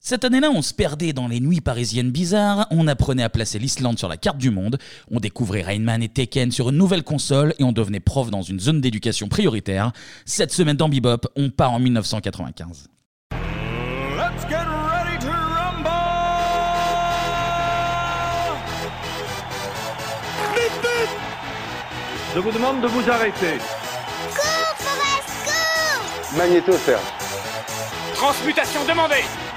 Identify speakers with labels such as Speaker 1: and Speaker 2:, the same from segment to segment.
Speaker 1: Cette année-là, on se perdait dans les nuits parisiennes bizarres, on apprenait à placer l'Islande sur la carte du monde, on découvrait Rainman et Tekken sur une nouvelle console et on devenait prof dans une zone d'éducation prioritaire. Cette semaine dans Bebop, on part en 1995.
Speaker 2: Let's get ready to rumble!
Speaker 3: Je vous demande de vous arrêter.
Speaker 4: Magnéto, Serge.
Speaker 5: Transmutation demandée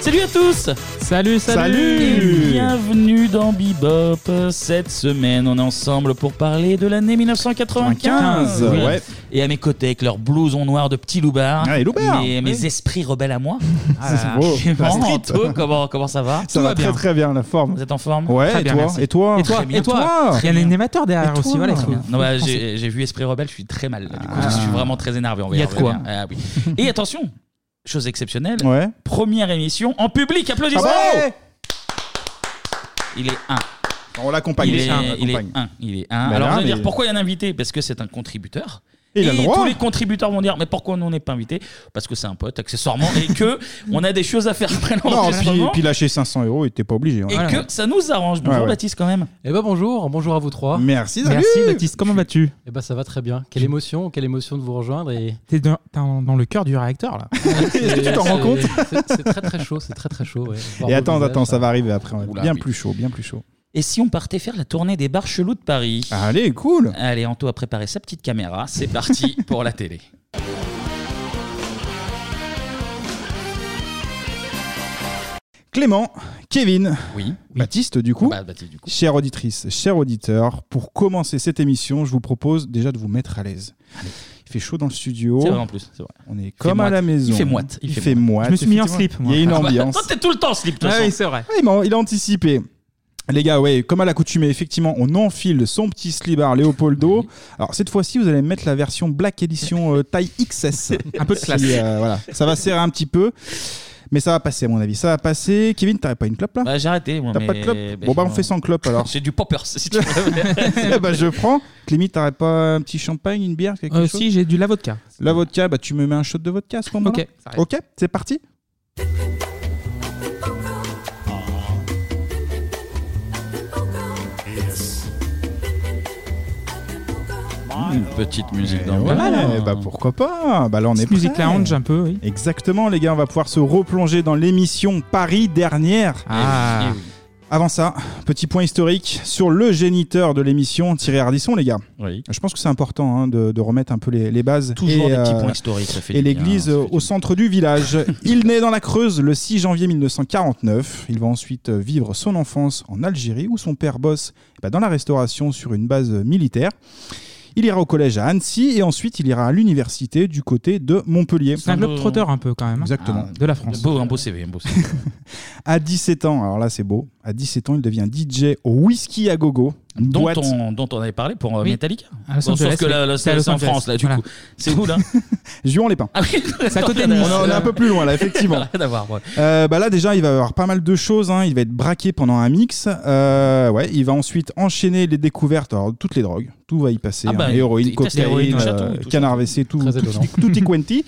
Speaker 1: Salut à tous Salut,
Speaker 6: salut.
Speaker 1: Et bienvenue dans Bebop. Cette semaine, on est ensemble pour parler de l'année 1995.
Speaker 6: 95, ouais.
Speaker 1: Et à mes côtés, avec leur blouson noir de petit loupard,
Speaker 6: Ah, les loupards.
Speaker 1: mes, mes
Speaker 6: Oui.
Speaker 1: esprits rebelles à moi.
Speaker 6: c'est beau.
Speaker 1: Clément,
Speaker 6: La street.
Speaker 1: Anto, comment, comment ça va
Speaker 6: Ça va très très bien la forme.
Speaker 1: Vous êtes en forme
Speaker 6: Ouais,
Speaker 1: Très
Speaker 6: et
Speaker 1: bien,
Speaker 6: toi,
Speaker 1: merci.
Speaker 6: et toi
Speaker 1: Et toi
Speaker 6: Très
Speaker 1: Et
Speaker 6: bien.
Speaker 1: toi
Speaker 6: Très
Speaker 1: Très
Speaker 7: Il y a
Speaker 1: bien.
Speaker 7: l'animateur derrière
Speaker 6: Et
Speaker 7: aussi,
Speaker 6: toi
Speaker 7: voilà. il faut-
Speaker 1: Non, bah,
Speaker 7: faut penser.
Speaker 1: j'ai j'ai vu Esprit Rebelle, je suis très mal. là, Du coup, je suis vraiment très énervé. on va
Speaker 7: Il y a de
Speaker 1: revenir.
Speaker 7: quoi.
Speaker 1: Ah, oui. Et attention, chose exceptionnelle,
Speaker 6: Ouais.
Speaker 1: première émission en public, applaudissements
Speaker 6: Bravo
Speaker 1: Il est 1.
Speaker 6: On l'accompagne.
Speaker 1: Il est
Speaker 6: on
Speaker 1: 1. Il est
Speaker 6: l'accompagne.
Speaker 1: 1. Il est un.
Speaker 6: Bah
Speaker 1: Alors,
Speaker 6: là,
Speaker 1: je vais
Speaker 6: mais-
Speaker 1: dire pourquoi il y a un invité Parce que c'est un contributeur.
Speaker 6: Et il a le droit.
Speaker 1: tous les contributeurs vont dire mais pourquoi nous, on n'est pas invité Parce que c'est un pote accessoirement et que on a des choses à faire après
Speaker 6: Non, puis,
Speaker 1: l'enregistrement
Speaker 6: puis lâcher 500 euros, et t'es pas obligé. hein.
Speaker 1: et que ça nous arrange. Bonjour
Speaker 6: ouais.
Speaker 1: Baptiste quand même.
Speaker 8: Eh ben bonjour, bonjour à vous trois.
Speaker 6: Merci, salut
Speaker 7: Merci Baptiste, comment vas-tu
Speaker 8: Eh ben ça va très bien. Quelle émotion, quelle émotion de vous rejoindre et
Speaker 7: T'es dans, t'es en- dans le cœur du réacteur là.
Speaker 8: est-ce
Speaker 6: que tu t'en rends compte
Speaker 8: C'est très très chaud, c'est très très chaud. ouais. Voir
Speaker 6: Et
Speaker 8: vos
Speaker 6: attends,
Speaker 8: visages,
Speaker 6: attends, ça va arriver après. on va être
Speaker 1: Oula,
Speaker 6: bien
Speaker 1: oui.
Speaker 6: plus chaud, bien plus chaud.
Speaker 1: Et si on partait faire la tournée des bars chelous de Paris
Speaker 6: Allez, cool
Speaker 1: Allez, Anto a préparé sa petite caméra. C'est parti pour la télé.
Speaker 6: Clément, Kevin,
Speaker 1: Oui.
Speaker 6: Baptiste, du coup.
Speaker 1: Bah, Baptiste, du coup.
Speaker 6: Chère auditrice, cher auditeur, pour commencer cette émission, je vous propose déjà de vous mettre à l'aise. Il fait chaud dans le studio.
Speaker 1: C'est vrai en plus. C'est vrai.
Speaker 6: On est comme à
Speaker 1: moite.
Speaker 6: la maison.
Speaker 1: Il fait moite, il
Speaker 6: Il
Speaker 1: fait
Speaker 6: fait moite.
Speaker 7: Je me suis mis en
Speaker 6: effectivement.
Speaker 7: slip, moi.
Speaker 6: Il y a une
Speaker 1: Ah bah,
Speaker 6: ambiance.
Speaker 1: toi, t'es tout le temps en slip, de toute façon.
Speaker 7: Ah c'est vrai.
Speaker 6: Ouais, Ah, il m'a- il a anticipé. Les gars, ouais, comme à l'accoutumée, effectivement, on enfile son petit slibard Léopoldo. Alors cette fois-ci, vous allez mettre la version Black Edition euh, taille XS.
Speaker 7: Un peu de classe.
Speaker 6: Qui, euh, voilà, ça va serrer un petit peu, mais ça va passer à mon avis. Ça va passer. Kevin, t'aurais pas une clope là
Speaker 1: Bah, j'ai arrêté. moi,
Speaker 6: T'as
Speaker 1: mais-
Speaker 6: pas de clope
Speaker 1: bah,
Speaker 6: Bon bah on
Speaker 1: non.
Speaker 6: fait sans clope alors.
Speaker 1: J'ai du poppers si tu veux.
Speaker 6: Eh bah je prends. Clémy, t'aurais pas un petit champagne, une bière, quelque
Speaker 7: Euh,
Speaker 6: chose
Speaker 7: si, j'ai du la vodka.
Speaker 6: La vodka, bah tu me mets un shot de vodka à ce moment-là.
Speaker 7: Ok.
Speaker 6: Ok, c'est parti.
Speaker 1: Une petite musique
Speaker 6: Et
Speaker 1: d'ambiance.
Speaker 6: ouais, bah pourquoi pas Bah là on est
Speaker 7: Hein. Petite musique
Speaker 6: prêt.
Speaker 7: lounge un peu, oui.
Speaker 6: Exactement, les gars, on va pouvoir se replonger dans l'émission Paris dernière.
Speaker 1: Eh
Speaker 7: Ah,
Speaker 1: oui,
Speaker 6: Avant ça, petit point historique sur le géniteur de l'émission, Thierry Ardisson, les gars.
Speaker 1: eh oui. Oui.
Speaker 6: Je pense que c'est important hein, de, de remettre un peu les, les bases.
Speaker 1: Toujours
Speaker 6: et,
Speaker 1: des petits
Speaker 6: euh,
Speaker 1: points historiques, ça fait
Speaker 6: Et
Speaker 1: du bien,
Speaker 6: l'église
Speaker 1: ça fait
Speaker 6: euh,
Speaker 1: du
Speaker 6: au
Speaker 1: bien.
Speaker 6: centre du village. Il naît dans la Creuse le 6 janvier 1949. Il va ensuite euh, vivre son enfance en Algérie où son père bosse eh ben, dans la restauration sur une base euh, militaire. Il ira au collège à Annecy et ensuite il ira à l'université du côté de Montpellier.
Speaker 7: c'est un globe trotteur un peu quand même. hein,
Speaker 6: Exactement.
Speaker 7: De la France.
Speaker 1: Beau, un beau CV, un beau CV.
Speaker 6: À 17 ans, alors là c'est beau, à 17 ans il devient DJ au Whisky à Gogo. Une
Speaker 1: dont,
Speaker 6: boîte-
Speaker 1: on, dont on avait parlé pour euh,
Speaker 7: Oui.
Speaker 1: Metallica.
Speaker 7: À Los
Speaker 1: Bon, sauf
Speaker 7: Angeles,
Speaker 1: que
Speaker 7: oui.
Speaker 1: là, là,
Speaker 7: C'est à
Speaker 1: c'est
Speaker 7: Los
Speaker 1: c'est en
Speaker 7: Angeles.
Speaker 1: France, là, du
Speaker 7: Voilà.
Speaker 1: coup. C'est où, là
Speaker 6: Juan-les-Pins.
Speaker 1: Ah oui,
Speaker 7: C'est à côté de
Speaker 6: On
Speaker 7: Nice.
Speaker 6: est on est un peu plus loin là, effectivement.
Speaker 1: Rien à voir, ouais.
Speaker 6: Euh, bah là déjà il va avoir pas mal de choses, hein. il va être braqué pendant un mix, Euh, ouais, il va ensuite enchaîner les découvertes, alors toutes les drogues, tout va y passer,
Speaker 1: Ah bah,
Speaker 6: hein.
Speaker 1: il-
Speaker 6: héroïne,
Speaker 1: il teste l'héroïne,
Speaker 6: cocaïne,
Speaker 1: le chaton,
Speaker 6: euh,
Speaker 1: tout ça.
Speaker 6: canard WC, tout,
Speaker 8: Très
Speaker 6: tout,
Speaker 8: étonnant.
Speaker 6: tout est quanti.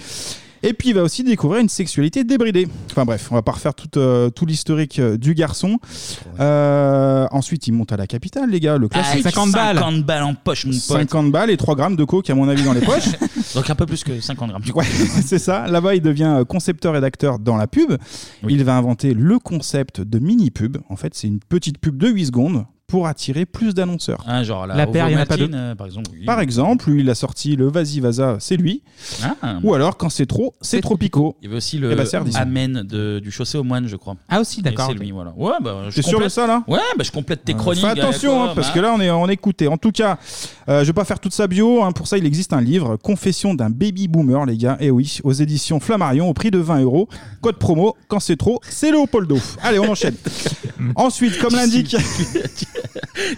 Speaker 6: Et puis il va aussi découvrir une sexualité débridée. Enfin bref, on va pas refaire tout, euh, tout l'historique euh, du garçon. Euh, ensuite il monte à la capitale les gars, le
Speaker 1: Ah,
Speaker 6: classique.
Speaker 7: 50 balles.
Speaker 1: 50 balles en poche, mon pote.
Speaker 6: 50 balles et 3 grammes de coke à mon avis dans les poches.
Speaker 1: Donc un peu plus que 50 grammes, du coup.
Speaker 6: Ouais, c'est ça. Là-bas, il devient euh, concepteur et d'acteur dans la pub.
Speaker 1: Oui.
Speaker 6: Il va inventer le concept de mini-pub. En fait, c'est une petite pub de 8 secondes pour attirer plus d'annonceurs.
Speaker 1: Hein, genre, là,
Speaker 7: La
Speaker 1: au
Speaker 7: paire, il y en a pas
Speaker 1: Vomatine, euh, par exemple. oui.
Speaker 6: Par exemple, lui, il a sorti le Vas-y Vaza, c'est lui.
Speaker 1: Ah.
Speaker 6: Ou alors, quand c'est trop, c'est
Speaker 7: C'est
Speaker 6: trop picot.
Speaker 1: Il y avait aussi
Speaker 6: Eh
Speaker 1: le
Speaker 6: ben, c'est Ardisson.
Speaker 1: Amen de, du Chaussée aux Moines, je crois.
Speaker 7: Ah aussi, d'accord.
Speaker 1: Et C'est lui, voilà. Ouais, bah, je
Speaker 6: T'es sûr de
Speaker 1: complète...
Speaker 6: ça, là
Speaker 1: Ouais, bah, je complète tes
Speaker 6: Euh,
Speaker 1: chroniques. bah.
Speaker 6: Fais attention, hein, parce que là, on est en écouté. En tout cas, euh, je vais pas faire toute sa bio. hein. Pour ça, il existe un livre, Confession d'un baby boomer, les gars. Et oui, aux éditions Flammarion, au prix de 20 euros. Code promo, quand c'est trop, c'est Léopoldo. Allez, on enchaîne. Ensuite, comme l'indique.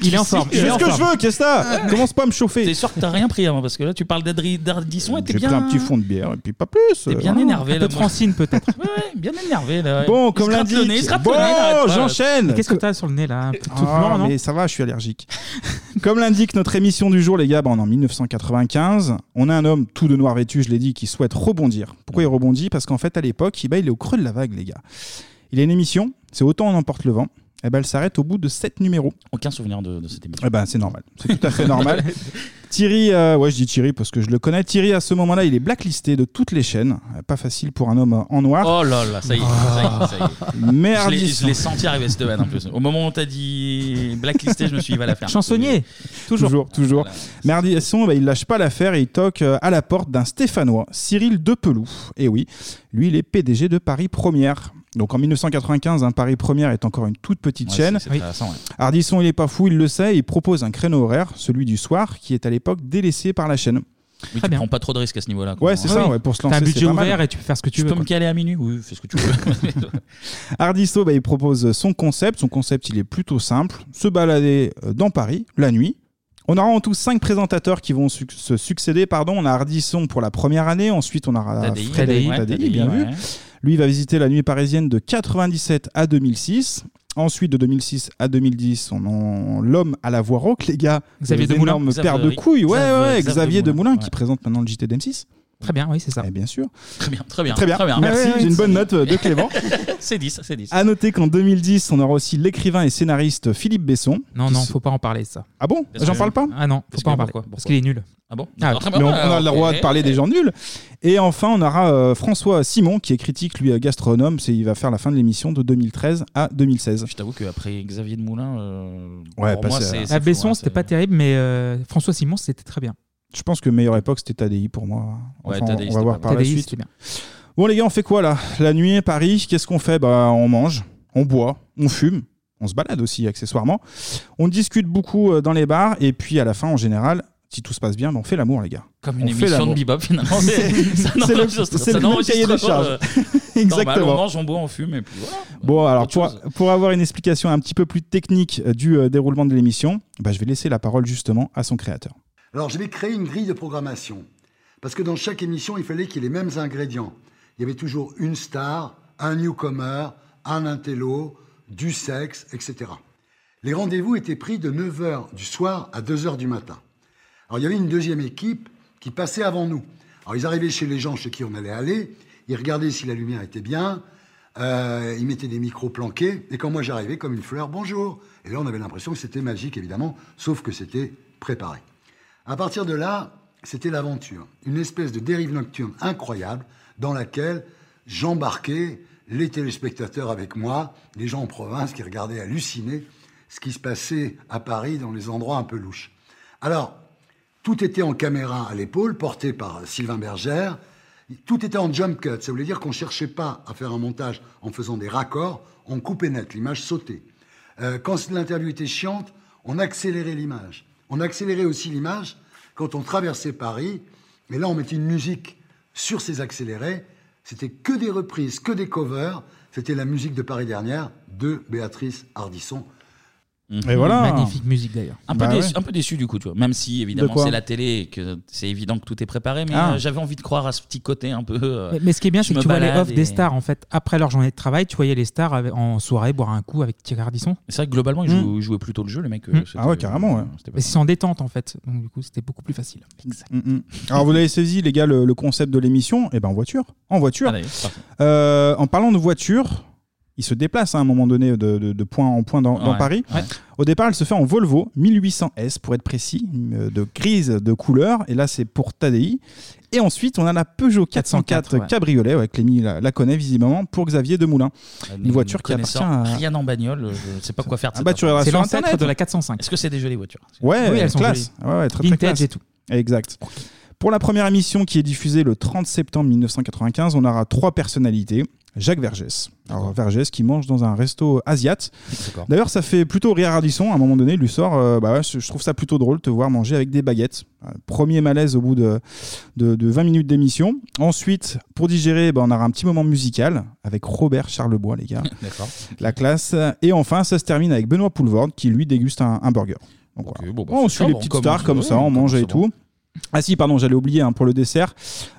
Speaker 7: Il est en forme.
Speaker 6: Je
Speaker 7: il est
Speaker 6: fais ce
Speaker 7: en
Speaker 6: que je
Speaker 7: forme.
Speaker 6: veux, qu'est-ce que
Speaker 1: Ah,
Speaker 6: t'as Commence pas à me chauffer. Euh,
Speaker 1: T'es sûr que t'as rien pris avant parce que là tu parles d'Adri- d'Ardisson et t'es
Speaker 6: J'ai
Speaker 1: bien. hein.
Speaker 6: pris un petit fond de bière et puis pas plus. euh,
Speaker 1: T'es bien
Speaker 6: Voilà.
Speaker 1: énervé
Speaker 7: Un
Speaker 1: là.
Speaker 7: peu de
Speaker 1: moi.
Speaker 7: francine peut-être.
Speaker 1: Ouais, ouais, bien énervé là. ouais.
Speaker 6: Bon,
Speaker 1: Il
Speaker 6: comme
Speaker 1: se gratte le nez, il
Speaker 6: l'indique.
Speaker 1: se gratte le
Speaker 6: Bon,
Speaker 1: nez, n'arrête pas.
Speaker 6: j'enchaîne.
Speaker 7: Qu'est-ce que t'as sur le nez là Un petit truc
Speaker 6: Ah,
Speaker 7: blanc, non
Speaker 6: mais ça va, je suis allergique. Comme l'indique notre émission du jour, les gars, ben, on est en 1995, on a un homme tout de noir vêtu, je l'ai dit, qui souhaite rebondir. Pourquoi il rebondit Parce qu'en fait, à l'époque, eh ben, il est au creux de la vague, les gars. Il a une émission, c'est Autant on emporte le vent. Eh ben, elle s'arrête au bout de 7 numéros.
Speaker 1: Aucun souvenir de, de cette émission.
Speaker 6: Eh ben, c'est normal, c'est tout à fait normal. Thierry, euh, ouais, je dis Thierry parce que je le connais. Thierry, à ce moment-là, il est blacklisté de toutes les chaînes. Euh, Pas facile pour un homme en noir.
Speaker 1: Oh là là, ça y est,
Speaker 7: Ah.
Speaker 1: ça y est, ça y est.
Speaker 6: mais
Speaker 1: Je l'ai-
Speaker 6: Ardisson-
Speaker 1: Je l'ai senti arriver cette vanne en plus. Au moment où t'as dit blacklisté, je me suis dit, il va la faire.
Speaker 7: Chansonnier Toujours.
Speaker 6: Toujours, toujours. Mais Ardisson, bah, il lâche pas l'affaire et il toque euh, à la porte d'un Stéphanois, Cyril Depeloux. Et oui, lui, il est PDG de Paris Première. Donc en 1995, hein, Paris Première est encore une toute petite
Speaker 1: Ouais,
Speaker 6: chaîne.
Speaker 1: c'est- c'est
Speaker 7: Oui.
Speaker 1: intéressant, ouais.
Speaker 6: Ardisson, il est pas fou, il le sait, il propose un créneau horaire, celui du soir, qui est à l'époque délaissé par la chaîne.
Speaker 1: Oui,
Speaker 7: Très
Speaker 1: tu
Speaker 7: bien.
Speaker 1: prends pas trop de risques à ce niveau-là. quoi.
Speaker 6: Ouais, c'est
Speaker 7: Ah
Speaker 6: ça,
Speaker 7: oui.
Speaker 6: ouais, pour se lancer.
Speaker 7: T'as un
Speaker 6: c'est
Speaker 7: budget
Speaker 6: pas mal.
Speaker 7: ouvert et tu peux faire ce que tu
Speaker 1: Tu
Speaker 7: veux.
Speaker 1: peux
Speaker 7: quoi.
Speaker 1: me caler à minuit Oui, fais ce que tu veux.
Speaker 6: Ardisto, bah, il propose son concept. Son concept, il est plutôt simple se balader euh, dans Paris la nuit. On aura en tout cinq présentateurs qui vont suc- se succéder. Pardon, on a Ardisson pour la première année. Ensuite, on aura
Speaker 1: Tadei,
Speaker 6: Frédéric
Speaker 1: ouais,
Speaker 6: Tadei,
Speaker 1: Tadei,
Speaker 6: bien vu.
Speaker 1: ouais.
Speaker 6: Lui, il va visiter la nuit parisienne de 97 à 2006. Ensuite, de 2006 à 2010, on en- l'homme à la voix rauque, les gars.
Speaker 7: Xavier
Speaker 6: Des
Speaker 7: Demoulin.
Speaker 6: énormes
Speaker 1: Xav-
Speaker 6: paires de couilles. Ouais,
Speaker 1: Xav-
Speaker 6: ouais,
Speaker 1: Xav
Speaker 6: Xavier Demoulin,
Speaker 1: Demoulin,
Speaker 6: qui
Speaker 1: ouais.
Speaker 6: présente maintenant le JT d'M6.
Speaker 7: Très bien, oui, c'est ça.
Speaker 6: Eh bien sûr.
Speaker 1: Très bien, très bien.
Speaker 6: Très bien. Merci,
Speaker 7: Ouais, ouais,
Speaker 6: j'ai une
Speaker 7: c'est-
Speaker 6: bonne note euh, de Clément.
Speaker 1: C'est 10, c'est 10.
Speaker 6: À noter qu'en 2010, on aura aussi l'écrivain et scénariste Philippe Besson.
Speaker 7: Non,
Speaker 6: qui
Speaker 7: non,
Speaker 6: se-
Speaker 7: faut pas en parler ça.
Speaker 6: Ah bon
Speaker 1: Parce
Speaker 6: J'en
Speaker 1: que-
Speaker 6: parle pas
Speaker 7: Ah non, faut
Speaker 1: Parce
Speaker 7: pas en
Speaker 1: que
Speaker 7: parler.
Speaker 1: pourquoi
Speaker 7: Parce qu'il est nul.
Speaker 1: Ah bon
Speaker 7: Ah,
Speaker 1: Alors, très bien,
Speaker 6: Mais on, on
Speaker 1: alors,
Speaker 6: a le droit
Speaker 1: ok.
Speaker 6: de parler des gens nuls. Et enfin, on aura euh, François Simon, qui est critique, lui, euh, gastronome. C'est, il va faire la fin de l'émission de 2013 à 2016.
Speaker 1: Je t'avoue qu'après Xavier de Moulin, euh,
Speaker 6: Ouais,
Speaker 1: pour
Speaker 6: pas
Speaker 1: moi,
Speaker 6: ça.
Speaker 1: c'est.
Speaker 7: La
Speaker 1: c'est
Speaker 7: Besson,
Speaker 1: fou, hein,
Speaker 7: c'était
Speaker 1: c'est-
Speaker 7: pas terrible, mais euh, François Simon, c'était très bien.
Speaker 6: Je pense que meilleure époque, c'était Tadi pour moi.
Speaker 1: Ouais,
Speaker 6: Enfin, on-
Speaker 1: Tadei,
Speaker 6: on va
Speaker 1: c'était
Speaker 6: voir
Speaker 1: pas
Speaker 6: par la
Speaker 7: TDI,
Speaker 6: suite.
Speaker 7: c'était bien.
Speaker 6: Bon, les gars, on fait quoi là La nuit, Paris, qu'est-ce qu'on fait Bah, on mange, on boit, on fume. On se balade aussi accessoirement. On discute beaucoup euh, dans les bars et puis à la fin, en général, si tout se passe bien, bah, on fait l'amour, les gars.
Speaker 1: Comme
Speaker 6: On
Speaker 1: une
Speaker 6: fait
Speaker 1: émission
Speaker 6: l'amour.
Speaker 1: de bebop, finalement. C'est ça
Speaker 6: c'est le- c'est
Speaker 1: n'enregistre- ça
Speaker 6: le même
Speaker 1: n'enregistre
Speaker 6: cahier des
Speaker 1: pas,
Speaker 6: charges.
Speaker 1: euh, normal, on
Speaker 6: Exactement.
Speaker 1: mange, on boit, on fume, et puis voilà.
Speaker 6: Bon, alors
Speaker 1: Autre
Speaker 6: pour,
Speaker 1: chose.
Speaker 6: pour avoir une explication un petit peu plus technique euh, du euh, déroulement de l'émission, bah, je vais laisser la parole justement à son créateur.
Speaker 4: Alors j'avais créé une grille de programmation. Parce que dans chaque émission, il fallait qu'il y ait les mêmes ingrédients. Il y avait toujours une star, un newcomer, un intello, du sexe, etc. Les rendez-vous étaient pris de 9h du soir à 2h du matin. Alors il y avait une deuxième équipe qui passait avant nous. Alors ils arrivaient chez les gens chez qui on allait aller, ils regardaient si la lumière était bien, euh, ils mettaient des micros planqués, et quand moi j'arrivais comme une fleur, bonjour. Et là on avait l'impression que c'était magique évidemment, sauf que c'était préparé. À partir de là, c'était l'aventure, une espèce de dérive nocturne incroyable dans laquelle j'embarquais les téléspectateurs avec moi, les gens en province qui regardaient halluciner ce qui se passait à Paris dans les endroits un peu louches. Alors, tout était en caméra à l'épaule, porté par Sylvain Bergère. Tout était en jump cut. Ça voulait dire qu'on ne cherchait pas à faire un montage en faisant des raccords. On coupait net, l'image sautait. Euh, quand l'interview était chiante, on accélérait l'image. On accélérait aussi l'image quand on traversait Paris. Mais là, on mettait une musique sur ces accélérés. C'était que des reprises, que des covers. C'était la musique de Paris dernière de Béatrice Hardisson.
Speaker 6: Et voilà.
Speaker 7: Magnifique musique d'ailleurs.
Speaker 1: Mhm. Un peu,
Speaker 6: Bah
Speaker 1: déçu,
Speaker 6: ouais.
Speaker 1: un peu déçu du coup, tu vois. Même si
Speaker 6: De
Speaker 1: évidemment
Speaker 6: quoi
Speaker 1: c'est la télé et que c'est évident que tout est préparé, mais
Speaker 6: Ah.
Speaker 1: euh, j'avais envie de croire à ce petit côté un peu. euh,
Speaker 7: Mais, mais ce qui est bien,
Speaker 1: Je
Speaker 7: c'est que
Speaker 1: me
Speaker 7: tu vois les
Speaker 1: balade
Speaker 7: offs
Speaker 1: et-
Speaker 7: des stars en fait. Après leur journée de travail, tu voyais les stars avec- en soirée boire un coup avec Thierry Ardisson.
Speaker 1: C'est vrai que globalement ils
Speaker 6: Mm.
Speaker 1: jouaient, ils jouaient plutôt le jeu, les mecs. euh,
Speaker 7: Mm.
Speaker 1: c'était-
Speaker 6: Ah ouais, carrément, ouais.
Speaker 1: c'était pas
Speaker 7: Mais c'est sans détente en fait. Donc du coup, c'était beaucoup plus facile.
Speaker 6: Mm, mm. Alors vous l'avez saisi, les gars, le, le concept de l'émission, et ben en voiture. En voiture.
Speaker 1: mal. Allez, parfait.
Speaker 6: Euh, en parlant de voiture, il se déplace hein, à un moment donné de, de- de point en point dans, dans
Speaker 1: Ouais,
Speaker 6: Paris.
Speaker 1: ouais.
Speaker 6: Au départ, elle se fait en Volvo 1800S, pour être précis, euh, de grise de couleur. Et là, c'est pour Tadi. Et ensuite, on a la Peugeot 404,
Speaker 7: 404, ouais.
Speaker 6: Cabriolet, ouais, Clémy la, la connaît visiblement, pour Xavier Demoulin.
Speaker 1: Nous
Speaker 6: voiture qui
Speaker 1: Euh, connaissant
Speaker 6: appartient à-
Speaker 1: rien en bagnole, je ne sais pas quoi faire. de
Speaker 6: Ah
Speaker 1: cette
Speaker 6: bah, tu
Speaker 1: affaire.
Speaker 6: regarderas
Speaker 7: C'est
Speaker 6: sur
Speaker 7: l'ancêtre
Speaker 6: Internet.
Speaker 7: de la 405.
Speaker 1: Est-ce que c'est des jolies voitures
Speaker 6: Ouais,
Speaker 7: Oui, elles sont
Speaker 6: classe. Ouais, ouais, très, très classe.
Speaker 7: Vintage et tout.
Speaker 6: Exact. Pour la première émission qui est diffusée le 30 septembre 1995, on aura trois personnalités. Jacques Vergès. Alors Vergès qui mange dans un resto asiat. D'ailleurs, ça fait plutôt rire Ardisson. À un moment donné, il lui sort euh, bah ouais, je je trouve ça plutôt drôle de te voir manger avec des baguettes. Euh, Premier malaise au bout de, de, de 20 minutes d'émission. Ensuite, pour digérer, bah, on aura un petit moment musical avec Robert Charlebois, les gars.
Speaker 1: D'accord.
Speaker 6: La classe. Et enfin, ça se termine avec Benoît Poulvorde qui lui déguste un, un burger. Donc, voilà.
Speaker 1: bon, bah,
Speaker 6: on
Speaker 1: c'est
Speaker 6: suit les
Speaker 1: sobre,
Speaker 6: petites
Speaker 1: on
Speaker 6: stars
Speaker 1: commence-
Speaker 6: comme ça,
Speaker 1: ouais,
Speaker 6: on
Speaker 1: on
Speaker 6: mange et
Speaker 1: commence sobre.
Speaker 6: tout. Ah si, pardon, j'allais oublier hein, pour le dessert.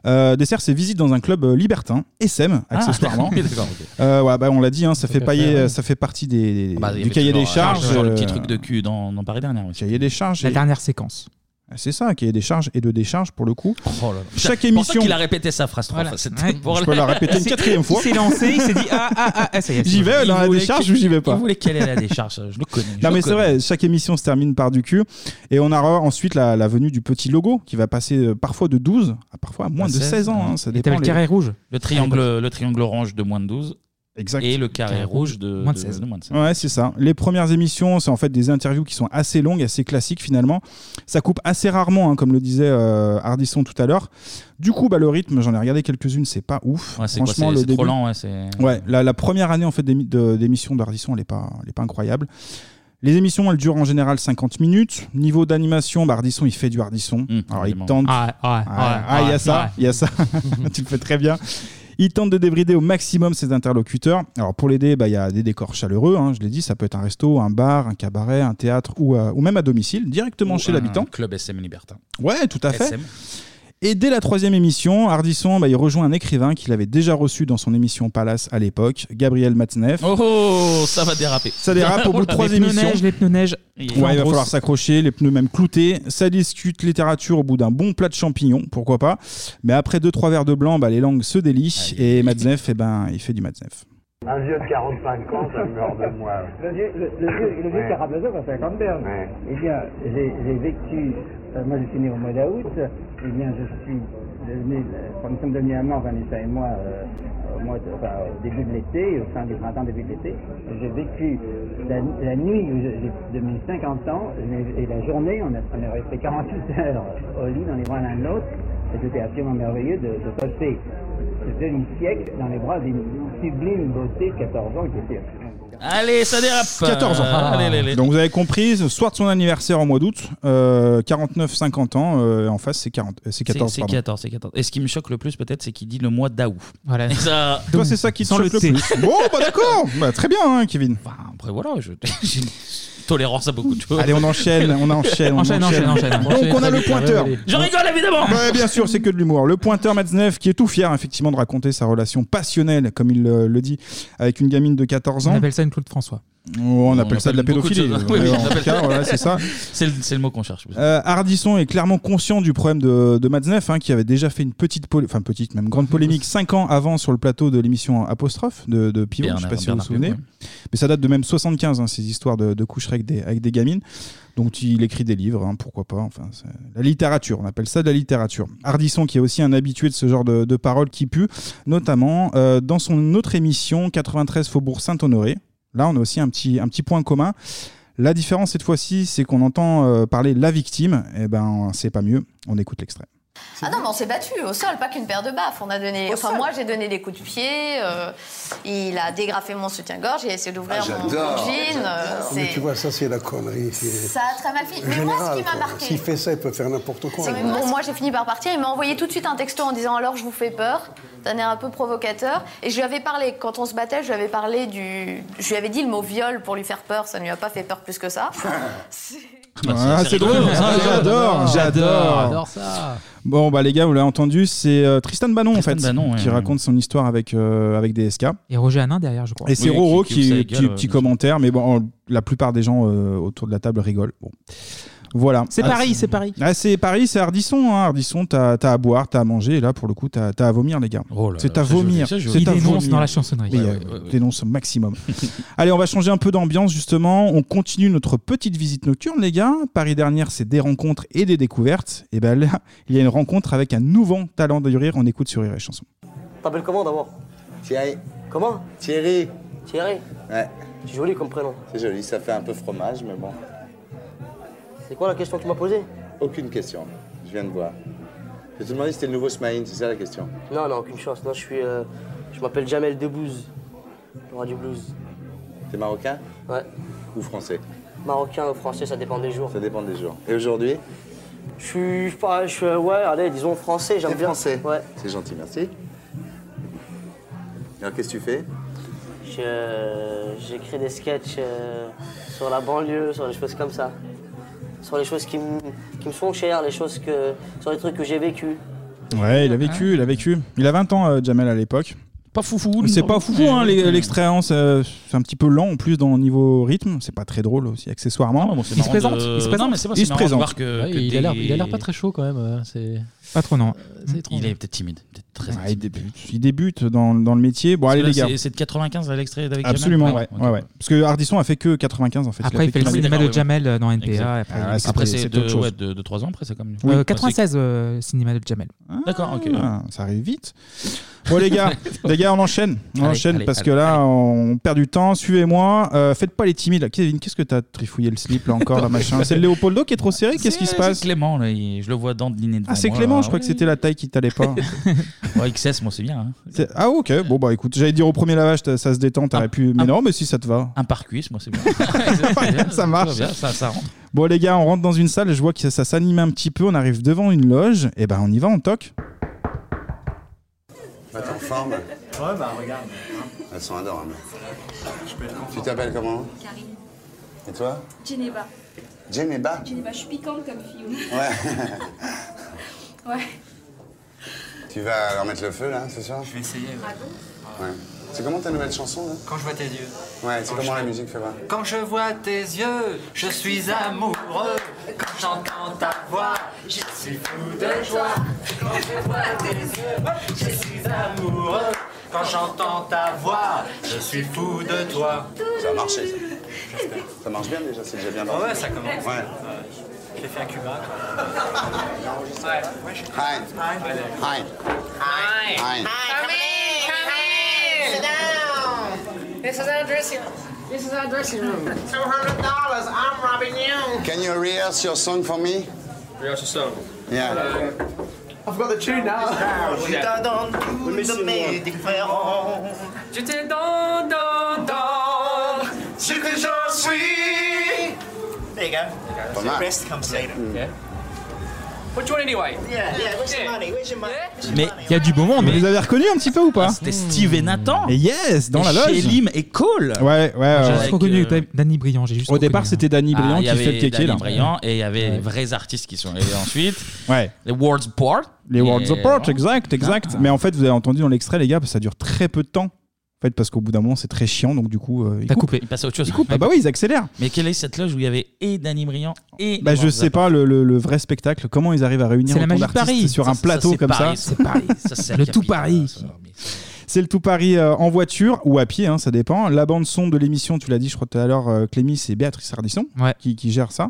Speaker 6: Euh, dessert, c'est visite dans un club euh, libertin, SM, accessoirement.
Speaker 1: Ah, d'accord, ok.
Speaker 6: Euh, ouais, bah, on l'a dit, hein, ça, fait
Speaker 1: qu'à
Speaker 6: pailler-
Speaker 1: faire, ouais.
Speaker 6: ça fait partie des,
Speaker 1: Bah,
Speaker 6: du
Speaker 1: il y avait
Speaker 6: cahier
Speaker 1: toujours,
Speaker 6: des
Speaker 1: euh,
Speaker 6: charges.
Speaker 1: genre le petit
Speaker 6: euh,
Speaker 1: truc de cul dans, dans Paris dernière aussi.
Speaker 6: Cahier des charges.
Speaker 7: La
Speaker 6: et- Ah,
Speaker 7: dernière séquence.
Speaker 6: C'est ça, cahier des charges et de décharges pour le coup.
Speaker 1: Oh là là.
Speaker 6: Chaque
Speaker 1: C'est pour ça
Speaker 6: émission.
Speaker 1: qu'il a répété sa phrase trois
Speaker 7: Voilà.
Speaker 1: fois. C'était
Speaker 7: Ouais.
Speaker 1: pour
Speaker 6: Je peux la répéter une quatrième fois.
Speaker 7: Il s'est lancé, il s'est dit ah ah ah, ah, ça y est.
Speaker 6: J'y vais
Speaker 1: Il
Speaker 6: dans la
Speaker 1: voulait
Speaker 6: décharge
Speaker 1: que-
Speaker 6: ou j'y vais
Speaker 1: Il
Speaker 6: pas
Speaker 1: voulait qu'elle ait la décharge, je le connais. je
Speaker 6: Non
Speaker 1: le
Speaker 6: mais c'est
Speaker 1: connais.
Speaker 6: vrai, chaque émission se termine par du cul. Et on aura ensuite la, la venue du petit logo qui va passer euh, parfois de 12 à parfois à moins
Speaker 1: À
Speaker 6: de
Speaker 1: 16,
Speaker 6: 16 ans. hein, ça
Speaker 7: Bah, Et t'avais
Speaker 6: dépend
Speaker 7: le
Speaker 6: les-
Speaker 7: carré rouge.
Speaker 1: Le triangle, le triangle orange de moins de 12
Speaker 6: Exact.
Speaker 1: et le carré rouge de
Speaker 7: Moins de 16.
Speaker 1: moins de 16.
Speaker 6: Ouais, c'est ça. Les premières émissions, c'est en fait des interviews qui sont assez longues, assez classiques finalement. Ça coupe assez rarement, hein, comme le disait euh, Hardisson tout à l'heure. Du coup, bah, le rythme, j'en ai regardé quelques-unes, c'est pas ouf.
Speaker 1: Ouais, c'est quoi, c'est-
Speaker 6: le
Speaker 1: c'est trop
Speaker 6: début-
Speaker 1: lent, ouais, c'est.
Speaker 6: Ouais, la, la première année en fait d'émi- de- d'émission d'Ardisson, elle n'est pas, elle est pas incroyable. Les émissions, elles durent en général 50 minutes. Niveau d'animation, bah, Ardisson, il fait du Ardisson.
Speaker 1: Mmh,
Speaker 6: Alors, il
Speaker 1: évidemment.
Speaker 6: tente.
Speaker 7: Ah ah
Speaker 6: Ah, ah, il y a ça, il y a ça. tu le fais très bien. Il tente de débrider au maximum ses interlocuteurs. Alors, pour l'aider, bah, il y a des décors chaleureux, hein, je l'ai dit. Ça peut être un resto, un bar, un cabaret, un théâtre ou, euh, ou même à domicile, directement
Speaker 1: Ou
Speaker 6: chez
Speaker 1: un
Speaker 6: l'habitant.
Speaker 1: Club SM Libertin.
Speaker 6: Ouais, tout à fait.
Speaker 1: SM.
Speaker 6: Et dès la troisième émission, Ardisson, bah, il rejoint un écrivain qu'il avait déjà reçu dans son émission Palace à l'époque, Gabriel Matzneff.
Speaker 1: Oh, oh, ça va déraper.
Speaker 6: Ça dérape au bout de trois
Speaker 7: Les pneus
Speaker 6: émissions.
Speaker 7: neige, les pneus neige.
Speaker 1: Il-
Speaker 6: Ouais, il va
Speaker 7: Andros.
Speaker 6: falloir s'accrocher, les pneus même cloutés. Ça discute littérature au bout d'un bon plat de champignons, pourquoi pas. Mais après deux trois verres de blanc, bah, les langues se délient. et Matzneff, eh ben, il fait du Matzneff.
Speaker 9: Un vieux de 45 ans, ça meurt de moi.
Speaker 10: Le vieux, le, le vieux, le vieux Carabazov a 50 bernes.
Speaker 9: Ouais.
Speaker 10: Eh bien, j'ai j'ai vécu, euh, moi je suis né au mois d'août, eh bien je suis devenu, euh, nous sommes devenus amants, Vanessa et moi, euh, au, mois de- enfin, au début de l'été, au fin du printemps, début de l'été. J'ai vécu la, la nuit où je- j'ai- de mes 50 ans mais- et la journée, on, a, on est resté 48 heures au lit dans les bras l'un de l'autre, et c'était absolument merveilleux de, de passer ce demi-siècle dans les bras d'une sublime beauté de 14 ans qui était absolument
Speaker 1: Allez, ça dérape.
Speaker 6: 14 ans.
Speaker 1: Ah, allez, allez, allez.
Speaker 6: Donc vous avez compris, ce soir de son anniversaire en mois d'août, euh, 49-50 ans, euh, en face c'est 40, euh, c'est
Speaker 1: C'est
Speaker 6: 14.
Speaker 1: c'est
Speaker 6: pardon.
Speaker 1: 14, c'est 14. Et ce qui me choque le plus, peut-être, c'est qu'il dit le mois d'août.
Speaker 7: Voilà.
Speaker 1: Et ça.
Speaker 6: Toi c'est ça qui te
Speaker 7: Sans le
Speaker 6: choque le
Speaker 7: thé.
Speaker 6: plus. Bon, bah d'accord, Bah, très bien hein, Kevin.
Speaker 1: Enfin, après, voilà, je- j'ai une tolérance à beaucoup de choses.
Speaker 6: Allez, on enchaîne, on enchaîne, on
Speaker 7: Enchaîne, enchaîne, enchaîne.
Speaker 6: Donc on a le pointeur.
Speaker 1: Je rigole, évidemment
Speaker 6: Ouais, Bah, bien sûr, c'est que de l'humour. Le pointeur Matzneff, qui est tout fier, effectivement, de raconter sa relation passionnelle, comme il euh, le dit, avec une gamine de 14
Speaker 7: On
Speaker 6: ans.
Speaker 7: appelle ça une Claude François.
Speaker 6: Oh, on, appelle ça de la
Speaker 1: beaucoup de
Speaker 6: pédophilie.
Speaker 1: choses. hein. Oui,
Speaker 6: Ouais,
Speaker 1: oui, on
Speaker 6: en tout
Speaker 1: appelle-
Speaker 6: cas, voilà, c'est ça.
Speaker 1: C'est le, c'est le mot qu'on cherche.
Speaker 6: Euh, Ardisson est clairement conscient du problème de, de Matzneff, hein, qui avait déjà fait une petite, polé- enfin petite, même grande polémique 5 ans avant sur le plateau de l'émission Apostrophe de, de Pivot. je sais
Speaker 1: Bernard-
Speaker 6: pas si vous vous
Speaker 1: Bernard
Speaker 6: souvenez.
Speaker 1: Pivot,
Speaker 6: Mais ça date de même 75, hein, ces histoires de, de coucheries avec des, avec des gamines. Donc il écrit des livres, hein, pourquoi pas. Enfin, c'est- la littérature, on appelle ça de la littérature. Hardisson, qui est aussi un habitué de ce genre de, de paroles qui puent, notamment euh, dans son autre émission 93 Faubourg Saint-Honoré. Là, on a aussi un petit, un petit point commun. La différence cette fois-ci, c'est qu'on entend euh, parler la victime. Eh ben, c'est pas mieux. On écoute l'extrait.
Speaker 9: Ah non, mais on s'est battu au sol, pas qu'une paire de baffes. On a donné. enfin, moi, j'ai donné des coups de pied. euh, il a dégrafé mon soutien-gorge. J'ai essayé d'ouvrir mon, mon jean.
Speaker 10: Ah,
Speaker 9: euh, c'est-
Speaker 10: ça c'est la connerie.
Speaker 9: ça a très mal fini. Mais moi, ce qui m'a marqué,
Speaker 10: fait ça, il peut faire n'importe quoi.
Speaker 9: c'est que bon, moi, j'ai fini par partir. Il m'a envoyé tout de suite un texto en disant alors, je vous fais peur. D'un air un peu provocateur. Et je lui avais parlé quand on se battait. Je lui avais parlé du. Je lui avais dit le mot viol pour lui faire peur. Ça ne lui a pas fait peur plus que ça.
Speaker 6: Ah, c'est
Speaker 1: rigolo,
Speaker 6: drôle.
Speaker 1: ça,
Speaker 6: Ah,
Speaker 1: j'adore.
Speaker 8: J'adore,
Speaker 6: j'adore, j'adore.
Speaker 8: j'adore ça.
Speaker 6: Bon, bah les gars, vous l'avez entendu, c'est euh, Tristan Bannon
Speaker 1: Tristan
Speaker 6: en fait,
Speaker 1: Bannon, ouais,
Speaker 6: qui
Speaker 1: ouais.
Speaker 6: raconte son histoire avec, euh, avec DSK.
Speaker 7: Et Roger Hanin derrière, je crois.
Speaker 6: Et c'est
Speaker 1: Oui,
Speaker 6: Roro
Speaker 1: qui-
Speaker 6: qui,
Speaker 1: qui ouvre sa
Speaker 6: qui-
Speaker 1: gueule, euh, ouais,
Speaker 6: petit
Speaker 1: bien
Speaker 6: commentaire, mais bon, en- la plupart des gens euh, autour de la table rigolent. Bon. Voilà.
Speaker 7: C'est
Speaker 6: Ah,
Speaker 7: Paris, c'est Paris.
Speaker 6: Ah, c'est Paris, c'est Ardisson. Hein. Ardisson, t'as t'as à boire, t'as à manger, et là, pour le coup, t'as t'as à vomir, les gars.
Speaker 1: Oh là
Speaker 6: C'est
Speaker 1: là,
Speaker 6: à
Speaker 1: ça, je veux-
Speaker 6: vomir.
Speaker 1: ça, je veux-
Speaker 6: hein. C'est
Speaker 7: Il
Speaker 6: à
Speaker 7: dénonce
Speaker 6: vomir.
Speaker 7: dans la chansonnerie.
Speaker 6: Oui,
Speaker 1: Ouais,
Speaker 6: euh,
Speaker 1: ouais, ouais, ouais.
Speaker 6: dénonce au maximum. Allez, on va changer un peu d'ambiance justement. On continue notre petite visite nocturne, les gars. Paris dernière, c'est des rencontres et des découvertes. Et ben là, il y a une rencontre avec un nouveau talent de rire. On écoute sur Rire et Chanson.
Speaker 10: T'appelles comment d'abord
Speaker 9: Thierry,
Speaker 10: Comment
Speaker 9: Thierry,
Speaker 10: Thierry
Speaker 9: Ouais.
Speaker 10: C'est joli comme prénom.
Speaker 9: c'est joli, ça fait un peu fromage, mais bon,
Speaker 10: C'est quoi la question que tu m'as posée
Speaker 9: aucune question. Je viens de voir. Je te demandais si c'était le nouveau Smaïn, c'est ça la question.
Speaker 10: Non, non, aucune chance. Non, je suis, euh,
Speaker 11: Je m'appelle Jamel Debouze. J'aurai du blues.
Speaker 12: T'es marocain
Speaker 11: Ouais.
Speaker 12: ou français
Speaker 11: Marocain ou français, ça dépend des jours.
Speaker 12: Ça dépend des jours. Et aujourd'hui
Speaker 11: Je suis. je sais pas, je suis- euh, ouais, allez, disons français, j'aime
Speaker 12: T'es
Speaker 11: bien.
Speaker 12: français
Speaker 11: Ouais.
Speaker 12: C'est gentil, merci. Alors qu'est-ce que tu fais
Speaker 11: Je- J'écris des sketchs euh, sur la banlieue, sur des choses comme ça. Sur les choses qui, me- qui me sont chères, les choses que. sur les trucs que j'ai vécu.
Speaker 6: Ouais, il a vécu, il a vécu. Il a 20 ans, euh, Jamel, à l'époque.
Speaker 1: Pas foufou.
Speaker 6: C'est pas foufou, hein, les- l'extrait, hein, c'est c'est un petit peu lent en plus dans le niveau rythme. C'est pas très drôle aussi, accessoirement.
Speaker 1: Il se marrant présente, de- il se présente.
Speaker 8: Non, mais c'est pas-
Speaker 6: il
Speaker 8: c'est
Speaker 6: se
Speaker 8: marrant de
Speaker 6: présente.
Speaker 8: voir que- Ouais, que il a des- l'air- il a l'air pas très chaud, quand même, euh, c'est-
Speaker 6: Pas trop, non.
Speaker 1: Il est peut-être timide. peut-être très
Speaker 6: Ouais, il débute, il débute dans, dans le métier. Bon, allez, les
Speaker 1: Parce que
Speaker 6: gars.
Speaker 1: là, c'est- C'est de 95 là, l'extrait d'avec
Speaker 6: Absolument,
Speaker 1: Jamel
Speaker 6: ouais, ouais, ouais. Parce que Hardisson a fait que 95 en fait.
Speaker 1: Après, il fait le cinéma
Speaker 7: de Jamel, euh, dans NPA,
Speaker 6: NPA.
Speaker 7: après, il-
Speaker 1: Après, c'est de- ouais, de- de trois ans après, c'est comme-
Speaker 7: Euh,
Speaker 1: Oui, bah, c'est-
Speaker 7: 96, euh, cinéma de Jamel.
Speaker 1: D'accord, ok.
Speaker 6: Ah, ça arrive vite. Bon les gars, les gars, on enchaîne, on
Speaker 7: Allez,
Speaker 6: enchaîne
Speaker 7: allez,
Speaker 6: parce
Speaker 7: allez,
Speaker 6: que là on perd du temps. Suivez-moi, Euh, faites pas les timides. Kevin, qu'est-ce que t'as trifouillé le slip là encore là machin C'est le Léopoldo qui est trop serré. Qu'est-ce qui se
Speaker 1: C'est
Speaker 6: passe
Speaker 1: Clément, là, il- je le vois dans de l'inné
Speaker 6: Ah c'est Clément, je crois que c'était la taille qui t'allait pas.
Speaker 1: Ouais, XS, moi, c'est bien. hein.
Speaker 6: C'est- Ah ok, bon bah écoute, j'allais dire au premier lavage t'as- ça se détend, t'aurais pu. Mais non, mais si ça te va.
Speaker 1: Un par cuisse, moi, c'est bien.
Speaker 6: ça marche.
Speaker 1: Ça, ça, ça rentre.
Speaker 6: Bon les gars, on rentre dans une salle, je vois que ça, ça s'anime un petit peu, on arrive devant une loge, et ben on y va, on toque.
Speaker 12: Bah, t'es en forme Ouais,
Speaker 13: bah regarde.
Speaker 12: Elles sont adorables.
Speaker 13: Je peux être
Speaker 12: Tu t'appelles comment
Speaker 14: Karine.
Speaker 12: Et toi
Speaker 14: Geneva.
Speaker 12: Geneva
Speaker 14: Geneva, je suis piquante comme fille. oui.
Speaker 12: Ouais.
Speaker 14: Ouais.
Speaker 12: tu vas leur mettre le feu là ce soir Je vais essayer. Ouais. C'est comment ta nouvelle chanson là
Speaker 13: Quand je vois tes yeux.
Speaker 12: Ouais, c'est comment la musique fait pas
Speaker 13: Quand je vois tes yeux, je suis amoureux. Quand j'entends ta voix, je suis fou de joie. Quand je vois tes yeux, je suis amoureux. Quand j'entends ta voix, je suis fou de toi.
Speaker 12: Ça a marché ça. Ça marche bien déjà, c'est déjà bien
Speaker 13: Ouais,
Speaker 12: marché.
Speaker 13: ouais, ça commence.
Speaker 12: Ouais.
Speaker 13: Je l'ai fait à Cuba.
Speaker 12: Hi. Hi.
Speaker 13: Hi.
Speaker 12: Hi.
Speaker 15: Come in, come in. Sit down. This is our dressing room. This is our dressing room. Two hundred dollars. I'm robbing you.
Speaker 12: Can you rehearse your song for me
Speaker 13: Rehearse your song. Um,
Speaker 12: Yeah.
Speaker 13: I've got the tune now.
Speaker 12: Yeah.
Speaker 13: de mes Je te donne, donne, donne ce que j'en suis. There you go.
Speaker 12: Pas mal. Mm.
Speaker 13: comes later. Which one anyway? Yeah, yeah, where's your money? Where's your money?
Speaker 1: Mais Ah,
Speaker 6: il y a du beau monde. Vous les avez reconnus un petit peu ou pas
Speaker 1: C'était Steve et Nathan.
Speaker 6: Et yes, dans
Speaker 1: Et
Speaker 6: la loge.
Speaker 1: Chélim et Cole.
Speaker 6: Ouais, ouais.
Speaker 1: J'ai
Speaker 6: ouais. Oh.
Speaker 1: juste reconnu Avec, euh,
Speaker 7: Danny Briand, j'ai juste
Speaker 6: Au départ, c'était Danny
Speaker 1: Ah,
Speaker 6: Briand
Speaker 1: il y
Speaker 6: qui
Speaker 1: avait
Speaker 6: fait le kéké
Speaker 1: Danny
Speaker 6: là.
Speaker 1: Briand et il y avait les vrais artistes qui sont arrivés ensuite.
Speaker 6: Ouais.
Speaker 1: Les World's Part.
Speaker 6: Les Worlds
Speaker 1: Et
Speaker 6: Apart,
Speaker 1: voilà. Ah,
Speaker 6: exact, exact. Mais en fait, vous avez entendu dans l'extrait, les gars, parce que ça dure très peu de temps. En fait, parce qu'au bout d'un moment, c'est très chiant, donc du coup, euh, ils coupent.
Speaker 1: Il passait à autre chose.
Speaker 6: Ils coupent. Ah bah oui, ils accélèrent.
Speaker 1: Mais quelle est cette loge où il y avait et Danny Briand et.
Speaker 6: Bah, je sais pas le, le- le vrai spectacle, comment ils arrivent à réunir
Speaker 1: C'est la
Speaker 6: autant
Speaker 1: magie de
Speaker 6: d'artistes
Speaker 1: Paris.
Speaker 6: sur
Speaker 1: Ça,
Speaker 6: un
Speaker 1: ça,
Speaker 6: plateau
Speaker 1: c'est
Speaker 6: comme
Speaker 1: Paris,
Speaker 6: ça.
Speaker 1: c'est Paris. Ça, c'est la
Speaker 6: le
Speaker 1: capitale,
Speaker 6: tout Paris. C'est le tout Paris euh, en voiture ou à pied, hein, ça dépend. La bande son de l'émission, tu l'as dit, je crois tout à l'heure, euh, Clémy, c'est Béatrice Ardisson qui, qui gère ça.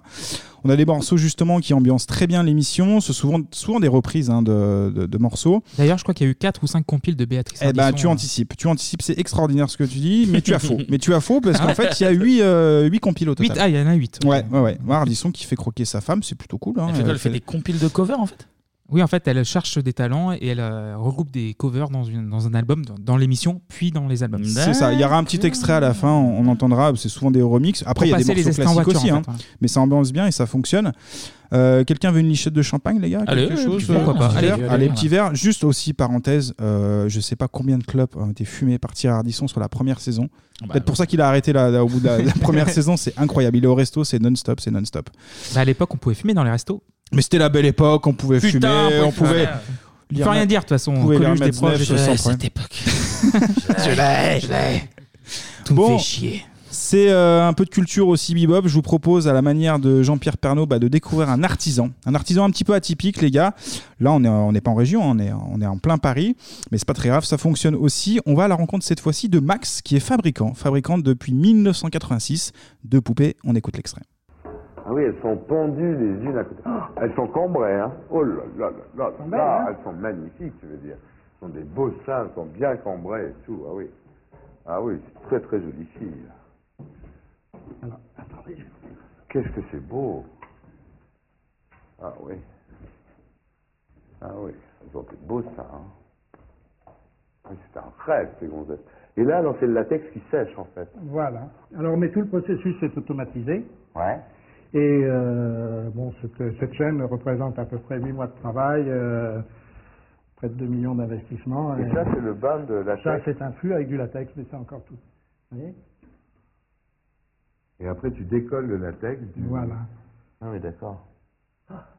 Speaker 6: On a des morceaux justement qui ambiancent très bien l'émission. C'est souvent, souvent des reprises hein, de, de- de morceaux.
Speaker 7: D'ailleurs, je crois qu'il y a eu 4 ou 5 compiles de Béatrice.
Speaker 6: Eh ben,
Speaker 7: Ardisson,
Speaker 6: tu
Speaker 7: hein.
Speaker 6: anticipes. Tu anticipes, c'est extraordinaire ce que tu dis, mais tu as faux. Mais tu as faux parce qu'en fait, il y a 8, compiles au total.
Speaker 7: Huit, ah, il y en a 8.
Speaker 6: Ouais, ouais, ouais. Moi, Ardisson qui fait croquer sa femme, c'est plutôt cool. hein. Elle fait-
Speaker 1: compiles de covers en fait
Speaker 7: Oui, en fait, elle cherche des talents et elle euh, regroupe des covers dans, une, dans un album, dans, dans l'émission, puis dans les albums.
Speaker 6: C'est ça, il y aura un petit extrait à la fin, on, on entendra, c'est souvent des remixes.
Speaker 7: Pour
Speaker 6: Après, il y a des
Speaker 7: passer les
Speaker 6: morceaux
Speaker 7: essais en
Speaker 6: classiques
Speaker 7: voiture,
Speaker 6: aussi,
Speaker 7: en
Speaker 6: hein.
Speaker 7: fait, ouais.
Speaker 6: mais ça ambiance bien et ça fonctionne. Euh, Quelqu'un veut une lichette de champagne, les gars
Speaker 1: Allez,
Speaker 6: Quelque
Speaker 1: ouais,
Speaker 6: chose
Speaker 1: petit verre,
Speaker 6: Pourquoi pas
Speaker 1: allez,
Speaker 6: Allez,
Speaker 1: allez,
Speaker 6: allez,
Speaker 1: allez,
Speaker 6: petit verre. Juste aussi, parenthèse, euh, je sais pas combien de clubs ont été fumés par Thierry Ardisson sur la première saison.
Speaker 7: Bah,
Speaker 6: Peut-être pour ça qu'il a arrêté là, là, au bout de la, la première saison, c'est incroyable. Il est au resto, c'est non-stop, c'est non-stop.
Speaker 7: Bah, à l'époque, on pouvait fumer dans les restos.
Speaker 6: Mais c'était la belle époque, on pouvait
Speaker 7: Putain,
Speaker 6: fumer,
Speaker 7: on
Speaker 6: on pouvait.
Speaker 7: pouvait fumer. Il faut rien dire, de toute façon,
Speaker 6: On pouvait
Speaker 7: Coluche,
Speaker 6: lire
Speaker 7: des proches,
Speaker 6: Matzneff,
Speaker 7: je l'ai,
Speaker 6: sans
Speaker 7: cette époque.
Speaker 6: problème. Je l'ai, je l'ai.
Speaker 7: Tout me
Speaker 6: Bon.
Speaker 7: fait chier.
Speaker 6: C'est euh, un peu de culture aussi bebop. Je vous propose, à la manière de Jean-Pierre Pernaud, bah, de découvrir un artisan. Un artisan un petit peu atypique, les gars. Là, on n'est on n'est pas en région, on est, on est en plein Paris. Mais c'est pas très grave, ça fonctionne aussi. On va à la rencontre cette fois-ci de Max, qui est fabricant. Fabricant depuis 1986 de poupées. On écoute l'extrait.
Speaker 16: Ah oui, elles sont pendues les unes à côté. Ah, elles sont cambrées, hein. Oh là là là là, là,
Speaker 17: sont belles, hein.
Speaker 16: elles sont magnifiques, je veux dire. Elles sont des beaux seins, elles sont bien cambrées et tout, ah oui. Ah oui, c'est très très jolie fille. Alors, attendez, je- qu'est-ce que c'est beau. Ah oui. Ah oui, elles ont des beaux seins, hein. Oui, c'est un rêve, ces gonzesses. Et là, alors, c'est le latex qui sèche, en fait.
Speaker 17: Voilà. Alors, mais tout le processus est automatisé.
Speaker 16: Ouais.
Speaker 17: Et euh, bon, cette, cette chaîne représente à peu près 8 mois de travail, euh, près de 2 millions d'investissements.
Speaker 16: Et ça, c'est le bain de latex.
Speaker 17: Ça, c'est un flux avec du latex, mais c'est encore tout. Vous voyez
Speaker 16: Et après, tu décolles le latex du...
Speaker 17: Voilà.
Speaker 16: Ah oui, d'accord.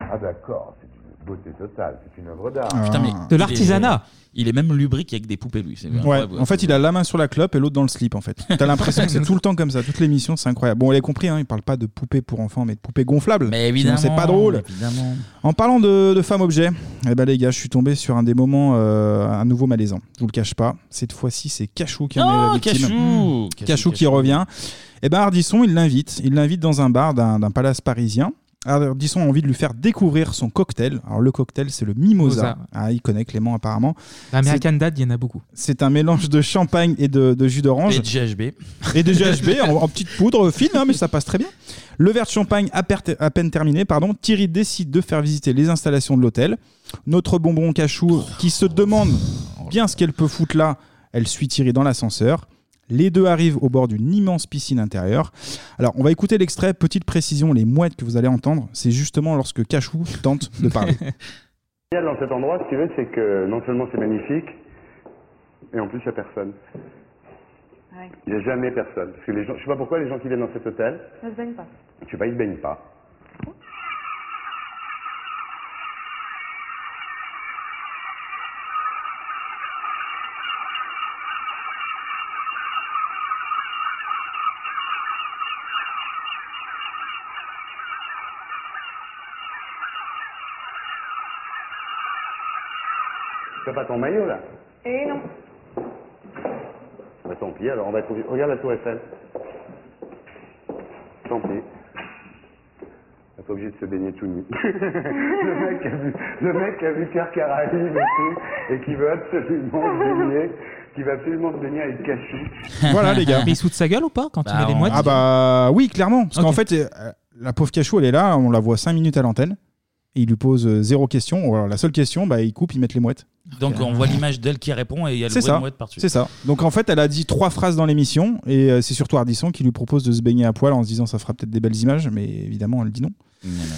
Speaker 16: Ah d'accord, c'est une beauté totale, c'est une œuvre
Speaker 6: Ah.
Speaker 16: d'art.
Speaker 1: Ah. Putain, mais
Speaker 7: De
Speaker 1: il est-
Speaker 7: l'artisanat.
Speaker 1: Il est même lubrique avec des poupées, lui. c'est
Speaker 6: Ouais,
Speaker 1: incroyable.
Speaker 6: en fait, il a la main sur la clope et l'autre dans le slip, en fait. T'as l'impression que c'est tout le temps comme ça, toute l'émission, c'est incroyable. Bon, on l'a compris, hein, il parle pas de poupées pour enfants, mais de poupées gonflables.
Speaker 1: Mais
Speaker 6: Sinon,
Speaker 1: évidemment.
Speaker 6: C'est pas drôle.
Speaker 1: Évidemment.
Speaker 6: En parlant de, de femmes objets, eh ben les gars, je suis tombé sur un des moments, euh, un nouveau malaisant. Je vous le cache pas. Cette fois-ci, c'est Cachou qui en est la
Speaker 1: Oh,
Speaker 6: victime.
Speaker 1: Cachou
Speaker 6: Mmh.
Speaker 1: Cachou,
Speaker 6: Cachou qui revient. Eh ben Ardisson, il l'invite. Il l'invite dans un bar d'un d'un palace parisien. Ardisson a envie de lui faire découvrir son cocktail. Alors le cocktail, c'est le mimosa.
Speaker 7: Mimosa.
Speaker 6: Ah, il connaît Clément apparemment.
Speaker 7: L'American Dad, il y en a beaucoup.
Speaker 6: C'est un mélange de champagne et de, de jus d'orange.
Speaker 7: Et de
Speaker 1: GHB.
Speaker 6: Et de GHB en, en petite poudre fine, hein, mais ça passe très bien. Le verre de champagne à, perte- à peine terminé, pardon, Thierry décide de faire visiter les installations de l'hôtel. Notre bonbon cachou, qui se demande bien ce qu'elle peut foutre là, elle suit Thierry dans l'ascenseur. Les deux arrivent au bord d'une immense piscine intérieure. Alors, on va écouter l'extrait. Petite précision, les mouettes que vous allez entendre, c'est justement lorsque Cachou tente de parler.
Speaker 16: Ce qu'il y a dans cet endroit, si tu veux, c'est que non seulement c'est magnifique, et en plus, il n'y a personne. Il n'y a jamais personne. Parce que les gens, je sais pas pourquoi les gens qui viennent dans cet hôtel,
Speaker 14: Ne se baigne pas.
Speaker 16: tu vois, ils ne baignent pas. T'as pas ton maillot là
Speaker 14: Et non.
Speaker 16: Bah, tant pis, alors on va trouver. Regarde la tour Eiffel. Tant pis. On pas obligé de se baigner tout nu. le, mec a vu, le mec a vu Pierre Caraïbe et tout, et qui veut absolument se baigner, qui veut absolument se baigner avec Cachou.
Speaker 6: voilà les gars.
Speaker 7: Mais il se fout de sa gueule ou pas
Speaker 1: Bah,
Speaker 7: quand il met les
Speaker 6: on-
Speaker 7: mouettes
Speaker 6: Ah bah oui, clairement. Parce qu'en fait, euh, la pauvre Cachou, elle est là, on la voit 5 minutes à l'antenne. Et il lui pose euh, zéro question. Ou alors la seule question, bah, il coupe, il met les mouettes.
Speaker 1: Donc, on voit l'image d'elle qui répond et il y a le
Speaker 6: C'est
Speaker 1: bruit de
Speaker 6: ça.
Speaker 1: mouette par-dessus.
Speaker 6: C'est ça. Donc en fait, elle a dit trois phrases dans l'émission. Et euh, c'est surtout Ardisson qui lui propose de se baigner à poil en se disant ça fera peut-être des belles images. Mais évidemment, elle dit non.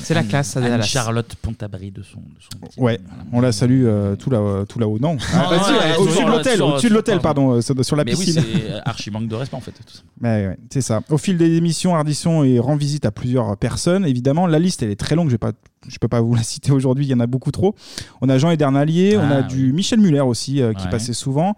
Speaker 7: C'est la classe à Dallas.
Speaker 1: Charlotte Pontabry de son. de son petit-
Speaker 6: Ouais, on la salue euh, tout là-haut. tout là-haut. Non, Ah, bah, si,
Speaker 1: non,
Speaker 6: euh,
Speaker 1: non,
Speaker 6: au-dessus
Speaker 1: sur-
Speaker 6: de l'hôtel,
Speaker 1: sur-
Speaker 6: au-dessus de
Speaker 1: sur-
Speaker 6: l'hôtel, pardon, euh, sur sur la
Speaker 1: Mais
Speaker 6: piscine.
Speaker 1: oui, c'est euh, archi manque de respect en fait. tout ça.
Speaker 6: Ouais, ouais, c'est ça. Au fil des émissions, Ardisson et rend visite à plusieurs personnes. Évidemment, la liste, elle est très longue. Je ne peux pas vous la citer aujourd'hui. Il y en a beaucoup trop. On a Jean Edernalier, on
Speaker 1: Ah,
Speaker 6: a
Speaker 1: oui.
Speaker 6: du Michel Muller aussi, euh, qui
Speaker 1: Ouais.
Speaker 6: passait souvent.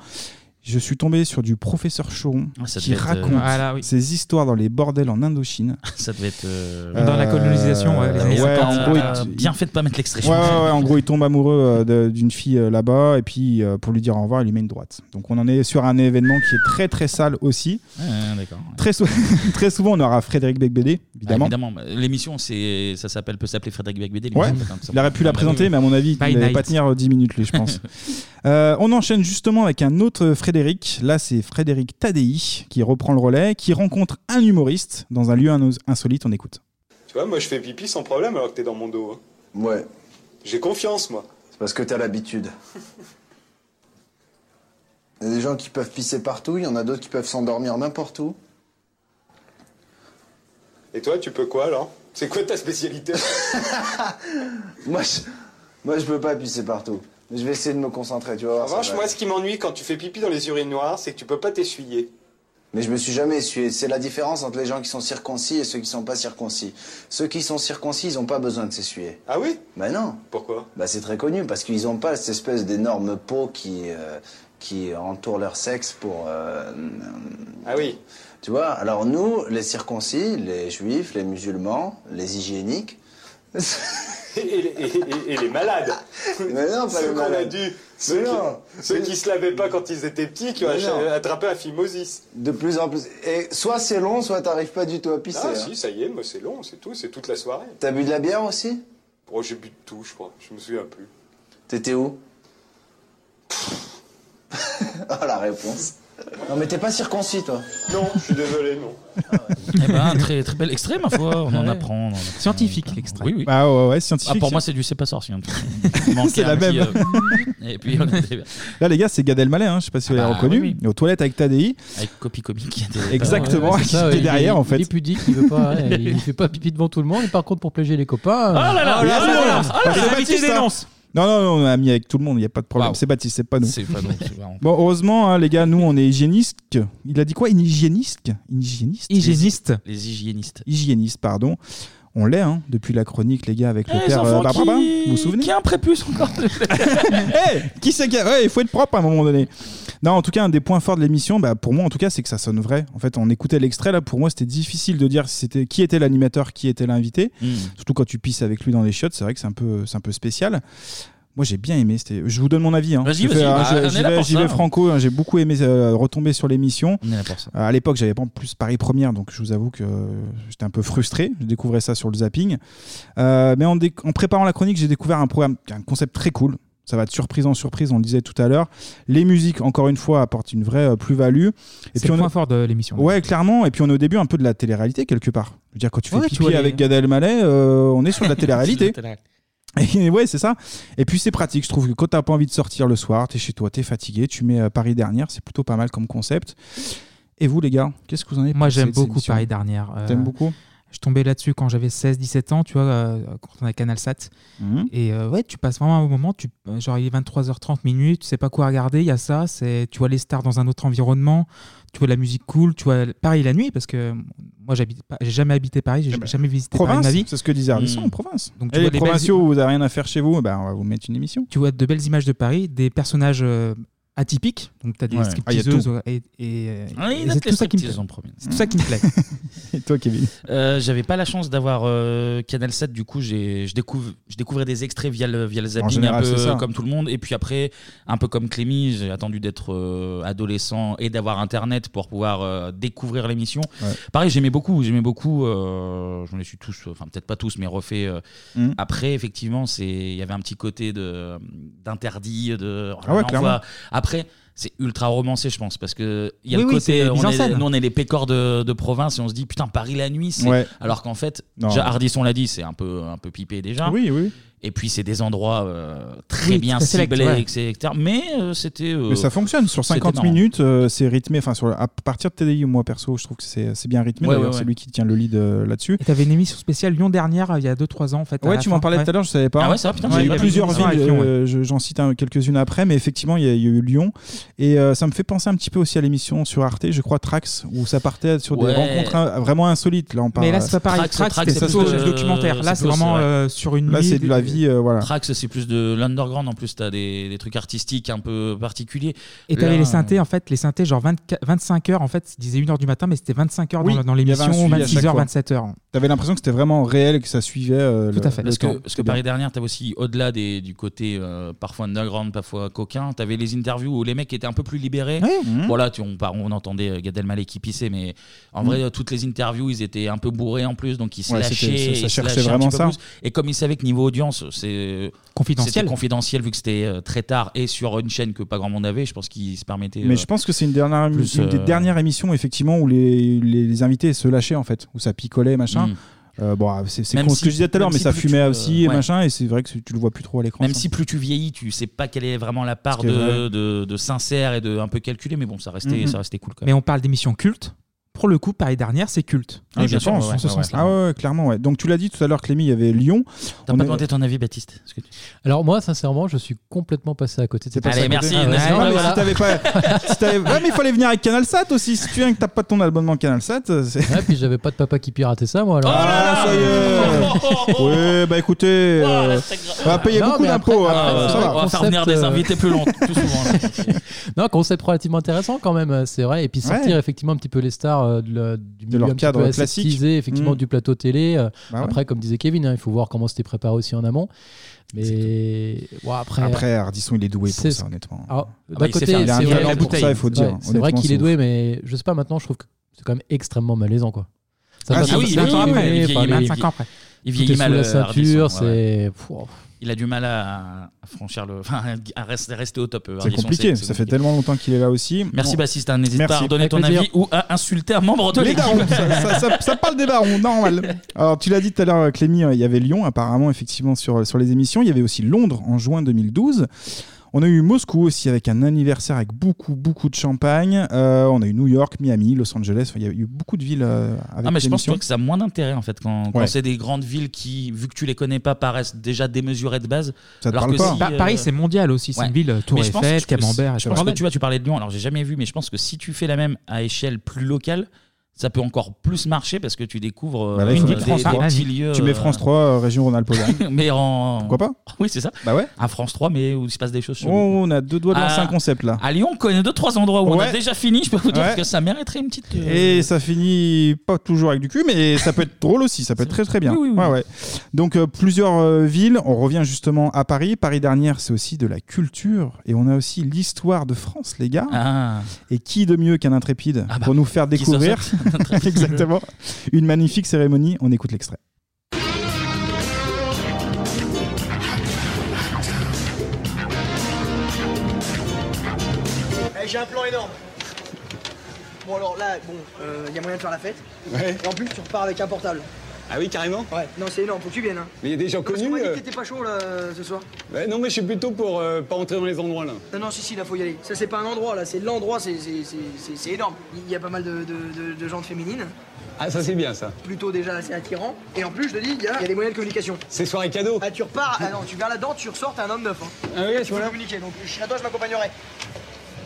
Speaker 6: Je suis tombé sur du professeur Choron
Speaker 1: Ah, ça
Speaker 6: qui
Speaker 1: devait être, euh,
Speaker 6: raconte
Speaker 1: Ah, là,
Speaker 6: ses histoires dans les bordels en Indochine.
Speaker 1: Ça devait être. euh,
Speaker 6: Dans la colonisation, ouais, les
Speaker 1: mais
Speaker 6: années
Speaker 1: encore,
Speaker 6: 50,
Speaker 1: euh,
Speaker 6: ouais.
Speaker 1: Bien fait de pas mettre l'extrait.
Speaker 6: Ouais, ouais, ouais, en gros, il tombe amoureux euh, de- d'une fille euh, là-bas et puis euh, pour lui dire au revoir, il lui met une droite. Donc on en est sur un événement qui est très très sale aussi.
Speaker 1: Ouais, d'accord. ouais.
Speaker 6: Très, sou- très souvent, on aura Frédéric Becbédé, évidemment.
Speaker 1: Ah, bah, L'émission, c'est ça s'appelle peut s'appeler Frédéric Becbédé.
Speaker 6: Ouais, il aurait
Speaker 1: Ah, bah
Speaker 6: pu la présenter, mais à mon avis, il n'allait pas tenir euh, 10 minutes, lui, je pense. Euh, on enchaîne justement avec un autre Frédéric. Là, c'est Frédéric Tadei qui reprend le relais, qui rencontre un humoriste dans un lieu inos- insolite. On écoute.
Speaker 18: Tu vois, moi je fais pipi sans problème alors que t'es dans mon dos. hein.
Speaker 19: Ouais,
Speaker 18: J'ai confiance, moi.
Speaker 19: c'est parce que t'as l'habitude. Il y a des gens qui peuvent pisser partout, il y en a d'autres qui peuvent s'endormir n'importe où.
Speaker 18: Et toi, tu peux quoi alors C'est quoi ta spécialité
Speaker 19: Moi je... Moi, je peux pas pisser partout. Je vais essayer de me concentrer, tu vas
Speaker 18: En
Speaker 19: voir. ça
Speaker 18: revanche,
Speaker 19: va
Speaker 18: moi
Speaker 19: aller.
Speaker 18: ce qui m'ennuie quand tu fais pipi dans les urines noires, c'est que tu peux pas t'essuyer.
Speaker 19: Mais je me suis jamais essuyé. C'est la différence entre les gens qui sont circoncis et ceux qui sont pas circoncis. Ceux qui sont circoncis, ils ont pas besoin de s'essuyer.
Speaker 18: Ah oui
Speaker 19: Bah non.
Speaker 18: Pourquoi
Speaker 19: Bah c'est très connu, parce qu'ils ont pas cette espèce d'énorme peau qui, euh, qui entoure leur sexe pour... euh,
Speaker 18: Ah oui
Speaker 19: Tu vois, alors nous, les circoncis, les juifs, les musulmans, les hygiéniques...
Speaker 18: et, et- et- et les malades
Speaker 19: Mais non, pas
Speaker 18: Ceux
Speaker 19: les
Speaker 18: qu'on
Speaker 19: malades.
Speaker 18: a dû Ceux,
Speaker 19: Mais
Speaker 18: qui,
Speaker 19: non.
Speaker 18: ceux qui se lavaient pas quand ils étaient petits, qui ont
Speaker 19: Mais
Speaker 18: ach-
Speaker 19: non.
Speaker 18: attrapé un phimosis.
Speaker 19: De plus en plus. Et soit c'est long, soit t'arrives pas du tout à pisser.
Speaker 18: Ah
Speaker 19: hein.
Speaker 18: si, ça y est, moi c'est long, c'est tout, c'est toute la soirée.
Speaker 19: T'as bu de la bière aussi
Speaker 18: Oh, j'ai bu de tout, je crois, je me souviens plus.
Speaker 19: T'étais où Oh la réponse. Non, mais t'es pas circoncis, toi.
Speaker 18: Non, je suis désolé, non.
Speaker 1: Eh ben, un très, très bel extrait, ma foi. On en
Speaker 6: Ouais.
Speaker 1: apprend. on en apprend.
Speaker 6: Scientifique, l'extrait.
Speaker 1: Oui, oui.
Speaker 6: Ah ouais, ouais, scientifique,
Speaker 1: Ah, pour
Speaker 6: c'est-
Speaker 1: moi, c'est du c'est pas sorcier. en tout cas. Il manquait
Speaker 6: C'est la
Speaker 1: un petit,
Speaker 6: même.
Speaker 1: euh, Et puis, on était bien.
Speaker 6: Là, les gars, c'est Gad Elmaleh, hein, je sais pas si vous l'avez
Speaker 1: Ah,
Speaker 6: reconnu.
Speaker 1: oui,
Speaker 6: Il est Aux toilettes avec Tadei.
Speaker 1: Avec Copy Comic qui était
Speaker 6: Exactement,
Speaker 8: Ouais, ouais,
Speaker 6: qui
Speaker 8: c'est ça,
Speaker 6: était
Speaker 8: ouais, il
Speaker 6: derrière
Speaker 8: est-
Speaker 6: en fait.
Speaker 8: Il est pudique, il veut pas, ouais, il fait pas pipi devant tout le monde. Et par contre, pour plager les copains.
Speaker 6: Ah là là,
Speaker 8: euh,
Speaker 6: là
Speaker 8: il y a
Speaker 6: là
Speaker 8: ça,
Speaker 6: là,
Speaker 8: ouais.
Speaker 6: ah là là, les invités dénoncent. Non, non, non, on est amis avec tout le monde, il n'y a pas de problème. C'est Baptiste, c'est pas nous.
Speaker 1: C'est pas nous, c'est vraiment-
Speaker 6: Bon, heureusement, hein, les gars, nous, on est hygiénistes. Il a dit quoi Une hygiéniste Une hygiéniste
Speaker 1: Hygiéniste. Les hygiénistes.
Speaker 6: Hygiéniste, pardon. On l'est, hein, depuis la chronique, les gars, avec le
Speaker 1: Eh, les
Speaker 6: père euh,
Speaker 1: enfants
Speaker 6: Barbara.
Speaker 1: qui-
Speaker 6: Vous vous souvenez
Speaker 1: Qui a un prépuce encore
Speaker 6: hey, qui c'est qui a- Ouais, il faut être propre à un moment donné. Non, en tout cas, un des points forts de l'émission, bah, pour moi, en tout cas, c'est que ça sonne vrai. En fait, on écoutait l'extrait, là, pour moi, c'était difficile de dire si c'était qui était l'animateur, qui était l'invité.
Speaker 12: Hmm.
Speaker 1: Mm.
Speaker 6: Surtout quand tu pisses avec lui dans les chiottes, c'est vrai que c'est un peu, c'est un peu spécial. Moi, j'ai bien aimé. c'était- Je vous donne mon avis. hein.
Speaker 1: Vas-y,
Speaker 6: Je
Speaker 1: vas-y,
Speaker 6: fais,
Speaker 1: bah,
Speaker 6: je-
Speaker 1: on est
Speaker 6: j'y
Speaker 1: là
Speaker 6: vais,
Speaker 1: pour
Speaker 6: j'y
Speaker 1: ça.
Speaker 6: vais franco. hein, J'ai beaucoup aimé euh, retomber sur l'émission.
Speaker 1: On est là pour ça.
Speaker 6: Euh, À l'époque, j'avais pas en plus Paris Première, donc je vous avoue que euh, j'étais un peu frustré. Je découvrais ça sur le zapping. Euh, mais en, dé- en préparant la chronique, j'ai découvert un programme, un concept très cool. Ça va de surprise en surprise, on le disait tout à l'heure. Les musiques, encore une fois, apportent une vraie euh, plus-value. Et
Speaker 7: C'est le
Speaker 6: on
Speaker 7: point
Speaker 6: est-
Speaker 7: fort de l'émission.
Speaker 6: Ouais, clairement. Et puis on est au début un peu de la télé-réalité quelque part. Je veux dire, quand tu fais
Speaker 7: Ouais, tu
Speaker 6: pipi
Speaker 7: vois les-
Speaker 6: avec Gad Elmaleh, euh, on est sur de la télé-réalité. Et ouais, c'est ça. Et puis c'est pratique, je trouve que quand t'as pas envie de sortir le soir, t'es chez toi, t'es fatigué, tu mets euh, Paris dernière, c'est plutôt pas mal comme concept. Et vous les gars, qu'est-ce que vous en avez
Speaker 7: Moi,
Speaker 6: pensé
Speaker 7: j'aime
Speaker 6: de cette
Speaker 7: beaucoup
Speaker 6: émission
Speaker 7: Paris dernière. Euh,
Speaker 6: T'aimes beaucoup
Speaker 7: Je tombais là-dessus quand j'avais 16-17 ans, tu vois, euh, quand on a Canal Sat.
Speaker 6: Mhm.
Speaker 7: Et euh, ouais, tu passes vraiment un moment, tu, euh, genre il est 23h30 minutes, tu sais pas quoi regarder, il y a ça, c'est tu vois les stars dans un autre environnement, tu vois de la musique cool, tu vois pareil la nuit parce que moi j'habite pas, j'ai jamais habité Paris, j'ai jamais visité Paris
Speaker 6: Eh ben, Province,
Speaker 7: de ma vie.
Speaker 6: c'est ce que disait Ardisson, en province.
Speaker 7: Hmm. Donc tu
Speaker 6: Et
Speaker 7: vois
Speaker 6: les
Speaker 7: des belles-
Speaker 6: provinciaux, vous avez rien à faire chez vous, ben, on va vous mettre une émission.
Speaker 7: tu vois de belles images de Paris, des personnages euh, atypiques. Donc tu as des
Speaker 6: Ouais. Ah, il y a tout.
Speaker 7: stripteaseuses et, et, euh,
Speaker 1: Ah, il
Speaker 7: et
Speaker 1: note
Speaker 7: c'est
Speaker 1: les
Speaker 7: tout ça qui me
Speaker 1: stripteaseuses
Speaker 7: plaît.
Speaker 1: en premier.
Speaker 7: C'est tout ça qui me plaît.
Speaker 6: Et toi, Kevin
Speaker 1: Euh, j'avais pas la chance d'avoir euh, Canal 7 du coup j'ai je découvre je découvrais des extraits via le via le zapping
Speaker 6: général,
Speaker 1: un peu
Speaker 6: c'est ça.
Speaker 1: comme tout le monde et puis après un peu comme Clémy j'ai attendu d'être euh, adolescent et d'avoir internet pour pouvoir euh, découvrir l'émission
Speaker 6: Ouais.
Speaker 1: pareil j'aimais beaucoup j'aimais beaucoup euh, je me les suis tous enfin peut-être pas tous mais refait euh,
Speaker 6: Mm.
Speaker 1: après effectivement c'est il y avait un petit côté de d'interdit de
Speaker 6: Ah ouais,
Speaker 1: on
Speaker 6: clairement.
Speaker 1: voit- après c'est ultra romancé je pense parce que il y a
Speaker 6: Oui,
Speaker 1: le
Speaker 6: oui,
Speaker 1: côté
Speaker 6: c'est
Speaker 1: on
Speaker 6: mise en
Speaker 1: est-
Speaker 6: scène.
Speaker 1: nous, on est les pécores de, de province et on se dit putain Paris la nuit c'est-
Speaker 6: Ouais.
Speaker 1: alors qu'en fait
Speaker 6: Non.
Speaker 1: déjà Hardisson l'a dit c'est un peu un peu pipé déjà
Speaker 6: Oui, oui.
Speaker 1: et puis c'est des endroits euh, très
Speaker 6: Oui,
Speaker 1: bien
Speaker 6: très select,
Speaker 1: ciblés
Speaker 6: ouais.
Speaker 1: etc., etc. mais euh, c'était euh,
Speaker 6: Mais ça fonctionne sur
Speaker 1: c'était
Speaker 6: 50
Speaker 1: marrant.
Speaker 6: minutes, euh, c'est rythmé. Enfin, sur, à partir de TDI, moi perso, je trouve que c'est c'est bien rythmé.
Speaker 1: Ouais,
Speaker 6: D'ailleurs,
Speaker 1: ouais,
Speaker 6: c'est
Speaker 1: ouais.
Speaker 6: lui qui tient le lead euh, là-dessus.
Speaker 7: Et t'avais une émission spéciale Lyon dernière euh, il y a 2-3 ans en fait. à
Speaker 6: Ouais,
Speaker 7: la
Speaker 6: tu
Speaker 7: fin.
Speaker 6: m'en parlais tout à l'heure, je savais pas. hein.
Speaker 1: Ah ouais, ça Ah, va, putain,
Speaker 6: J'ai
Speaker 1: j'avais
Speaker 6: eu
Speaker 1: pas vu
Speaker 6: plusieurs
Speaker 1: l'émission à
Speaker 6: villes,
Speaker 1: Lyon,
Speaker 6: euh, je- j'en cite un- quelques-unes après, mais effectivement, il y, a il y a eu Lyon. Et euh, ça me fait penser un petit peu aussi à l'émission sur Arte, je crois, Trax, où ça partait sur des
Speaker 1: Ouais.
Speaker 6: rencontres in- vraiment insolites. Là, on parle,
Speaker 7: Mais là, c'est pas pareil.
Speaker 1: Trax,
Speaker 7: Trax,
Speaker 1: Trax,
Speaker 7: c'est
Speaker 1: c'est euh,
Speaker 7: plutôt
Speaker 1: plus de-
Speaker 7: documentaire. Là, c'est
Speaker 1: c'est plus,
Speaker 7: vraiment
Speaker 1: ouais.
Speaker 7: euh, sur une
Speaker 6: Là,
Speaker 7: nuit.
Speaker 6: c'est de la vie, euh, voilà.
Speaker 1: Trax c'est plus de l'underground en plus t'as des, des trucs artistiques un peu particuliers
Speaker 7: Et t'avais
Speaker 1: Là,
Speaker 7: les synthés, en fait, les synthés, genre 24 25 heures, en fait, ils disaient 1 heure du matin, mais c'était 25 heures
Speaker 6: Oui,
Speaker 7: dans, la- dans
Speaker 6: il y avait un
Speaker 7: l'émission,
Speaker 6: suivi à chaque
Speaker 7: 26 heures,
Speaker 6: fois.
Speaker 7: 27 heures.
Speaker 6: T'avais l'impression que c'était vraiment réel, que ça suivait. euh, le- le
Speaker 1: Parce
Speaker 6: temps.
Speaker 1: que, parce que Paris dernière, t'avais aussi, au-delà des- du côté euh, parfois underground, parfois coquin, t'avais les interviews où les mecs étaient un peu plus libérés. Voilà, tu, on, par- on entendait euh, Gad Elmaleh qui pissait, mais en
Speaker 6: Mhm.
Speaker 1: vrai, euh, toutes les interviews, ils étaient un peu bourrés en plus, donc ils se
Speaker 6: Ouais,
Speaker 1: lâchaient.
Speaker 6: c'était- ça- ça
Speaker 1: ils se
Speaker 6: cherchait
Speaker 1: lâchaient un
Speaker 6: vraiment
Speaker 1: petit peu
Speaker 6: ça.
Speaker 1: plus. Et comme ils savaient que niveau audience, c'est
Speaker 7: Confidentiel.
Speaker 1: c'était confidentiel vu que c'était euh, très tard et sur une chaîne que pas grand monde avait, je pense qu'ils se permettaient.
Speaker 6: Mais
Speaker 1: euh,
Speaker 6: je pense que c'est une, dernière, émi-
Speaker 1: plus,
Speaker 6: une des
Speaker 1: euh,
Speaker 6: dernières émissions, effectivement, où les, les, les invités se lâchaient, en fait, où ça picolait, machin.
Speaker 1: Mm.
Speaker 6: Euh, bon, c'est c'est
Speaker 1: Même
Speaker 6: con ce
Speaker 1: si-
Speaker 6: que je disais tout à l'heure,
Speaker 1: même
Speaker 6: mais
Speaker 1: si
Speaker 6: ça
Speaker 1: plus tu
Speaker 6: fumait
Speaker 1: le-
Speaker 6: aussi, et
Speaker 1: ouais.
Speaker 6: machin, et c'est vrai que tu le vois plus trop à l'écran.
Speaker 1: Même
Speaker 6: ça.
Speaker 1: si plus tu vieillis, tu sais pas quelle est vraiment la part
Speaker 6: qui est
Speaker 1: de, de- de sincère et de un peu calculé, mais bon, ça restait,
Speaker 6: Mm-hmm.
Speaker 7: Mhm.
Speaker 1: ça restait cool quand
Speaker 7: Mais
Speaker 1: même.
Speaker 7: on parle d'émissions cultes. Pour le coup, Paris dernière, c'est culte.
Speaker 6: Ah, je pense,
Speaker 7: dans ce sens-là.
Speaker 6: Ah ouais, ouais, clairement, ouais. Donc tu l'as dit tout à l'heure, Clémy, il y avait Lyon.
Speaker 1: T'as
Speaker 6: On
Speaker 1: pas
Speaker 6: est-
Speaker 1: demandé ton avis, Baptiste parce que tu-
Speaker 8: Alors moi, sincèrement, je suis complètement passé à côté de cette
Speaker 1: Allez, merci.
Speaker 8: Ah, ouais,
Speaker 1: Nathan.
Speaker 8: non,
Speaker 6: Ah, mais
Speaker 8: voilà.
Speaker 6: si t'avais pas. si t'avais- Ouais, mais il fallait venir avec CanalSat aussi. Si tu viens que t'as pas ton abonnement CanalSat, euh, c'est.
Speaker 8: Ouais, puis j'avais pas de papa qui piratait ça, moi. Alors.
Speaker 1: Oh
Speaker 6: Ah, ça y est Oui, bah écoutez,
Speaker 1: Oh,
Speaker 6: euh, on va payer
Speaker 8: Non,
Speaker 6: beaucoup
Speaker 8: mais après-
Speaker 6: d'impôts. hein,
Speaker 8: après,
Speaker 6: ça
Speaker 8: c'est
Speaker 6: va.
Speaker 8: vrai qu'on Concept, euh,
Speaker 1: longtemps, plus souvent. là.
Speaker 8: Non, concept relativement intéressant quand même, euh, c'est vrai. Et puis sortir
Speaker 6: Ouais.
Speaker 8: effectivement un petit peu les stars euh, de, la- du milieu
Speaker 6: leur
Speaker 8: un petit
Speaker 6: cadre
Speaker 8: peu
Speaker 6: classique.
Speaker 8: aseptisé, effectivement
Speaker 6: Mm.
Speaker 8: du plateau télé. euh,
Speaker 6: Bah ouais.
Speaker 8: après, comme disait Kevin, hein, il faut voir comment c'était préparé aussi en amont. Mais bon, après,
Speaker 6: Après, Ardisson, il est doué
Speaker 8: c'est-
Speaker 6: pour ça, honnêtement.
Speaker 8: Alors,
Speaker 1: bah,
Speaker 6: Ah,
Speaker 8: d'un
Speaker 6: il sait
Speaker 8: côté,
Speaker 6: faire- il a un
Speaker 8: c'est
Speaker 6: talent
Speaker 8: vrai-
Speaker 6: pour ça, il faut
Speaker 8: c'est
Speaker 6: dire.
Speaker 8: vrai- C'est vrai
Speaker 6: Honnêtement,
Speaker 8: qu'il
Speaker 6: c'est
Speaker 8: est doué, mais je sais pas maintenant, je trouve que c'est quand même extrêmement malaisant, quoi.
Speaker 6: Ah,
Speaker 8: passe
Speaker 6: si,
Speaker 8: à
Speaker 6: oui,
Speaker 8: côté
Speaker 6: il a
Speaker 8: de
Speaker 6: vieilli,
Speaker 8: filmer,
Speaker 6: mais il
Speaker 8: par
Speaker 6: vieillit
Speaker 8: les-
Speaker 6: 25
Speaker 1: ans après. Il
Speaker 8: Tout
Speaker 1: vieillit
Speaker 8: est
Speaker 1: mal.
Speaker 8: sous la
Speaker 1: euh,
Speaker 8: ceinture,
Speaker 1: Hardisson, ouais, ouais.
Speaker 8: c'est- Pouah.
Speaker 1: Il a du mal à à franchir le. Enfin, à rester, rester au top. euh,
Speaker 6: C'est
Speaker 1: Hardisson,
Speaker 6: compliqué,
Speaker 1: c'est
Speaker 6: ça fait tellement longtemps qu'il est là aussi.
Speaker 1: Merci
Speaker 6: Bon.
Speaker 1: Baptiste, hein, n'hésite
Speaker 6: Merci.
Speaker 1: pas à donner
Speaker 6: Avec
Speaker 1: ton
Speaker 6: plaisir.
Speaker 1: avis ou à insulter un membre de
Speaker 6: Les
Speaker 1: l'équipe.
Speaker 6: darons, ça, ça- ça- ça parle des darons, normal. Alors, tu l'as dit tout à l'heure, Clémy, euh, il y avait Lyon, apparemment, effectivement, sur, sur les émissions. Il y avait aussi Londres en juin 2012. On a eu Moscou aussi avec un anniversaire avec beaucoup, beaucoup de champagne. Euh, on a eu New York, Miami, Los Angeles. Enfin, Il y a eu beaucoup de villes euh, avec
Speaker 1: Ah mais je pense
Speaker 6: l'émission.
Speaker 1: toi, que ça a moins d'intérêt en fait quand, quand
Speaker 6: Ouais.
Speaker 1: c'est des grandes villes qui vu que tu les connais pas paraissent déjà démesurées de base.
Speaker 6: Ça te
Speaker 1: alors
Speaker 6: parle
Speaker 1: que
Speaker 6: pas.
Speaker 1: si, euh,
Speaker 6: Pa-
Speaker 7: Bah, Paris, c'est mondial aussi, c'est une ville, euh, Tour
Speaker 1: Mais je pense
Speaker 7: Eiffel,
Speaker 1: que tu-
Speaker 7: Camembert,
Speaker 1: Je
Speaker 7: etc.
Speaker 1: pense que tu vois tu parlais de Lyon alors j'ai jamais vu mais je pense que si tu fais la même à échelle plus locale ça peut encore plus marcher parce que tu découvres euh,
Speaker 6: Bah là, il
Speaker 1: une
Speaker 6: faut
Speaker 1: des,
Speaker 6: mettre France
Speaker 1: des
Speaker 6: 3.
Speaker 1: petits lieux,
Speaker 6: Tu
Speaker 1: euh,
Speaker 6: mets France 3, euh, région Rhône-Alpes-Auvergne.
Speaker 1: mais en
Speaker 6: Pourquoi pas
Speaker 1: Oui c'est ça.
Speaker 6: Bah ouais.
Speaker 1: À France 3 mais où il se passe des choses.
Speaker 6: Oh,
Speaker 1: cheloues.
Speaker 6: on a deux doigts de lancer
Speaker 1: Ah.
Speaker 6: un concept là.
Speaker 1: À Lyon on connaît deux trois endroits où on a
Speaker 6: Ouais.
Speaker 1: déjà fini je peux vous dire
Speaker 6: Ouais.
Speaker 1: que ça mériterait une petite. euh,
Speaker 6: Et ça finit pas toujours avec du cul, mais ça peut être drôle aussi, ça peut être très très bien. Ouais, ouais. Donc euh, plusieurs euh, villes, on revient justement à Paris. Paris dernière, c'est aussi de la culture et on a aussi l'histoire de France, les gars. Et qui de mieux qu'un intrépide pour nous faire
Speaker 1: Ah. bah, qui s'en
Speaker 6: découvrir
Speaker 1: sort intrépide.
Speaker 6: exactement une magnifique cérémonie On écoute l'extrait.
Speaker 20: Eh, j'ai un plan énorme. Bon alors là, bon, il y a moyen de faire la fête.
Speaker 18: Ouais.
Speaker 20: Et en plus, tu repars avec un portable.
Speaker 18: Ah oui, carrément
Speaker 20: Ouais. Non, c'est énorme, faut que tu viennes. Hein.
Speaker 18: Mais il y a des gens
Speaker 20: Parce qu'on
Speaker 18: connus.
Speaker 20: m'a dit que
Speaker 18: euh,
Speaker 20: t'étais pas chaud là ce soir.
Speaker 18: ouais, non, mais je suis plutôt pour euh, pas entrer dans les endroits là.
Speaker 20: Non, non, si, si, là faut y aller. Ça, c'est pas un endroit là, c'est l'endroit, c'est- c'est- c'est c'est- c'est énorme. Il y a pas mal de, de, de, de gens de féminines,
Speaker 18: Ah, ça c'est bien ça.
Speaker 20: plutôt déjà assez attirants. Et en plus, je te dis, il y a il y a des moyens de communication.
Speaker 18: C'est soirée cadeau.
Speaker 20: Ah, tu repars, ah non, tu viens là-dedans, tu ressors, t'es un homme neuf. Hein.
Speaker 18: Ah oui,
Speaker 20: tu peux communiquer, donc je serai à toi, je m'accompagnerai.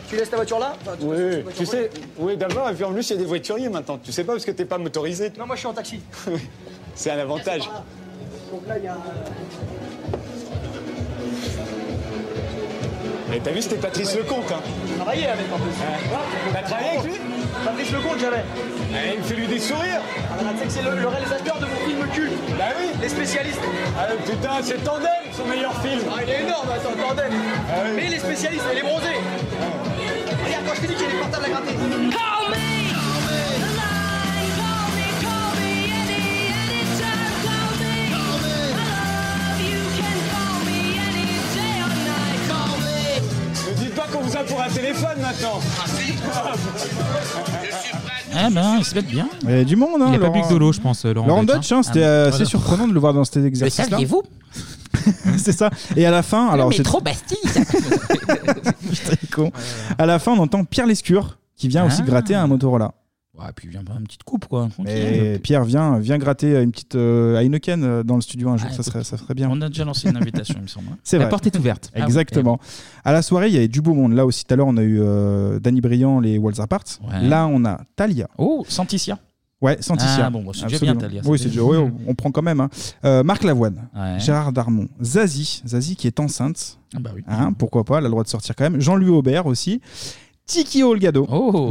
Speaker 20: Tu laisses ta voiture là Enfin, de toute
Speaker 18: Oui,
Speaker 20: façon,
Speaker 18: oui,
Speaker 20: voiture
Speaker 18: tu sais,
Speaker 20: volée.
Speaker 18: oui, d'abord, et puis en plus, il y a des voituriers maintenant. Tu sais pas parce que t'es pas motorisé.
Speaker 20: Non, moi je suis en taxi.
Speaker 18: c'est un
Speaker 20: Ah,
Speaker 18: avantage.
Speaker 20: Donc là, il y a un.
Speaker 18: Et t'as vu, c'était Patrice Lecomte. Hein.
Speaker 20: Travailler avec en plus.
Speaker 18: T'as travaillé avec lui
Speaker 20: Fabrice Lecomte, j'avais.
Speaker 18: Eh, il me fait lui des sourires.
Speaker 20: Ah, bah, tu sais que c'est le, le réalisateur de mon film culte.
Speaker 18: Bah oui.
Speaker 20: Les spécialistes.
Speaker 18: Ah putain, c'est Tandem, son meilleur film. Ah
Speaker 20: Ah, il est énorme, attends, tandem.
Speaker 18: oui.
Speaker 20: Mais les spécialistes, et les bronzés. Regarde, quand je t'ai dit qu'il y a des portables à gratter.
Speaker 18: Ne dites pas qu'on vous a pour un téléphone maintenant.
Speaker 1: Ah ben ils se mettent bien.
Speaker 6: Il y a du monde, hein,
Speaker 1: Il y a pas
Speaker 6: Laurent-
Speaker 1: plus que de l'eau, je pense, euh, Laurent
Speaker 6: Laurent
Speaker 1: Deutsch,
Speaker 6: Deutsch,
Speaker 1: hein.
Speaker 6: hein, c'était
Speaker 1: Ah,
Speaker 6: euh,
Speaker 1: mais-
Speaker 6: assez surprenant de le voir dans cet exercice-là.
Speaker 1: saviez-vous
Speaker 6: C'est ça. Et à la fin, alors j'ai-
Speaker 1: Bastille.
Speaker 6: C'est con. À la fin, on entend Pierre Lescure qui vient aussi
Speaker 1: Ah.
Speaker 6: gratter un Motorola.
Speaker 1: Ouais, puis vient pas une petite coupe quoi. tranquille.
Speaker 6: Et Pierre vient, vient gratter une petite euh, Heineken euh, dans le studio un jour,
Speaker 1: Ah,
Speaker 6: ça,
Speaker 1: écoute,
Speaker 6: serait, ça serait bien.
Speaker 1: On a déjà lancé une invitation, il me semble. hein.
Speaker 6: C'est vrai.
Speaker 1: Ah oui.
Speaker 6: Exactement. À la soirée, il y avait du beau monde. Là aussi, tout à l'heure, on a eu euh, Danny Briand, les Walls Apart.
Speaker 1: Ouais.
Speaker 6: Là, on a Talia.
Speaker 1: Oh, Santicia.
Speaker 6: Ouais, Santicia.
Speaker 1: Ah bon, bah, c'est déjà
Speaker 6: Absolument.
Speaker 1: bien, Thalia,
Speaker 6: Oui,
Speaker 1: c'est
Speaker 6: c'est déjà,
Speaker 1: bien.
Speaker 6: ouais, on, on prend quand même. hein. Euh, Marc Lavoine,
Speaker 1: Ouais.
Speaker 6: Gérard Darmon, Zazie, Zazie qui est enceinte.
Speaker 1: Ah bah oui.
Speaker 6: Hein, pourquoi pas, elle a le droit de sortir quand même. Jean-Louis Aubert aussi. Tiki Olgado,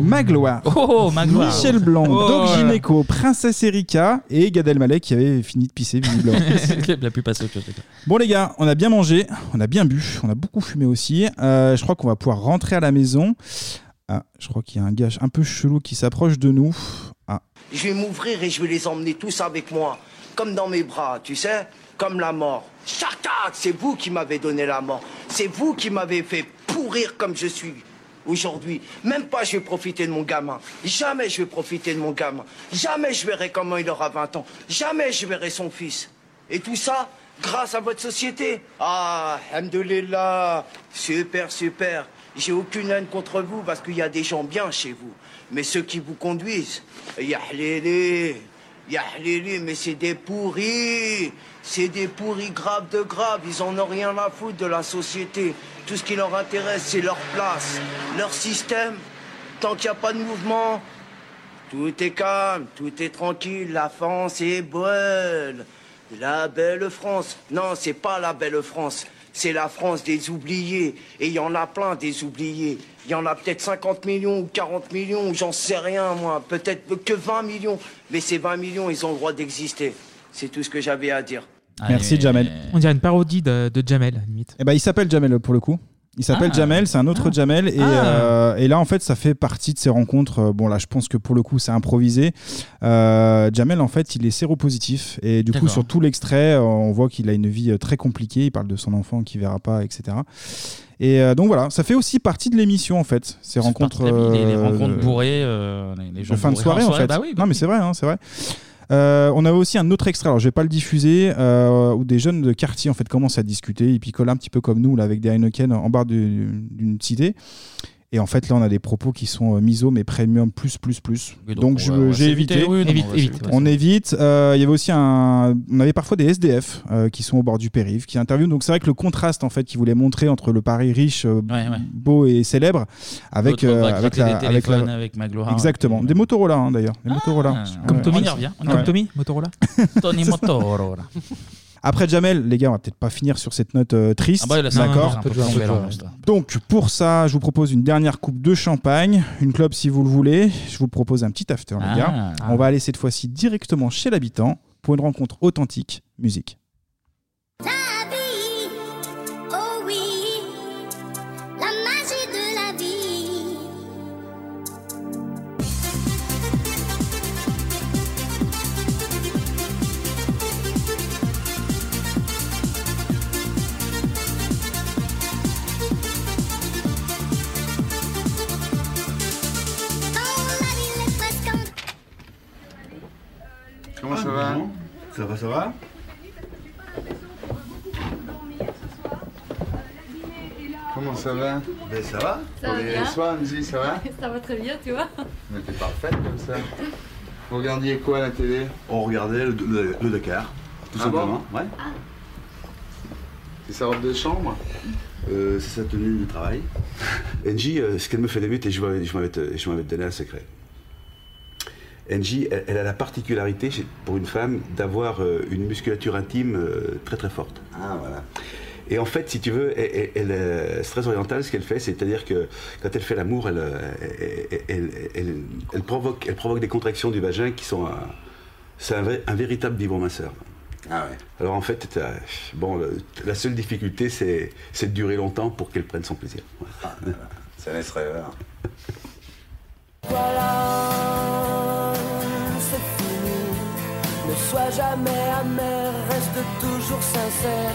Speaker 6: Magloire,
Speaker 1: Oh, Magloire.
Speaker 6: Michel Blanc,
Speaker 1: Oh
Speaker 6: Doc
Speaker 1: là.
Speaker 6: Gineco, Princesse Erika et Gad Elmaleh qui avait fini de pisser visiblement.
Speaker 1: Il a pu passer autre chose. d'accord.
Speaker 6: Bon les gars, on a bien mangé, on a bien bu, on a beaucoup fumé aussi. Euh, je crois qu'on va pouvoir rentrer à la maison. Ah, je crois qu'il y a un gars un peu chelou qui s'approche de nous. Ah,
Speaker 21: Je vais m'ouvrir et je vais les emmener tous avec moi, comme dans mes bras, tu sais, comme la mort. Chaka, c'est vous qui m'avez donné la mort. C'est vous qui m'avez fait pourrir comme je suis aujourd'hui. Même pas je vais profiter de mon gamin. Jamais je vais profiter de mon gamin. Jamais je verrai comment il aura 20 ans. Jamais je verrai son fils. Et tout ça grâce à votre société. Ah, Alhamdoulilah, super, super. J'ai aucune haine contre vous parce qu'il y a des gens bien chez vous. Mais ceux qui vous conduisent, yahlili, yahlili, mais c'est des pourris. C'est des pourris graves de graves. Ils en ont rien à foutre de la société. Tout ce qui leur intéresse, c'est leur place, leur système. Tant qu'il n'y a pas de mouvement, tout est calme, tout est tranquille, la France est bonne. La belle France. Non, c'est pas la belle France. C'est la France des oubliés. Et il y en a plein des oubliés. Il y en a peut-être 50 millions ou 40 millions, j'en sais rien moi. Peut-être que 20 millions. Mais ces 20 millions, ils ont le droit d'exister. C'est tout ce que j'avais à dire.
Speaker 6: merci Jamel.
Speaker 7: On dirait une parodie de, de Jamel, limite.
Speaker 6: Eh ben, il s'appelle Jamel pour le coup. Il s'appelle
Speaker 1: Ah.
Speaker 6: Jamel, c'est un autre Jamel. Et,
Speaker 1: Ah.
Speaker 6: euh, et là, en fait, ça fait partie de ces rencontres. euh, Bon, là, je pense que pour le coup, c'est improvisé. Euh, Jamel, en fait, il est séropositif. Et du coup,
Speaker 1: D'accord.
Speaker 6: sur tout l'extrait, euh, on voit qu'il a une vie euh, très compliquée. Il parle de son enfant qui verra pas, etc. Et euh, donc voilà, ça fait aussi partie de l'émission, en fait, ces rencontres.
Speaker 1: les, les
Speaker 6: euh,
Speaker 1: rencontres bourrées, euh, les, les gens
Speaker 6: en fin de
Speaker 1: bourrés
Speaker 6: soirée, en fait.
Speaker 1: Bah oui,
Speaker 6: Non, mais c'est vrai, hein, c'est vrai. Euh, on avait aussi un autre extrait, alors je vais pas le diffuser, euh, où des jeunes de quartier en fait commencent à discuter, ils picolent un petit peu comme nous là avec des Heineken en barre du- d'une cité. Et en fait là on a des propos qui sont euh, miso mais premium plus plus plus.
Speaker 1: Oui,
Speaker 6: donc
Speaker 1: donc, on
Speaker 6: je-
Speaker 1: va- on va
Speaker 6: j'ai
Speaker 1: s'éviter,
Speaker 6: évité.
Speaker 1: oui, non, Évite, on va évite, s'éviter. ouais.
Speaker 6: On évite. Euh, Il y avait aussi un, on avait parfois des SDF euh, qui sont au bord du périph qui interviewent. Donc c'est vrai que le contraste en fait qu'ils voulaient montrer entre le Paris riche, euh, beau et célèbre, avec euh,
Speaker 1: L'autre va
Speaker 6: avec
Speaker 1: gratter
Speaker 6: la
Speaker 1: des
Speaker 6: avec
Speaker 1: téléphones
Speaker 6: la
Speaker 1: avec Magloire.
Speaker 6: Exactement. Des Motorola hein, d'ailleurs. Des Motorola.
Speaker 1: euh, Ah, Comme
Speaker 6: Ouais.
Speaker 1: Tommy. On y revient, on y
Speaker 6: Ouais.
Speaker 1: revient.
Speaker 7: Tommy, Motorola
Speaker 1: Tony
Speaker 7: C'est ça.
Speaker 1: Motorola.
Speaker 6: Après Jamel, les gars, on va peut-être pas finir sur cette note euh, triste.
Speaker 1: Ah bah là, c'est
Speaker 6: d'accord.
Speaker 1: un peu tombé là, on se-
Speaker 6: Donc pour ça, je vous propose une dernière coupe de champagne, une clope si vous le voulez. Je vous propose un petit after,
Speaker 1: Ah.
Speaker 6: les gars. On va aller cette fois-ci directement chez l'habitant pour une rencontre authentique musique.
Speaker 22: Oh oui, la magie de la vie.
Speaker 12: Comment ça va Ça va, ça va Comment ça va Ben ça va.
Speaker 5: Ça va
Speaker 12: Et
Speaker 5: bien.
Speaker 12: toi, Angie, ça va
Speaker 5: Ça va très bien, tu vois.
Speaker 12: Mais t'es parfaite comme ça. Vous regardiez quoi à la télé
Speaker 23: On regardait le, le- le Dakar, tout
Speaker 12: Ah
Speaker 23: simplement. ouais.
Speaker 12: C'est sa robe de chambre
Speaker 23: Euh, c'est sa tenue de travail. Angie, euh, ce qu'elle me fait d'habitude, et je vais, je vais m'avais- je m'avais donné un secret. Angie, elle, elle a la particularité chez- pour une femme d'avoir euh, une musculature intime euh, très très forte.
Speaker 12: Ah voilà.
Speaker 23: Et en fait, si tu veux, elle, elle- elle, euh, c'est très oriental ce qu'elle fait, c'est-à-dire que quand elle fait l'amour, elle, euh, elle, elle- elle- elle provoque, elle provoque des contractions du vagin qui sont un, c'est un, vrai- un véritable vibromasseur.
Speaker 12: Ah ouais.
Speaker 23: Alors en fait, t'as- bon, le- la seule difficulté, c'est c'est de durer longtemps pour qu'elle prenne son plaisir.
Speaker 12: Ça laisse rêveur.
Speaker 10: Voilà, c'est fini. Ne sois jamais amer, reste toujours sincère.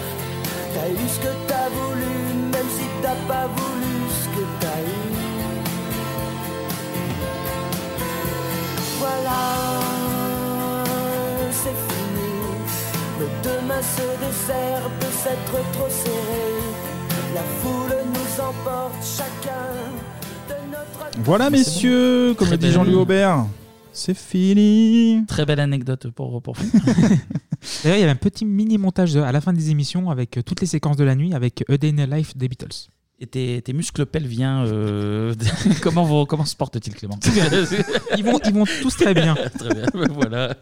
Speaker 10: T'as eu ce que t'as voulu, même si t'as pas voulu ce que t'as eu. Voilà, c'est fini. Le demain se dessert peut s'être trop serré. La foule nous emporte chacun de notre
Speaker 6: Voilà messieurs, comme
Speaker 1: Très
Speaker 6: le dit
Speaker 1: belle-
Speaker 6: Jean-Louis Aubert, c'est fini.
Speaker 1: Très belle anecdote pour, pour
Speaker 7: D'ailleurs, il y avait un petit mini montage à la fin des émissions avec euh, toutes les séquences de la nuit avec A Day in the Life des Beatles.
Speaker 1: Et tes, tes muscles pelviens, euh, comment, vous, comment se portent-ils, Clément
Speaker 7: Ils vont- ils vont tous très bien.
Speaker 1: très bien, voilà.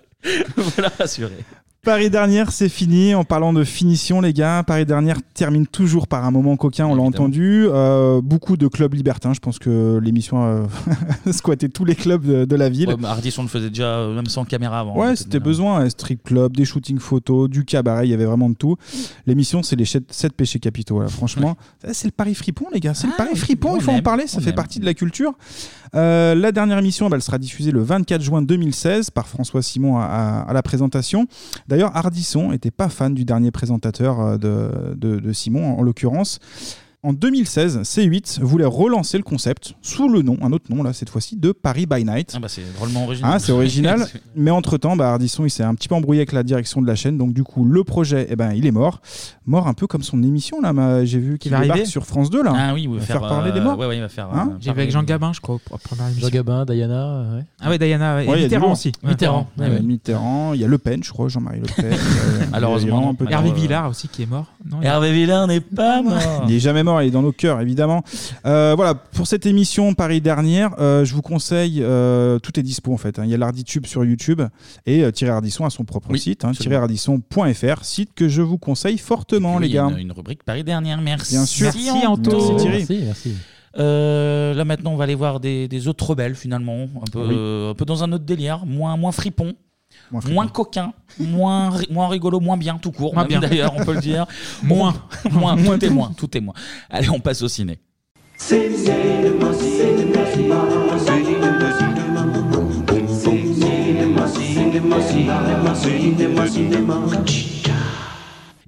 Speaker 1: Voilà, assuré.
Speaker 6: Paris dernière, c'est fini. En parlant de finition, les gars, Paris dernière termine toujours par un moment coquin, on l'a entendu. Euh, beaucoup de clubs libertins, je pense que l'émission a squatté tous les clubs de, de la ville.
Speaker 1: Ouais, mais Hardy, on le faisait déjà euh, même sans caméra avant.
Speaker 6: Ouais, c'était besoin. Un strip club, des shootings photos, du cabaret, il y avait vraiment de tout. L'émission, c'est les 7 péchés capitaux, là, franchement. Ça, C'est le Paris Fripon, les gars. C'est
Speaker 7: Ah,
Speaker 6: le Paris Fripon, il faut en parler, ça fait partie de la culture. Euh, la dernière émission, bah, elle sera diffusée le 24 juin 2016 par François Simon à, à- à la présentation. D'ailleurs, Hardisson n'était pas fan du dernier présentateur euh, de, de- de Simon, en, en l'occurrence. En 2016, C8 voulait relancer le concept sous le nom, un autre nom là cette fois-ci, de Paris by Night.
Speaker 1: Ah bah, c'est drôlement original.
Speaker 6: Hein, c'est original. Mais entre-temps, bah, Ardisson, il s'est un petit peu embrouillé avec la direction de la chaîne. Donc, du coup, le projet, eh ben, il est mort. Mort un peu comme son émission, là. ma- J'ai vu qu'il
Speaker 7: va
Speaker 6: débarque
Speaker 7: arriver
Speaker 6: sur France 2, là.
Speaker 1: Ah oui, il va
Speaker 6: va
Speaker 1: faire,
Speaker 6: faire, parler des morts.
Speaker 1: euh, ouais, ouais, il va faire,
Speaker 6: Hein
Speaker 1: euh,
Speaker 7: J'ai vu avec Jean Gabin, je crois, pour la première émission.
Speaker 8: Jean Gabin, Diana, ouais.
Speaker 7: Ah ouais, Diana, ouais. Et
Speaker 6: Ouais, il y a du
Speaker 7: Mitterrand
Speaker 6: lourd.
Speaker 7: aussi.
Speaker 1: Ah
Speaker 6: Ouais,
Speaker 7: Ouais, ouais.
Speaker 6: Mitterrand. Il y a Le Pen, je crois, Jean-Marie Le Pen. Euh, il y a
Speaker 7: Malheureusement.
Speaker 6: vraiment un peu de-
Speaker 7: Hervé Villard aussi qui est mort. Non, il y a-
Speaker 1: Villard n'est pas mort.
Speaker 6: Il est jamais mort, il est dans nos cœurs, évidemment. Euh, voilà, pour cette émission Paris dernière, euh, je vous conseille, euh, tout est dispo en fait. hein. Il y a l'Arditube sur YouTube et euh, Thierry Ardisson a son propre
Speaker 1: Oui,
Speaker 6: site, hein,
Speaker 1: absolument.
Speaker 6: thierryardisson.fr, site que je vous conseille fortement,
Speaker 1: Oui,
Speaker 6: les gars.
Speaker 1: Une, une rubrique Paris dernière, merci.
Speaker 6: Bien sûr.
Speaker 1: Merci,
Speaker 6: Merci,
Speaker 1: Anto.
Speaker 6: Merci, Thierry. Merci,
Speaker 1: Euh, là maintenant on va aller voir des, des autres rebelles finalement un peu,
Speaker 6: Oui.
Speaker 1: euh, un peu dans un autre délire moins moins fripon Moins, coquin, moins, ri- moins rigolo, moins bien, tout court.
Speaker 7: Moins
Speaker 1: même,
Speaker 7: bien.
Speaker 1: D'ailleurs, on peut le dire. moins. moins. Tout est moins. Tout est moins. Allez, on passe au ciné.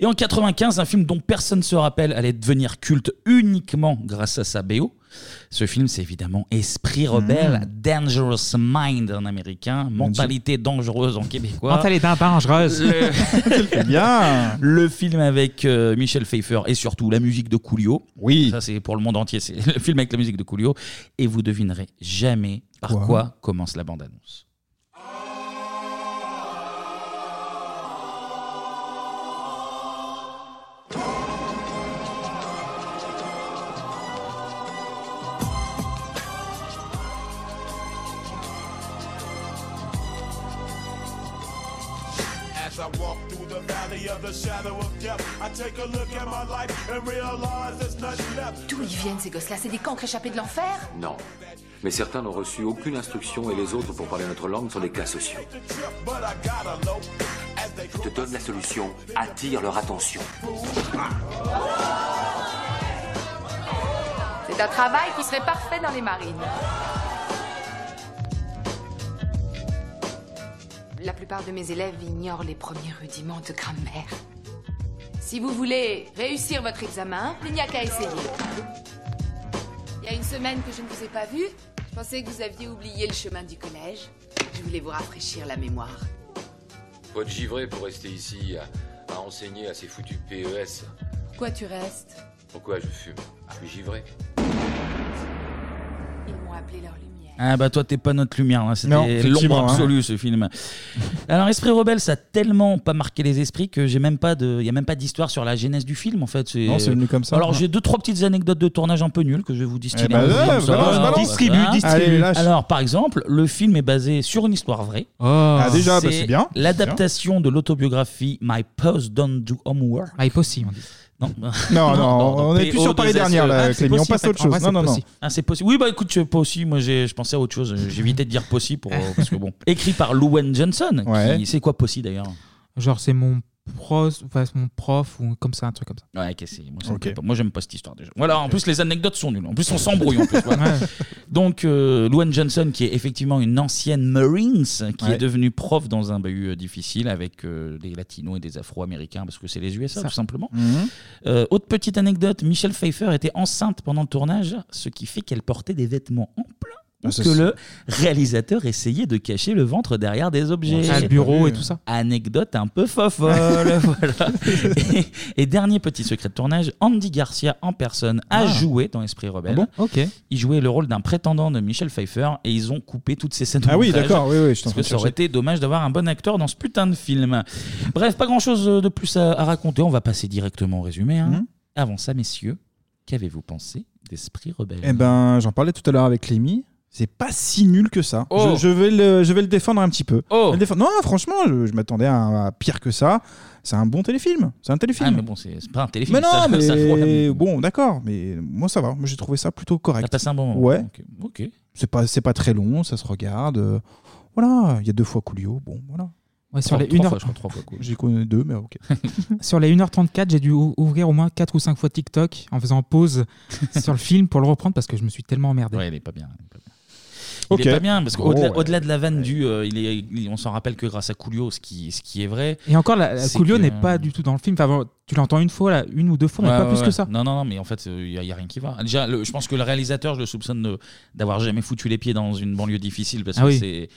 Speaker 1: Et en 95, un film dont personne ne se rappelle allait devenir culte uniquement grâce à sa BO. Ce film, c'est évidemment Esprit rebelle, Dangerous Mind en américain, Mentalité dangereuse en québécois.
Speaker 7: Mentalité dangereuse.
Speaker 1: Le...
Speaker 6: bien.
Speaker 1: Le film avec euh, Michel Pfeiffer et surtout la musique de Coolio. Oui. Ça, c'est pour le monde entier. C'est le film avec la musique de Coolio. Et vous devinerez jamais par
Speaker 6: Quoi
Speaker 1: quoi commence la bande-annonce.
Speaker 3: As I walk through the valley of the shadow of death, I take a look at my life and realize there's nothing left.
Speaker 5: D'où ils viennent ces gosses-là C'est des cancres échappés de l'enfer
Speaker 24: Non. Mais certains n'ont reçu aucune instruction et les autres, pour parler notre langue, sont des cas sociaux.
Speaker 3: But I gotta know.
Speaker 24: Je te donne la solution. Attire leur attention.
Speaker 5: C'est un travail qui serait parfait dans les marines. La plupart de mes élèves ignorent les premiers rudiments de grammaire. Si vous voulez réussir votre examen, il n'y a qu'à essayer. Il y a une semaine que je ne vous ai pas vu. Je pensais que vous aviez oublié le chemin du collège. Je voulais vous rafraîchir la mémoire.
Speaker 24: Faut être givré pour rester ici à, à enseigner à ces foutus PES.
Speaker 5: Pourquoi tu restes
Speaker 24: Pourquoi je fume Ah, Je suis givré.
Speaker 5: Ils m'ont appelé leur lumière.
Speaker 1: Ah bah toi t'es pas notre lumière, hein.
Speaker 6: Non,
Speaker 1: c'était
Speaker 6: effectivement,
Speaker 1: l'ombre
Speaker 6: hein.
Speaker 1: absolue ce film. Alors Esprit Rebelle ça a tellement pas marqué les esprits que j'ai même pas de, y a même pas d'histoire sur la genèse du film en fait.
Speaker 6: Non, c'est venu comme ça.
Speaker 1: Alors
Speaker 6: Ouais.
Speaker 1: j'ai deux trois petites anecdotes de tournage un peu nulles que je vais vous distiller.
Speaker 6: Eh bah, ouais,
Speaker 1: Comme ça,
Speaker 6: balance,
Speaker 1: hein,
Speaker 6: balance.
Speaker 1: distribue,
Speaker 6: Allez,
Speaker 1: distribue.
Speaker 6: lâche.
Speaker 1: Alors par exemple le film est basé sur une histoire vraie.
Speaker 6: Ah, déjà, bah, c'est bien.
Speaker 1: L'adaptation de l'autobiographie My Post Don't Do Homework. My Pussy on dit. Non,
Speaker 6: Non, non, on est plus sur Paris dernière, là,
Speaker 1: E. Ah, c'est
Speaker 6: Clémy, on
Speaker 1: possible,
Speaker 6: passe à autre
Speaker 1: en vrai,
Speaker 6: chose. Non,
Speaker 1: c'est
Speaker 6: non, non.
Speaker 1: possible. Ah, c'est possible. Oui, bah écoute, je- pas aussi. Moi, j'ai- je pensais à autre chose. J'évitais de dire possible pour, parce que bon. Écrit par Louwen Johnson. qui- C'est quoi possible d'ailleurs
Speaker 7: Genre, c'est mon prof, enfin, c'est mon prof ou comme ça, un truc comme ça.
Speaker 1: Ouais, ok, c'est- moi, ça me
Speaker 7: Ok.
Speaker 1: plaît pas. Moi, j'aime pas cette histoire déjà. Voilà, en plus, les anecdotes sont nulles. En plus, on s'embrouille. en plus, voilà.
Speaker 7: Ouais.
Speaker 1: Donc, euh, Louane Johnson, qui est effectivement une ancienne Marines, qui
Speaker 6: Ouais.
Speaker 1: est devenue prof dans un bahut euh, difficile avec euh, des latinos et des afro-américains, parce que c'est les USA,
Speaker 6: Ça.
Speaker 1: tout simplement.
Speaker 6: Mhm.
Speaker 1: Euh, autre petite anecdote Michelle Pfeiffer était enceinte pendant le tournage, ce qui fait qu'elle portait des vêtements amples.
Speaker 6: Ah,
Speaker 1: ou
Speaker 6: ça,
Speaker 1: que
Speaker 6: c'est-
Speaker 1: le réalisateur essayait de cacher le ventre derrière des objets.
Speaker 7: Ah, le bureau et tout ça.
Speaker 1: Anecdote un peu fofolle. voilà. Et, et dernier petit secret de tournage, Andy Garcia en personne a
Speaker 7: Ah.
Speaker 1: joué dans Esprit Rebelle.
Speaker 7: Ah bon Ok.
Speaker 1: Il jouait le rôle d'un prétendant de Michel Pfeiffer et ils ont coupé toutes ces scènes. au
Speaker 6: Ah oui,
Speaker 1: montage,
Speaker 6: d'accord, oui, oui, je t'en
Speaker 1: Parce que
Speaker 6: prie,
Speaker 1: ça aurait
Speaker 6: chercher.
Speaker 1: été dommage d'avoir un bon acteur dans ce putain de film. Bref, pas grand chose de plus à, à raconter. On va passer directement au résumé. hein.
Speaker 6: Mhm.
Speaker 1: Avant ça, messieurs, qu'avez-vous pensé d'Esprit Rebelle
Speaker 6: Eh ben, j'en parlais tout à l'heure avec Clémy. C'est pas si nul que ça.
Speaker 1: Oh.
Speaker 6: Je, je vais le, je vais le défendre un petit peu.
Speaker 1: Je
Speaker 6: vais le défendre. Non, franchement, je, je m'attendais à, à pire que ça. C'est un bon téléfilm. C'est un téléfilm.
Speaker 1: Ah, mais bon, c'est c'est pas un téléfilm.
Speaker 6: Mais non,
Speaker 1: ça,
Speaker 6: mais
Speaker 1: ça, faut-
Speaker 6: bon, d'accord. Mais moi, ça va. Moi, j'ai trouvé ça plutôt correct.
Speaker 1: T'as passé un bon moment.
Speaker 6: Ouais.
Speaker 1: Ok. Ok.
Speaker 6: C'est pas, c'est pas très long. Ça se regarde. euh, Voilà. Il y a deux fois Coolio. Bon, voilà.
Speaker 7: Ouais, sur
Speaker 6: Trois-
Speaker 7: les
Speaker 6: trois
Speaker 7: 1
Speaker 6: fois, je crois, trois fois Coolio. J'ai connu deux, mais ok.
Speaker 7: sur les 1h34, j'ai dû ou- ouvrir au moins 4 ou 5 fois TikTok en faisant pause sur le film pour le reprendre parce que je me suis tellement emmerdé.
Speaker 1: Ouais, il est pas bien. Il est pas bien parce qu'au-delà au-delà de la vanne du, euh, il est, il- on s'en rappelle que grâce à Coolio, ce qui, ce qui est vrai.
Speaker 7: Et encore, la, la
Speaker 1: c'est
Speaker 7: Coolio
Speaker 1: que-
Speaker 7: n'est pas du tout dans le film. Enfin, bon, tu l'entends une fois, là, une ou deux fois, mais
Speaker 1: Ouais,
Speaker 7: pas
Speaker 1: ouais,
Speaker 7: plus
Speaker 1: ouais.
Speaker 7: que ça.
Speaker 1: Non, non, non, mais en fait, il n'y a, rien qui va. Déjà, le- je pense que le réalisateur, je le soupçonne de- d'avoir jamais foutu les pieds dans une banlieue difficile parce
Speaker 7: Ah
Speaker 1: que
Speaker 7: oui.
Speaker 1: c'est.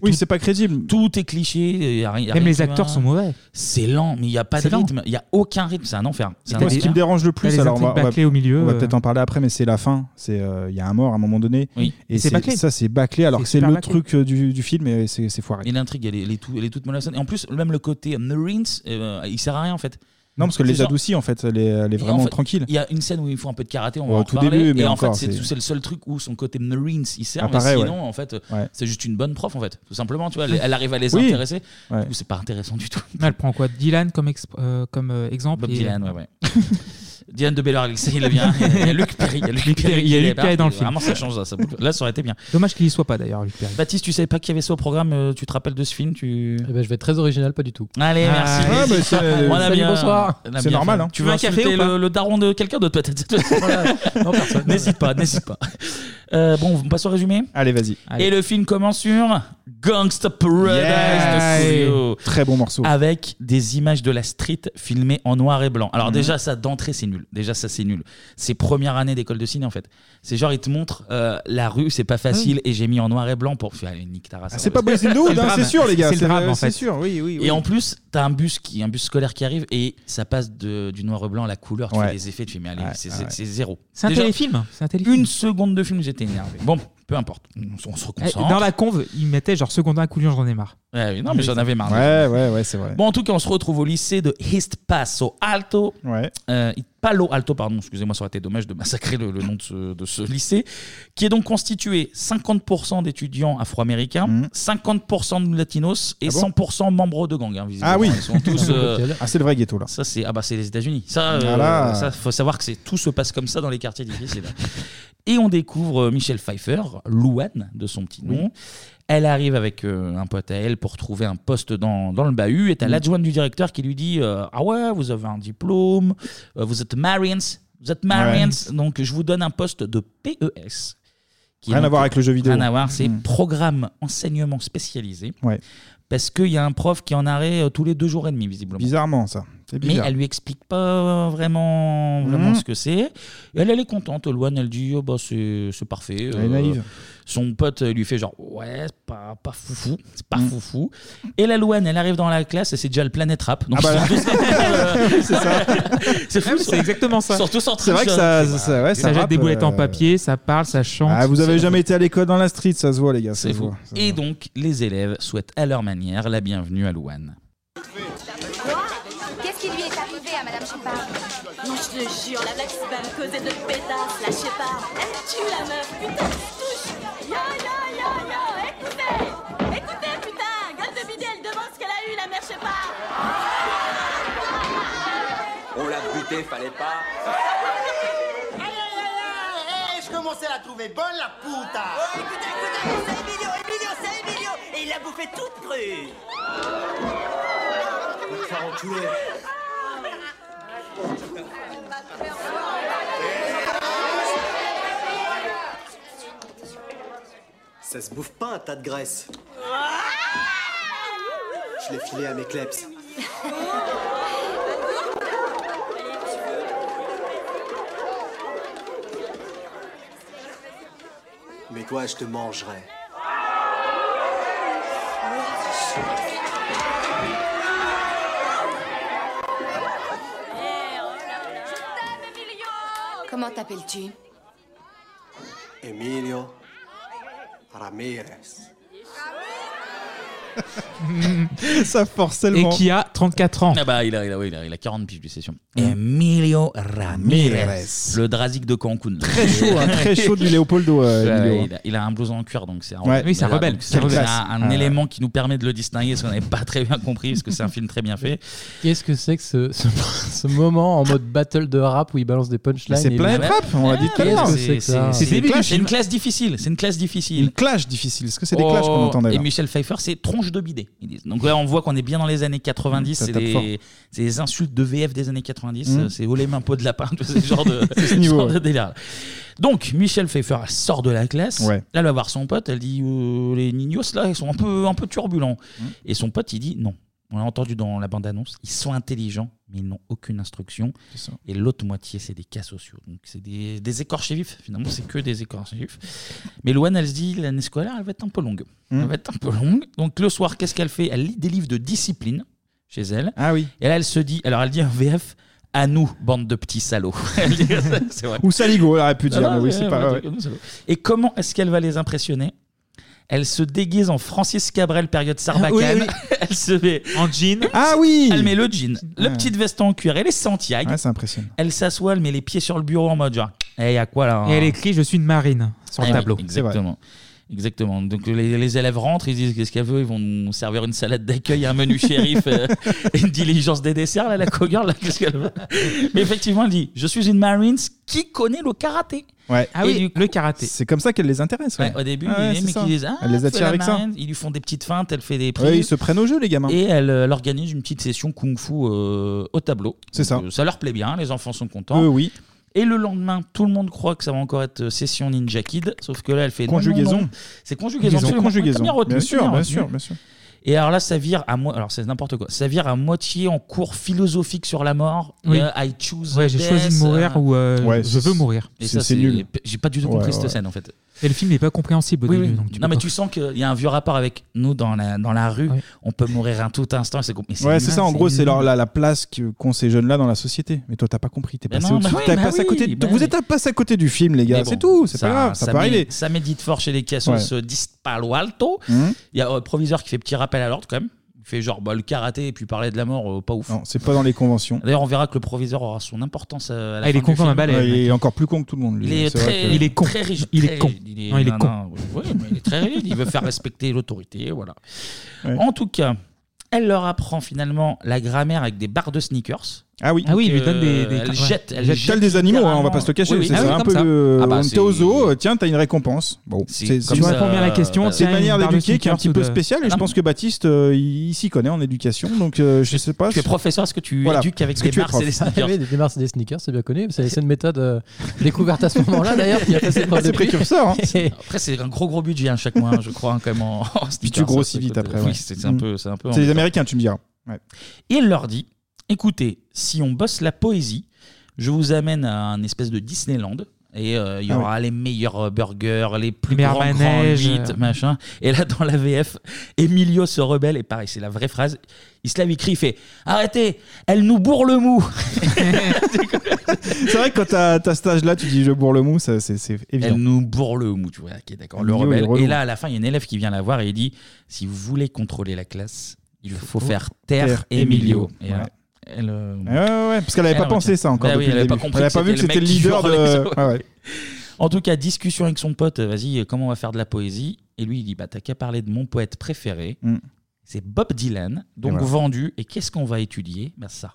Speaker 7: Oui,
Speaker 1: tout-
Speaker 7: c'est
Speaker 6: pas crédible.
Speaker 1: Tout est cliché. y a rien- y a
Speaker 7: Même
Speaker 1: rien
Speaker 7: les
Speaker 1: qui va.
Speaker 7: acteurs sont mauvais.
Speaker 1: C'est lent, mais il n'y a pas de
Speaker 7: C'est lent.
Speaker 1: rythme. Il n'y a aucun rythme. C'est un enfer. C'est
Speaker 6: Et
Speaker 1: un
Speaker 6: moi, ce qui
Speaker 1: enfer. Bah,
Speaker 6: me dérange le plus, alors on va, on va-
Speaker 7: bâclées au milieu,
Speaker 6: on va
Speaker 7: euh.
Speaker 6: peut-être en parler après, mais c'est la fin. C'est euh, il y a un mort à un moment donné,
Speaker 1: Oui.
Speaker 6: et
Speaker 1: C'est
Speaker 6: c'est
Speaker 1: bâclé.
Speaker 6: ça c'est bâclé. Alors
Speaker 1: C'est
Speaker 6: que c'est
Speaker 1: super
Speaker 6: le
Speaker 1: bâclé.
Speaker 6: truc euh, du, du film, et c'est c'est foiré.
Speaker 1: Et l'intrigue, elle est, elle est tout- elle est toute menaçante. Et en plus, même le côté Marines, euh, il sert à rien en fait.
Speaker 6: Non, parce que
Speaker 1: C'est
Speaker 6: les
Speaker 1: genre-
Speaker 6: adoucis en fait, elle est, elle est
Speaker 1: Et
Speaker 6: vraiment
Speaker 1: en fait,
Speaker 6: tranquille.
Speaker 1: Il y a une scène où il faut un peu de karaté, on
Speaker 6: Ouais,
Speaker 1: va en
Speaker 6: au tout
Speaker 1: parler.
Speaker 6: début, mais
Speaker 1: et en
Speaker 6: encore,
Speaker 1: fait, c'est
Speaker 6: c'est-
Speaker 1: c'est le seul truc où son côté Marines il sert,
Speaker 6: Apparaît,
Speaker 1: mais
Speaker 6: ouais.
Speaker 1: sinon, en fait, euh,
Speaker 6: Ouais.
Speaker 1: c'est juste une bonne prof, en fait, tout simplement. Tu vois, elle, elle arrive à les
Speaker 7: Oui.
Speaker 1: intéresser.
Speaker 6: Ouais.
Speaker 1: Du coup, c'est pas intéressant du tout.
Speaker 7: Elle prend quoi Dylan comme, exp- euh, comme euh, exemple
Speaker 1: Bob
Speaker 7: et-
Speaker 1: Dylan, ouais, ouais. Diane de Bellard, il est bien. Il y a Luc Perry. Il y a Luc Perry,
Speaker 7: Il y a
Speaker 1: qui est
Speaker 7: Luc
Speaker 1: là.
Speaker 7: Perry dans le film.
Speaker 1: Vraiment, ça change. ça, ça bouge. Là, ça aurait été bien.
Speaker 7: Dommage qu'il y soit pas d'ailleurs, Luc Perry.
Speaker 1: Baptiste, tu savais pas qu'il y avait ça au programme euh, Tu te rappelles de ce film tu...
Speaker 8: Eh ben, Je vais être très original, pas du tout.
Speaker 1: Allez, merci.
Speaker 8: Ah, bah, c'est-
Speaker 1: on a
Speaker 8: salut,
Speaker 1: bien.
Speaker 8: bonsoir.
Speaker 1: on a
Speaker 8: C'est
Speaker 1: bien
Speaker 8: normal,
Speaker 1: fait.
Speaker 8: hein.
Speaker 1: Tu veux un café
Speaker 8: ou pas
Speaker 1: le, le daron de quelqu'un d'autre, peut-être Non, personne. N'hésite pas, n'hésite pas. Euh, bon, on passe au résumé
Speaker 6: Allez, vas-y.
Speaker 1: Et le film commence sur Gangsta Paradise
Speaker 6: Yeah.
Speaker 1: de Coolio.
Speaker 6: Très bon morceau.
Speaker 1: Avec des images de la street filmées en noir et blanc. Alors
Speaker 6: Mhm.
Speaker 1: déjà ça d'entrée c'est nul. Déjà ça c'est nul. C'est première année d'école de ciné en fait. C'est genre ils te montrent euh, la rue, c'est pas facile et j'ai mis en noir et blanc pour faire une nique ta race.
Speaker 6: Ah, c'est pas Boys in the Hood,
Speaker 1: le
Speaker 6: hein,
Speaker 1: drame.
Speaker 6: c'est sûr, les gars, c'est-
Speaker 1: le drame, en
Speaker 6: c'est
Speaker 1: fait.
Speaker 6: sûr, oui, oui, oui.
Speaker 1: Et en plus t'as un bus qui un bus scolaire qui arrive et ça passe de- du noir et blanc à la couleur. Tu
Speaker 6: Ouais.
Speaker 1: fais les effets, tu fais mais allez
Speaker 6: Ouais,
Speaker 1: c'est
Speaker 6: ouais.
Speaker 1: c'est- c'est zéro.
Speaker 7: C'est un
Speaker 1: Déjà,
Speaker 7: téléfilm. C'est un téléfilm.
Speaker 1: Une seconde de film j'étais énervé. Bon peu importe. On, on se reconcentre.
Speaker 7: Eh, Dans la conve, il mettait genre secondaire à coulion, j'en ai marre.
Speaker 1: Ouais, oui, non, mais j'en avais marre.
Speaker 6: Ouais, ouais, ouais, c'est vrai.
Speaker 1: Bon, en tout cas, on se retrouve au lycée de East Paso Alto. Euh, Palo Alto, pardon, excusez-moi, ça aurait été dommage de massacrer le, le nom de ce, de ce lycée, qui est donc constitué 50% d'étudiants afro-américains, 50% de latinos et
Speaker 6: Mhm. Ah bon
Speaker 1: 100% membres de gangs. hein, visiblement.
Speaker 6: Ah oui.
Speaker 1: Ils sont tous. euh,
Speaker 6: Ah, c'est le vrai ghetto là. Ah
Speaker 1: ça, c'est ah bah, c'est les États-Unis. Ça, euh,
Speaker 6: Voilà.
Speaker 1: ça, faut savoir que c'est tout se passe comme ça dans les quartiers difficiles. Et on découvre euh, Michelle Pfeiffer, Louane de son petit nom.
Speaker 6: Oui.
Speaker 1: Elle arrive avec euh, un pote à elle pour trouver un poste dans, dans le bahut. Et t'as
Speaker 6: Mm.
Speaker 1: l'adjointe du directeur qui lui dit euh, Ah ouais, vous avez un diplôme, euh, vous êtes Marians, vous êtes Marians, donc je vous donne un poste de PES.
Speaker 6: Rien
Speaker 1: est
Speaker 6: à voir avec le jeu vidéo.
Speaker 1: Rien à voir, c'est
Speaker 6: Mm.
Speaker 1: programme enseignement spécialisé.
Speaker 6: Ouais.
Speaker 1: Parce qu'il y a un prof qui est en arrêt euh, tous les deux jours et demi, visiblement.
Speaker 6: Bizarrement, ça. C'est
Speaker 1: Mais
Speaker 6: bizarre.
Speaker 1: elle lui explique pas vraiment, vraiment
Speaker 6: Mhm.
Speaker 1: ce que c'est. Et Elle, elle est contente. Loane, elle dit oh, bah, c'est c'est parfait.
Speaker 6: Elle est naïve.
Speaker 1: Son pote euh, lui fait genre ouais, c'est pas, pas foufou. C'est
Speaker 6: Mhm.
Speaker 1: pas foufou. Et la Loane, elle arrive dans la classe et c'est déjà le planète rap. Donc
Speaker 6: Ah bah là.
Speaker 1: surtout-
Speaker 6: C'est ça.
Speaker 1: c'est fou.
Speaker 7: C'est exactement ça.
Speaker 1: Surtout hein. sorti.
Speaker 6: C'est vrai que ça, ça, ça- ouais,
Speaker 7: ça,
Speaker 6: ça
Speaker 7: jette
Speaker 6: rappe,
Speaker 7: des boulettes en
Speaker 6: euh,
Speaker 7: papier, ça parle, ça chante.
Speaker 6: Ah, vous avez jamais été à l'école dans la street, ça se voit, les gars. ça
Speaker 1: C'est
Speaker 6: se
Speaker 1: fou.
Speaker 6: voit.
Speaker 1: Et donc, les élèves souhaitent à leur manière la bienvenue à Loane.
Speaker 4: Quoi Qu'est-ce qui lui est arrivé à Madame Shepard Non, je te jure, la blague va me causer de pétasse, la Shepard. Elle tue la meuf, putain, elle se touche. Yo, yo, yo, yo, écoutez Écoutez, putain Gueule de bidet, elle demande ce qu'elle a eu, la mère Shepard
Speaker 9: On l'a buté, fallait pas.
Speaker 15: Aïe, aïe, aïe, aïe, je commençais à la trouver bonne, la puta Oh, écoutez, écoutez, c'est Emilio, Emilio, c'est Emilio Et il l'a bouffé toute crue
Speaker 11: Ça se bouffe pas un tas de graisse. Je l'ai filé à mes kleps. Mais toi, je te mangerai.
Speaker 5: Comment t'appelles-tu
Speaker 11: Emilio Ramirez.
Speaker 6: ça force
Speaker 7: Et
Speaker 6: tellement.
Speaker 7: qui a 34 ans.
Speaker 1: Ah bah, il a, il a, oui, il a, il a 40 piges de session.
Speaker 6: Mm.
Speaker 1: Emilio Ramirez. Le drasique de Cancun.
Speaker 6: Très chaud, hein, très chaud du Léopoldo. euh,
Speaker 1: Ouais,
Speaker 6: Emilio,
Speaker 1: ouais,
Speaker 6: hein.
Speaker 1: il, a, il a un blouson en cuir, donc c'est un
Speaker 6: Ouais. Oui, c'est un
Speaker 1: Voilà,
Speaker 6: rebelle.
Speaker 1: donc
Speaker 6: C'est un
Speaker 1: c'est
Speaker 6: rebelle.
Speaker 1: un, un
Speaker 6: Ah ouais.
Speaker 1: élément qui nous permet de le distinguer, parce qu'on n'avait pas très bien compris, parce que c'est un film très bien fait.
Speaker 8: Qu'est-ce que c'est que ce, ce- ce moment en mode battle de rap où il balance des punchlines
Speaker 1: Mais c'est
Speaker 8: et-
Speaker 1: plein de rap, on l'a dit tout à l'heure.
Speaker 8: Qu'est-ce que c'est que
Speaker 1: C'est-
Speaker 8: ça
Speaker 1: c'est- c'est une classe- c'est une classe difficile. C'est une classe difficile.
Speaker 6: Une clash difficile. Est-ce que c'est des clashs qu'on
Speaker 1: Oh,
Speaker 6: entendait
Speaker 1: Et
Speaker 6: là
Speaker 1: Michel Pfeiffer, c'est tronche de bidet. ils disent. Donc là, on voit qu'on est bien dans les années 90.
Speaker 6: Mmh, Ça
Speaker 1: C'est
Speaker 6: tape fort.
Speaker 1: des, c'est des insultes de VF des années 90.
Speaker 6: Mm.
Speaker 1: euh, C'est olé main pot de lapin, tout ce genre de,
Speaker 6: C'est ce niveau,
Speaker 1: genre de
Speaker 6: ouais.
Speaker 1: délire. Donc, Michel Pfeiffer elle sort de la classe.
Speaker 6: Ouais.
Speaker 1: Là, elle va voir son pote. Elle dit euh, Les niños, là, ils sont un peu, un peu turbulents.
Speaker 6: Mmh.
Speaker 1: Et son pote, il dit Non. On l'a entendu dans la bande-annonce. Ils sont intelligents, mais ils n'ont aucune instruction. Et l'autre moitié, c'est des cas sociaux. Donc, c'est des, des écorchés vifs. Finalement, c'est que des écorchés vifs. Mais Loane, elle se dit L'année scolaire, elle va être un peu longue.
Speaker 6: Mm.
Speaker 1: Elle va être un peu longue. Donc, le soir, qu'est-ce qu'elle fait Elle lit des livres de discipline chez elle.
Speaker 6: Ah oui.
Speaker 1: Et là, elle se dit Alors, elle dit un VF À nous, bande de petits salauds. Elle dit ça, c'est vrai.
Speaker 6: Ou Saligo, elle aurait pu
Speaker 1: Non,
Speaker 6: dire.
Speaker 1: non,
Speaker 6: mais oui,
Speaker 1: ouais,
Speaker 6: c'est
Speaker 1: ouais,
Speaker 6: pas
Speaker 1: ouais,
Speaker 6: vrai.
Speaker 1: comme ça. Et comment est-ce qu'elle va les impressionner elle se déguise en Francis Cabrel, période Sarbacane.
Speaker 6: Oui, oui.
Speaker 1: Elle se met
Speaker 7: en jean.
Speaker 6: Ah oui
Speaker 1: Elle met le jean, le
Speaker 6: Ouais.
Speaker 1: petit veste en cuir et les Santiago.
Speaker 6: Ouais, c'est impressionnant.
Speaker 1: Elle s'assoit, elle met les pieds sur le bureau en mode genre, Eh, y a quoi là
Speaker 7: Et elle écrit Je suis une marine sur
Speaker 1: Eh
Speaker 7: le
Speaker 1: oui,
Speaker 7: tableau.
Speaker 1: Exactement. Exactement. Donc les, les élèves rentrent, ils disent qu'est-ce qu'elle veut, ils vont nous servir une salade d'accueil, un menu shérif, euh, et une diligence des desserts, là, la cogure, là, qu'est-ce qu'elle veut. Mais effectivement, elle dit, je suis une Marines qui connaît le karaté.
Speaker 6: Ouais.
Speaker 1: Ah oui,
Speaker 6: le karaté. C'est comme ça qu'elle les intéresse. ouais.
Speaker 1: Ouais, au début,
Speaker 6: Ah ouais, c'est
Speaker 1: il aime
Speaker 6: ça.
Speaker 1: qu'ils disent, ah,
Speaker 6: Elle les
Speaker 1: tu es
Speaker 6: attire
Speaker 1: la
Speaker 6: avec ça.
Speaker 1: Marine. Ils lui font des petites feintes, elle fait des prises.
Speaker 6: Ouais, ils se prennent au jeu, les gamins.
Speaker 1: Et elle, euh, elle organise une petite session kung-fu euh, au tableau.
Speaker 6: C'est ça.
Speaker 1: Donc, euh, ça leur plaît bien, les enfants sont contents.
Speaker 6: Euh, oui.
Speaker 1: Et le lendemain, tout le monde croit que ça va encore être euh, session Ninja Kid, sauf que là, elle fait non, non,
Speaker 6: Conjugaison.
Speaker 1: non. C'est conjugaison.
Speaker 6: Conjugaison,
Speaker 1: absolument.
Speaker 6: conjugaison.
Speaker 1: T'as bien retenu,
Speaker 6: Bien
Speaker 1: t'as
Speaker 6: sûr, bien
Speaker 1: retenu.
Speaker 6: sûr, bien sûr.
Speaker 1: Et alors là, ça vire à moi. Alors c'est n'importe quoi. Ça vire à moitié en cours philosophique sur la mort.
Speaker 7: Oui.
Speaker 1: Euh, I choose.
Speaker 7: Ouais, j'ai
Speaker 1: death,
Speaker 7: choisi de mourir
Speaker 1: euh,
Speaker 7: ou euh,
Speaker 1: Ouais,
Speaker 7: je veux
Speaker 1: c'est-
Speaker 7: mourir.
Speaker 1: et ça, c'est nul. J'ai pas du tout compris cette scène en fait.
Speaker 7: Et le film n'est pas compréhensible au
Speaker 1: Oui,
Speaker 7: début.
Speaker 1: oui.
Speaker 7: Donc tu
Speaker 1: non,
Speaker 7: peux
Speaker 1: mais
Speaker 7: pas-
Speaker 1: tu sens qu'il y a un vieux rapport avec nous dans la, dans la rue. On peut mourir un tout instant. C'est com- mais
Speaker 6: Ouais, c'est
Speaker 1: nul,
Speaker 6: ça, en gros, c'est
Speaker 1: nul.
Speaker 6: leur- la, la place que- qu'ont ces jeunes-là dans la société. Mais toi, t'as pas compris, t'es
Speaker 1: Mais
Speaker 6: passé
Speaker 1: non,
Speaker 6: au-dessus,
Speaker 1: bah oui,
Speaker 6: t'es
Speaker 1: bah
Speaker 6: passé à côté.
Speaker 1: oui, bah
Speaker 6: vous
Speaker 1: oui.
Speaker 6: êtes passé à côté du film, les gars,
Speaker 1: Mais
Speaker 6: c'est
Speaker 1: bon,
Speaker 6: tout, c'est pas grave, ça, peut
Speaker 1: mé-
Speaker 6: arriver.
Speaker 1: Ça médite fort chez les cassos
Speaker 6: Ouais.
Speaker 1: se disent Palo Alto. Il
Speaker 6: Mhm.
Speaker 1: y a un proviseur qui fait petit rappel à l'ordre quand même. Il fait genre bah, le karaté et puis parler de la mort, euh, pas ouf.
Speaker 6: Non, c'est pas dans les conventions.
Speaker 1: D'ailleurs, on verra que le proviseur aura son importance euh, à la
Speaker 6: Ah,
Speaker 1: fin du film.
Speaker 6: Ouais, il est encore plus con que tout le monde. lui.
Speaker 1: Il est,
Speaker 6: C'est vrai
Speaker 1: très,
Speaker 6: que-
Speaker 1: très rigide. très rigide.
Speaker 7: Non, il est con.
Speaker 1: oui, mais il est très rigide. Il veut faire respecter l'autorité. Voilà. En tout cas, elle leur apprend finalement la grammaire avec des barres de sneakers.
Speaker 6: Ah oui.
Speaker 1: Donc,
Speaker 6: il
Speaker 1: euh, Elle jette. Elle jette
Speaker 6: celle des animaux, hein, on va pas se le cacher.
Speaker 1: Oui, oui,
Speaker 6: c'est
Speaker 1: ah
Speaker 6: ça,
Speaker 1: oui,
Speaker 6: un
Speaker 1: comme
Speaker 6: peu
Speaker 1: ça.
Speaker 6: le.
Speaker 1: Ah bah,
Speaker 6: on
Speaker 1: c'est-
Speaker 6: était au zoo, euh, tiens, t'as une récompense. Bon, c'est
Speaker 1: comme
Speaker 6: une-
Speaker 1: ça, bah,
Speaker 6: C'est une
Speaker 1: bah,
Speaker 6: manière
Speaker 1: une barre de
Speaker 6: d'éduquer qui est un
Speaker 1: sneakers
Speaker 6: petit
Speaker 1: ou
Speaker 6: peu
Speaker 1: de-
Speaker 6: spéciale et je
Speaker 1: Ah,
Speaker 6: pense que Baptiste, euh, il il s'y connaît en éducation, donc euh, je sais pas.
Speaker 1: Tu es
Speaker 6: si-
Speaker 1: professeur, est-ce que tu
Speaker 6: Voilà.
Speaker 1: éduques avec
Speaker 6: Est-ce que
Speaker 1: des
Speaker 6: tu es
Speaker 1: marques et
Speaker 6: prof
Speaker 1: des
Speaker 8: Ah
Speaker 1: sneakers
Speaker 8: oui, des démarches et des sneakers, c'est bien connu. C'est c'est une méthode euh, découverte à ce moment-là, d'ailleurs, qui a fait ses preuves depuis.
Speaker 6: hein.
Speaker 1: hein.
Speaker 8: Et-
Speaker 1: Après, c'est un gros gros budget hein, chaque mois, hein, je crois, hein, quand même. En, en
Speaker 6: Puis tu
Speaker 1: sneakers,
Speaker 6: grossis
Speaker 1: ça,
Speaker 6: vite
Speaker 1: ça,
Speaker 6: après.
Speaker 1: Oui,
Speaker 6: ouais.
Speaker 1: c'est c'est un
Speaker 6: Mm.
Speaker 1: peu. C'est un peu
Speaker 6: C'est les
Speaker 1: embêtant.
Speaker 6: Américains, tu me diras.
Speaker 1: Et elle leur dit écoutez, si on bosse la poésie, je vous amène à un espèce de Disneyland. Et euh, il y
Speaker 7: Ah
Speaker 1: aura les meilleurs euh, burgers, les plus
Speaker 7: meilleurs
Speaker 1: grands grands
Speaker 7: manèges,
Speaker 1: hits,
Speaker 7: euh.
Speaker 1: machin. Et là, dans la VF, Emilio se rebelle. Et pareil, c'est la vraie phrase. Il se lève, il crie, il fait Arrêtez, elle nous bourre le mou
Speaker 6: C'est vrai que quand t'as t'as cet âge-là, tu dis je bourre le mou, ça, c'est c'est évident.
Speaker 1: Elle nous bourre le mou, tu vois. Ok, d'accord. Le
Speaker 6: Emilio, il
Speaker 1: rebelle.
Speaker 6: est relou.
Speaker 1: Et là, à la fin, il y a un élève qui vient la voir et il dit Si vous voulez contrôler la classe, il faut faire taire Emilio. Et là,
Speaker 6: Ouais.
Speaker 1: elle, euh,
Speaker 6: Ouais, ouais, ouais, parce qu'elle avait
Speaker 1: Elle
Speaker 6: pas pensé
Speaker 1: retient.
Speaker 6: ça encore
Speaker 1: Bah oui,
Speaker 6: depuis
Speaker 1: elle
Speaker 6: le
Speaker 1: avait pas
Speaker 6: début.
Speaker 1: compris
Speaker 6: Elle avait pas vu que c'était le
Speaker 1: mec qui
Speaker 6: leader
Speaker 1: hurlait
Speaker 6: de.
Speaker 1: sur-
Speaker 6: Ah ouais.
Speaker 1: En tout cas, discussion avec son pote, euh, vas-y, euh, comment on va faire de la poésie Et lui, il dit, bah, t'as qu'à parler de mon poète préféré,
Speaker 6: Mm.
Speaker 1: c'est Bob Dylan, donc
Speaker 6: voilà.
Speaker 1: vendu, et qu'est-ce qu'on va étudier Bah ça.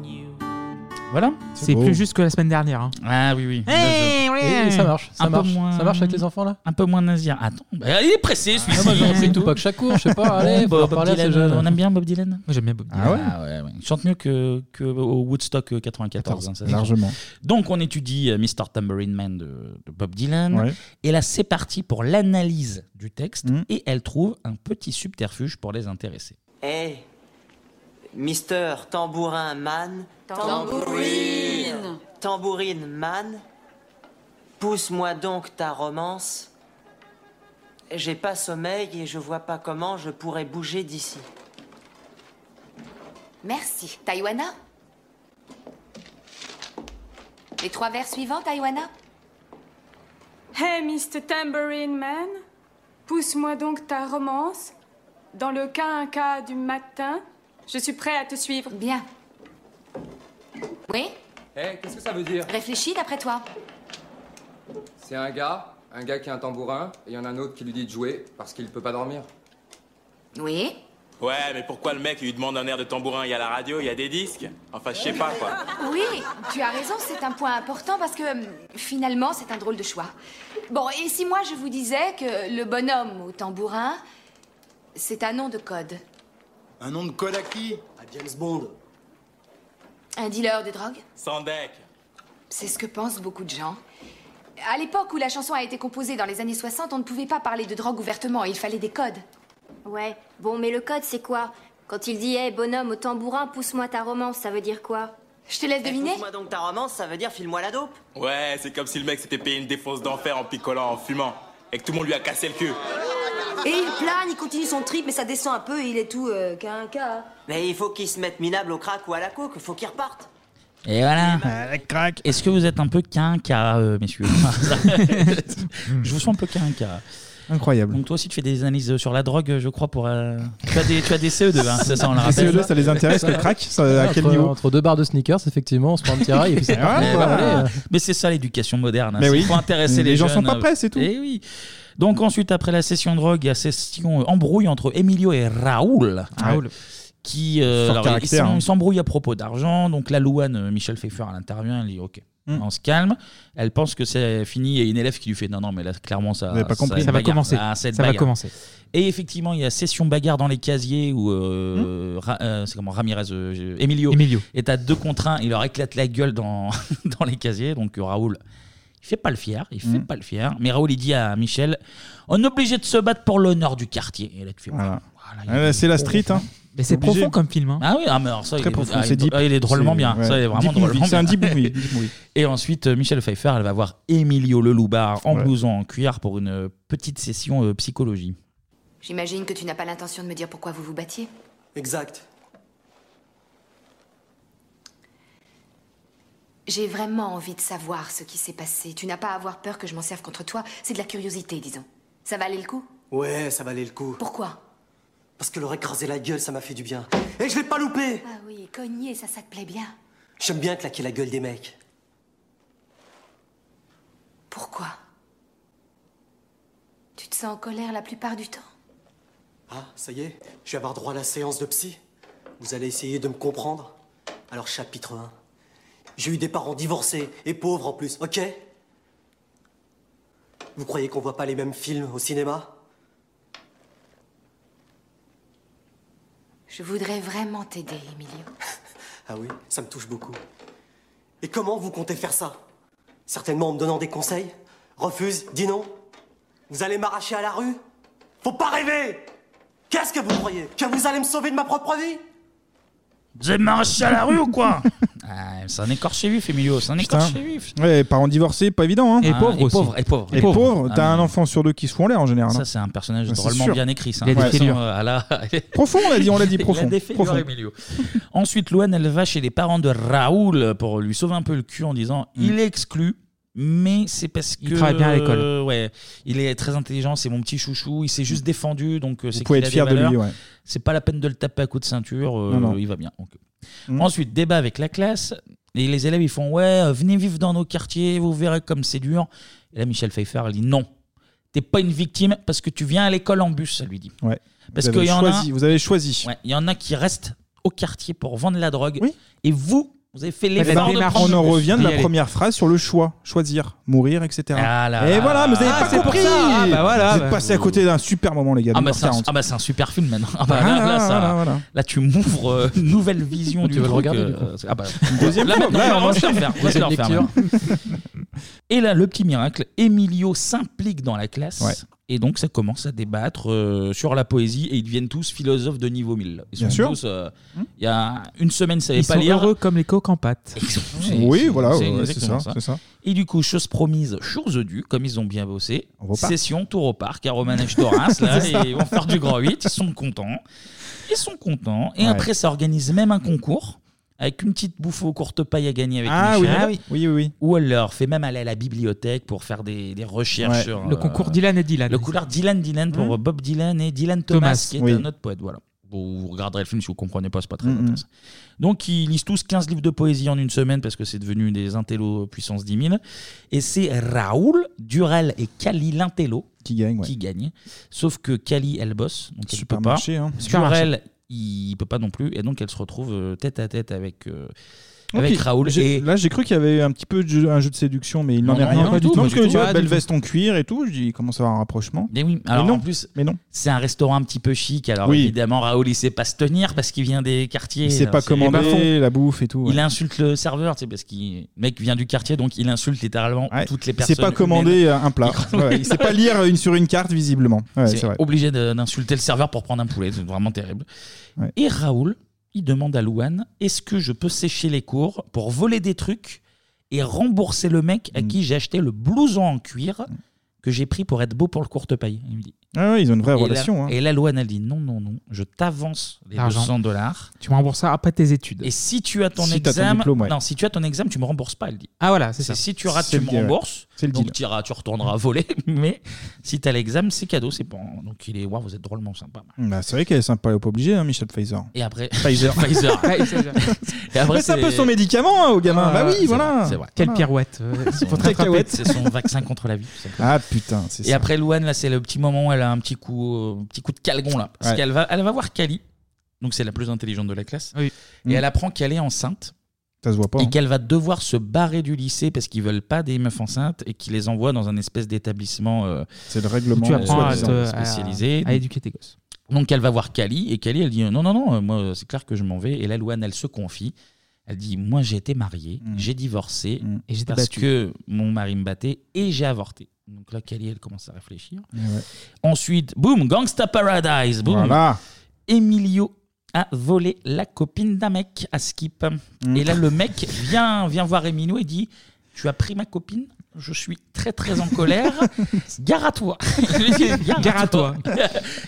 Speaker 13: you.
Speaker 1: Voilà.
Speaker 7: C'est
Speaker 1: beau.
Speaker 7: plus juste que la semaine dernière. hein.
Speaker 1: Ah oui, oui.
Speaker 7: Hey,
Speaker 1: Bien joué.
Speaker 7: ouais. Et ça marche, ça
Speaker 1: Un peu
Speaker 7: marche.
Speaker 1: moins-
Speaker 7: Ça marche avec les enfants, là
Speaker 1: Un peu moins nazir. Attends, bah, il est pressé celui-ci.
Speaker 8: moi, j'aurais pris Tupac Shakur, je sais pas, allez, faut
Speaker 1: Bob,
Speaker 8: leur parler à ces
Speaker 1: Dylan,
Speaker 8: jeunes.
Speaker 1: On aime bien Bob Dylan
Speaker 7: Moi, j'aime bien Bob
Speaker 1: Ah ouais, ouais. Il chante mieux que, que au Woodstock euh, 94. hein, ça, c'est
Speaker 6: Largement.
Speaker 1: sûr. Donc on étudie euh, Mr. Tambourine Man de, de Bob Dylan.
Speaker 6: Ouais.
Speaker 1: Et là c'est parti pour l'analyse du texte et elle trouve un petit subterfuge pour les intéresser.
Speaker 9: Hey, Eh, Mister Tambourin Man.
Speaker 15: Tambourine.
Speaker 9: Tambourine Man. Pousse-moi donc ta romance. J'ai pas sommeil et je vois pas comment je pourrais bouger d'ici.
Speaker 5: Merci. Taïwana Les trois vers suivants, Taïwana
Speaker 14: Hey, Mr. Tambourine Man, pousse-moi donc ta romance. Dans le quinca du matin, je suis prêt à te suivre.
Speaker 5: Bien. Oui
Speaker 16: Eh, qu'est-ce que ça veut dire
Speaker 5: Réfléchis d'après toi.
Speaker 16: C'est un gars, un gars qui a un tambourin, et il y en a un autre qui lui dit de jouer parce qu'il peut pas dormir.
Speaker 5: Oui
Speaker 3: Ouais, mais pourquoi le mec il lui demande un air de tambourin Il y a la radio, il y a des disques. Enfin, je sais pas quoi.
Speaker 5: Oui, tu as raison, c'est un point important parce que hum, finalement, c'est un drôle de choix. Bon, et si moi je vous disais que le bonhomme au tambourin, c'est un nom de code
Speaker 11: Un nom de code à qui À James Bond.
Speaker 5: Un dealer de drogue
Speaker 3: Sandek.
Speaker 5: C'est ce que pensent beaucoup de gens. À l'époque où la chanson a été composée dans les années 60, on ne pouvait pas parler de drogue ouvertement, il fallait des codes.
Speaker 17: Ouais, bon, mais le code, c'est quoi Quand il dit hey, bonhomme au tambourin, pousse-moi ta romance, ça veut dire quoi
Speaker 5: Je
Speaker 19: Eh,
Speaker 5: te laisse deviner.
Speaker 9: Eh, Pousse-moi donc ta romance, ça veut dire file-moi la dope.
Speaker 3: Ouais, c'est comme si le mec s'était payé une défense d'enfer en picolant, en fumant.
Speaker 18: et que tout le monde lui a cassé le cul.
Speaker 19: Et il plane, il continue son trip, mais ça descend un peu et il est tout euh, qu'un cas.
Speaker 9: Mais il faut qu'il se mette minable au crack ou à la coke, faut qu'il reparte.
Speaker 1: Et voilà. crac. Est-ce que vous êtes un peu quinca, euh, messieurs Je vous sens un peu quinca.
Speaker 6: Incroyable.
Speaker 1: Donc toi aussi tu fais des analyses euh, sur la drogue, je crois, pour... euh, Tu, as des, tu as des CE2, hein, c'est ça, on le
Speaker 6: Les
Speaker 8: E
Speaker 1: rappelle.
Speaker 6: CE2, ça les intéresse, le crack ça, À
Speaker 8: Entre-
Speaker 6: quel niveau
Speaker 8: Entre deux barres de sneakers, effectivement, on se prend un petit rail et puis c'est
Speaker 1: Mais
Speaker 8: parti, quoi,
Speaker 1: voilà.
Speaker 8: allez, euh.
Speaker 1: Mais c'est ça l'éducation moderne.
Speaker 8: Mais
Speaker 1: Il
Speaker 8: oui.
Speaker 1: faut intéresser
Speaker 8: Les
Speaker 1: les,
Speaker 8: gens sont
Speaker 1: jeunes.
Speaker 8: pas prêts, c'est tout.
Speaker 1: Eh oui. Donc ensuite, après la session drogue, il y a session euh, embrouille entre Emilio et Raoul.
Speaker 6: Raoul.
Speaker 1: Qui, euh,
Speaker 6: Fort
Speaker 1: alors, ils
Speaker 6: caractère,
Speaker 1: s'en-
Speaker 6: hein.
Speaker 1: ils s'embrouillent à propos d'argent. Donc la Louane, euh, Michel Pfeiffer, elle intervient, elle dit OK.
Speaker 7: Mm.
Speaker 1: On se calme. Elle pense que c'est fini et une élève qui lui fait non non mais là clairement ça
Speaker 7: Vous avez pas compris.
Speaker 1: une
Speaker 7: Ça va
Speaker 1: bagarre.
Speaker 7: commencer.
Speaker 1: Ah, c'est une
Speaker 7: Ça va
Speaker 1: bagarre.
Speaker 7: commencer.
Speaker 1: Et effectivement, il y a session bagarre dans les casiers où euh, Ra- euh, c'est comment Ramirez, euh, je- Emilio,
Speaker 7: Mm. Emilio.
Speaker 1: est à deux contre un. Il leur éclate la gueule dans, dans les casiers. Donc euh, Raoul, il fait pas le fier, il fait
Speaker 7: Mhm.
Speaker 1: pas le fier. Mais Raoul, il dit à Michel, on est obligé de se battre pour l'honneur du quartier. Et là, tu fais,
Speaker 6: Voilà.
Speaker 1: voilà,
Speaker 6: Ah, là, c'est la street, hein.
Speaker 1: Mais c'est
Speaker 6: Obligé.
Speaker 1: profond comme film, hein. Ah oui, ah, mais alors ça,
Speaker 6: Très
Speaker 1: il est-
Speaker 6: profond,
Speaker 1: ah,
Speaker 6: c'est
Speaker 1: il-
Speaker 6: deep.
Speaker 1: ah, il est drôlement
Speaker 6: C'est-
Speaker 1: bien. Ça, il
Speaker 6: ouais.
Speaker 1: est vraiment
Speaker 6: Deep
Speaker 1: drôlement
Speaker 6: movie, C'est un
Speaker 1: bien.
Speaker 6: deep movie. deep movie.
Speaker 1: Et ensuite, euh, Michel Pfeiffer, elle va voir Emilio Leloubar en
Speaker 6: Ouais.
Speaker 1: blouson en cuir pour une euh, petite session euh, psychologie.
Speaker 5: J'imagine que tu n'as pas l'intention de me dire pourquoi vous vous battiez.
Speaker 11: Exact.
Speaker 5: J'ai vraiment envie de savoir ce qui s'est passé. Tu n'as pas à avoir peur que je m'en serve contre toi. C'est de la curiosité, disons. Ça valait le coup
Speaker 11: Ouais, ça valait le coup.
Speaker 5: Pourquoi
Speaker 11: Parce que leur écraser la gueule, ça m'a fait du bien. Et je l'ai pas loupé
Speaker 5: Ah oui, cogner, ça, ça te plaît bien.
Speaker 11: J'aime bien claquer la gueule des mecs.
Speaker 5: Pourquoi Tu te sens en colère la plupart du temps
Speaker 11: Ah, ça y est, je vais avoir droit à la séance de psy. Vous allez essayer de me comprendre. Alors, chapitre 1. J'ai eu des parents divorcés et pauvres en plus, ok Vous croyez qu'on voit pas les mêmes films au cinéma
Speaker 5: Je voudrais vraiment t'aider, Emilio.
Speaker 11: Ah oui, ça me touche beaucoup. Et comment vous comptez faire ça Certainement en me donnant des conseils Refuse Dis non Vous allez m'arracher à la rue Faut pas rêver Qu'est-ce que vous croyez Que vous allez me sauver de ma propre vie
Speaker 1: Vous avez marché à la rue ou quoi Ah, C'est un écorché vif, Emilio, c'est un écorché vif.
Speaker 6: Ouais, Eh, parents divorcés, pas évident. Hein.
Speaker 1: Et Ah, pauvres et aussi. pauvres, et pauvres.
Speaker 6: Et
Speaker 1: Et pauvres.
Speaker 6: pauvres,
Speaker 1: Ah,
Speaker 6: t'as un
Speaker 1: mais-
Speaker 6: enfant sur deux qui se font l'air en général.
Speaker 1: Ça,
Speaker 6: hein.
Speaker 1: c'est un personnage
Speaker 6: Ah, c'est
Speaker 1: drôlement
Speaker 6: sûr.
Speaker 1: bien écrit. Ça,
Speaker 6: Il y a des
Speaker 1: Ouais.
Speaker 6: fêlures.
Speaker 1: Euh, à la-
Speaker 6: Profond, on l'a dit, on l'a dit,
Speaker 1: Il
Speaker 6: profond,
Speaker 1: a des fêlures,
Speaker 6: profond.
Speaker 1: Emilio. Ensuite, Luan, elle va chez les parents de Raoul pour lui sauver un peu le cul en disant
Speaker 6: Hmm.
Speaker 1: il est exclu. Mais c'est parce que.
Speaker 7: Il travaille bien à l'école.
Speaker 1: euh, ouais, il est très intelligent, c'est mon petit chouchou, il s'est juste défendu, donc euh, c'est
Speaker 6: pouvez être
Speaker 1: qu'il a des
Speaker 6: fier de lui,
Speaker 1: valeurs.
Speaker 6: ouais.
Speaker 1: C'est pas la peine de le taper à coups de ceinture, euh,
Speaker 6: Non, non. Hmm.
Speaker 1: il va bien. ok. Ensuite, débat avec la classe, et les élèves ils font Ouais, euh, venez vivre dans nos quartiers, vous verrez comme c'est dur. Et là, Michel Pfeiffer, elle dit Non, t'es pas une victime parce que tu viens à l'école en bus, elle lui dit.
Speaker 6: Ouais.
Speaker 1: Parce
Speaker 6: Vous avez
Speaker 1: qu'il y en a.
Speaker 6: choisi, Vous avez choisi.
Speaker 1: Ouais, Il y en a qui restent au quartier pour vendre la drogue. Et vous, vous avez fait l'effort de prendre
Speaker 6: Eh ben, on en
Speaker 1: le bus.
Speaker 6: revient de
Speaker 1: Y
Speaker 6: la
Speaker 1: aller.
Speaker 6: première phrase sur le choix, choisir, mourir, etc.
Speaker 1: Ah là
Speaker 6: et
Speaker 1: là.
Speaker 6: voilà, mais vous avez
Speaker 1: Ah, c'est
Speaker 6: pas
Speaker 1: pour
Speaker 6: compris.
Speaker 1: ça. Ah, bah voilà,
Speaker 6: vous êtes
Speaker 1: bah.
Speaker 6: passé à côté d'un super moment, les gars.
Speaker 1: Ah bah,
Speaker 6: 1h40.
Speaker 1: c'est un, ah bah, c'est un super film maintenant. Ah bah,
Speaker 6: Ah,
Speaker 1: là, là,
Speaker 6: là,
Speaker 1: ça-
Speaker 6: là, voilà.
Speaker 1: là, tu m'ouvres euh, une nouvelle vision
Speaker 6: Tu
Speaker 1: du
Speaker 6: veux le
Speaker 1: truc,
Speaker 6: regarder,
Speaker 1: euh,
Speaker 6: du coup.
Speaker 1: euh, ah bah,
Speaker 6: Une deuxième
Speaker 1: là,
Speaker 6: fois.
Speaker 1: maintenant,
Speaker 6: Là,
Speaker 1: là,
Speaker 6: on
Speaker 1: on va se
Speaker 6: enchaîne.
Speaker 1: le faire. on va se le
Speaker 6: Deuxième
Speaker 1: faire,
Speaker 6: lecture.
Speaker 1: maintenant. Et là, le petit miracle, Emilio s'implique dans la classe.
Speaker 6: Ouais.
Speaker 1: Et donc, ça commence à débattre euh, sur la poésie et ils deviennent tous philosophes de niveau 1000. Ils
Speaker 7: Bien
Speaker 1: sont
Speaker 7: sûr.
Speaker 1: tous, euh,
Speaker 6: Hum.
Speaker 1: Il y a une semaine, ils ne savaient
Speaker 7: Ils
Speaker 1: pas
Speaker 7: sont
Speaker 1: lire.
Speaker 7: heureux comme les coques en pâte.
Speaker 1: C'est- c'est- c'est exactement Et du coup, chose promise, chose due, comme ils ont bien bossé,
Speaker 7: parc.
Speaker 1: session, tour au parc à Romanèche Torrens, là,
Speaker 7: C'est
Speaker 1: et
Speaker 7: ça.
Speaker 1: ils vont faire du grand 8, ils sont contents. Ils sont contents. Et
Speaker 6: Ouais.
Speaker 1: après, ça organise même un concours avec une petite bouffe aux courtes pailles à gagner avec
Speaker 6: Ah oui,
Speaker 1: Michel.
Speaker 6: ah oui. oui, oui, oui.
Speaker 1: Où elle leur fait même aller à la bibliothèque pour faire des, des recherches.
Speaker 6: Ouais.
Speaker 1: sur,
Speaker 6: Le concours Dylan
Speaker 1: et Dylan. Le concours Dylan Dylan pour
Speaker 6: Mhm.
Speaker 1: Bob Dylan et Dylan Thomas,
Speaker 6: Thomas,
Speaker 1: qui est
Speaker 6: oui.
Speaker 1: un autre poète. Voilà. Vous vous regarderez le film si vous comprenez pas, c'est pas très
Speaker 6: Mhm.
Speaker 1: intéressant. Donc ils lisent tous 15 livres de poésie en une semaine parce que c'est devenu des intellos puissance 10 000. Et c'est Raoul, Durel et Cali l'intello
Speaker 6: qui gagne.
Speaker 1: Qui gagne. Sauf que Cali, elle bosse, donc elle ne peut pas.
Speaker 6: Supermarché, hein.
Speaker 1: Durel,
Speaker 6: Supermarché.
Speaker 1: il peut pas non plus. Et donc elle se retrouve euh, tête à tête avec, euh,
Speaker 6: Ok.
Speaker 1: avec Raoul.
Speaker 6: J'ai-
Speaker 1: Et
Speaker 6: Là, j'ai cru qu'il y avait un petit peu de jeu- un jeu de séduction, mais il n'en
Speaker 1: Non,
Speaker 6: est
Speaker 1: non,
Speaker 6: rien.
Speaker 1: non, pas du tout,
Speaker 6: Non,
Speaker 1: pas
Speaker 6: parce
Speaker 1: du
Speaker 6: que
Speaker 1: tout.
Speaker 6: tu vois,
Speaker 1: Pas
Speaker 6: belle
Speaker 1: du tout.
Speaker 6: veste en cuir et tout, je dis, il commence à avoir un rapprochement.
Speaker 1: Mais oui, alors
Speaker 6: non,
Speaker 1: en plus,
Speaker 6: mais non.
Speaker 1: c'est un restaurant un petit peu chic. Alors
Speaker 6: Oui.
Speaker 1: évidemment, Raoul, il sait pas se tenir parce qu'il vient des quartiers.
Speaker 6: Il sait
Speaker 1: Alors,
Speaker 6: pas
Speaker 1: hein, c'est les bas-fonds.
Speaker 6: commander la bouffe et tout. ouais.
Speaker 1: Il insulte le serveur, c'est parce qu'il le mec vient du quartier, donc il insulte littéralement toutes les
Speaker 6: Il
Speaker 1: personnes.
Speaker 6: sait pas commander
Speaker 1: humaines.
Speaker 6: un plat.
Speaker 1: Il-
Speaker 6: Ouais, Il sait pas lire une sur une carte, visiblement. euh, Ouais,
Speaker 1: C'est
Speaker 6: c'est vrai.
Speaker 1: obligé de- d'insulter le serveur pour prendre un poulet, c'est vraiment terrible. Et Raoul, il demande à Louane est-ce que je peux sécher les cours
Speaker 6: Mm.
Speaker 1: pour voler des trucs et rembourser le mec à qui j'ai acheté le blouson en cuir que j'ai pris pour être beau pour le courte paille. Il me dit.
Speaker 6: Ah ouais, ils ont une vraie
Speaker 1: et
Speaker 6: relation,
Speaker 1: La,
Speaker 6: hein.
Speaker 1: Et là, Loane, elle dit non, non, non, je t'avance les
Speaker 7: L'argent.
Speaker 1: 200 dollars.
Speaker 7: Tu me rembourses ça après tes études.
Speaker 1: Et si tu as ton
Speaker 7: Si t'as ton
Speaker 1: examen,
Speaker 7: diplôme, ouais.
Speaker 1: non, si tu as ton examen, tu me rembourses pas, elle dit.
Speaker 7: Ah voilà, c'est
Speaker 1: C'est
Speaker 7: ça.
Speaker 1: Si tu rates,
Speaker 7: C'est
Speaker 1: tu
Speaker 7: le
Speaker 1: me
Speaker 7: deal, ouais.
Speaker 1: rembourses.
Speaker 7: C'est le
Speaker 1: donc
Speaker 7: deal.
Speaker 1: tu iras, tu retourneras voler, mais si tu as l'examen, c'est cadeau, c'est pas. Donc il est, waouh, vous êtes drôlement sympa.
Speaker 6: Bah, c'est vrai qu'elle est sympa, elle est pas obligée, hein, Michel Pfizer.
Speaker 1: Et après,
Speaker 6: Pfizer.
Speaker 1: Pfizer. Et après,
Speaker 6: Mais c'est un peu
Speaker 1: c'est-
Speaker 6: son médicament hein, au gamin.
Speaker 1: Ah,
Speaker 6: bah oui,
Speaker 1: c'est
Speaker 6: voilà.
Speaker 1: vrai, c'est vrai.
Speaker 6: Voilà.
Speaker 1: Quelle pirouette, euh,
Speaker 6: Son
Speaker 1: pour te rattraper.
Speaker 6: cacahuète.
Speaker 1: C'est son vaccin contre la vie, tout simplement.
Speaker 6: Ah putain, c'est
Speaker 1: Et
Speaker 6: ça.
Speaker 1: après Louane, là, c'est le petit moment où elle a un petit coup, euh, petit coup de calgon là, parce
Speaker 6: Ouais.
Speaker 1: qu'elle va, elle va voir Cali. Donc c'est la plus intelligente de la classe. Et
Speaker 6: Mm.
Speaker 1: elle apprend qu'elle est enceinte.
Speaker 6: Ça se voit pas.
Speaker 1: Et
Speaker 6: hein.
Speaker 1: qu'elle va devoir se barrer du lycée parce qu'ils veulent pas des meufs enceintes et qu'ils les envoient dans un espèce d'établissement. euh,
Speaker 6: C'est le règlement, Où tu apprends à
Speaker 1: soi-disant
Speaker 6: te- à-
Speaker 1: spécialisé.
Speaker 7: à éduquer tes gosses.
Speaker 1: Donc elle va voir Kali et Kali elle dit non non non euh, moi c'est clair que je m'en vais et là Louane elle se confie. Elle dit moi j'ai été mariée, j'ai divorcé
Speaker 7: Et j'étais
Speaker 1: parce
Speaker 7: battue.
Speaker 1: que mon mari me battait et j'ai avorté. Donc là Kali elle commence à réfléchir.
Speaker 6: Ouais, ouais.
Speaker 1: Ensuite, boum, Gangsta Paradise, boum.
Speaker 6: Voilà.
Speaker 1: Emilio a volé la copine d'un mec à Skip. Et là, le mec vient, vient voir Emilio et dit Tu as pris ma copine Je suis très, très en colère. Gare à toi. Il lui dit,
Speaker 7: Gare à toi.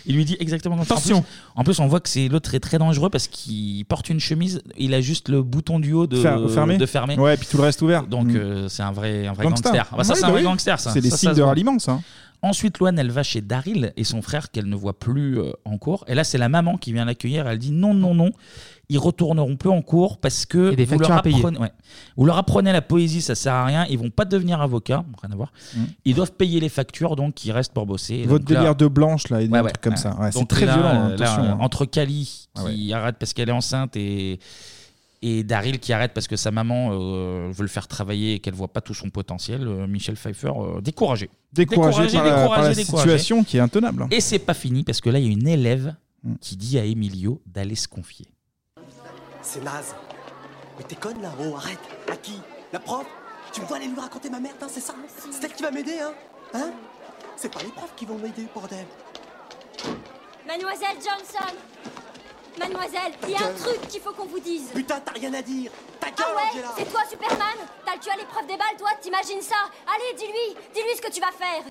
Speaker 1: Il lui dit exactement comme ça. En
Speaker 7: Attention.
Speaker 1: plus- En plus, on voit que c'est l'autre est très dangereux parce qu'il porte une chemise. Il a juste le bouton du haut de,
Speaker 6: Fer- fermé.
Speaker 1: de fermer.
Speaker 6: Ouais, et puis tout le reste ouvert.
Speaker 1: Donc,
Speaker 6: Mm.
Speaker 1: euh, c'est un vrai, un vrai
Speaker 6: Gangster.
Speaker 1: gangster. Ah bah ça,
Speaker 6: Oui,
Speaker 1: c'est
Speaker 6: bah
Speaker 1: un vrai
Speaker 6: oui.
Speaker 1: gangster. ça.
Speaker 6: C'est des
Speaker 1: Ça, ça
Speaker 6: signes
Speaker 1: se
Speaker 6: de
Speaker 1: voit.
Speaker 6: ralliement, ça.
Speaker 1: Ensuite, Loane, elle va chez Daryl et son frère qu'elle ne voit plus euh, en cours. Et là, c'est la maman qui vient l'accueillir. Elle dit non, non, non. Ils retourneront plus en cours parce que
Speaker 7: des
Speaker 1: vous leur,
Speaker 7: factures à payer.
Speaker 1: apprenez, ouais. vous leur apprenez la poésie, ça sert à rien. Ils vont pas devenir avocats, rien à voir.
Speaker 6: Mm.
Speaker 1: Ils doivent payer les factures, donc ils restent pour bosser. Et
Speaker 6: Votre
Speaker 1: donc là-
Speaker 6: délire de blanche, là, et des
Speaker 1: Ouais, ouais,
Speaker 6: trucs comme
Speaker 1: ouais.
Speaker 6: ça. Ouais, c'est
Speaker 1: Donc
Speaker 6: très
Speaker 1: là,
Speaker 6: violent.
Speaker 1: euh,
Speaker 6: hein,
Speaker 1: là,
Speaker 6: attention,
Speaker 1: euh,
Speaker 6: hein.
Speaker 1: Entre Kali, qui arrête parce qu'elle est enceinte, et, et Daryl, qui arrête parce que sa maman euh, veut le faire travailler et qu'elle voit pas tout son potentiel, euh, Michel Pfeiffer, euh, découragé.
Speaker 6: Découragé, par la, par la
Speaker 1: découragé.
Speaker 6: situation qui est intenable. Mm.
Speaker 1: Et c'est pas fini, parce que là, il y a une élève qui dit à Emilio d'aller se confier.
Speaker 11: C'est naze. Mais t'es conne là, oh arrête. À qui La prof Tu me vois aller lui raconter ma merde, hein, c'est ça C'est elle qui va m'aider, hein Hein C'est pas les profs qui vont m'aider, bordel.
Speaker 17: Mademoiselle Johnson Mademoiselle, il y a un truc qu'il faut qu'on vous dise
Speaker 11: Putain, t'as rien à dire Ta
Speaker 17: gueule, Ah ouais C'est toi, Superman T'as le tué à l'épreuve des balles, toi, t'imagines ça Allez, dis-lui Dis-lui ce que tu vas faire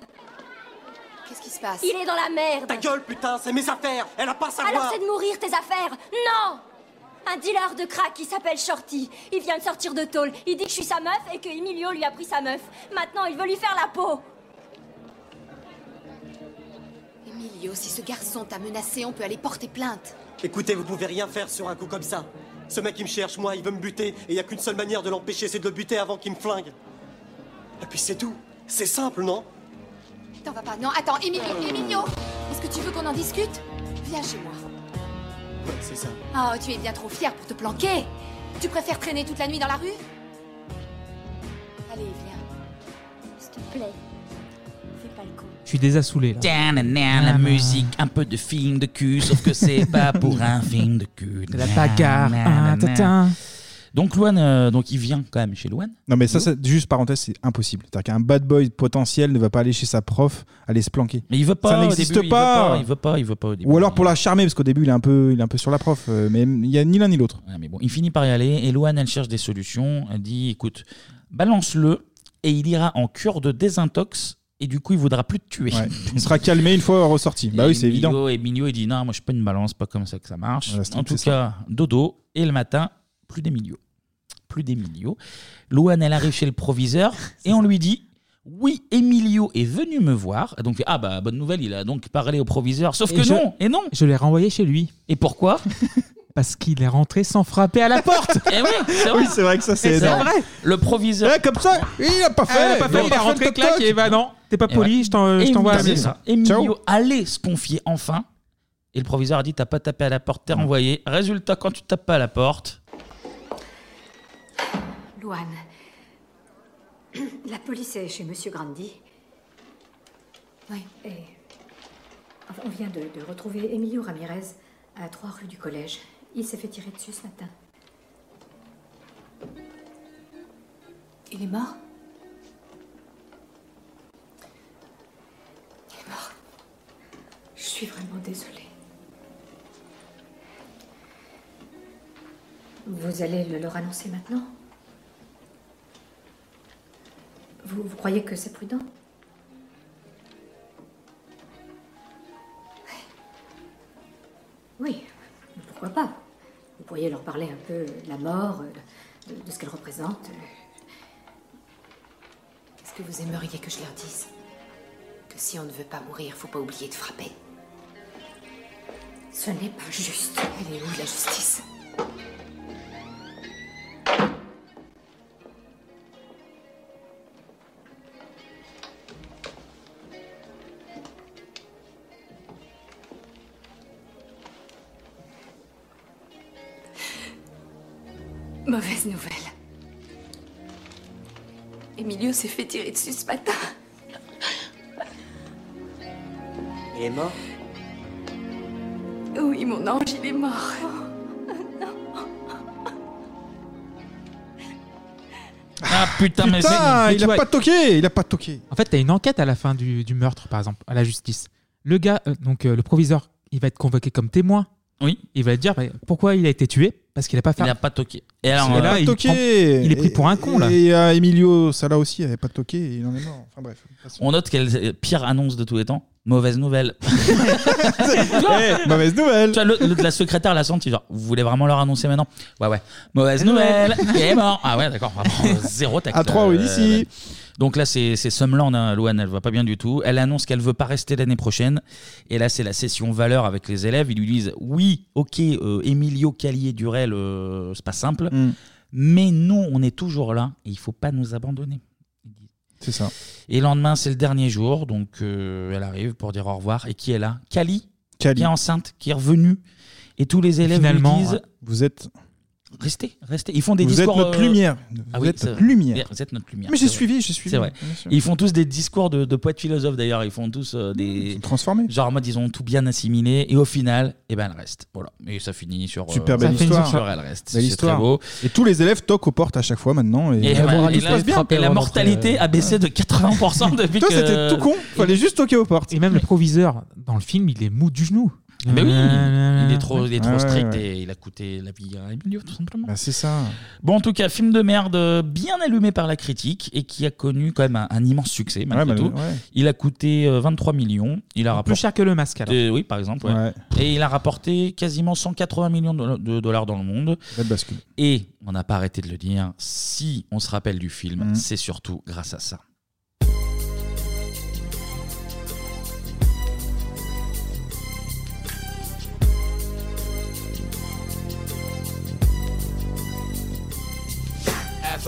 Speaker 17: Qu'est-ce qui se passe Il est dans la merde
Speaker 11: Ta gueule, putain, c'est mes affaires Elle a pas à
Speaker 17: Alors
Speaker 11: savoir
Speaker 17: c'est de mourir tes affaires Non Un dealer de crack qui s'appelle Shorty. Il vient de sortir de tôle. Il dit que je suis sa meuf et que Emilio lui a pris sa meuf. Maintenant, il veut lui faire la peau.
Speaker 5: Emilio, si ce garçon t'a menacé, on peut aller porter plainte.
Speaker 11: Écoutez, vous pouvez rien faire sur un coup comme ça. Ce mec, il me cherche, moi, il veut me buter, et y a qu'une seule manière de l'empêcher, c'est de le buter avant qu'il me flingue. Et puis c'est tout. C'est simple, non
Speaker 5: T'en vas pas, non Attends, Emilio, Emilio Est-ce que tu veux qu'on en discute Viens chez moi.
Speaker 11: Ouais, c'est ça.
Speaker 5: Oh, tu es bien trop fier pour te planquer. Tu préfères traîner toute la nuit dans la rue Allez, viens. S'il te plaît.
Speaker 17: Fais pas le con.
Speaker 7: Je suis désassoulé là.
Speaker 1: Tadadam, La musique, un peu de film de cul, sauf que c'est pas pour un film de cul.
Speaker 7: C'est la bagarre, hein, tatin.
Speaker 1: Donc Loane, euh, donc il vient quand même chez Loane.
Speaker 6: Non, mais ça, ça, juste parenthèse, c'est impossible. C'est-à-dire qu'un bad boy potentiel ne va pas aller chez sa prof, aller se planquer.
Speaker 1: Mais il veut pas.
Speaker 6: Ça
Speaker 1: au
Speaker 6: n'existe
Speaker 1: début,
Speaker 6: pas.
Speaker 1: Il veut pas. Il veut pas. Il veut pas au début.
Speaker 6: Ou alors pour la charmer, parce qu'au début, il est un peu, il est un peu sur la prof. euh, Mais il n'y a ni l'un ni l'autre.
Speaker 1: Ouais, mais bon, il finit par y aller. Et Loane, elle cherche des solutions. Elle dit, écoute, balance-le et il ira en cure de désintox. Et du coup, il voudra plus te tuer.
Speaker 6: Ouais. Il sera calmé une fois ressorti. Bah oui, c'est évident.
Speaker 1: Emilio- Emilio, il dit non, moi je suis pas une balance, pas comme ça que ça marche.
Speaker 6: Voilà, c'est
Speaker 1: en
Speaker 6: tout,
Speaker 1: tout
Speaker 6: c'est
Speaker 1: cas, dodo. Et le matin, plus d'Emilio. Plus d'Emilio. Louane, elle arrive chez le proviseur et on lui dit. Oui, Emilio est venu me voir. Donc, ah bah, bonne nouvelle, il a donc parlé au proviseur. Sauf
Speaker 7: Et
Speaker 1: que
Speaker 7: je-
Speaker 1: non, et non.
Speaker 7: Je l'ai renvoyé chez lui.
Speaker 1: Et pourquoi
Speaker 7: Parce qu'il est rentré sans frapper à la porte.
Speaker 1: Eh oui, c'est vrai.
Speaker 7: Oui, c'est vrai que ça, c'est
Speaker 1: Et
Speaker 7: énorme.
Speaker 1: vrai. Le proviseur.
Speaker 6: comme ça, il a pas
Speaker 7: fait. il a pas fait, il est rentré claque et bah non, t'es pas poli, je t'en- je t'envoie à
Speaker 1: Emilio,
Speaker 7: la maison.
Speaker 1: Emilio allait se confier enfin. Et le proviseur a dit T'as pas tapé à la porte, t'es renvoyé. Résultat, quand tu tapes pas à la porte,
Speaker 17: Louane. La police est chez Monsieur Grandi. Oui. Et on vient de, de retrouver Emilio Ramirez à trois rues du collège. Il s'est fait tirer dessus ce matin.
Speaker 5: Il est mort
Speaker 17: Je suis vraiment désolée. Vous allez le leur annoncer maintenant vous, vous croyez que c'est prudent pourquoi pas Vous pourriez leur parler un peu de la mort, euh, de, de ce qu'elle représente.
Speaker 5: Est-ce que vous aimeriez que je leur dise que si on ne veut pas mourir, faut pas oublier de frapper
Speaker 17: Ce n'est pas juste.
Speaker 5: Elle est où la justice
Speaker 19: Mauvaise nouvelle. Emilio s'est fait tirer dessus ce matin.
Speaker 9: Il est mort
Speaker 19: Oui, mon ange, il est mort.
Speaker 1: Ah putain, mais
Speaker 6: Putain,
Speaker 1: c'est-
Speaker 6: il a pas toqué, il a pas toqué.
Speaker 7: En fait, t'as une enquête à la fin du, du meurtre, par exemple, à la justice. Le gars, euh, donc euh, le proviseur, il va être convoqué comme témoin.
Speaker 1: Oui.
Speaker 7: Il va dire bah, pourquoi il a été tué parce qu'il a pas fait.
Speaker 1: Il a pas toqué. Et
Speaker 7: Parce
Speaker 1: alors,
Speaker 7: que
Speaker 1: euh,
Speaker 7: là,
Speaker 1: pas
Speaker 7: il,
Speaker 1: toqué.
Speaker 7: prend- il est pris pour un con là.
Speaker 6: Et à Emilio, ça là aussi, il avait pas toqué, et il en est mort. Enfin bref.
Speaker 1: On note quelle euh, pire annonce de tous les temps. Mauvaise nouvelle.
Speaker 6: Eh, mauvaise nouvelle.
Speaker 1: la secrétaire l'a senti, genre, vous voulez vraiment leur annoncer maintenant Ouais, ouais. Mauvaise nouvelle. Il est mort. Ah ouais, d'accord. vraiment, Zéro tact.
Speaker 6: À trois, oui, d'ici.
Speaker 1: Donc là, c'est c'est Sumland, hein, Louane, elle va pas bien du tout. Elle annonce qu'elle veut pas rester l'année prochaine. Et là, c'est la session valeur avec les élèves. Ils lui disent Oui, ok, euh, Emilio Calier Durel, euh, c'est pas simple.
Speaker 6: Hmm.
Speaker 1: Mais non, on est toujours là et il faut pas nous abandonner.
Speaker 6: C'est ça.
Speaker 1: Et le lendemain, c'est le dernier jour. Donc euh, elle arrive pour dire au revoir. Et qui est là Cali,
Speaker 6: Cali.
Speaker 1: qui est enceinte, qui est revenue. Et tous les élèves
Speaker 6: Finalement,
Speaker 1: lui disent
Speaker 6: Vous êtes.
Speaker 1: Restez, restez. Ils font des
Speaker 6: Vous
Speaker 1: discours.
Speaker 6: êtes notre
Speaker 1: euh,
Speaker 6: lumière.
Speaker 1: ah
Speaker 6: Vous
Speaker 1: oui,
Speaker 6: êtes
Speaker 1: c'est
Speaker 6: notre
Speaker 1: vrai.
Speaker 6: lumière.
Speaker 1: Vous êtes notre lumière.
Speaker 6: Mais j'ai
Speaker 1: c'est vrai.
Speaker 6: suivi, j'ai suivi,
Speaker 1: C'est vrai.
Speaker 6: bien sûr.
Speaker 1: Ils font tous des discours de, de poètes philosophes d'ailleurs. Ils font tous euh, des.
Speaker 6: Transformés.
Speaker 1: Genre en mode ils ont tout bien assimilé et au final, eh ben elle reste. Voilà. Et ça finit sur. euh,
Speaker 6: Super belle
Speaker 1: ça finit
Speaker 6: histoire.
Speaker 1: sur elle reste.
Speaker 6: Belle
Speaker 1: C'est très
Speaker 6: histoire.
Speaker 1: beau.
Speaker 6: Et tous les élèves toquent aux portes à chaque fois maintenant. Et,
Speaker 1: Et, voilà, et
Speaker 6: tout se
Speaker 1: la,
Speaker 6: passe bien.
Speaker 1: et la mortalité a baissé de 80% depuis
Speaker 6: euh, Toi,
Speaker 1: que.
Speaker 6: c'était tout con. Fallait juste toquer aux portes.
Speaker 7: Et même le proviseur, dans le film, il est mou du genou.
Speaker 1: Mais Eh ben oui, il est trop, il est trop
Speaker 6: Ouais, ouais,
Speaker 1: strict
Speaker 6: ouais.
Speaker 1: et il a coûté la vie à Emilio, tout simplement.
Speaker 6: Bah, c'est ça.
Speaker 1: Bon, en tout cas, film de merde euh, bien allumé par la critique et qui a connu quand même un, un immense succès, malgré
Speaker 6: Ouais, bah,
Speaker 1: tout.
Speaker 6: ouais.
Speaker 1: Il a coûté euh, 23 millions. Il a
Speaker 7: Plus
Speaker 1: rapporté...
Speaker 7: cher que le masque alors.
Speaker 1: Euh, oui, par exemple. ouais.
Speaker 7: Ouais.
Speaker 1: Et il a rapporté quasiment 180 millions de dollars- de dollars dans le monde. Et on n'a pas arrêté de le dire, si on se rappelle du film,
Speaker 6: Mm.
Speaker 1: c'est surtout grâce à ça.
Speaker 3: As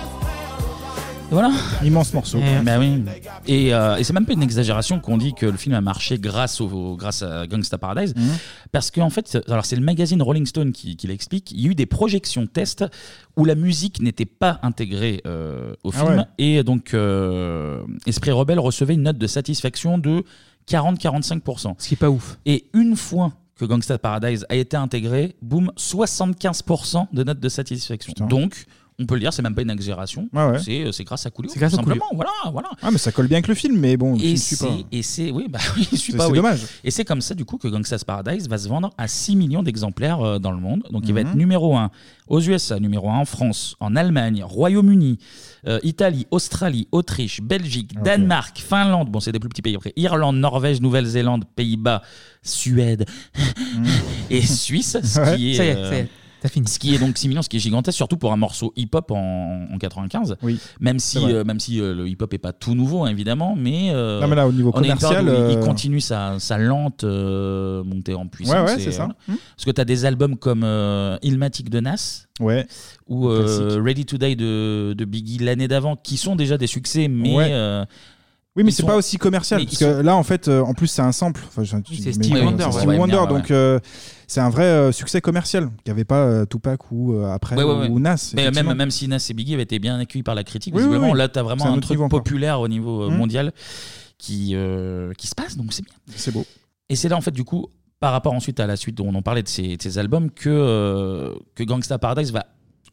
Speaker 1: Et voilà.
Speaker 6: Immense morceau.
Speaker 1: Bah oui. Et, euh, et c'est même pas une exagération qu'on dit que le film a marché grâce, au, au- grâce à Gangsta Paradise.
Speaker 6: Mhm.
Speaker 1: Parce qu'en fait, c'est- alors c'est le magazine Rolling Stone qui, qui l'explique. Il y a eu des projections tests où la musique n'était pas intégrée euh, au
Speaker 6: Ah
Speaker 1: film.
Speaker 6: ouais.
Speaker 1: Et donc, euh, Esprit Rebelle recevait une note de satisfaction de 40-45%.
Speaker 7: Ce qui est pas ouf.
Speaker 1: Et une fois que Gangsta Paradise a été intégré, boum, 75% de note de satisfaction. Donc, on peut le dire, c'est même pas une exagération.
Speaker 6: Ouais, ouais.
Speaker 1: C'est c'est grâce à Coolio.
Speaker 6: C'est grâce
Speaker 1: tout
Speaker 6: à Coolio.
Speaker 1: euh, simplement. Voilà, voilà.
Speaker 6: Ah, mais ça colle bien avec le film, mais bon, je
Speaker 1: Et
Speaker 6: ne suis
Speaker 1: c'est,
Speaker 6: pas.
Speaker 1: et c'est, oui, bah, oui, je suis
Speaker 6: C'est-
Speaker 1: pas.
Speaker 6: c'est
Speaker 1: oui.
Speaker 6: dommage.
Speaker 1: Et c'est comme ça, du coup, que Gangsta's Paradise va se vendre à 6 millions d'exemplaires euh, dans le monde. Donc, il va
Speaker 6: Mhm.
Speaker 1: être numéro 1 aux USA, numéro 1 en France, en Allemagne, Royaume-Uni, euh, Italie, Australie, Autriche, Belgique, Danemark, Finlande. Bon, c'est des plus petits pays après. Irlande, Norvège,
Speaker 6: Mhm.
Speaker 1: Nouvelle-Zélande, Pays-Bas, Suède et Suisse. Ce
Speaker 7: Ouais.
Speaker 1: qui est,
Speaker 7: Ça y est,
Speaker 1: euh,
Speaker 7: ça y est.
Speaker 1: Ce qui est donc 6 millions, ce qui est gigantesque, surtout pour un morceau hip-hop en, en 95. Même si,
Speaker 6: c'est vrai.
Speaker 1: euh, même si euh, le hip-hop est pas tout nouveau, hein, évidemment, mais, euh,
Speaker 6: Non, mais là, au niveau
Speaker 1: on est une période
Speaker 6: commercial,
Speaker 1: où il- il
Speaker 6: euh,
Speaker 1: continue sa, sa lente euh, montée en puissance.
Speaker 6: Ouais, ouais,
Speaker 1: et
Speaker 6: c'est ça. Hum.
Speaker 1: voilà. Parce que tu as des albums comme euh, Illmatic de Nas.
Speaker 6: Ouais.
Speaker 1: Ou
Speaker 6: Un
Speaker 1: euh,
Speaker 6: classique.
Speaker 1: Ready to Die de, de Biggie l'année d'avant, qui sont déjà des succès, mais.
Speaker 6: Ouais.
Speaker 1: euh,
Speaker 6: Oui, mais
Speaker 1: ils
Speaker 6: c'est
Speaker 1: sont-
Speaker 6: pas aussi commercial.
Speaker 1: mais
Speaker 6: Parce
Speaker 1: ils
Speaker 6: que là, en fait, euh, en plus, c'est un sample. Enfin, je- tu-
Speaker 1: c'est
Speaker 6: mais-
Speaker 1: Stevie
Speaker 6: mais-
Speaker 1: Wonder,
Speaker 6: c'est
Speaker 1: ouais.
Speaker 6: Stevie
Speaker 1: Ouais,
Speaker 6: Wonder,
Speaker 1: bien, ouais,
Speaker 6: donc euh, c'est un vrai euh, succès commercial qu'il n'y avait pas euh, Tupac ou euh, après
Speaker 1: Ouais, ouais, ouais.
Speaker 6: ou Nas.
Speaker 1: Mais
Speaker 6: effectivement.
Speaker 1: même, même si Nas et Biggie avaient été bien accueillis par la critique,
Speaker 6: Oui,
Speaker 1: visiblement,
Speaker 6: oui, oui.
Speaker 1: là, tu as
Speaker 6: C'est
Speaker 1: vraiment
Speaker 6: un
Speaker 1: un,
Speaker 6: autre
Speaker 1: truc
Speaker 6: niveau encore.
Speaker 1: populaire au niveau euh,
Speaker 6: Mm.
Speaker 1: mondial qui, euh, qui se passe, donc c'est bien.
Speaker 6: C'est beau.
Speaker 1: Et c'est là, en fait, du coup, par rapport ensuite à la suite dont on en parlait de ces, de ces albums, que, euh, que Gangsta Paradise va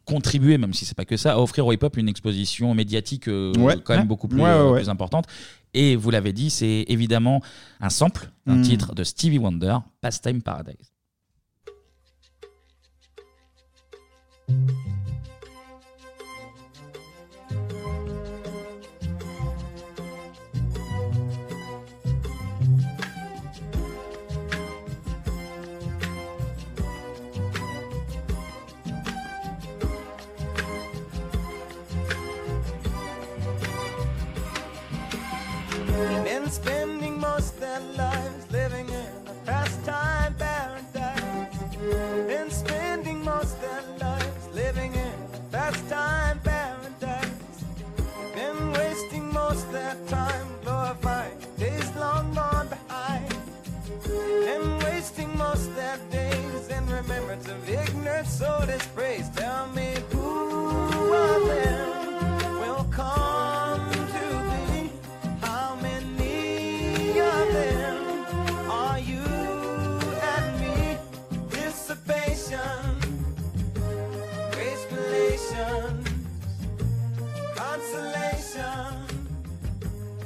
Speaker 1: contribuer, même si c'est pas que ça, à offrir au hip-hop une exposition médiatique euh,
Speaker 6: Ouais.
Speaker 1: quand même
Speaker 6: Ouais.
Speaker 1: beaucoup plus,
Speaker 6: Ouais, ouais,
Speaker 1: euh,
Speaker 6: ouais.
Speaker 1: plus importante. Et vous l'avez dit, c'est évidemment un sample d'un
Speaker 6: Mm.
Speaker 1: titre de Stevie Wonder, Pastime Paradise.
Speaker 25: Men spending most of their lives living in a pastime paradise. Men spending most of their lives living in a pastime paradise. Men wasting most of their time glorifying days long gone behind. Men wasting most of their days in remembrance of ignorance so dispraised. Tell me who of them will come to be. How many of them are you and me? Dissipation, grace relations, consolation,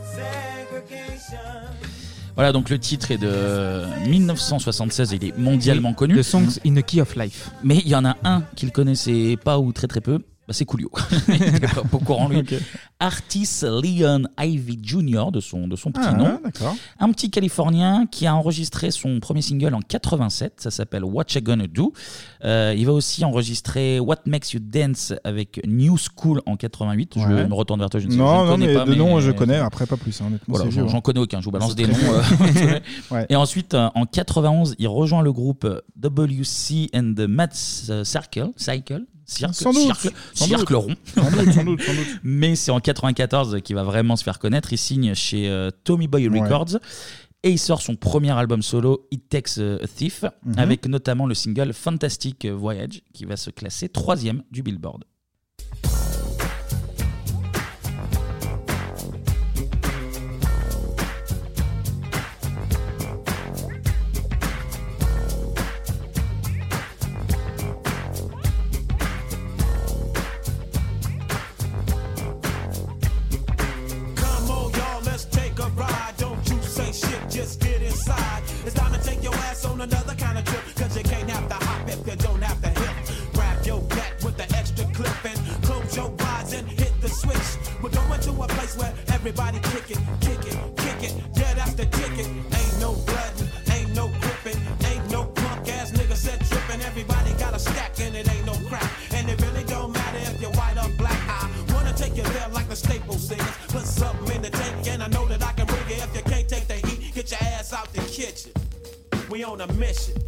Speaker 25: segregation.
Speaker 1: Voilà, donc le titre est de 1976, il est mondialement connu.
Speaker 7: The Songs in the Key of Life.
Speaker 1: Mais il y en a un qu'il connaissait pas ou très très peu, bah, c'est Coolio. il était pas au courant lui.
Speaker 7: Ok.
Speaker 1: Artis Leon Ivy Jr. de son, de son petit
Speaker 6: Ah,
Speaker 1: nom.
Speaker 6: d'accord.
Speaker 1: Un petit Californien qui a enregistré son premier single en 87, ça s'appelle What You Gonna Do. Euh, il va aussi enregistrer What Makes You Dance avec New School en 88. Je
Speaker 6: Ouais.
Speaker 1: me retourne vers toi, je ne sais je
Speaker 6: Non,
Speaker 1: ne
Speaker 6: non,
Speaker 1: connais
Speaker 6: mais
Speaker 1: pas.
Speaker 6: de
Speaker 1: mais- euh,
Speaker 6: nom, je connais. Après, pas plus. hein, Honnêtement,
Speaker 1: voilà,
Speaker 6: c'est vieux,
Speaker 1: j'en
Speaker 6: hein.
Speaker 1: j'en connais aucun, je vous balance
Speaker 6: C'est
Speaker 1: des noms.
Speaker 6: très
Speaker 1: euh,
Speaker 6: Ouais.
Speaker 1: Et ensuite, euh, en 91, il rejoint le groupe WC and the Mad euh, Circle, Cycle, Circle,
Speaker 6: Sans doute,
Speaker 1: Circle,
Speaker 6: sans
Speaker 1: Circle
Speaker 6: doute.
Speaker 1: rond.
Speaker 6: Sans doute, sans doute, sans doute.
Speaker 1: Mais c'est en 94 qu'il va vraiment se faire connaître. Il signe chez euh, Tommy Boy
Speaker 6: Ouais.
Speaker 1: Records et il sort son premier album solo, It Takes a Thief,
Speaker 6: Mhm.
Speaker 1: avec notamment le single Fantastic Voyage, qui va se classer troisième du Billboard.
Speaker 14: Come on, y'all, let's take a ride. Don't you say shit, just get inside. It's time to take your ass on another kind of trip. Cause you can't have to hop if you don't have the hip. Grab your cat with the extra clip and close your eyes and hit the switch. We're going to a place where everybody kick it, kick it, kick it. Yeah, that's the ticket. Ain't no bloodin', ain't no gripping, ain't no punk ass nigga said trippin'. Everybody got a stack and it ain't no crap. And it really don't matter if you're white or black. I wanna take you there like the Staples singers. Put something in the tank and I know that I can bring it. If you can't take the heat, get your ass out the kitchen. We on a mission.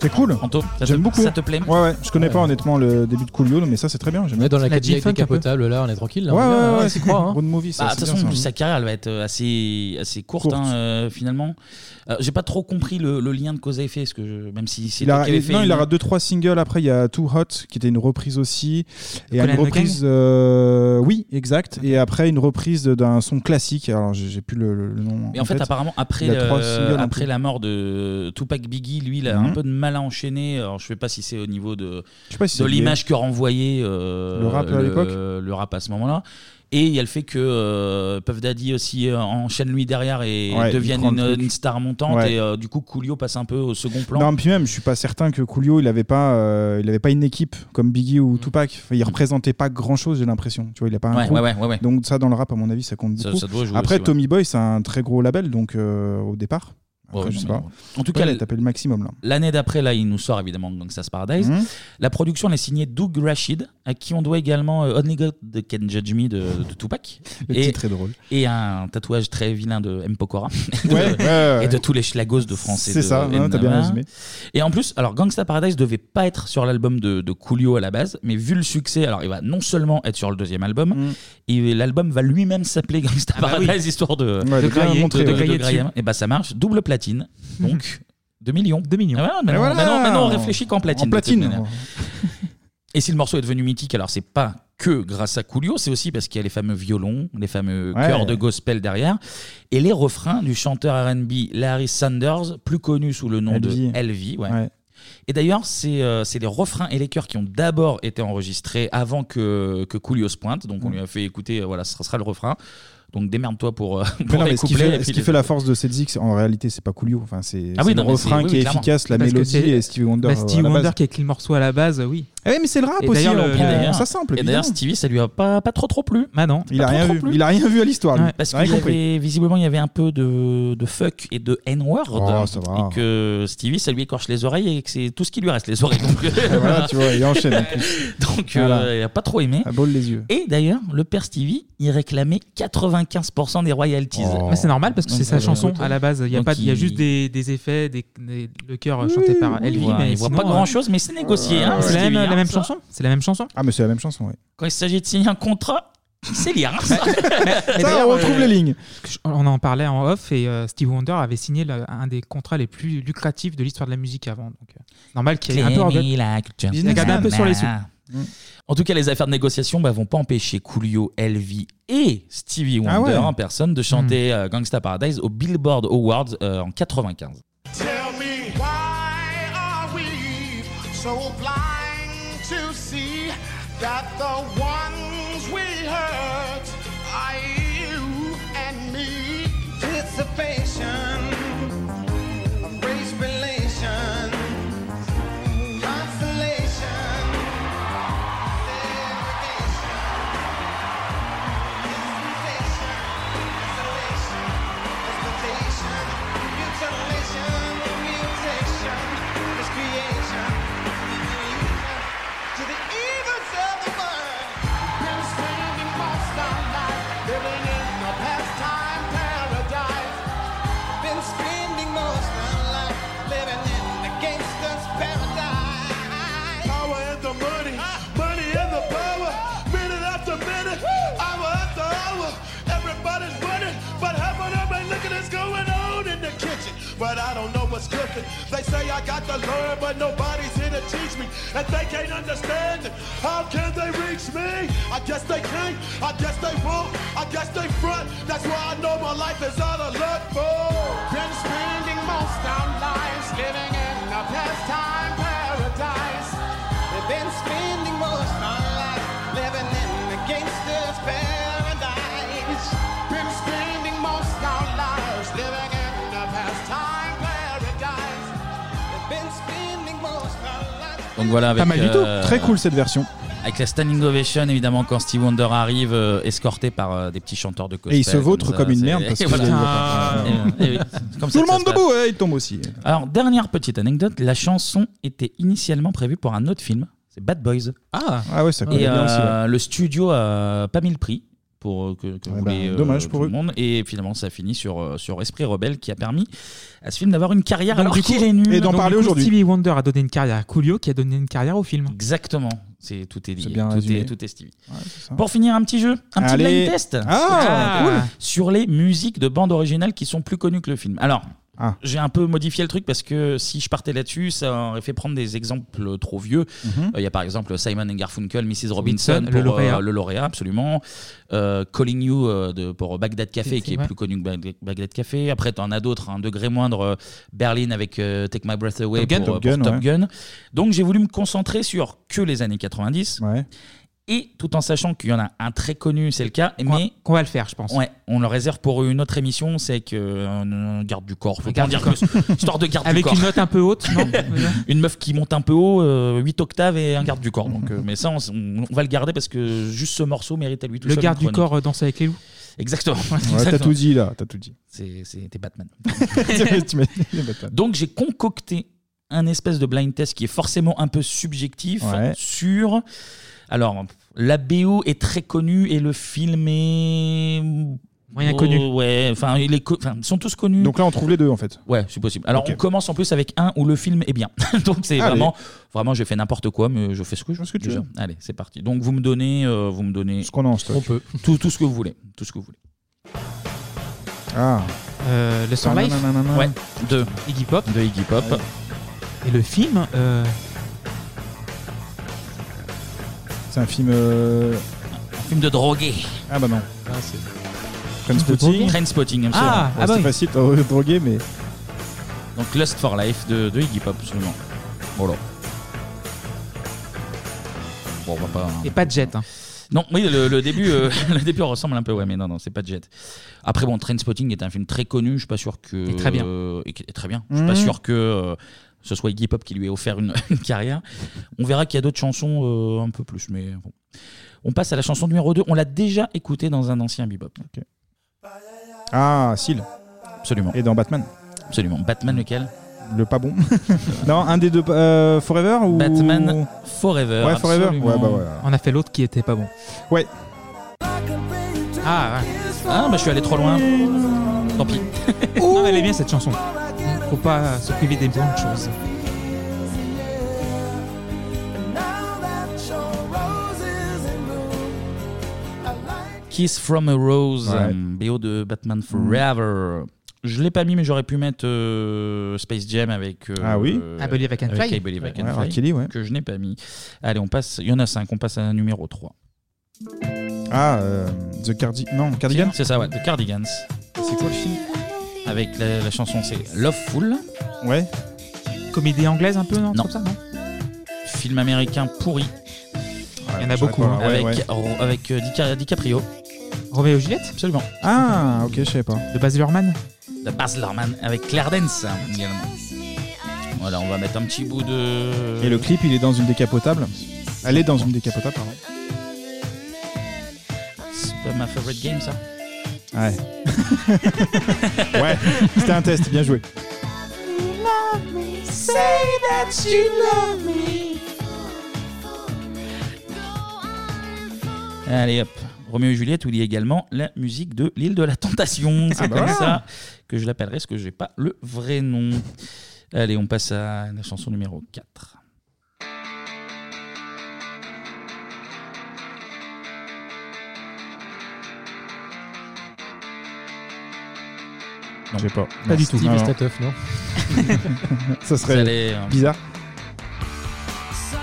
Speaker 6: C'est cool.
Speaker 1: ça
Speaker 6: J'aime
Speaker 1: te-
Speaker 6: beaucoup.
Speaker 1: ça te plaît
Speaker 6: Ouais, ouais. Je connais
Speaker 1: Ouais.
Speaker 6: pas honnêtement le début de Coolio, mais ça c'est très bien. J'aime
Speaker 26: Mais dans la
Speaker 6: bien.
Speaker 26: Cadillac décapotable, là, on est tranquille. là, on
Speaker 6: Ouais,
Speaker 26: est bien, là,
Speaker 6: ouais,
Speaker 26: on
Speaker 6: ouais,
Speaker 26: s'y
Speaker 6: c'est
Speaker 26: croit, hein.
Speaker 6: Road movie, ça.
Speaker 1: Bah,
Speaker 6: c'est
Speaker 1: de toute
Speaker 6: bien,
Speaker 1: façon,
Speaker 6: ça.
Speaker 1: sa carrière elle va être assez, assez courte,
Speaker 6: Courte.
Speaker 1: hein, euh, finalement. Euh, J'ai pas trop compris le, le lien de cause à effet, parce que je- même si c'est
Speaker 6: Il
Speaker 1: toi
Speaker 6: a,
Speaker 1: qui avais fait
Speaker 6: non, il
Speaker 1: une-
Speaker 6: aura deux trois singles. Après, il y a Too Hot qui était une reprise aussi, et
Speaker 1: Conan
Speaker 6: une reprise, euh, oui, exact. Et après une reprise d'un son classique. Alors, j'ai j'ai plus le, le nom.
Speaker 1: Mais en fait, apparemment, après,
Speaker 6: il y a trois
Speaker 1: euh,
Speaker 6: singles en
Speaker 1: après
Speaker 6: tout.
Speaker 1: la mort de Tupac Biggie, lui, il a un
Speaker 6: Mhm.
Speaker 1: peu de mal mal à enchaîner. Alors, je sais pas si c'est au niveau de,
Speaker 6: sais pas si
Speaker 1: de
Speaker 6: c'est lié.
Speaker 1: l'image que renvoyait euh,
Speaker 6: Le rap à l'époque
Speaker 1: le rap à ce moment-là. Et il y a le fait que euh, Puff Daddy aussi euh, enchaîne lui derrière et
Speaker 6: Ouais, il
Speaker 1: devienne
Speaker 6: prend le
Speaker 1: une,
Speaker 6: truc.
Speaker 1: une star montante.
Speaker 6: Ouais.
Speaker 1: Et euh, du coup, Coolio passe un peu au second plan.
Speaker 6: Non, puis même, je suis pas certain que Coolio, il avait pas, euh, il avait pas une équipe comme Biggie ou Tupac. Enfin, il représentait pas grand chose, j'ai l'impression. Tu vois, il a pas un
Speaker 1: Mm. Ouais,
Speaker 6: crew.
Speaker 1: ouais, ouais, ouais, ouais.
Speaker 6: Donc ça, dans le rap, à mon avis, ça compte
Speaker 1: Ça-
Speaker 6: beaucoup.
Speaker 1: ça doit jouer
Speaker 6: Après,
Speaker 1: aussi, ouais.
Speaker 6: Tommy Boy, c'est un très gros label, donc euh, au départ. Après,
Speaker 1: Ouais,
Speaker 6: je sais
Speaker 1: non,
Speaker 6: pas.
Speaker 1: mais bon. En tout cas,
Speaker 6: il a
Speaker 1: le-
Speaker 6: tapé le maximum là.
Speaker 1: L'année d'après, là, il nous sort évidemment Gangsta's Paradise.
Speaker 6: Mhm.
Speaker 1: La production, elle est signée Doug Rashid, à qui on doit également euh, Only God Can Judge Me de, de Tupac.
Speaker 6: Le titre est drôle.
Speaker 1: Et un tatouage très vilain de M. Pokora. Et de-
Speaker 6: Ouais, ouais, ouais.
Speaker 1: Et de tous les schlagos de français.
Speaker 6: C'est ça, ouais, t'as bien résumé.
Speaker 1: Et en plus, alors Gangsta Paradise devait pas être sur l'album de, de Coolio à la base, mais vu le succès, alors il va non seulement être sur le deuxième album, et l'album va lui-même s'appeler Gangsta
Speaker 6: Mhm. Ah bah oui.
Speaker 1: Paradise, histoire de,
Speaker 6: Ouais, de bien
Speaker 1: grailler,
Speaker 6: montrer, ouais.
Speaker 1: grailler
Speaker 6: De grailler
Speaker 1: dessus. Et bah ça marche, double platine, donc 2 millions. 2
Speaker 7: millions.
Speaker 1: maintenant,
Speaker 6: voilà.
Speaker 1: maintenant- maintenant, on réfléchit qu'en platine.
Speaker 6: En
Speaker 1: de toute
Speaker 6: platine.
Speaker 1: manière. Et si le morceau est devenu mythique, alors c'est pas que grâce à Coolio, c'est aussi parce qu'il y a les fameux violons, les fameux
Speaker 6: Ouais.
Speaker 1: chœurs de gospel derrière, et les refrains du chanteur R&B Larry Sanders, plus connu sous le nom
Speaker 6: LV.
Speaker 1: de LV. ouais.
Speaker 6: Ouais.
Speaker 1: Et d'ailleurs, c'est euh, c'est les refrains et les chœurs qui ont d'abord été enregistrés avant que, que Coolio se pointe, donc on lui a fait écouter, euh, voilà, ce sera le refrain. Donc démerde-toi pour, euh,
Speaker 6: Mais
Speaker 1: pour
Speaker 6: non,
Speaker 1: les
Speaker 6: mais ce qui,
Speaker 1: couplets. et
Speaker 6: fait,
Speaker 1: puis
Speaker 6: ce qui
Speaker 1: les-
Speaker 6: fait la force de cette Zix, en réalité, c'est pas Coolio. Enfin, c'est
Speaker 1: Ah
Speaker 6: c'est
Speaker 1: oui,
Speaker 6: le
Speaker 1: non, mais c'est-
Speaker 6: refrain
Speaker 1: oui,
Speaker 6: qui
Speaker 1: oui,
Speaker 6: est
Speaker 1: clairement.
Speaker 6: efficace, la
Speaker 1: Parce que
Speaker 6: mélodie
Speaker 1: c'est-
Speaker 6: et Stevie Wonder.
Speaker 7: Bah,
Speaker 6: euh, à
Speaker 7: Stevie
Speaker 6: la base.
Speaker 7: Wonder qui a écrit le morceau à la base, euh, oui.
Speaker 6: Eh oui, mais c'est le rap
Speaker 7: Et
Speaker 6: aussi,
Speaker 7: d'ailleurs,
Speaker 6: on
Speaker 7: le-
Speaker 6: prend
Speaker 7: d'ailleurs-
Speaker 6: ça simple.
Speaker 1: hein. Et d'ailleurs,
Speaker 6: évidemment.
Speaker 1: Stevie, ça lui a pas, pas trop trop plu.
Speaker 7: Bah non.
Speaker 6: Il a rien vu. Il a rien vu à l'histoire. lui.
Speaker 1: Parce
Speaker 6: Rien
Speaker 1: qu'il y
Speaker 6: compris.
Speaker 1: avait- visiblement, il y avait un peu de, de fuck et de N-word.
Speaker 6: Oh, ça va.
Speaker 1: et que Stevie, ça lui écorche les oreilles et que c'est tout ce qui lui reste, les oreilles. Donc, euh,
Speaker 6: voilà, tu vois, il enchaîne en plus.
Speaker 1: Donc, euh,
Speaker 6: Voilà.
Speaker 1: il a pas trop aimé.
Speaker 6: Ça bolle les yeux.
Speaker 1: Et d'ailleurs, le père Stevie, il réclamait 95% des royalties.
Speaker 6: Oh.
Speaker 1: euh,
Speaker 7: Mais c'est normal parce que c'est sa chanson à la base. Il y a,
Speaker 1: Donc,
Speaker 7: pas, il y a juste des,
Speaker 1: il-
Speaker 7: des effets, des, des- le cœur euh, chanté par Elvie.
Speaker 1: voilà,
Speaker 7: mais
Speaker 1: il voit
Speaker 7: sinon,
Speaker 1: pas
Speaker 7: euh,
Speaker 1: grand chose, mais c'est négocié. hein,
Speaker 7: C'est la
Speaker 1: Stevie,
Speaker 7: même,
Speaker 1: hein,
Speaker 7: la même
Speaker 1: ça.
Speaker 7: chanson C'est la même chanson
Speaker 6: Ah, mais c'est la même chanson, ouais.
Speaker 1: Quand il s'agit de signer un contrat, c'est lire. hein, ça.
Speaker 7: Et
Speaker 6: Ça,
Speaker 7: d'ailleurs,
Speaker 6: on retrouve
Speaker 7: euh,
Speaker 6: les lignes.
Speaker 7: que je- On en parlait en off et euh, Steve Wonder avait signé le- un des contrats les plus lucratifs de l'histoire de la musique avant. Donc, euh, normal qu'il y ait un peu
Speaker 1: Clémy,
Speaker 7: orgueil.
Speaker 1: la culture.
Speaker 7: Il regardait un peu sur les sous.
Speaker 1: Nanana. En tout cas, les affaires de négociation bah, vont pas empêcher Coolio, Elvie et Stevie Wonder
Speaker 6: Ah ouais. Mm.
Speaker 1: en personne de chanter euh, Gangsta Paradise au Billboard Awards euh, en 95.
Speaker 10: Tell me why are we so blind to see that the ones we hurt are you and me? Anticipation of race relation, consolation. Power and the money, money and the power. Minute after minute, hour after hour. Everybody's running, but half of them ain't looking what's going on in the kitchen. But I don't know what's cooking. They say I got to learn, but nobody's here to teach me. And they can't understand it. How can they reach me? I guess they can't. I guess they won't. I guess they front. That's why I know my life is out of luck, fool. Been spending most our lives living in a pastime paradise. We've been spending most our lives living in the gangster's paradise. Been spending most our lives living in a pastime paradise. We've been spending most our lives.
Speaker 1: Donc voilà, avec,
Speaker 6: Pas mal du tout.
Speaker 1: euh,
Speaker 6: Très cool cette version.
Speaker 1: Avec la standing ovation, évidemment, quand Stevie Wonder arrive, euh, escorté par euh, des petits chanteurs de gospel.
Speaker 6: Et il se vautre
Speaker 1: ça,
Speaker 6: comme une
Speaker 1: c'est-
Speaker 6: merde parce
Speaker 1: Et
Speaker 6: que-
Speaker 1: voilà.
Speaker 6: Ah.
Speaker 1: Et- et oui, c'est comme ça
Speaker 6: Tout le
Speaker 1: que ça
Speaker 6: monde
Speaker 1: se passe.
Speaker 6: debout, ouais, il tombe aussi.
Speaker 1: Alors, dernière petite anecdote, la chanson était initialement prévue pour un autre film, c'est Bad Boys.
Speaker 7: Ah,
Speaker 6: Ah ouais, ça
Speaker 1: Et
Speaker 6: collait bien aussi,
Speaker 1: euh, le studio a pas mis le prix pour euh, que, que voulait, euh,
Speaker 6: bah, dommage
Speaker 1: tout
Speaker 6: pour
Speaker 1: le monde. Et finalement, ça finit sur, euh, sur Esprit Rebelle qui a permis à ce film d'avoir une carrière alors
Speaker 7: du coup-
Speaker 1: qu'il est nul.
Speaker 7: donc, du coup, Stevie Wonder a donné une carrière à Coolio qui a donné une carrière au film.
Speaker 1: Exactement. C'est tout est lié.
Speaker 7: bien
Speaker 1: tout,
Speaker 7: résumé.
Speaker 1: est, tout est Stevie. Pour finir, un petit jeu, un
Speaker 7: Allez.
Speaker 1: petit blind test
Speaker 7: Ah, cool.
Speaker 1: sur les musiques de bandes originales qui sont plus connues que le film. Alors, J'ai un peu modifié le truc parce que si je partais là-dessus, ça aurait fait prendre des exemples trop vieux. Euh, Il
Speaker 6: Mhm.
Speaker 1: y a par exemple Simon and Garfunkel, Mrs. Robinson,
Speaker 6: le
Speaker 1: pour, euh,
Speaker 6: lauréat.
Speaker 1: le lauréat, absolument. Euh, Calling You euh, de, pour Bagdad Café,
Speaker 6: C'est-
Speaker 1: qui est
Speaker 6: ouais.
Speaker 1: plus connu que Bagdad- Bagdad Café. Après, tu en as d'autres, un degré moindre, euh, Berlin avec euh, Take My Breath Away
Speaker 6: Top Gun.
Speaker 1: pour, euh,
Speaker 6: Top
Speaker 1: pour
Speaker 6: Gun,
Speaker 1: Top
Speaker 6: ouais.
Speaker 1: Gun. Donc, j'ai voulu me concentrer sur que les années 90. Et tout en sachant qu'il y en a un très connu, c'est le cas, mais
Speaker 7: qu'on va le faire, je pense.
Speaker 1: Ouais, on le réserve pour une autre émission, c'est que euh, un garde du corps, faut pas
Speaker 7: Garde
Speaker 1: en dire
Speaker 7: du corps.
Speaker 1: plus. histoire de garde du
Speaker 7: Avec
Speaker 1: corps.
Speaker 7: une note un peu haute, non
Speaker 1: une meuf qui monte un peu haut, 8 octaves et un garde du corps. Donc, euh, mais ça, on, on- on va le garder parce que juste ce morceau mérite à lui tout
Speaker 7: Le
Speaker 1: seul
Speaker 7: garde
Speaker 1: une
Speaker 7: du
Speaker 1: chronique.
Speaker 7: corps euh, danse avec les loups.
Speaker 1: Exactement.
Speaker 6: Ouais, t'as tout dit là, t'as tout dit.
Speaker 1: C'est- c'est- T'es Batman.
Speaker 6: t'es Batman.
Speaker 1: Donc j'ai concocté un espèce de blind test qui est forcément un peu subjectif
Speaker 6: Ouais.
Speaker 1: sur. Alors, la BO est très connue et le film est. Oh,
Speaker 6: Moyen connu.
Speaker 1: Ouais, enfin, il est co- enfin, ils sont tous connus.
Speaker 6: Donc là, on trouve les deux en fait.
Speaker 1: Ouais, c'est possible. Alors,
Speaker 6: Ok.
Speaker 1: on commence en plus avec un où le film est bien. Donc, c'est
Speaker 6: Allez.
Speaker 1: vraiment, vraiment, j'ai fait n'importe quoi, mais je fais ce que je veux.
Speaker 6: tu
Speaker 1: déjà.
Speaker 6: veux.
Speaker 1: Allez, c'est parti. Donc, vous me donnez, euh, vous me donnez. Ce
Speaker 6: qu'on a en stock.
Speaker 1: On peut. Tout, tout ce que vous voulez. Tout ce que vous voulez.
Speaker 6: Ah.
Speaker 7: Euh, le Star Life
Speaker 6: Nananana.
Speaker 1: Ouais. De
Speaker 7: Iggy Pop.
Speaker 1: De Iggy Pop.
Speaker 7: Et le film euh,
Speaker 6: C'est un film. euh,
Speaker 1: Un film de drogué.
Speaker 6: Ah bah non.
Speaker 1: Trainspotting.
Speaker 6: Trainspotting.
Speaker 1: Trainspotting, absolument.
Speaker 6: Ah,
Speaker 1: Ah,
Speaker 6: c'est
Speaker 1: bah oui.
Speaker 6: facile, t'as re- drogué, mais.
Speaker 1: Donc, Lust for Life de, de Iggy Pop, absolument. Voilà. Bon, on va pas.
Speaker 7: et pas de jet. hein.
Speaker 1: Non, oui, le, le début, euh, le début ressemble un peu, ouais, mais non, non, c'est pas Jet. Après, bon, Trainspotting est un film très connu, je suis pas sûr que.
Speaker 7: Et très bien.
Speaker 1: euh, et qui- et très bien. Je suis pas
Speaker 7: Mhm.
Speaker 1: sûr que euh, ce soit Iggy Pop qui lui ait offert une, une carrière. On verra qu'il y a d'autres chansons euh, un peu plus, mais bon. On passe à la chanson numéro 2. On l'a déjà écoutée dans un ancien bebop.
Speaker 6: Ah, Seal.
Speaker 1: Absolument.
Speaker 6: Et dans Batman.
Speaker 1: Absolument. Batman lequel
Speaker 6: Le pas bon. non, un des deux. euh, Forever ou.
Speaker 1: Batman Forever.
Speaker 6: Ouais, Forever.
Speaker 1: absolument.
Speaker 6: Ouais, bah ouais.
Speaker 7: On a fait l'autre qui était pas bon.
Speaker 6: Ouais.
Speaker 7: Ah,
Speaker 1: Ah, bah je suis allé trop loin. Tant pis.
Speaker 7: non, mais elle est bien cette chanson. Faut pas se priver des bonnes choses.
Speaker 1: Kiss from a Rose,
Speaker 6: Ouais.
Speaker 1: euh, BO de Batman Forever. Je l'ai pas mis, mais j'aurais pu mettre euh, Space Jam avec. euh,
Speaker 6: Ah oui.
Speaker 1: euh,
Speaker 7: I Believe I Can
Speaker 1: avec
Speaker 7: Fly.
Speaker 1: I Believe I Can
Speaker 6: Ouais,
Speaker 1: Fly,
Speaker 6: R. Kelly, ouais.
Speaker 1: Que je n'ai pas mis. Allez, on passe. Il y en a 5, on passe à un numéro 3.
Speaker 6: Ah, euh, The Cardi. Non, Cardigan
Speaker 1: C'est ça, ouais, The Cardigans. C'est quoi le film Avec la, la chanson, c'est Love Fool.
Speaker 6: Ouais.
Speaker 7: Comédie anglaise un peu, non
Speaker 1: Non.
Speaker 7: Comme ça, non
Speaker 1: Film américain pourri.
Speaker 6: Ah,
Speaker 7: Il y en a beaucoup, hein.
Speaker 1: Avec,
Speaker 7: Ouais, ouais.
Speaker 1: Ro- avec euh, Dica- DiCaprio.
Speaker 7: Roméo Juliette
Speaker 1: Absolument.
Speaker 6: Ah, ok, je savais pas.
Speaker 7: De Baz Luhrmann
Speaker 1: de Baz Luhrmann avec Claire Dance hein, également. Voilà, on va mettre un petit bout de.
Speaker 6: Et le clip, il est dans une décapotable. Elle est dans une décapotable, pardon.
Speaker 1: C'est pas ma favorite game ça.
Speaker 6: Ouais. ouais, c'était un test, bien joué.
Speaker 10: Say that you love me.
Speaker 1: Allez hop. Roméo et Juliette où il y a également la musique de l'île de la Tentation. C'est
Speaker 6: Ah bah
Speaker 1: comme
Speaker 6: voilà.
Speaker 1: ça que je l'appellerai parce que j'ai pas le vrai nom. Allez, on passe à la chanson numéro 4.
Speaker 6: Je sais pas.
Speaker 8: Pas du tout. Steve
Speaker 6: Alors.
Speaker 8: Estatoff, non
Speaker 6: Ça serait
Speaker 1: Ça allait, euh,
Speaker 6: bizarre. Ça,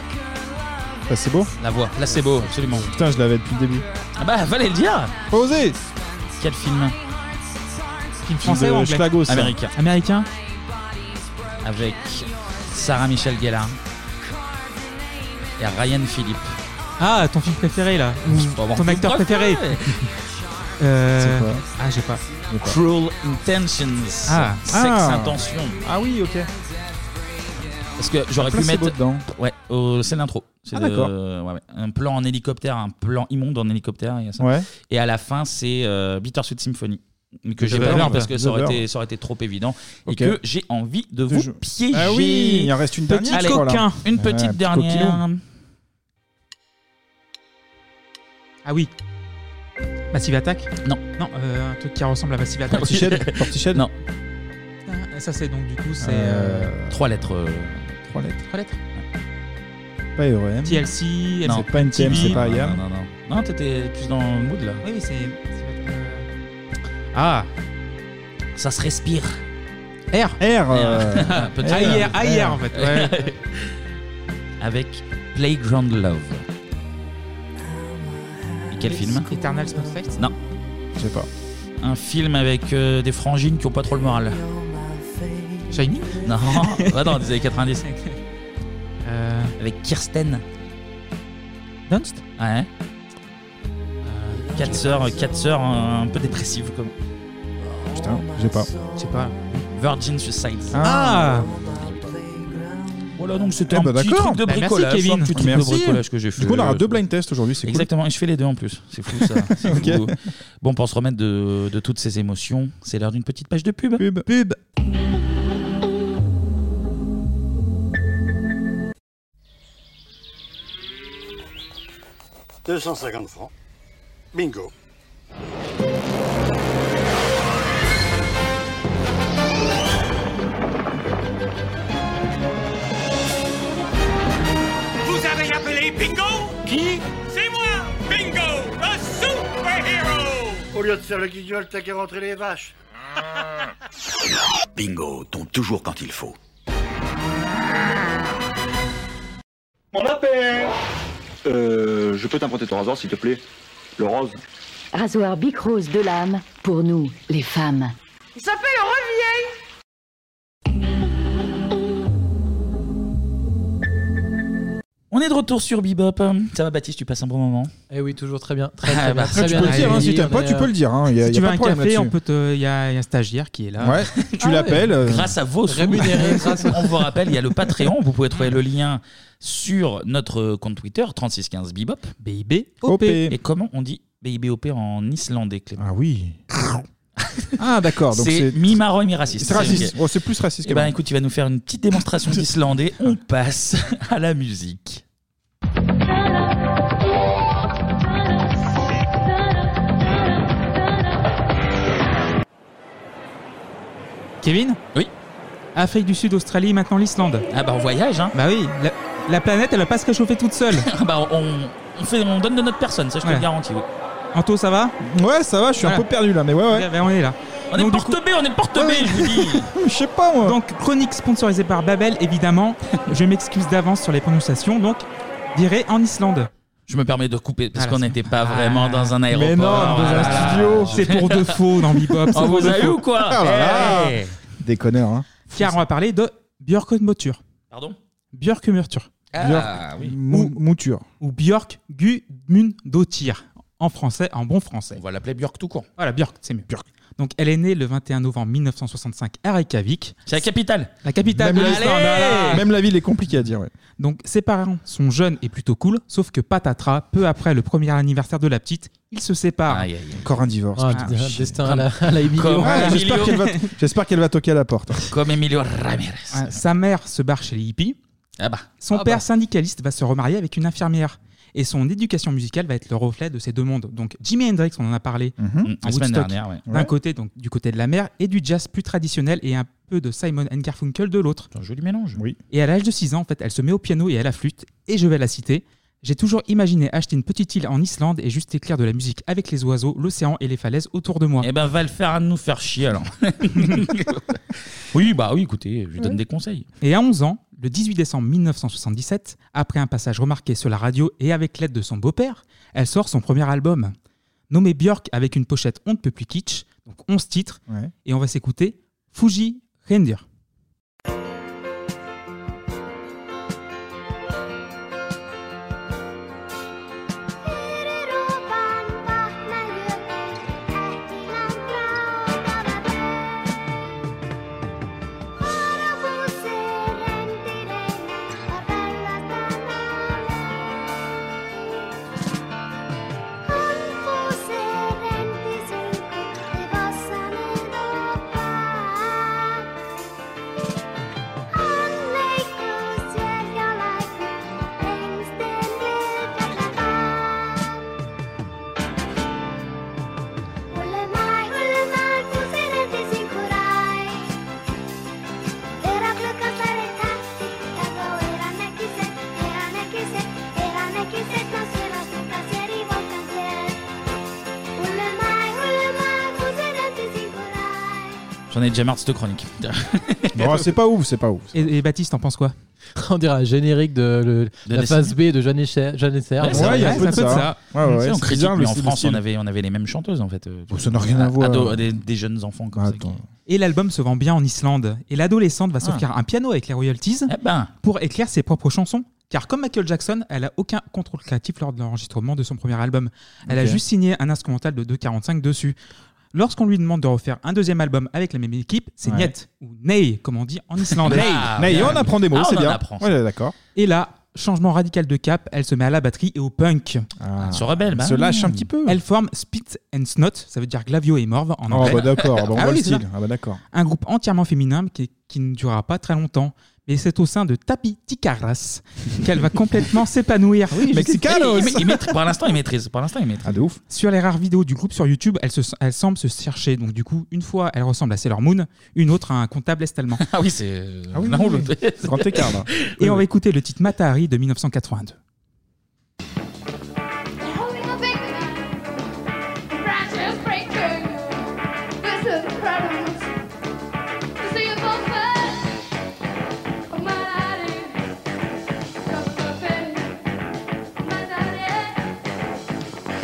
Speaker 6: Bah, c'est beau
Speaker 1: La voix, là c'est beau, absolument.
Speaker 6: Putain, je l'avais depuis le début.
Speaker 1: Ah bah, fallait le dire
Speaker 6: Osez
Speaker 1: Quel film
Speaker 7: Film
Speaker 6: français ou anglais Schlagos, ça.
Speaker 1: Américain.
Speaker 7: Américain
Speaker 1: Avec Sarah Michel Gellar et Ryan Philippe.
Speaker 7: Ah, ton film préféré là Ou
Speaker 1: avoir
Speaker 7: Ton
Speaker 1: ton
Speaker 7: acteur préféré
Speaker 1: préféré.
Speaker 7: Euh,
Speaker 1: C'est quoi
Speaker 7: Ah, j'ai pas.
Speaker 1: Cruel Intentions.
Speaker 7: Ah.
Speaker 1: Sex
Speaker 7: Ah.
Speaker 1: Intention.
Speaker 6: Ah oui, ok.
Speaker 1: Parce que j'aurais pu
Speaker 6: Placebo
Speaker 1: mettre.
Speaker 6: dedans.
Speaker 1: Ouais, euh, c'est l'intro. C'est
Speaker 6: Ah,
Speaker 1: de-
Speaker 6: d'accord.
Speaker 1: ouais, ouais. Un plan en hélicoptère, un plan immonde en hélicoptère. il y a ça.
Speaker 6: Ouais.
Speaker 1: Et à la fin, c'est euh, Bittersweet Symphony. Mais Que
Speaker 6: The
Speaker 1: j'ai pas
Speaker 6: Verve.
Speaker 1: mis parce que ça
Speaker 6: The
Speaker 1: aurait,
Speaker 6: Verve.
Speaker 1: été, ça aurait été trop évident.
Speaker 6: Ok.
Speaker 1: Et que j'ai envie de
Speaker 6: De
Speaker 1: vous
Speaker 6: jeu.
Speaker 1: piéger.
Speaker 6: Ah oui, il en reste une
Speaker 1: Petit
Speaker 6: dernière, je crois, là.
Speaker 1: coquin. Une
Speaker 6: Ouais,
Speaker 1: petite
Speaker 6: petit
Speaker 1: dernière.
Speaker 6: coquillon.
Speaker 7: Ah oui. Massive Attack
Speaker 1: Non.
Speaker 7: Non, euh, un truc qui ressemble à Massive Attack.
Speaker 6: Portiched Portiched
Speaker 1: Non.
Speaker 7: Ah, Ça, c'est donc du coup, c'est. euh,
Speaker 6: Euh,
Speaker 1: Trois lettres. euh,
Speaker 6: Trois lettres.
Speaker 7: Trois lettres
Speaker 6: Pas EOM.
Speaker 7: TLC,
Speaker 6: C'est pas NTM,
Speaker 7: TV.
Speaker 6: c'est pas IAM.
Speaker 1: Non, non, non. Non, t'étais plus dans le mood là.
Speaker 7: Oui, oui, c'est.
Speaker 1: Ah Ça se respire.
Speaker 7: R.
Speaker 6: R. euh,
Speaker 1: Peut-être.
Speaker 6: R.
Speaker 7: Ailleurs, ailleurs, en fait, ouais.
Speaker 1: Avec Playground Love. Et quel film
Speaker 7: Eternal Sunset
Speaker 1: Non.
Speaker 6: Je sais pas.
Speaker 1: Un film avec euh, des frangines qui ont pas trop le moral.
Speaker 7: Shiny
Speaker 1: Non, ouais, non, des années 90. Avec Kirsten.
Speaker 7: Euh. Dunst
Speaker 1: Ouais. Quatre sœurs, quatre sœurs euh, un peu dépressives comme.
Speaker 6: Putain, j'ai pas.
Speaker 7: Je sais pas.
Speaker 1: Virgin Suicide.
Speaker 7: Ah.
Speaker 1: Voilà, donc c'était
Speaker 6: Eh
Speaker 1: un
Speaker 6: ben,
Speaker 1: petit
Speaker 6: d'accord.
Speaker 1: truc de
Speaker 6: Bah, merci,
Speaker 1: bricolage.
Speaker 6: Kevin.
Speaker 1: un petit truc de
Speaker 6: Merci.
Speaker 1: bricolage que j'ai
Speaker 6: Du
Speaker 1: fait.
Speaker 6: coup, on aura
Speaker 1: Euh,
Speaker 6: deux blind tests aujourd'hui, c'est cool.
Speaker 1: Exactement, et je fais les deux en plus. C'est fou ça. C'est fou. Bon, pour se remettre de, de toutes ces émotions, c'est l'heure d'une petite page de pub.
Speaker 6: Pub.
Speaker 1: Pub.
Speaker 2: « 250 francs. Bingo.
Speaker 10: Vous avez appelé Bingo Qui C'est moi, Bingo, le super-héros
Speaker 2: Au lieu de faire le guignol, t'as qu'à rentrer les vaches.
Speaker 18: Bingo tombe toujours quand il faut.
Speaker 2: Mon appel
Speaker 27: Euh, je peux t'emprunter ton rasoir, s'il te plaît Le rose
Speaker 28: Rasoir Bic Rose de l'âme, pour nous, les femmes.
Speaker 10: Il s'appelle Revieille
Speaker 1: On est de retour sur Bebop. Ça va, Baptiste, tu passes un bon moment
Speaker 8: Eh oui, toujours très bien. Très,
Speaker 1: Ah,
Speaker 8: très
Speaker 1: bah,
Speaker 8: bien, très
Speaker 1: tu
Speaker 8: bien
Speaker 1: peux le dire, hein, si
Speaker 8: réuni,
Speaker 1: t'aimes
Speaker 8: on
Speaker 1: pas,
Speaker 8: est,
Speaker 1: tu peux le dire, hein,
Speaker 8: euh,
Speaker 1: y a-
Speaker 7: si
Speaker 1: y
Speaker 7: tu
Speaker 1: a
Speaker 7: veux
Speaker 1: pas de
Speaker 7: un
Speaker 1: problème
Speaker 7: café,
Speaker 1: là-dessus.
Speaker 7: on peut te- il y, a il y a un stagiaire qui est là.
Speaker 1: Hein Ouais, tu
Speaker 7: Ah
Speaker 1: l'appelles.
Speaker 7: ouais.
Speaker 1: Grâce à vos sous.
Speaker 7: Rémunéré, grâce à-
Speaker 1: On vous rappelle, il y a le Patreon. Vous pouvez trouver le lien sur notre compte Twitter 3615 Bibop.
Speaker 6: OP.
Speaker 1: Et comment on dit BIBOP en islandais, Clément
Speaker 6: Ah oui. Ah, d'accord. donc
Speaker 1: C'est
Speaker 6: c'est-
Speaker 1: mi-marron et mi-raciste.
Speaker 6: C'est raciste.
Speaker 1: ok.
Speaker 6: Oh, c'est plus raciste
Speaker 1: Eh
Speaker 6: que
Speaker 1: ben,
Speaker 6: moi.
Speaker 1: écoute, il va nous faire une petite démonstration d'islandais. On passe à la musique.
Speaker 7: Kevin
Speaker 1: Oui.
Speaker 7: Afrique du Sud, Australie, maintenant l'Islande.
Speaker 1: Ah bah on voyage, hein
Speaker 7: Bah oui, la, la planète, elle va pas se réchauffer toute seule.
Speaker 1: Ah bah on, on fait, on donne de notre personne, ça je te
Speaker 7: Ouais.
Speaker 1: le garantis. oui.
Speaker 7: Anto, ça va
Speaker 6: Ouais, ça va, je suis un
Speaker 7: Voilà.
Speaker 6: peu perdu là, mais ouais, ouais.
Speaker 7: on est là.
Speaker 1: On est porte B, on est porte B, je vous dis.
Speaker 6: Je sais pas moi.
Speaker 7: Donc chronique sponsorisée par Babel, évidemment. je m'excuse d'avance sur les prononciations. Donc viré en Islande.
Speaker 1: Je me permets de couper
Speaker 7: Ah,
Speaker 1: parce qu'on n'était pas vraiment dans un aéroport. Ah
Speaker 7: non, dans un studio. C'est pour de faux dans Bebop, c'est
Speaker 1: On
Speaker 7: pour
Speaker 1: vous
Speaker 7: de
Speaker 1: a eu
Speaker 7: faux.
Speaker 1: ou quoi
Speaker 7: Ah là là.
Speaker 1: Eh.
Speaker 6: Déconneur, hein.
Speaker 7: Car on va parler de Björk Motur.
Speaker 1: Pardon
Speaker 7: Björk Motur.
Speaker 1: Ah, oui.
Speaker 6: Mou- Mouture.
Speaker 7: Ou Björk Gudmundsdottir. En français, en bon français. On
Speaker 1: va l'appeler Björk tout court.
Speaker 7: Voilà, Björk, c'est mieux. Donc elle est née le 21 novembre 1965 à Reykjavik.
Speaker 1: C'est la capitale.
Speaker 7: La capitale
Speaker 6: Même
Speaker 7: de
Speaker 6: la-
Speaker 7: l'Islande.
Speaker 6: Allez Même la ville est compliquée à dire, ouais.
Speaker 7: Donc ses parents sont jeunes et plutôt cool, sauf que patatras, peu après le premier anniversaire de la petite, ils se séparent.
Speaker 6: Encore un divorce.
Speaker 7: Ah,
Speaker 6: putain.
Speaker 7: putain,
Speaker 6: Shit.
Speaker 7: destin à la- à la Emilio. Comme
Speaker 6: Ouais, J'espère
Speaker 7: Emilio.
Speaker 6: qu'elle va, j'espère qu'elle va toquer à la porte.
Speaker 1: Comme Emilio Ramirez.
Speaker 7: Ouais, sa mère se barre chez les hippies. Son
Speaker 1: Ah
Speaker 7: père
Speaker 1: bah.
Speaker 7: syndicaliste va se remarier avec une infirmière. Et son éducation musicale va être le reflet de ces deux mondes. Donc Jimi Hendrix, on en a parlé en
Speaker 1: Mhm. La semaine
Speaker 7: Woodstock,
Speaker 1: dernière, ouais.
Speaker 7: d'un
Speaker 1: Ouais.
Speaker 7: côté, donc du côté de la mère, et du jazz plus traditionnel et un peu de Simon and Garfunkel de l'autre.
Speaker 1: Un joli mélange.
Speaker 6: Oui.
Speaker 7: Et à l'âge de 6 ans, en fait, elle se met au piano et à la flûte. Et je vais la citer. J'ai toujours imaginé acheter une petite île en Islande et juste éclairer de la musique avec les oiseaux, l'océan et les falaises autour de moi.
Speaker 1: Eh ben, va le faire à nous faire chier alors. oui, bah oui, écoutez, je lui donne des conseils.
Speaker 7: Et à 11 ans, le 18 décembre 1977, après un passage remarqué sur la radio et avec l'aide de son beau-père, elle sort son premier album. Nommé Björk avec une pochette on ne peut plus kitsch, donc 11 titres,
Speaker 6: Ouais.
Speaker 7: et on va s'écouter Fuji Reindeer.
Speaker 10: Thank you.
Speaker 1: J'en ai déjà marre de cette chronique. Oh,
Speaker 6: Bon, Oh, c'est pas ouf, c'est pas ouf.
Speaker 7: Et, et Baptiste, t'en penses quoi
Speaker 8: On dirait un générique de, le-
Speaker 1: De
Speaker 8: la
Speaker 1: la-
Speaker 8: phase B de Jeanne et Cher. Jeanne et Cher.
Speaker 1: Ouais, c'est vrai, c'est un peu de ça. Tu sais, on critique,
Speaker 6: bizarre,
Speaker 1: mais
Speaker 6: le
Speaker 1: en
Speaker 6: style-
Speaker 1: France,
Speaker 6: le style.
Speaker 1: on
Speaker 6: Oh,
Speaker 1: avait, on avait les mêmes chanteuses en fait. euh,
Speaker 6: ça n'a rien à voir.
Speaker 1: ados, des, des jeunes enfants comme ça. qui-
Speaker 7: Et l'album se vend bien en Islande. Et l'adolescente va
Speaker 1: Ah.
Speaker 7: s'offrir un piano avec les royalties
Speaker 6: Eh ben.
Speaker 7: pour écrire ses propres chansons. Car comme Michael Jackson, elle a aucun contrôle créatif lors de l'enregistrement de son premier album. Elle a
Speaker 8: Ok.
Speaker 7: juste signé un instrumental de 2,45 dessus. Lorsqu'on lui demande de refaire un deuxième album avec la même équipe, c'est
Speaker 6: Ouais.
Speaker 7: Niet, ou Ney, comme on dit en islandais.
Speaker 6: Ah, Ney, bien. on apprend des mots, Ah, on c'est en bien. apprend. Ouais, d'accord.
Speaker 7: Et là, changement radical de cap, elle se met à la batterie et au punk.
Speaker 6: Elle se rebelle, bah. se lâche un petit peu.
Speaker 7: Elle forme Spit and Snot, ça veut dire Glavio et Morve en
Speaker 6: Ah,
Speaker 7: anglais.
Speaker 6: bah d'accord, bah on
Speaker 7: Ah
Speaker 6: voit
Speaker 7: oui,
Speaker 6: le
Speaker 7: c'est ça.
Speaker 6: style. Ah, bah d'accord.
Speaker 7: Un groupe entièrement féminin qui, qui ne durera pas très longtemps. Mais c'est au sein de Tapi Ticaras qu'elle va complètement s'épanouir.
Speaker 1: Oui, je-
Speaker 7: Mexicanos.
Speaker 1: Il- il- il maîtrise- Pour l'instant, il maîtrise. Pour l'instant, il maîtrise.
Speaker 6: Ah, de ouf.
Speaker 7: Sur les rares vidéos du groupe sur YouTube, elle, se, elle semble se chercher. Donc, du coup, une fois, elle ressemble à Sailor Moon, une autre à un comptable est-allemand.
Speaker 1: Ah oui, c'est.
Speaker 7: Ah oui,
Speaker 1: l'un
Speaker 7: oui,
Speaker 1: ou l'autre.
Speaker 7: oui.
Speaker 6: Grand écart, là.
Speaker 7: Et on va écouter le titre Matahari de 1982.
Speaker 10: Righteous breaker, this is the promise. To see you both first, oh, my daddy. Come to me, my daddy.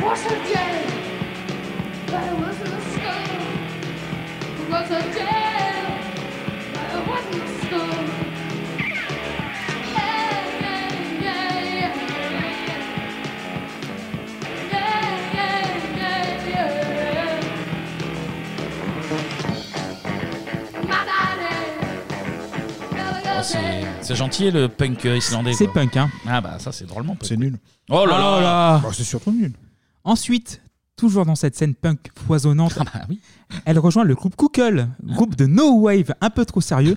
Speaker 10: What's a day? But it wasn't a school. It was a day. But it wasn't a school. Yeah, yeah, yeah, yeah, yeah. Yeah, yeah, yeah, yeah. My daddy.
Speaker 1: Oh, c'est- c'est gentil le punk euh, islandais.
Speaker 7: C'est
Speaker 1: quoi.
Speaker 7: punk, hein.
Speaker 1: Ah bah ça, c'est drôlement punk.
Speaker 6: C'est nul.
Speaker 1: Oh là là
Speaker 6: Bah, C'est surtout nul.
Speaker 7: Ah Ensuite, toujours dans cette scène punk
Speaker 1: Ah
Speaker 7: foisonnante,
Speaker 1: bah
Speaker 7: elle rejoint le groupe Kukul, groupe de No Wave un peu trop sérieux.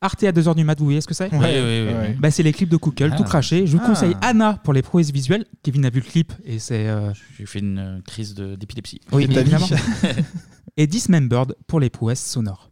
Speaker 7: Arte à 2h du mat, vous voyez ce que c'est
Speaker 1: Ouais, ouais, ouais, ouais.
Speaker 7: Bah, C'est les clips de Kukul,
Speaker 1: Ah.
Speaker 7: tout craché. Je vous
Speaker 1: Ah.
Speaker 7: conseille Anna pour les prouesses visuelles. Kevin a vu le clip et c'est. euh,
Speaker 1: J'ai fait une euh, crise de- d'épilepsie.
Speaker 7: Oui, évidemment. et Dismembered pour les prouesses sonores.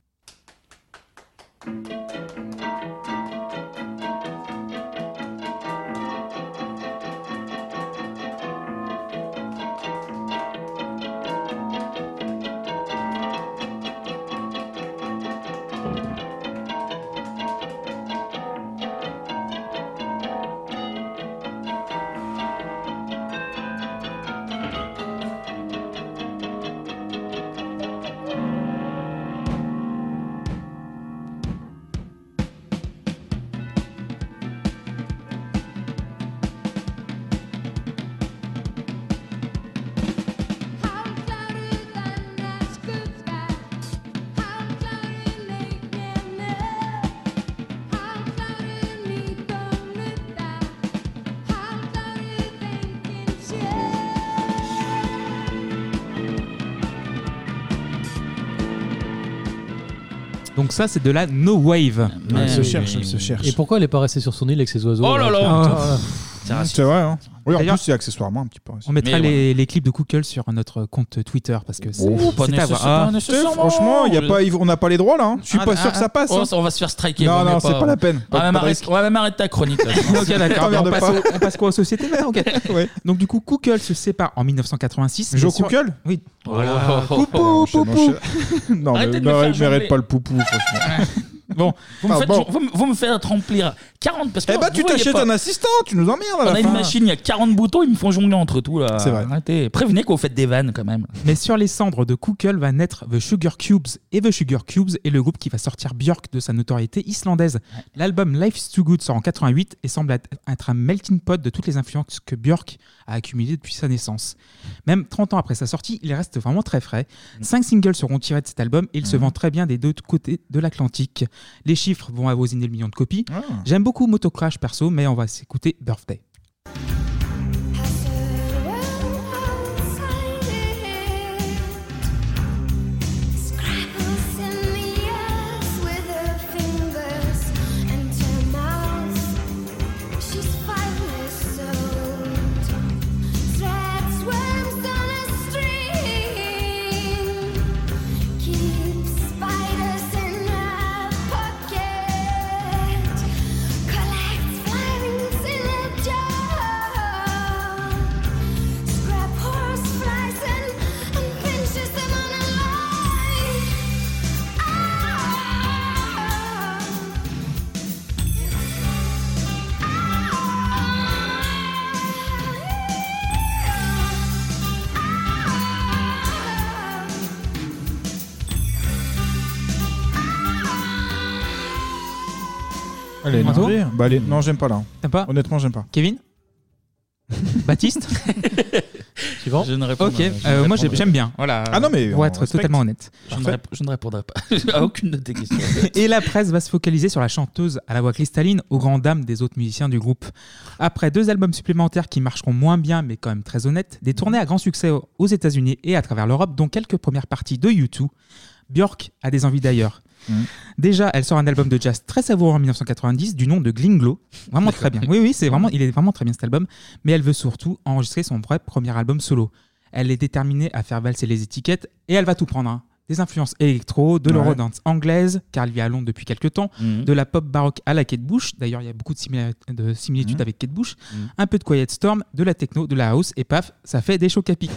Speaker 7: Donc ça, c'est de la no wave.
Speaker 6: Ouais, elle se cherche, elle se cherche.
Speaker 8: Et pourquoi elle est pas restée sur son île avec ses oiseaux
Speaker 6: Oh là là.
Speaker 8: Ah.
Speaker 6: C'est vrai, hein. Oui, en
Speaker 7: D'ailleurs-
Speaker 6: plus, c'est accessoirement un petit peu.
Speaker 7: On mettra les, les clips de Google sur notre compte Twitter parce que c'est
Speaker 6: Oh,
Speaker 1: pas
Speaker 7: c'est à
Speaker 1: nécessaire-
Speaker 7: voir.
Speaker 1: pas
Speaker 7: Ah.
Speaker 1: nécessairement.
Speaker 6: Franchement, y a pas, on n'a pas les droits là. hein. Je suis
Speaker 1: Ah,
Speaker 6: pas
Speaker 1: ah,
Speaker 6: sûr que ça
Speaker 1: ah,
Speaker 6: passe.
Speaker 1: oh,
Speaker 6: hein.
Speaker 1: On va se faire striker.
Speaker 6: Non,
Speaker 1: vaut mieux
Speaker 6: non, c'est pas la peine.
Speaker 1: On
Speaker 6: Pas-
Speaker 1: va
Speaker 6: pas de
Speaker 1: m'arrêter
Speaker 6: risque.
Speaker 1: ouais, même arrête ta chronique. là.
Speaker 7: Ah. Ok, d'accord.
Speaker 6: T'emmerdes
Speaker 7: On, passe
Speaker 6: pas.
Speaker 7: au- on passe quoi aux sociétés maintenant Ok. Donc du coup, Google se sépare en 1986.
Speaker 6: Joe
Speaker 7: Et sur-
Speaker 6: Kukel
Speaker 7: Oui.
Speaker 6: Voilà.
Speaker 7: Poupou,
Speaker 6: Oh,
Speaker 7: poupou.
Speaker 6: mon cher- Non, mais
Speaker 1: Arrêtez de me
Speaker 6: bah,
Speaker 1: faire
Speaker 6: il mérite
Speaker 1: jongler.
Speaker 6: pas le poupou, franchement.
Speaker 7: Bon,
Speaker 1: Vous me,
Speaker 6: Ah,
Speaker 1: faites,
Speaker 6: bon.
Speaker 1: vous, me- vous me faites remplir 40 parce que
Speaker 6: Eh bah,
Speaker 1: vous
Speaker 6: tu
Speaker 1: voyez
Speaker 6: t'achètes
Speaker 1: pas.
Speaker 6: un assistant, tu nous emmerdes. à la
Speaker 1: On a
Speaker 6: fin.
Speaker 1: une machine, il y a 40 boutons, ils me font jongler entre tout là.
Speaker 7: C'est vrai.
Speaker 1: Arrêtez. Prévenez qu'on fait des vannes quand même.
Speaker 7: Mais sur les cendres de Google va naître The Sugar Cubes. Et The Sugar Cubes est le groupe qui va sortir Björk de sa notoriété islandaise. L'album Life's Too Good sort en 88 et semble être- être un melting pot de toutes les influences que Björk a accumulées depuis sa naissance. Même 30 ans après sa sortie, il reste vraiment très frais.
Speaker 1: Mm.
Speaker 7: Cinq singles seront tirés de cet album et il se vend très bien des deux côtés de l'Atlantique. Les chiffres vont avoisiner le million de copies. J'aime beaucoup Motocrash perso, mais on va s'écouter Birthday.
Speaker 10: Keep spiders in her pocket.
Speaker 6: Allez,
Speaker 7: Anto
Speaker 6: non. Bah, allez, non, j'aime pas là.
Speaker 7: T'aimes pas
Speaker 6: Honnêtement, j'aime pas.
Speaker 7: Kevin Baptiste
Speaker 8: Suivant.
Speaker 1: Je ne réponds
Speaker 7: Ok, euh, moi j'ai- j'aime bien. Voilà.
Speaker 1: Ah non, mais
Speaker 7: Pour
Speaker 1: on
Speaker 7: être
Speaker 1: respecte.
Speaker 7: totalement honnête.
Speaker 1: Je ne, rép- je ne répondrai pas à aucune de tes questions.
Speaker 7: Et la presse va se focaliser sur la chanteuse à la voix cristalline, aux grandes dames des autres musiciens du groupe. Après deux albums supplémentaires qui marcheront moins bien, mais quand même très honnêtes, des tournées à grand succès aux États-Unis et à travers l'Europe, dont quelques premières parties de U2, Björk a des envies d'ailleurs.
Speaker 6: Mhm.
Speaker 7: Déjà, elle sort un album de jazz très savoureux en 1990 du nom de Glinglo. Vraiment très bien. Oui, oui, c'est vraiment, il est vraiment très bien cet album. Mais elle veut surtout enregistrer son vrai premier album solo. Elle est déterminée à faire valser les étiquettes et elle va tout prendre. hein. Des influences électro, de
Speaker 6: Ouais.
Speaker 7: l'eurodance anglaise, car elle vit à Londres depuis quelques temps,
Speaker 6: Mhm.
Speaker 7: de la pop baroque à la Kate Bush, d'ailleurs il y a beaucoup de, simila- de similitudes
Speaker 6: Mhm.
Speaker 7: avec Kate Bush,
Speaker 6: Mhm.
Speaker 7: un peu de Quiet Storm, de la techno, de la house, et paf, ça fait des chocs à pic.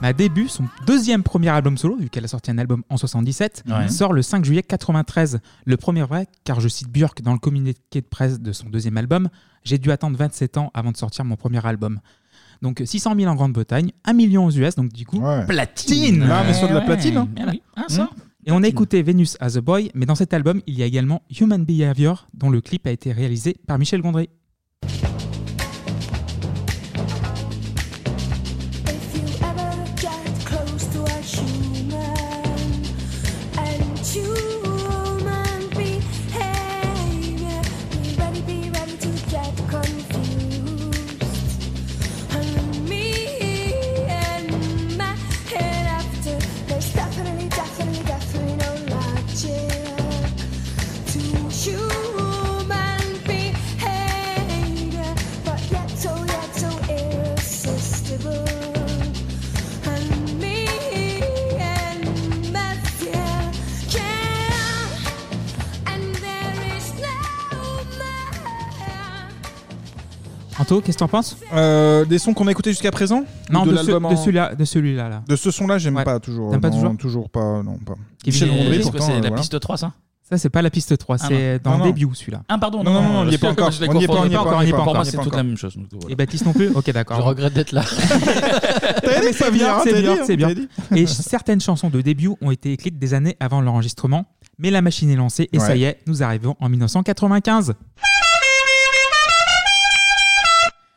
Speaker 7: Mais à début, son deuxième premier album solo, vu qu'elle a sorti un album en 77,
Speaker 1: Ouais.
Speaker 7: sort le 5 juillet 93. Le premier vrai, car je cite Björk dans le communiqué de presse de son deuxième album, j'ai dû attendre 27 ans avant de sortir mon premier album. Donc 600 000 en Grande-Bretagne, 1 million aux US, donc du coup, platine
Speaker 6: Ah, mais sur de la
Speaker 7: Ouais,
Speaker 6: platine, hein.
Speaker 7: voilà.
Speaker 6: Ah, ça.
Speaker 7: Mmh. Et on a écouté Venus as a Boy, mais dans cet album, il y a également Human Behavior, dont le clip a été réalisé par Michel Gondry.
Speaker 4: Definitely, definitely, definitely no logic to human behavior, but yet so, yet so irresistible. And me and my fear can, and there is no
Speaker 7: Anto, qu'est-ce que t'en penses
Speaker 6: Euh, Des sons qu'on a écoutés jusqu'à présent
Speaker 7: Non,
Speaker 6: Ou
Speaker 7: de, ce-
Speaker 6: l'album en-
Speaker 7: de celui-là. De celui-là, là.
Speaker 6: De ce son-là, j'aime
Speaker 7: Ouais.
Speaker 6: pas toujours.
Speaker 7: T'aimes pas
Speaker 6: Non,
Speaker 7: toujours
Speaker 6: pas. Non, pas.
Speaker 7: Kevin
Speaker 6: Michel
Speaker 7: et-
Speaker 6: Gondry,
Speaker 7: c'est quoi,
Speaker 6: pourtant,
Speaker 7: c'est
Speaker 6: euh,
Speaker 7: la
Speaker 6: voilà.
Speaker 1: Piste 3, ça
Speaker 7: Ça, c'est pas la piste 3,
Speaker 1: Ah,
Speaker 7: c'est
Speaker 1: non.
Speaker 7: dans
Speaker 1: Ah,
Speaker 7: le
Speaker 1: non.
Speaker 7: début, celui-là.
Speaker 1: Ah, pardon,
Speaker 6: Non, non, non, il y est pas encore.
Speaker 1: Je l'ai
Speaker 6: On y est pas,
Speaker 1: confondu.
Speaker 6: on y est pas encore,
Speaker 1: on y est
Speaker 6: on y est
Speaker 1: Pour
Speaker 6: pas
Speaker 1: moi,
Speaker 6: encore.
Speaker 1: c'est toute la même chose. donc voilà.
Speaker 7: Et Baptiste non plus Ok, d'accord.
Speaker 1: Je
Speaker 7: regrette d'être là.
Speaker 6: dit,
Speaker 7: c'est
Speaker 6: t'avais
Speaker 7: bien,
Speaker 6: dit,
Speaker 7: c'est
Speaker 6: t'avais
Speaker 7: bien,
Speaker 6: dit,
Speaker 7: c'est bien.
Speaker 6: t'avais dit.
Speaker 7: Et certaines chansons de début ont été écrites des années avant l'enregistrement, mais la machine est lancée et ça
Speaker 6: Ouais.
Speaker 7: y est, nous arrivons en 1995.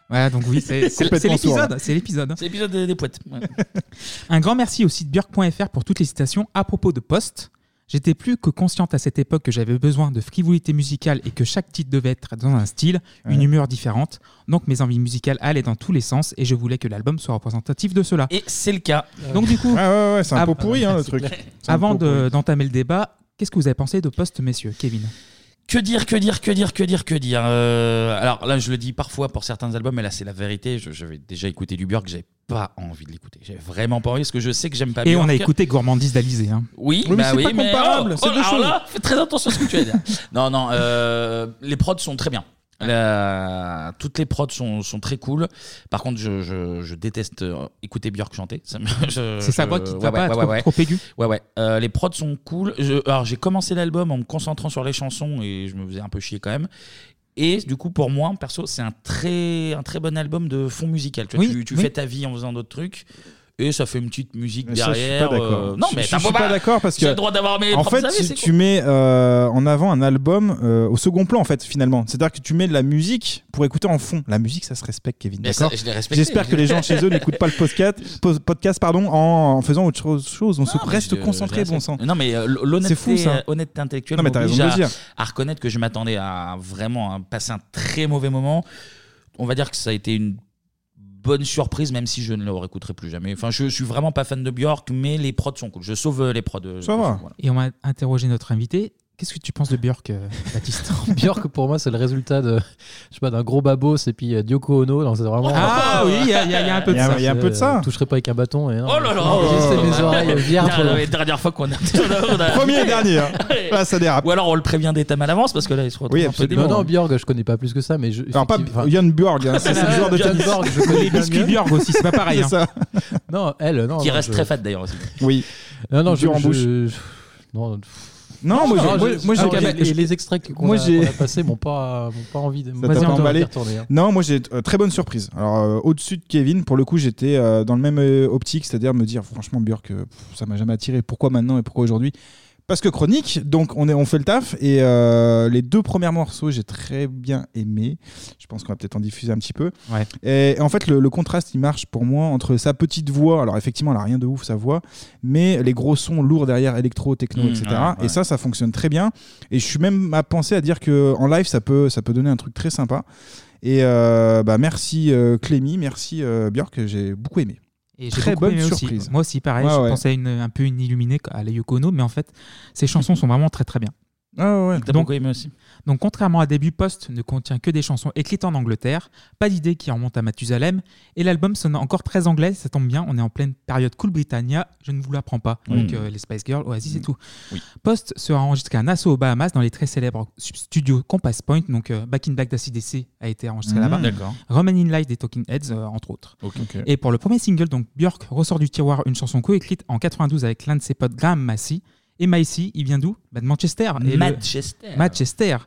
Speaker 7: Voilà, donc oui, Eh, c'est c'est- c'est
Speaker 1: Complètement sourd,
Speaker 7: l'épisode.
Speaker 1: là.
Speaker 7: C'est l'épisode. hein.
Speaker 1: C'est l'épisode des, des poètes. ouais.
Speaker 7: Un grand merci au site Björk.fr pour toutes les citations à propos de Poste. J'étais plus que consciente à cette époque que j'avais besoin de frivolité musicale et que chaque titre devait être dans un style, une
Speaker 1: Ouais.
Speaker 7: humeur différente. Donc mes envies musicales allaient dans tous les sens et je voulais que l'album soit représentatif de cela.
Speaker 1: Et c'est le cas.
Speaker 7: Donc du coup,
Speaker 6: Ouais, ouais, ouais, c'est un
Speaker 7: av-
Speaker 6: pot pourri, hein, le
Speaker 7: C'est
Speaker 6: truc.
Speaker 7: clair.
Speaker 6: C'est un
Speaker 7: Avant
Speaker 6: pot
Speaker 7: de-
Speaker 6: pourri.
Speaker 7: d'entamer le débat, qu'est-ce que vous avez pensé de Poste, messieurs, Kevin
Speaker 1: Que dire, que dire, que dire, que dire, que dire. Euh, alors là, je le dis parfois pour certains albums, mais là, c'est la vérité. Je- J'avais déjà écouté du Björk, j'ai pas envie de l'écouter. J'ai vraiment pas envie parce que je sais que j'aime pas
Speaker 7: Et on a
Speaker 1: Björk.
Speaker 7: écouté Gourmandise d'Alizé. hein.
Speaker 1: Bah, Oui, bah oui, mais- oh, oh, alors là, fais très attention à ce que tu vas dire. non, non, euh, les prods sont très bien. La- Toutes les prods sont, sont très cool. Par contre, je, je- je déteste euh, écouter Björk chanter. Ça me- je-
Speaker 7: C'est sa
Speaker 1: je-
Speaker 7: voix qui te
Speaker 1: ouais,
Speaker 7: va pas,
Speaker 1: ouais,
Speaker 7: trop-
Speaker 1: ouais, ouais.
Speaker 7: trop aiguë.
Speaker 1: Ouais, ouais. Euh, les prods sont cool. Je- alors, j'ai commencé l'album en me concentrant sur les chansons et je me faisais un peu chier quand même. Et du coup, pour moi, perso, c'est un très, un très bon album de fond musical. Tu, vois,
Speaker 7: Oui,
Speaker 1: tu, tu
Speaker 7: oui.
Speaker 1: fais ta vie en faisant d'autres trucs. Et ça fait une petite musique
Speaker 6: Mais ça, je suis
Speaker 1: derrière.
Speaker 6: pas d'accord.
Speaker 1: euh, Non,
Speaker 6: Je-
Speaker 1: mais
Speaker 6: je
Speaker 1: t'as
Speaker 6: suis
Speaker 1: pas-
Speaker 6: pas d'accord parce que
Speaker 1: J'ai le droit d'avoir mes
Speaker 6: en
Speaker 1: propres
Speaker 6: fait,
Speaker 1: avis,
Speaker 6: tu-
Speaker 1: c'est
Speaker 6: tu mets euh, en avant un album euh, au second plan en fait finalement. C'est-à-dire que tu mets de la musique pour écouter en fond. La musique, ça se respecte, Kevin.
Speaker 1: Mais
Speaker 6: d'accord
Speaker 1: ça, je l'ai respecté.
Speaker 6: J'espère que les gens chez eux n'écoutent pas le podcast, po- podcast pardon, en, en faisant autre chose- chose. On se
Speaker 1: Non, mais
Speaker 6: reste
Speaker 1: je-
Speaker 6: concentré,
Speaker 1: je
Speaker 6: bon sang.
Speaker 1: l'accepte. Non, mais euh, l- l'honnêteté,
Speaker 6: C'est fou, ça.
Speaker 1: honnêteté intellectuelle
Speaker 6: Non, mais t'as raison
Speaker 1: m'oblige
Speaker 6: de
Speaker 1: à,
Speaker 6: le dire.
Speaker 1: à reconnaître que je m'attendais à vraiment à passer un très mauvais moment. On va dire que ça a été une bonne surprise, même si je ne le réécouterai plus jamais. Enfin, je, suis vraiment pas fan de Björk, mais les prods sont cool. Je sauve euh, les prods. euh,
Speaker 7: Ça
Speaker 1: voilà.
Speaker 7: Et on m'a interrogé notre invité. Qu'est-ce que tu penses de Björk, euh, Baptiste
Speaker 8: Björk, pour moi, c'est le résultat de, je sais pas, d'un gros babos et puis euh, Yoko Ono. Non, c'est vraiment.
Speaker 7: Ah oui, il y a- il y a- il y a un peu de ça.
Speaker 1: il y a un peu de ça.
Speaker 8: Je toucherai pas avec un bâton. Et,
Speaker 1: Oh là là
Speaker 8: J'ai
Speaker 1: oh là
Speaker 8: mes
Speaker 1: là.
Speaker 8: oreilles vierges.
Speaker 1: Dernière, ouais, dernière fois qu'on a.
Speaker 8: Premier et dernier, hein.
Speaker 1: Là, ça dérape. Ou alors on le prévient des thèmes à l'avance parce que là, il se retrouve un peu
Speaker 8: Non, non,
Speaker 1: démon.
Speaker 8: Björk, je connais pas plus que ça, mais je.
Speaker 1: Alors, pas
Speaker 8: effectivement-
Speaker 1: Björn Borg, hein,
Speaker 6: ça, c'est le genre de
Speaker 8: Björn
Speaker 6: tennis.
Speaker 8: Borg, je connais
Speaker 6: Les
Speaker 8: bien
Speaker 6: biscuits
Speaker 8: mieux.
Speaker 6: Björk aussi, c'est pas pareil,
Speaker 8: C'est
Speaker 6: hein.
Speaker 8: ça. Non, elle, non.
Speaker 1: Qui
Speaker 8: non,
Speaker 1: reste
Speaker 8: je-
Speaker 1: très fat d'ailleurs aussi.
Speaker 6: Oui.
Speaker 8: Non, non, je.
Speaker 6: Dur en
Speaker 8: je-
Speaker 6: bouche.
Speaker 8: je- Non,
Speaker 6: Non, moi, j'ai- moi, moi, j'ai-
Speaker 8: ah, ouais,
Speaker 6: j'ai-
Speaker 8: les, les extraits qu'on
Speaker 6: moi,
Speaker 8: a,
Speaker 6: j'ai-
Speaker 8: qu'on a passés m'ont pas, m'ont pas envie de
Speaker 6: Ça
Speaker 8: m'ont
Speaker 6: t'a
Speaker 8: pas
Speaker 6: pas
Speaker 8: envie de
Speaker 6: emballé
Speaker 8: y retourner, hein.
Speaker 6: Non, moi j'ai euh, très bonne surprise. Alors euh, au-dessus de Kevin, pour le coup, j'étais euh, dans le même euh, optique, c'est-à-dire me dire franchement Björk, euh, pff, ça m'a jamais attiré. Pourquoi maintenant et pourquoi aujourd'hui Parce que chronique, donc on est, on fait le taf. Et euh, les deux premiers morceaux, j'ai très bien aimé. Je pense qu'on va peut-être en diffuser un petit peu.
Speaker 7: Ouais.
Speaker 6: Et en fait, le, le contraste, il marche pour moi entre sa petite voix. Alors effectivement, elle a rien de ouf sa voix, mais les gros sons lourds derrière, électro, techno,
Speaker 7: Mmh,
Speaker 6: etc.
Speaker 7: ouais, ouais.
Speaker 6: Et ça, ça fonctionne très bien. Et je suis même à penser à dire que en live, ça peut, ça peut donner un truc très sympa. Et euh, bah merci euh, Clémy, merci euh, Björk, j'ai beaucoup aimé.
Speaker 7: Et j'ai
Speaker 6: très
Speaker 7: beaucoup
Speaker 6: bonne
Speaker 7: aimé aussi.
Speaker 6: surprise.
Speaker 7: Moi aussi, pareil,
Speaker 6: Ouais,
Speaker 7: je
Speaker 6: ouais.
Speaker 7: pensais à une- un peu une illuminée à la Yoko Ono, mais en fait, ses chansons sont vraiment très très bien.
Speaker 6: Ah ouais.
Speaker 1: T'as beaucoup aimé aussi.
Speaker 7: Donc, contrairement à Début, Post ne contient que des chansons écrites en Angleterre, pas d'idées qui remontent à Mathusalem, et l'album sonne encore très anglais, ça tombe bien, on est en pleine période Cool Britannia, je ne vous l'apprends pas.
Speaker 1: Oui. Mm.
Speaker 7: Donc, euh, les Spice Girls, Oasis et tout.
Speaker 1: Oui.
Speaker 7: Post sera enregistré à Nassau, aux Bahamas, dans les très célèbres sub- studios Compass Point, donc euh, Back in Black d'ACDC a été enregistré
Speaker 1: Mhm.
Speaker 7: là-bas.
Speaker 1: D'accord.
Speaker 7: Roman in Life des Talking Heads, euh, entre autres.
Speaker 1: Ok. Ok.
Speaker 7: Et pour le premier single, donc Björk ressort du tiroir une chanson coécrite en 92 avec l'un de ses potes Graham Massey. Et Massey, il vient d'où Bah, De Manchester. Et le-
Speaker 1: Manchester.
Speaker 7: Manchester.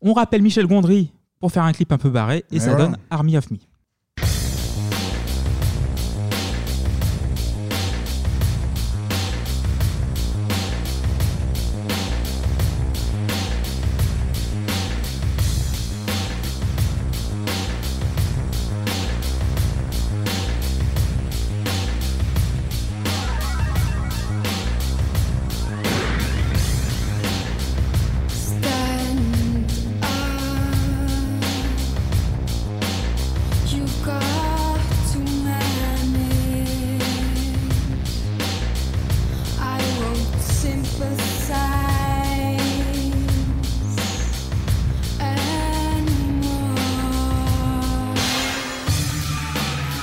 Speaker 7: On rappelle Michel Gondry pour faire un clip un peu barré et
Speaker 1: Et
Speaker 7: ça
Speaker 1: voilà.
Speaker 7: donne Army of Me.
Speaker 10: Stand up. You've got to manage. I won't sympathize anymore.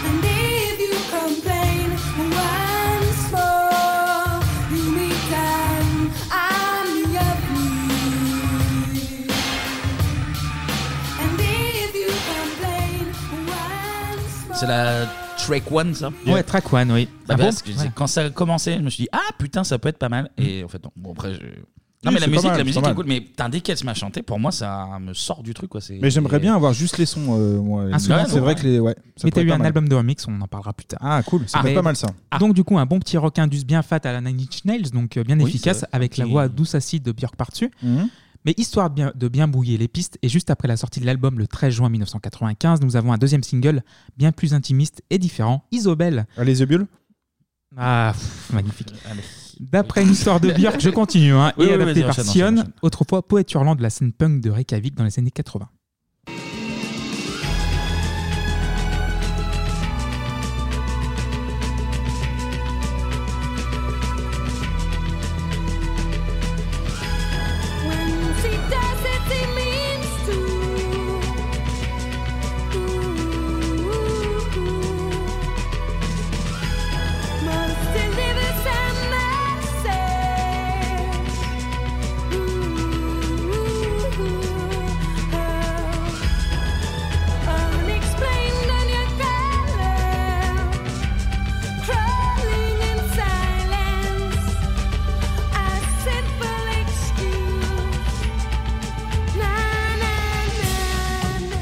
Speaker 10: And if you complain once more, you meet them army of me. And if you complain once
Speaker 1: C'est la track 1 ça
Speaker 7: Ouais, track 1, oui.
Speaker 1: Bah,
Speaker 7: Ah bon
Speaker 1: parce que c'est-
Speaker 7: Ouais. Mm.
Speaker 1: Quand ça a commencé, je me suis dit ah putain ça peut être pas mal. Et en fait non. Bon après je- Non
Speaker 6: Oui, c'est
Speaker 1: mais la
Speaker 6: pas
Speaker 1: musique,
Speaker 6: mal,
Speaker 1: la
Speaker 6: c'est
Speaker 1: musique
Speaker 6: pas
Speaker 1: est
Speaker 6: mal.
Speaker 1: cool, mais putain, dès qu'elle se m'a chanté, pour moi ça me sort du truc quoi. c'est-
Speaker 6: Mais j'aimerais bien avoir juste les sons. euh, moi.
Speaker 7: Un
Speaker 6: c'est
Speaker 7: seul album,
Speaker 6: vrai
Speaker 7: ouais.
Speaker 6: que les, ouais, ça
Speaker 7: Ah, Mais t'as
Speaker 6: pourrait
Speaker 7: eu
Speaker 6: être pas
Speaker 7: un
Speaker 6: mal.
Speaker 7: album de remix, on en parlera plus tard.
Speaker 6: Ah cool, ça peut être pas mal, ça.
Speaker 1: ah.
Speaker 7: Donc du coup, un bon petit rock indus bien fat à la Nine Inch Nails, donc euh, bien
Speaker 6: Oui,
Speaker 7: efficace,
Speaker 6: c'est vrai.
Speaker 7: avec la
Speaker 6: Qui-
Speaker 7: voix douce acide de Björk par-dessus.
Speaker 6: Mhm.
Speaker 7: Mais histoire de bien, de bien brouiller les pistes, et juste après la sortie de l'album le 13 juin 1995, nous avons un deuxième single bien plus intimiste et différent, Isobel.
Speaker 6: Les yeux bulles
Speaker 7: Ah, pff, magnifique. D'après une histoire de Björk, je continue, hein,
Speaker 1: Euh, Oui,
Speaker 7: et
Speaker 1: oui,
Speaker 7: adapté
Speaker 1: vas-y,
Speaker 7: par
Speaker 1: enchaîne,
Speaker 7: Sion,
Speaker 1: enchaîne,
Speaker 7: autrefois poète hurlant de la scène punk de Reykjavik dans les années 80.
Speaker 10: When she does it, she means to. Must deliver some message. Unexplained on your collar, crawling in silence. A simple excuse. Na na na.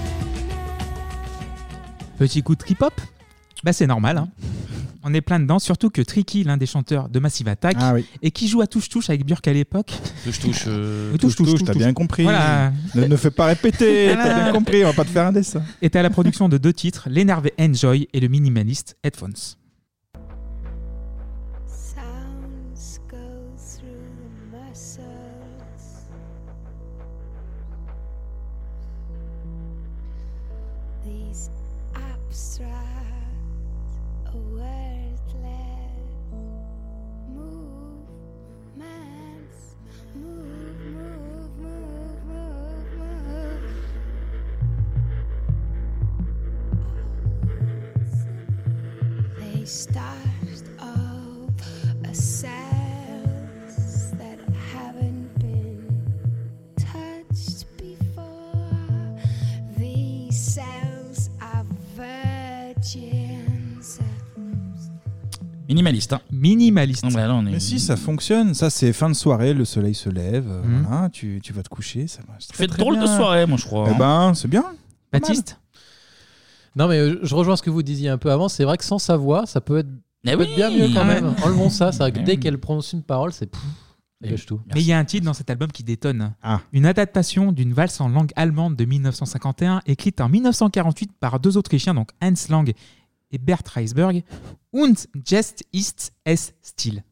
Speaker 7: Petit coup de trip-hop Bah c'est normal, hein. On est plein dedans, surtout que Tricky, l'un des chanteurs de Massive Attack,
Speaker 6: Ah
Speaker 7: et qui joue à touche-touche avec Björk à l'époque.
Speaker 1: Touche-touche. euh,
Speaker 6: Touche-touche, t'as bien compris.
Speaker 7: Voilà.
Speaker 6: Ne, ne fais pas répéter, t'as bien compris, on va pas te faire un dessin.
Speaker 7: Ah. Était à la production de deux titres, L'énervé Enjoy et le minimaliste Headphones.
Speaker 10: Sounds go through the muscles. These abstract stars of a sense that haven't been touched before. These cells are virgins.
Speaker 7: hein.
Speaker 1: Minimaliste.
Speaker 7: Minimaliste.
Speaker 6: Mais si, ça fonctionne. Ça, c'est fin de soirée, le soleil se lève, euh,
Speaker 7: Mmh.
Speaker 6: voilà, tu, tu vas te coucher. Ça marche très,
Speaker 1: Faites
Speaker 6: très
Speaker 1: drôle de
Speaker 6: bien.
Speaker 1: soirée, moi, je crois.
Speaker 6: Eh ben, c'est bien.
Speaker 1: Baptiste
Speaker 8: Non, mais euh, je rejoins ce que vous disiez un peu avant. C'est vrai que sans sa voix, ça peut être, ça peut être bien mieux
Speaker 1: Ah
Speaker 8: quand même. Enlevons ça. C'est vrai que dès qu'elle prononce une parole, c'est. pff, Dégage tout.
Speaker 7: Mais il y a un titre dans cet album qui détonne.
Speaker 6: Ah.
Speaker 7: Une adaptation d'une valse en langue allemande de 1951, écrite en 1948 par deux Autrichiens, donc Hans Lang et Bert Reisberg, Und Jest ist es still.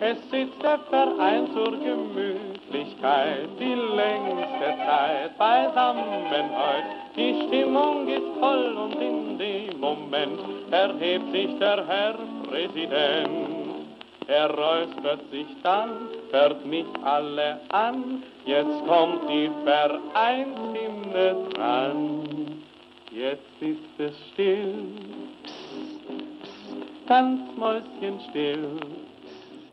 Speaker 29: Es sitzt der Verein zur Gemütlichkeit die längste Zeit beisammen heut. Die Stimmung ist voll und in dem Moment erhebt sich der Herr Präsident. Er räuspert sich dann, hört mich alle an, jetzt kommt die Vereinshymne dran. Jetzt ist es still, psst, psst, ganz mäuschenstill.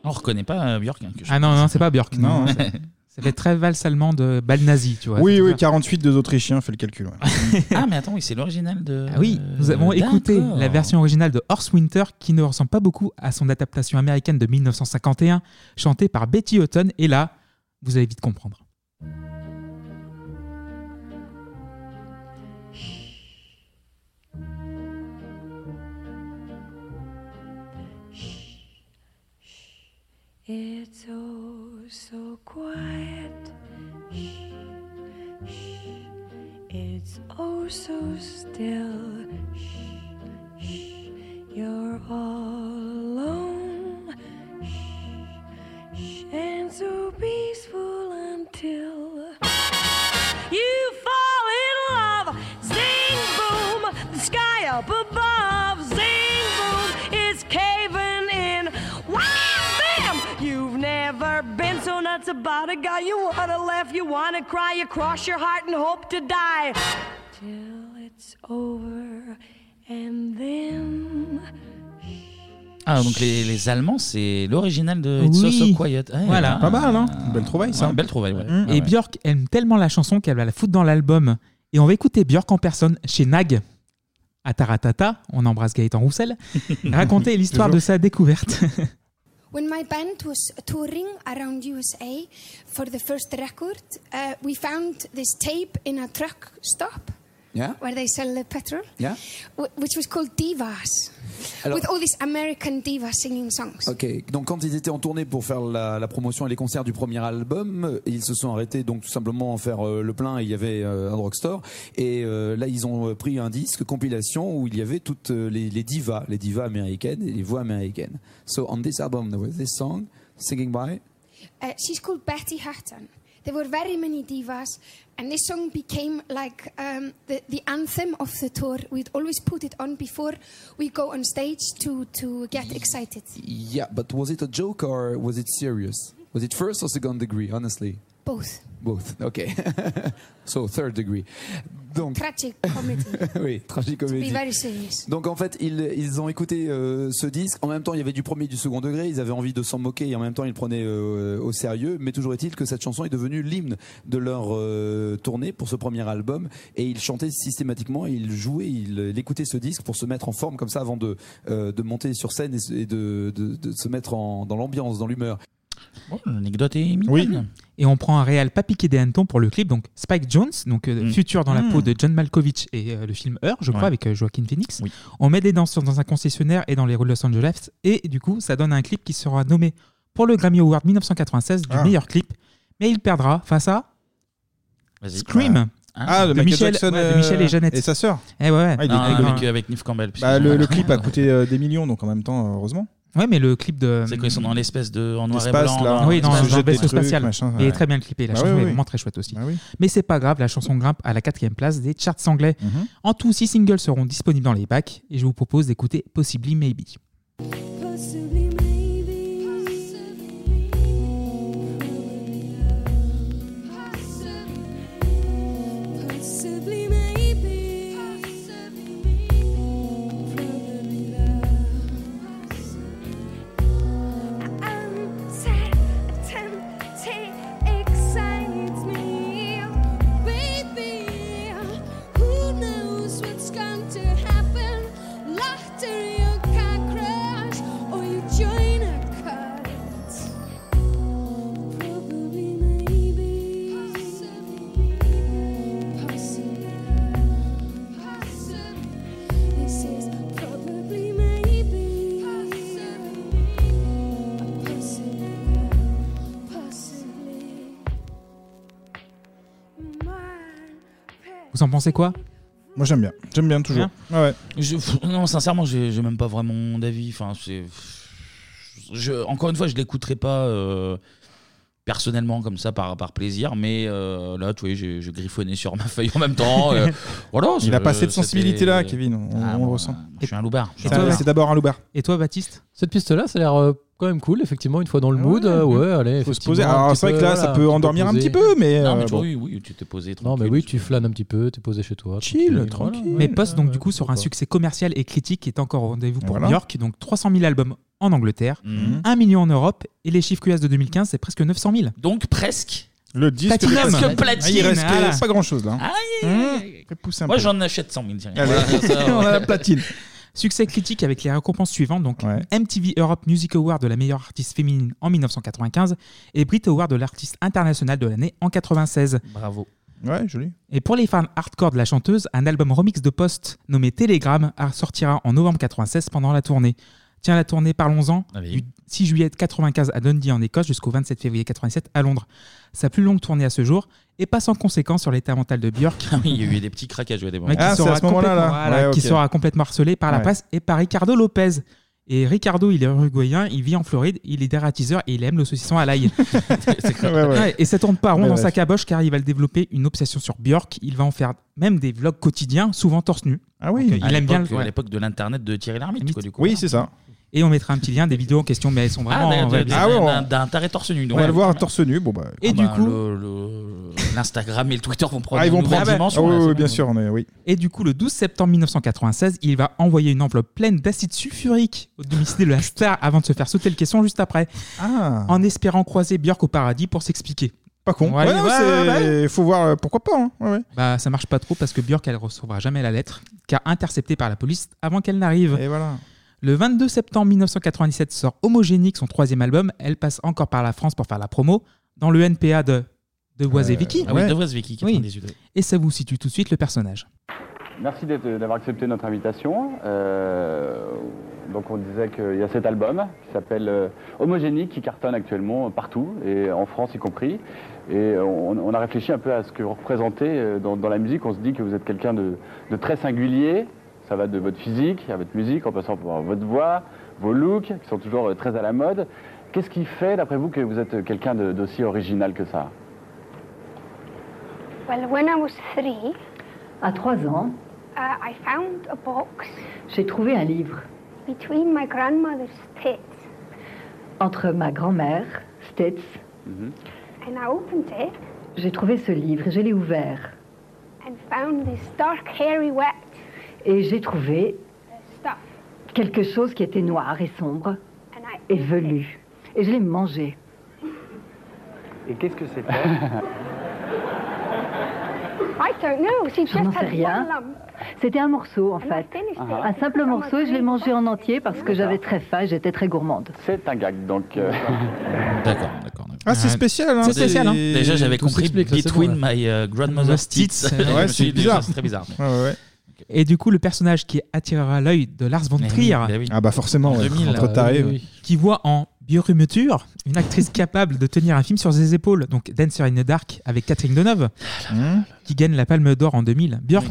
Speaker 1: On reconnaît pas euh, Björk. hein, que je-
Speaker 7: Ah non, non, c'est pas Björk. Non,
Speaker 6: Non,
Speaker 7: non,
Speaker 6: hein.
Speaker 7: c'est- ça fait très valse allemande de bal nazi, tu vois.
Speaker 6: oui,
Speaker 7: C'est
Speaker 6: oui,
Speaker 7: pas-
Speaker 6: 48 des Autrichiens, fais le calcul. ouais.
Speaker 1: Ah, mais attends, oui, c'est l'original de.
Speaker 7: Ah oui, nous avons
Speaker 1: Euh,
Speaker 7: écouté
Speaker 1: d'accord.
Speaker 7: la version originale de Horse Winter qui ne ressemble pas beaucoup à son adaptation américaine de 1951, chantée par Betty Hutton. Et là, vous allez vite comprendre.
Speaker 10: It's oh so quiet. Shh, shh. It's oh so still. Shh, shh. You're all alone. Shh, shh. And so peaceful until you fall in love. Zing boom, the sky up above. Zing boom, it's caving in. Wow, bam! You've never been so nuts about a guy. You wanna laugh, you wanna cry, you cross your heart and hope to die. Till it's over, and then.
Speaker 1: Ah, donc les, les Allemands, c'est l'original de It's
Speaker 7: Oui.
Speaker 1: So So Quiet. Ouais, Ah.
Speaker 7: Voilà. Pas mal, hein
Speaker 6: Belle trouvaille, ça.
Speaker 1: Ouais, belle trouvaille, ouais.
Speaker 7: Mm.
Speaker 1: Mmh. Ah Ouais,
Speaker 7: Et
Speaker 1: ouais.
Speaker 7: Björk aime tellement la chanson qu'elle va la foutre dans l'album. Et on va écouter Björk en personne chez Nag. À Taratata, on embrasse Gaëtan Roussel, raconter l'histoire de
Speaker 13: Toujours.
Speaker 7: sa découverte.
Speaker 13: When my band was touring around USA for the first record, uh, we found this tape in a truck stop
Speaker 30: Yeah?
Speaker 13: where they sell the petrol,
Speaker 30: Yeah?
Speaker 13: wh- which was called Divas,
Speaker 30: Alors-
Speaker 13: with all these American divas singing songs.
Speaker 30: Ok, donc quand ils étaient en tournée pour faire la, la promotion et les concerts du premier album, euh, ils se sont arrêtés donc tout simplement en faire euh, le plein, il y avait euh, un drugstore, et euh, là ils ont euh, pris un disque, compilation, où il y avait toutes euh, les, les divas, les divas américaines et les voix américaines. So on this album there was this song, Singing By,
Speaker 13: Uh, she's called Betty Hatton. There were very many divas, and this song became like um, the, the anthem of the tour. We'd always put it on before we go on stage to, to get excited.
Speaker 30: yeah, but was it a joke or was it serious? Was it first or second degree, honestly?
Speaker 13: Both.
Speaker 30: Both, ok. so third degree. Donc,
Speaker 13: Tragic comedy.
Speaker 30: oui,
Speaker 13: Be
Speaker 30: tragicomédie.
Speaker 13: very serious.
Speaker 30: Donc en fait, ils, ils ont écouté euh, ce disque. En même temps, il y avait du premier et du second degré. Ils avaient envie de s'en moquer et en même temps, ils le prenaient euh, au sérieux. Mais toujours est-il que cette chanson est devenue l'hymne de leur euh, tournée pour ce premier album. Et ils chantaient systématiquement, ils jouaient, ils, ils écoutaient ce disque pour se mettre en forme comme ça avant de, euh, de monter sur scène et, se- et de, de- de se mettre en- dans l'ambiance, dans l'humeur.
Speaker 1: L'anecdote est mignonne.
Speaker 7: Et on prend un réel pas piqué des hannetons pour le clip, donc Spike Jones, donc euh, futur dans la
Speaker 1: Mm.
Speaker 7: peau de John Malkovich et euh, le film Her, je crois,
Speaker 1: Ouais.
Speaker 7: avec euh, Joaquin Phoenix. On met des danseurs dans un concessionnaire et dans les rues de Los Angeles, et du coup, ça donne un clip qui sera nommé pour le Grammy Award 1996 du
Speaker 6: Ah.
Speaker 7: meilleur clip, mais il perdra face à Scream.
Speaker 6: Ah, de, Michael
Speaker 7: Michel,
Speaker 6: Jackson,
Speaker 7: ouais, de Michel
Speaker 6: euh,
Speaker 7: et Jeannette.
Speaker 6: sa sœur.
Speaker 7: Eh ouais, ouais.
Speaker 6: Ah, il est
Speaker 7: Non,
Speaker 6: cool.
Speaker 7: non,
Speaker 1: avec, avec Neve Campbell. parce
Speaker 6: Bah,
Speaker 1: qu'ils
Speaker 6: le,
Speaker 1: ont-
Speaker 6: le clip a coûté euh, des millions, donc en même temps, euh, heureusement.
Speaker 7: Ouais, mais le clip de.
Speaker 1: C'est quand ils sont dans l'espèce de. en noir et
Speaker 6: L'espace,
Speaker 1: blanc.
Speaker 6: là.
Speaker 1: dans-
Speaker 7: Oui, dans,
Speaker 6: Ils se
Speaker 7: dans le
Speaker 6: jettent des
Speaker 7: vaisseau
Speaker 6: trucs,
Speaker 7: spatial.
Speaker 6: machin,
Speaker 7: Il est
Speaker 6: ouais.
Speaker 7: très bien clippé, la
Speaker 6: Bah
Speaker 7: chanson
Speaker 6: oui, Ah
Speaker 7: est
Speaker 6: oui.
Speaker 7: vraiment très chouette aussi. Mais c'est pas grave, la chanson grimpe à la quatrième place des charts anglais.
Speaker 6: Mm-hmm.
Speaker 7: En tout, six singles seront disponibles dans les packs et je vous propose d'écouter Possibly Maybe.
Speaker 31: Possibly, maybe. Possibly, maybe. Possibly, Um,
Speaker 7: Vous en pensez quoi
Speaker 6: Moi j'aime bien, j'aime bien toujours. ouais.
Speaker 1: Je- pff, non, sincèrement, j'ai j'ai même pas vraiment d'avis. Enfin, c'est- je, encore une fois, je l'écouterai pas euh, personnellement comme ça par, par plaisir, mais euh, là, tu vois, j'ai j'ai griffonné sur ma feuille en même temps. euh, voilà,
Speaker 6: Il
Speaker 1: c'est-
Speaker 6: a pas cette
Speaker 1: c'était-
Speaker 6: sensibilité-là, Kevin. On,
Speaker 7: Ah,
Speaker 6: on le ressent.
Speaker 7: euh,
Speaker 1: Je suis un loupard.
Speaker 6: Et toi, C'est d'abord un loupard.
Speaker 7: Et toi, Baptiste
Speaker 8: Cette piste-là, ça a l'air euh, quand même cool, effectivement, une fois dans le mood. euh, Ouais, allez.
Speaker 6: Faut se poser. Alors, c'est vrai que là, ça peut endormir un petit peu, mais, Non, mais euh, tu- bon.
Speaker 1: oui, oui, tu t'es posé
Speaker 8: Non, mais oui, tu flânes un petit peu, t'es posé chez toi.
Speaker 7: Mais Post, donc, du coup, sur un succès commercial et critique qui est encore au rendez-vous pour
Speaker 8: Voilà.
Speaker 7: New York, donc 300 000 albums en Angleterre,
Speaker 6: Mhm.
Speaker 7: 1 million en Europe, et les chiffres QS de 2015, c'est presque 900 000.
Speaker 1: Donc presque.
Speaker 6: Le Ah,
Speaker 1: disque de Platine. Presque platine,
Speaker 6: Il reste
Speaker 1: voilà.
Speaker 6: pas grand chose là. Hein
Speaker 1: Moi, j'en achète 100 000. tiens.
Speaker 6: Allez.
Speaker 1: Voilà, ça,
Speaker 6: On a la platine.
Speaker 7: Succès critique avec les récompenses suivantes donc MTV Europe Music Award de la meilleure artiste féminine en 1995 et Brit Award de l'artiste international de l'année en 96.
Speaker 1: Bravo.
Speaker 6: Ouais, joli.
Speaker 7: Et pour les fans hardcore de la chanteuse, un album remix de post nommé Telegram sortira en novembre 96 pendant la tournée. Tiens, la tournée, parlons-en.
Speaker 1: Allez.
Speaker 7: Du 6 juillet 95 à Dundee en Écosse jusqu'au 27 février 87 à Londres. Sa plus longue tournée à ce jour et pas sans conséquence sur l'état mental de Björk.
Speaker 1: Oui, Il y a eu des petits craquages, ouais, des moments.
Speaker 7: Mais qui,
Speaker 6: Ah,
Speaker 7: sera complètement- voilà, qui sera complètement harcelé par la
Speaker 1: Ouais.
Speaker 7: presse et par Ricardo Lopez. Et Ricardo, il est uruguayen, il vit en Floride, il est dératiseur et il aime le saucisson à l'ail.
Speaker 6: ouais, ouais.
Speaker 7: Ouais, et ça tourne pas rond
Speaker 6: Mais
Speaker 7: dans
Speaker 6: bref.
Speaker 7: sa caboche car il va le développer une obsession sur Björk. Il va en faire même des vlogs quotidiens, souvent torse nu.
Speaker 6: Ah
Speaker 1: Donc, à
Speaker 7: il aime bien.
Speaker 1: l'époque-
Speaker 7: le-
Speaker 1: À l'époque de l'internet de Thierry Lhermitte, quoi, du coup.
Speaker 6: c'est ça.
Speaker 7: Et on mettra un petit lien des vidéos en question, mais elles sont
Speaker 1: Ah,
Speaker 7: vraiment.
Speaker 1: d'un-
Speaker 7: on va
Speaker 1: d'un-
Speaker 7: dire-
Speaker 1: d'un d'un taré torse nu. donc.
Speaker 6: On va le voir torse nu. Bon bah.
Speaker 7: Et
Speaker 1: Ah
Speaker 7: du
Speaker 1: bah,
Speaker 7: coup-
Speaker 1: le- le- L'Instagram et le Twitter vont prendre
Speaker 6: Ah, ils
Speaker 1: une
Speaker 6: vont
Speaker 1: nouvelle
Speaker 6: prendre.
Speaker 1: dimension.
Speaker 6: Ah,
Speaker 1: là,
Speaker 6: oui,
Speaker 1: c'est
Speaker 6: oui,
Speaker 1: bon.
Speaker 6: bien sûr, on est. Oui.
Speaker 7: hein, Et du coup, le 12 septembre 1996, il va envoyer une enveloppe pleine d'acide sulfurique au domicile de la star avant de se faire sauter le caisson juste après, en espérant croiser Björk au paradis pour s'expliquer.
Speaker 6: Ah. Pas con. Ouais, non, c'est- Faut voir euh, pourquoi pas. hein. Ouais, ouais.
Speaker 7: Bah, ça marche pas trop parce que Björk, elle recevra jamais la lettre, car interceptée par la police avant qu'elle n'arrive.
Speaker 6: Et voilà.
Speaker 7: Le 22 septembre 1997 sort Homogénique, son troisième album. Elle passe encore par la France pour faire la promo, dans le NPA de De Oise et
Speaker 1: Euh,
Speaker 7: Vicky.
Speaker 1: ah oui, De Oise et Vicky, 98, oui.
Speaker 7: Et ça vous situe tout de suite le personnage.
Speaker 18: Merci d'être- d'avoir accepté notre invitation. Euh, donc on disait qu'il y a cet album qui s'appelle euh, Homogénique qui cartonne actuellement partout, et en France y compris. Et on, on a réfléchi un peu à ce que vous représentez euh, dans, dans la musique. On se dit que vous êtes quelqu'un de, de très singulier. Ça va de votre physique à votre musique, en passant par votre voix, vos looks, qui sont toujours euh, très à la mode. Qu'est-ce qui fait, d'après vous, que vous êtes quelqu'un de- d'aussi original que ça
Speaker 13: Well, when I was three,
Speaker 28: À 3 ans,
Speaker 13: uh, I found a box
Speaker 28: j'ai trouvé un livre
Speaker 13: between my grandmother's tits,
Speaker 28: entre ma grand-mère, Stets.
Speaker 13: and I opened it
Speaker 28: J'ai trouvé ce livre et je l'ai ouvert.
Speaker 13: and found this dark, hairy, wet
Speaker 28: Et j'ai trouvé
Speaker 13: stuff.
Speaker 28: quelque chose qui était noir et sombre
Speaker 13: And I
Speaker 28: et velu. Et je l'ai mangé.
Speaker 18: Et qu'est-ce que c'était
Speaker 13: I don't know. She
Speaker 28: Je n'en
Speaker 13: just
Speaker 28: sais
Speaker 13: had
Speaker 28: rien.
Speaker 13: one lump.
Speaker 28: C'était un morceau, en fait.
Speaker 13: Ah.
Speaker 28: Un simple morceau et je l'ai mangé en entier parce que j'avais très faim et j'étais très gourmande.
Speaker 18: C'est un gag, donc... euh,
Speaker 1: D'accord, d'accord.
Speaker 28: Ah, c'est spécial, hein.
Speaker 1: C'est
Speaker 28: C'est spécial, hein.
Speaker 1: Déjà, j'avais
Speaker 28: Tout
Speaker 1: compris
Speaker 28: s'explique, là, c'est
Speaker 1: Between
Speaker 28: bon, là.
Speaker 1: My euh, Grandmother's Tits.
Speaker 7: Tits, ouais,
Speaker 1: Je me
Speaker 7: c'est
Speaker 1: suis dit,
Speaker 7: bizarre.
Speaker 1: ça, C'est très bizarre.
Speaker 7: Et du coup, le personnage qui attirera l'œil de Lars von
Speaker 1: Eh oui,
Speaker 7: Trier.
Speaker 1: bah oui.
Speaker 6: Ah bah forcément,
Speaker 7: En
Speaker 6: ouais.
Speaker 7: 2000,
Speaker 6: Entre
Speaker 7: euh,
Speaker 6: tarés,
Speaker 7: oui,
Speaker 6: ouais.
Speaker 7: oui. Qui voit en Biorumeture une actrice capable de tenir un film sur ses épaules, donc Dancer in the Dark avec Catherine Deneuve,
Speaker 6: Hmm.
Speaker 7: qui gagne la Palme d'Or en 2000. Björk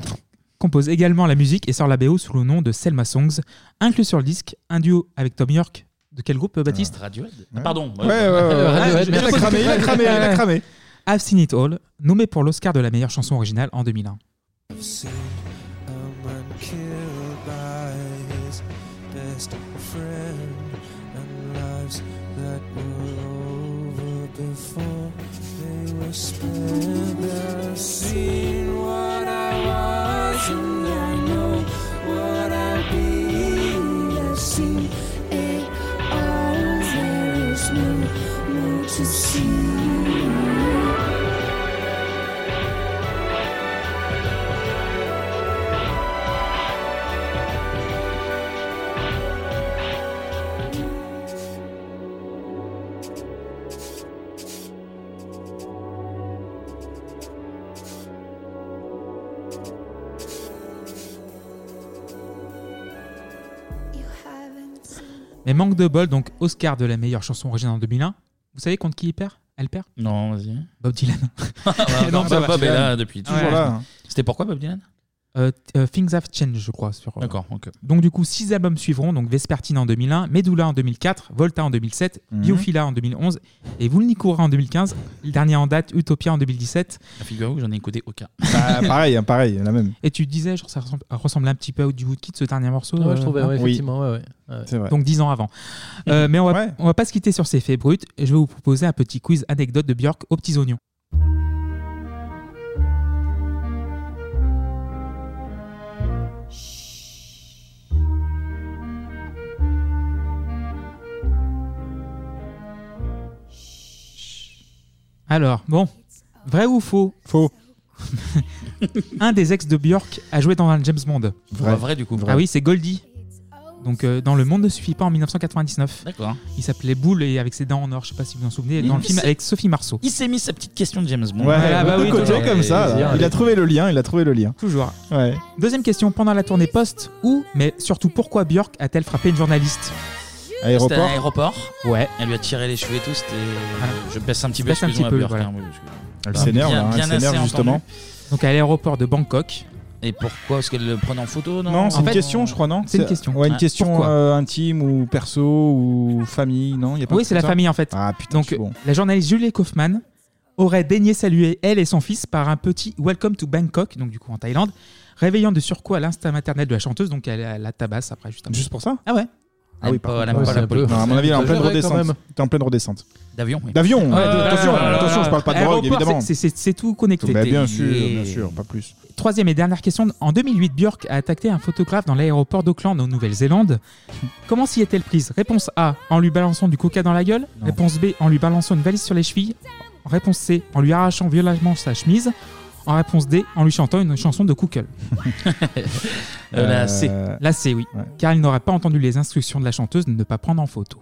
Speaker 7: compose également la musique et sort la BO sous le nom de Selma Songs, inclus sur le disque, un duo avec Tom York. De quel groupe, Baptiste
Speaker 1: Radiohead Ah, Pardon.
Speaker 6: Ouais, ouais, ouais,
Speaker 7: Ah,
Speaker 6: ouais. Radiohead. Il a cramé, il a cramé, il a cramé.
Speaker 7: I've Seen It All, nommé pour l'Oscar de la meilleure chanson originale en 2001.
Speaker 10: I've seen a man killed by his best friend, and lives that were over before they were spent. I've seen what I was, and I know what I'll be. I've seen it all. There is no more to see.
Speaker 7: Mais manque de bol, donc Oscar de la meilleure chanson originale en 2001. Vous savez contre qui il perd Elle perd
Speaker 1: Non, vas-y.
Speaker 7: Bob Dylan.
Speaker 1: Ah, bah,
Speaker 7: Non,
Speaker 1: non,
Speaker 7: ça va.
Speaker 1: Bob est là depuis
Speaker 7: Ouais.
Speaker 1: toujours. C'était pourquoi Bob Dylan
Speaker 7: Euh, t- euh, Things Have Changed, je crois. Sur, euh,
Speaker 1: D'accord, ok.
Speaker 7: Donc, du coup, six albums suivront donc Vespertine en 2001, Medulla en 2004, Volta en 2007,
Speaker 1: Mhm.
Speaker 7: Biophila en 2011 et Vulnicura en 2015. Le dernier en date, Utopia en 2017.
Speaker 1: Figurez-vous, j'en ai écouté aucun.
Speaker 6: Ah, pareil, hein, pareil, la même.
Speaker 7: Et tu disais, genre, ça ressemble, ressemble un petit peu à du Woodkid, ce dernier morceau.
Speaker 8: Ouais, je trouvais, ouais,
Speaker 7: hein
Speaker 8: effectivement, ouais, ouais. Ouais, ouais. C'est vrai.
Speaker 7: Donc dix ans avant. Euh, mais on va, on va pas se quitter sur ces faits bruts. Je vais vous proposer un petit quiz anecdote de Björk aux petits oignons. Alors, bon, vrai ou faux
Speaker 6: Faux.
Speaker 7: un des ex de Björk a joué dans un James Bond.
Speaker 1: Vrai. Ah, vrai, du coup.
Speaker 7: Ah oui, c'est Goldie. Donc, euh, dans Le Monde ne suffit pas en 1999.
Speaker 1: D'accord.
Speaker 7: Il s'appelait Boule et avec ses dents en or, je sais pas si vous vous en souvenez,
Speaker 1: Il
Speaker 7: dans le
Speaker 1: me
Speaker 7: film
Speaker 1: s'est-
Speaker 7: avec Sophie Marceau.
Speaker 1: Il s'est mis sa petite question de James Bond.
Speaker 6: Ouais,
Speaker 7: ah, bah
Speaker 6: de côté,
Speaker 7: euh,
Speaker 6: comme ça. là. Il a trouvé le lien, il a trouvé le lien.
Speaker 7: Toujours. Deuxième question, pendant la tournée post, où, mais surtout pourquoi Björk a-t-elle frappé une journaliste
Speaker 1: C'était à l'aéroport.
Speaker 7: Ouais.
Speaker 1: Elle lui a tiré les cheveux et tout. C'était. euh, Je baisse un petit
Speaker 7: Je
Speaker 1: peu.
Speaker 7: baisse un
Speaker 1: excuse-moi,
Speaker 7: petit peu,
Speaker 1: Björk,
Speaker 7: voilà.
Speaker 1: hein, oui, parce que-
Speaker 6: Elle
Speaker 1: Bien-
Speaker 6: s'énerve,
Speaker 1: bien-
Speaker 6: hein, elle
Speaker 1: bien
Speaker 6: s'énerve,
Speaker 1: assez
Speaker 6: justement.
Speaker 1: entendu.
Speaker 7: Donc à l'aéroport de Bangkok.
Speaker 1: Et pourquoi Parce qu'elle le prenait en photo, non
Speaker 6: Non, c'est une question, je crois, non
Speaker 7: c'est une question.
Speaker 6: Ouais, une
Speaker 7: Ah,
Speaker 6: question
Speaker 7: pourquoi
Speaker 6: euh, intime ou perso ou famille, non Il y a pas
Speaker 7: Oui,
Speaker 6: de
Speaker 7: c'est la
Speaker 6: ça
Speaker 7: famille en fait.
Speaker 6: Ah putain,
Speaker 7: Donc la journaliste Julie Kaufman aurait daigné saluer elle et son fils par un petit Welcome to Bangkok, donc du coup en Thaïlande, réveillant de surcoît l'instinct maternel de la chanteuse, donc elle, elle la tabasse après juste
Speaker 6: Juste pour ça
Speaker 7: Ah ouais
Speaker 6: Ah oui,
Speaker 1: pas-
Speaker 6: par
Speaker 1: elle aime
Speaker 6: contre,
Speaker 1: pas
Speaker 6: ouais,
Speaker 1: la
Speaker 6: c'est un peu-
Speaker 1: police.
Speaker 6: non, à mon avis, elle est en
Speaker 1: Je
Speaker 6: pleine
Speaker 1: verrai quand
Speaker 6: redescente.
Speaker 1: même.
Speaker 6: T'es en pleine redescente.
Speaker 1: D'avion, oui.
Speaker 6: D'avion.
Speaker 1: Ouais,
Speaker 6: ouais,
Speaker 1: de-
Speaker 7: Ah,
Speaker 6: attention,
Speaker 1: d'avion, ouais,
Speaker 6: attention,
Speaker 1: ouais,
Speaker 6: je parle pas de
Speaker 7: Aéroport,
Speaker 6: drogue, évidemment.
Speaker 7: Eh, c'est- c'est- C'est tout connecté.
Speaker 6: Bah, bien sûr, bien sûr, pas plus.
Speaker 7: Troisième et dernière question. En 2008, Björk a attaqué un photographe dans l'aéroport d'Auckland, en Nouvelle-Zélande. Comment s'y est-elle prise Réponse A, en lui balançant du coca dans la gueule. Réponse B, en lui balançant une valise sur les chevilles. Réponse C, en lui arrachant violemment sa chemise. En réponse D, en lui chantant une chanson de Kukul.
Speaker 1: Euh, la C.
Speaker 7: La C, oui. Car il n'aurait pas entendu les instructions de la chanteuse de ne pas prendre en photo.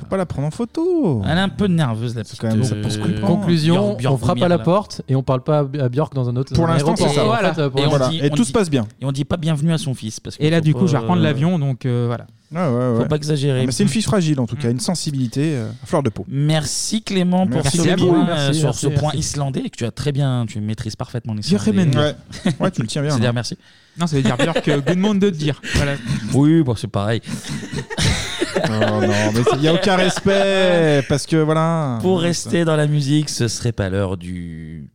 Speaker 6: Faut pas la prendre en photo.
Speaker 1: Elle est un peu nerveuse, la petite.
Speaker 7: même-
Speaker 1: euh,
Speaker 7: ça peut se comprendre.
Speaker 8: Conclusion,
Speaker 1: Björk- Björk
Speaker 8: on frappe à
Speaker 1: vomir,
Speaker 8: la
Speaker 1: là.
Speaker 8: porte et on parle pas à à Björk dans un autre.
Speaker 1: Pour
Speaker 8: un
Speaker 1: l'instant,
Speaker 8: aéroport.
Speaker 1: c'est ça.
Speaker 8: En
Speaker 1: Voilà.
Speaker 8: fait, pour
Speaker 1: Et on
Speaker 8: l'instant-
Speaker 1: dit- Et on tout dit- se passe bien. Et on dit pas bienvenue à son fils. Parce que
Speaker 7: Et là,
Speaker 1: faut
Speaker 7: du
Speaker 1: pas,
Speaker 7: coup, je vais reprendre
Speaker 1: euh,
Speaker 7: l'avion, donc euh, voilà.
Speaker 6: Ouais, ouais, ouais.
Speaker 1: Faut pas exagérer. Mm.
Speaker 6: Ah, mais c'est une fille fragile, en tout cas, une sensibilité euh, à fleur de peau.
Speaker 1: Merci Clément pour
Speaker 6: Merci
Speaker 1: ce
Speaker 6: à vous,
Speaker 1: point,
Speaker 6: merci,
Speaker 1: euh, sur
Speaker 6: merci,
Speaker 1: ce point
Speaker 6: merci.
Speaker 1: islandais que tu as très bien, tu maîtrises parfaitement l'islandais.
Speaker 7: Jörgen. Ouais.
Speaker 6: Ouais, tu le tiens bien,
Speaker 1: C'est dire
Speaker 6: non
Speaker 1: merci.
Speaker 7: Non, ça veut dire Björk, euh, good monde de te dire. Voilà.
Speaker 1: Oui, bon, c'est pareil.
Speaker 6: Oh Non, non, mais il n'y a aucun respect, parce que voilà.
Speaker 1: Pour rester dans la musique, ce serait pas l'heure du.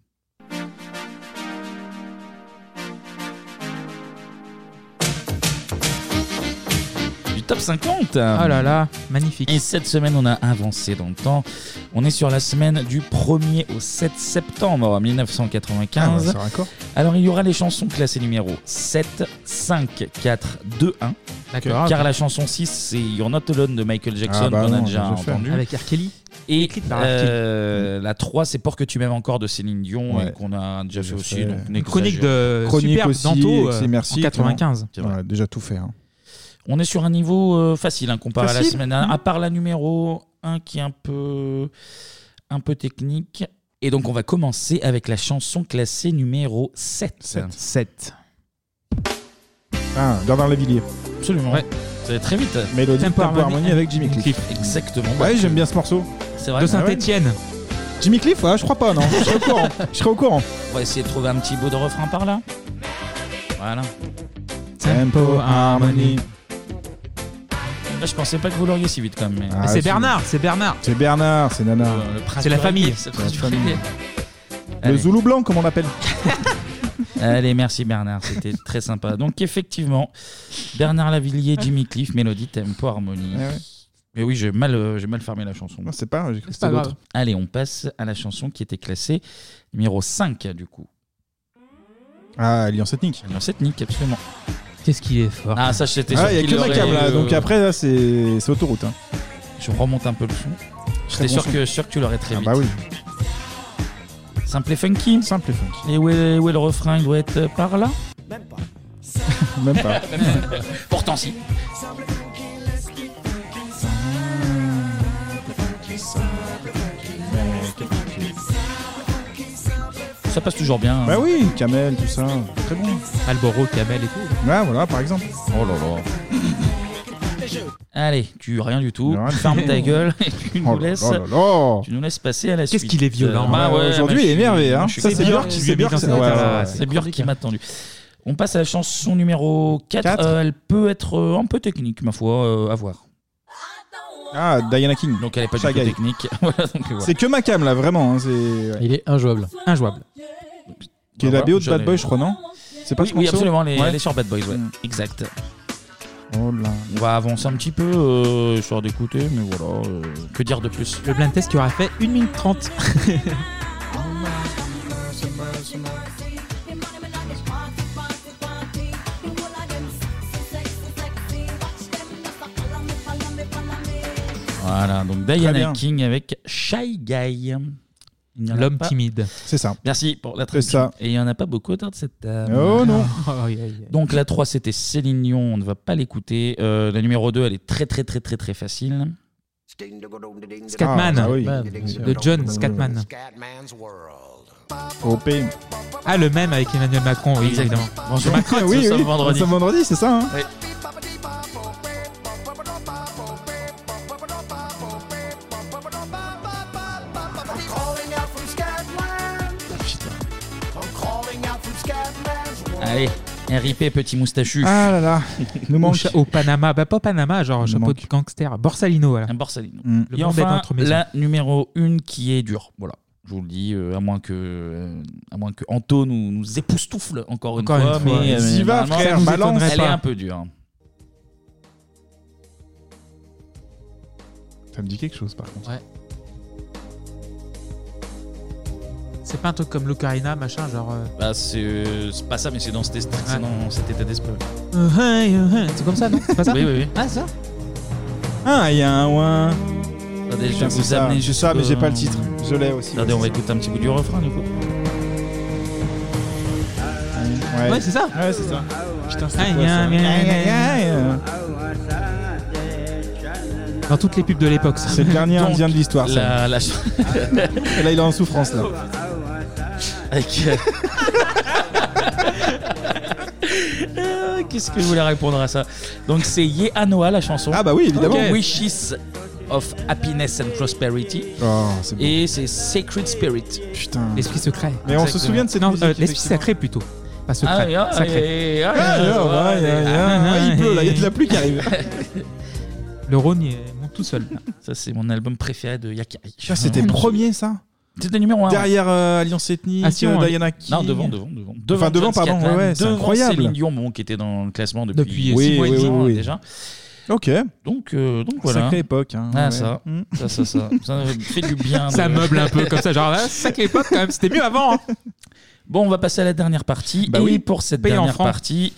Speaker 1: Du top 50 Oh
Speaker 7: Ah là là, magnifique
Speaker 1: Et cette semaine, on a avancé dans le temps. On est sur la semaine du 1er au 7 septembre 1995.
Speaker 6: Ah ouais, c'est raccord.
Speaker 1: Alors, il y aura les chansons classées numéro 7, 5, 4, 2, 1.
Speaker 7: D'accord.
Speaker 1: Car la chanson 6, c'est Your Not Alone de Michael Jackson
Speaker 7: Ah bah
Speaker 1: qu'on a
Speaker 7: non,
Speaker 1: déjà
Speaker 7: bien sûr.
Speaker 1: entendu.
Speaker 7: Avec R. Kelly.
Speaker 1: Et
Speaker 7: Écrite par R. Kelly.
Speaker 1: euh, la 3, c'est Pour que tu m'aimes encore de Céline Dion
Speaker 6: Ouais.
Speaker 1: et qu'on a déjà fait aussi.
Speaker 6: Fait.
Speaker 1: donc n'exagérons.
Speaker 6: chronique aussi,
Speaker 7: euh,
Speaker 6: et c'est merci. Clément.
Speaker 1: C'est vrai.
Speaker 6: Ouais, déjà tout fait. hein.
Speaker 1: On est sur un niveau euh, facile hein, comparé à la
Speaker 6: Facile
Speaker 1: semaine dernière,
Speaker 6: Mhm.
Speaker 1: à part la numéro 1 qui est un peu, un peu technique. Et donc on va commencer avec la chanson classée numéro 7. 7.
Speaker 7: 7.
Speaker 6: Ah, Bernard Lavillier.
Speaker 1: Absolument.
Speaker 6: Ouais.
Speaker 1: Ça va très vite.
Speaker 6: Mélodie Tempo, Tempo Harmony Harmony avec Jimmy Cliff.
Speaker 1: Exactement.
Speaker 6: Ouais, j'aime bien Ah ce morceau.
Speaker 1: C'est vrai. De Saint-Étienne.
Speaker 6: Jimmy Cliff, ouais, je crois pas, non. Je serais au courant. Je serais au courant.
Speaker 1: On va essayer de trouver un petit bout de refrain par là. Voilà.
Speaker 6: Tempo Harmony.
Speaker 1: Là, je pensais pas que vous l'auriez si vite quand même. mais-
Speaker 6: Ah, si.
Speaker 7: c'est Bernard.
Speaker 6: C'est Bernard, c'est Nana.
Speaker 1: Euh, le prince
Speaker 7: C'est la
Speaker 1: du reggae,
Speaker 7: famille.
Speaker 1: c'est le
Speaker 6: C'est
Speaker 1: prince
Speaker 6: la
Speaker 1: du
Speaker 6: famille.
Speaker 1: reggae.
Speaker 6: Le
Speaker 1: Allez.
Speaker 6: Zoulou blanc, comme on l'appelle.
Speaker 1: Allez, merci Bernard, c'était très sympa. Donc effectivement, Bernard Lavillier, Jimmy Cliff, Mélodie, Tempo, Harmonie.
Speaker 6: Ah Ouais, ouais.
Speaker 1: Mais oui, j'ai mal, euh, j'ai mal fermé la chanson.
Speaker 6: Non, c'est pas, j'ai cru que
Speaker 1: pas
Speaker 6: c'était
Speaker 1: grave.
Speaker 6: l'autre.
Speaker 1: Allez, on passe à la chanson qui était classée numéro 5 du coup.
Speaker 6: Ah, Alliance ethnique.
Speaker 1: Alliance ethnique, absolument.
Speaker 7: Qu'est-ce qu'il est fort.
Speaker 1: Ah, ça, j'étais sûr
Speaker 6: Ah, il y a que
Speaker 1: qu'il
Speaker 6: ma
Speaker 1: l'aurait,
Speaker 6: cam là.
Speaker 1: euh,
Speaker 6: Donc après, là, c'est c'est autoroute. hein.
Speaker 1: Je remonte un peu le son.
Speaker 6: Très
Speaker 1: J'étais
Speaker 6: bon
Speaker 1: sûr,
Speaker 6: son.
Speaker 1: que, sûr que tu l'aurais très
Speaker 6: Ah
Speaker 1: vite.
Speaker 6: bah oui.
Speaker 1: Simple et funky.
Speaker 6: Simple et funky.
Speaker 1: Et où est, où est le refrain Il doit être euh, par là
Speaker 6: Même pas.
Speaker 1: Pourtant si. Ça passe toujours bien. hein.
Speaker 6: Bah oui, Camel, tout ça. Très bon.
Speaker 7: Alboro, Camel et tout.
Speaker 6: Oh Ouais, voilà, par exemple.
Speaker 1: Oh là là. Allez, tu rien du tout,
Speaker 6: Rien du
Speaker 1: ferme
Speaker 6: tout.
Speaker 1: ta gueule et tu
Speaker 6: Oh
Speaker 1: nous,
Speaker 6: là
Speaker 1: laisses,
Speaker 6: là là là.
Speaker 1: tu nous laisses passer à la
Speaker 6: Qu'est-ce
Speaker 1: suite.
Speaker 6: qu'il est violent.
Speaker 7: hein.
Speaker 1: Bah
Speaker 6: Ouais,
Speaker 1: ouais,
Speaker 6: aujourd'hui,
Speaker 1: bah,
Speaker 6: il est
Speaker 1: je suis-
Speaker 6: énervé, hein.
Speaker 1: je suis
Speaker 6: Ça, c'est
Speaker 1: content.
Speaker 6: Björk qui lui a mis dans cet
Speaker 1: ouais,
Speaker 6: état.
Speaker 1: ouais, ouais,
Speaker 6: C'est
Speaker 1: C'est Björk qui m'a tendu. On passe à la chanson numéro 4.
Speaker 6: Quatre.
Speaker 1: elle peut être euh, un peu technique, ma foi, euh, à voir.
Speaker 6: Ah, Diana King.
Speaker 1: Donc elle est pas du
Speaker 6: Shagai.
Speaker 1: tout technique. Voilà, donc, voilà.
Speaker 6: C'est que ma cam là, vraiment. hein, c'est...
Speaker 8: Il est injouable.
Speaker 6: Injouable. Qui est la
Speaker 1: Bah Voilà,
Speaker 6: BO de
Speaker 1: j'en ai-
Speaker 6: Bad Boy, je crois, non C'est pas
Speaker 1: oui,
Speaker 6: ce
Speaker 1: oui,
Speaker 6: morceau
Speaker 1: absolument, les,
Speaker 6: Ouais.
Speaker 1: les sur Bad Boys, ouais. Exact.
Speaker 6: Oh là.
Speaker 1: On va avancer un petit peu, euh, histoire d'écouter, mais voilà. euh, que dire de plus
Speaker 7: Le blind test qui aura fait 1 minute 30.
Speaker 1: Voilà, donc
Speaker 6: Très
Speaker 1: Diana
Speaker 6: bien.
Speaker 1: King avec Shy Guy. Il n'y en a
Speaker 7: L'homme
Speaker 1: pas-
Speaker 7: timide.
Speaker 6: C'est ça.
Speaker 1: Merci pour la traduction. Et il n'y en a pas beaucoup autour de cette euh, table.
Speaker 6: Oh non.
Speaker 1: Donc la 3, c'était Céline Dion, on ne va pas l'écouter. Euh, la numéro 2, elle est très très très très très facile.
Speaker 7: Scatman,
Speaker 1: Ah, bah oui, bien sûr.
Speaker 7: de John Scatman.
Speaker 6: OP.
Speaker 7: Ah, le même avec Emmanuel Macron, oui,
Speaker 1: Exactement.
Speaker 7: évidemment.
Speaker 1: Bonjour.
Speaker 7: Je m'accroche,
Speaker 1: Oui,
Speaker 7: nous
Speaker 1: oui,
Speaker 7: sommes
Speaker 1: oui.
Speaker 7: vendredi.
Speaker 6: Nous sommes vendredi, c'est ça, hein
Speaker 1: Oui.
Speaker 25: I'm calling out from Scatman. I'm calling out from Scatman's world.
Speaker 1: Allez, RIP petit moustachu.
Speaker 7: Ah là là,
Speaker 6: nous
Speaker 7: manque au Panama, bah pas au Panama, genre chapeau de gangster, Borsalino Mm. voilà.
Speaker 1: Un
Speaker 6: Mm.
Speaker 1: Borsalino.
Speaker 7: Le
Speaker 1: Et
Speaker 7: monde est
Speaker 1: enfin,
Speaker 7: entre maisons.
Speaker 1: la numéro 1 qui est dure. Voilà. Je vous le dis, euh, à moins que, euh, à moins que Anto nous, nous époustoufle encore une
Speaker 7: Encore
Speaker 1: fois.
Speaker 7: une fois.
Speaker 1: mais, euh,
Speaker 7: Vas-y,
Speaker 1: mais
Speaker 7: va,
Speaker 1: normalement,
Speaker 7: frère,
Speaker 1: ça nous
Speaker 7: balance.
Speaker 1: étonnerait Elle est
Speaker 7: pas.
Speaker 1: un peu dure.
Speaker 6: Ça me dit quelque chose, par contre.
Speaker 7: Ouais. C'est pas un truc comme l'Ocarina, machin, genre. euh,
Speaker 1: Bah, c'est euh, c'est pas ça, mais c'est dans cet,
Speaker 6: Ah.
Speaker 1: est- c'est dans cet état d'esprit.
Speaker 7: euh, hey, euh, hey. C'est comme ça, non C'est pas ça
Speaker 1: Oui, oui, oui.
Speaker 7: Ah, ça
Speaker 6: Ah, il y a un ouin.
Speaker 1: Attendez, je
Speaker 6: Putain,
Speaker 1: vais
Speaker 6: c'est
Speaker 1: vous
Speaker 6: ça.
Speaker 1: amener
Speaker 6: C'est ça, mais
Speaker 1: jusqu'au-
Speaker 6: j'ai pas le titre. Je l'ai aussi.
Speaker 1: Attendez, on va écouter un petit bout du refrain, du coup.
Speaker 6: Ouais,
Speaker 7: c'est ça
Speaker 6: Ouais, c'est ça. Putain, c'est
Speaker 7: Ah,
Speaker 6: quoi, ça
Speaker 7: gna, gna, gna,
Speaker 6: Ah,
Speaker 7: gna.
Speaker 6: ouais.
Speaker 7: Dans toutes les pubs de l'époque, ça.
Speaker 6: C'est le dernier indien de l'histoire, ça.
Speaker 1: La, la...
Speaker 6: Et là, il est en souffrance, là.
Speaker 1: Avec, euh, Euh, Qu'est-ce que je voulais répondre à ça Donc c'est Ye Anoa la chanson.
Speaker 6: Ah bah oui, évidemment.
Speaker 1: Ok.
Speaker 6: Ok.
Speaker 1: Wishes of Happiness and Prosperity.
Speaker 6: Oh, c'est beau.
Speaker 1: Et c'est Sacred Spirit.
Speaker 6: Putain.
Speaker 7: L'esprit secret.
Speaker 6: Mais on se souvient de cette
Speaker 7: Non,
Speaker 6: musique,
Speaker 7: euh, l'esprit
Speaker 6: effectivement.
Speaker 7: sacré plutôt. Pas
Speaker 1: Ah,
Speaker 7: secret.
Speaker 1: et, ah,
Speaker 7: sacré.
Speaker 1: et, ah, et,
Speaker 6: alors,
Speaker 1: ah,
Speaker 6: ouais,
Speaker 1: et,
Speaker 6: ouais,
Speaker 1: ah,
Speaker 6: ouais,
Speaker 1: ah,
Speaker 6: il pleut, là, il y a
Speaker 1: et-
Speaker 6: de la pluie qui arrive.
Speaker 7: Le Rhône il monte tout seul.
Speaker 1: Ça c'est mon album préféré de Yakari.
Speaker 6: Putain, C'était le premier, ça
Speaker 1: C'était
Speaker 7: hein,
Speaker 1: numéro 1.
Speaker 6: Derrière euh, Alliance Ethnique,
Speaker 1: Ah, si,
Speaker 6: euh,
Speaker 1: on-
Speaker 6: Diana King.
Speaker 1: Non, devant, devant, devant.
Speaker 6: Enfin, devant,
Speaker 1: John
Speaker 6: pardon.
Speaker 1: Scatman,
Speaker 6: ouais, ouais, c'est
Speaker 1: devant Céline
Speaker 6: incroyable.
Speaker 1: Dion, bon, qui était dans le classement depuis,
Speaker 6: Depuis,
Speaker 1: six
Speaker 6: oui,
Speaker 1: mois
Speaker 6: oui,
Speaker 1: dix
Speaker 6: oui,
Speaker 1: ans,
Speaker 6: oui.
Speaker 1: déjà.
Speaker 6: Ok.
Speaker 1: Donc, euh, donc voilà.
Speaker 6: Sacrée époque, hein,
Speaker 1: ah,
Speaker 6: ouais.
Speaker 1: ça.
Speaker 6: Mm.
Speaker 1: ça. Ça, ça, ça. fait du bien.
Speaker 7: Ça
Speaker 1: de-
Speaker 7: meuble un peu comme ça, genre, ah, sacré époque quand même, c'était mieux avant. hein.
Speaker 1: Bon, on va passer à la dernière partie.
Speaker 7: Bah
Speaker 1: et
Speaker 7: oui,
Speaker 1: pour cette
Speaker 7: payé en
Speaker 1: dernière
Speaker 7: francs.
Speaker 1: partie,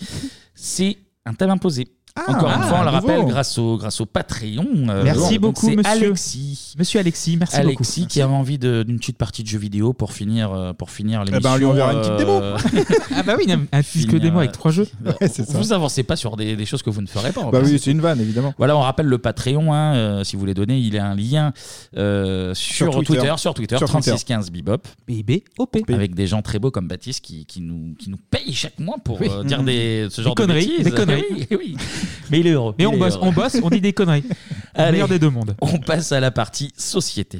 Speaker 1: c'est un thème imposé. Encore une
Speaker 7: ah,
Speaker 1: fois, on le
Speaker 7: nouveau.
Speaker 1: rappelle grâce au, grâce au Patreon. euh,
Speaker 7: merci
Speaker 1: donc
Speaker 7: beaucoup,
Speaker 1: c'est
Speaker 7: monsieur.
Speaker 1: Alex-
Speaker 7: Monsieur Alexis, merci beaucoup.
Speaker 1: Alexis qui avait envie de- d'une petite partie de jeu vidéo pour finir, euh, pour finir
Speaker 6: Eh
Speaker 1: l'émission.
Speaker 7: ben, on lui enverra une petite démo.
Speaker 1: euh,
Speaker 7: Ah bah oui, un- un disque
Speaker 1: finir,
Speaker 7: démo avec trois jeux.
Speaker 1: euh, vous avancez pas sur des, des choses que vous ne ferez pas. on va
Speaker 6: Bah
Speaker 1: pas
Speaker 6: oui,
Speaker 1: se-
Speaker 6: c'est une vanne, évidemment.
Speaker 1: Voilà, on rappelle le Patreon, hein, euh, si vous voulez donner, il y a un lien euh, sur,
Speaker 6: Sur Twitter.
Speaker 1: Twitter, sur Twitter,
Speaker 6: Sur Twitter.
Speaker 1: 3615 Bebop.
Speaker 7: BIBOP.
Speaker 1: Avec des gens très beaux comme Baptiste qui, qui nous, qui nous paye chaque mois pour
Speaker 7: Oui.
Speaker 1: euh, dire
Speaker 7: Mhm.
Speaker 1: des, ce genre
Speaker 7: Des
Speaker 1: de
Speaker 7: conneries,
Speaker 1: bêtises.
Speaker 7: des conneries.
Speaker 1: Eh oui, eh oui. Mais il est heureux.
Speaker 7: Mais
Speaker 1: il
Speaker 7: on
Speaker 1: est
Speaker 7: bosse,
Speaker 1: heureux.
Speaker 7: on bosse, on dit des conneries. Le
Speaker 1: Allez,
Speaker 7: meilleur des deux mondes.
Speaker 1: On passe à la partie société.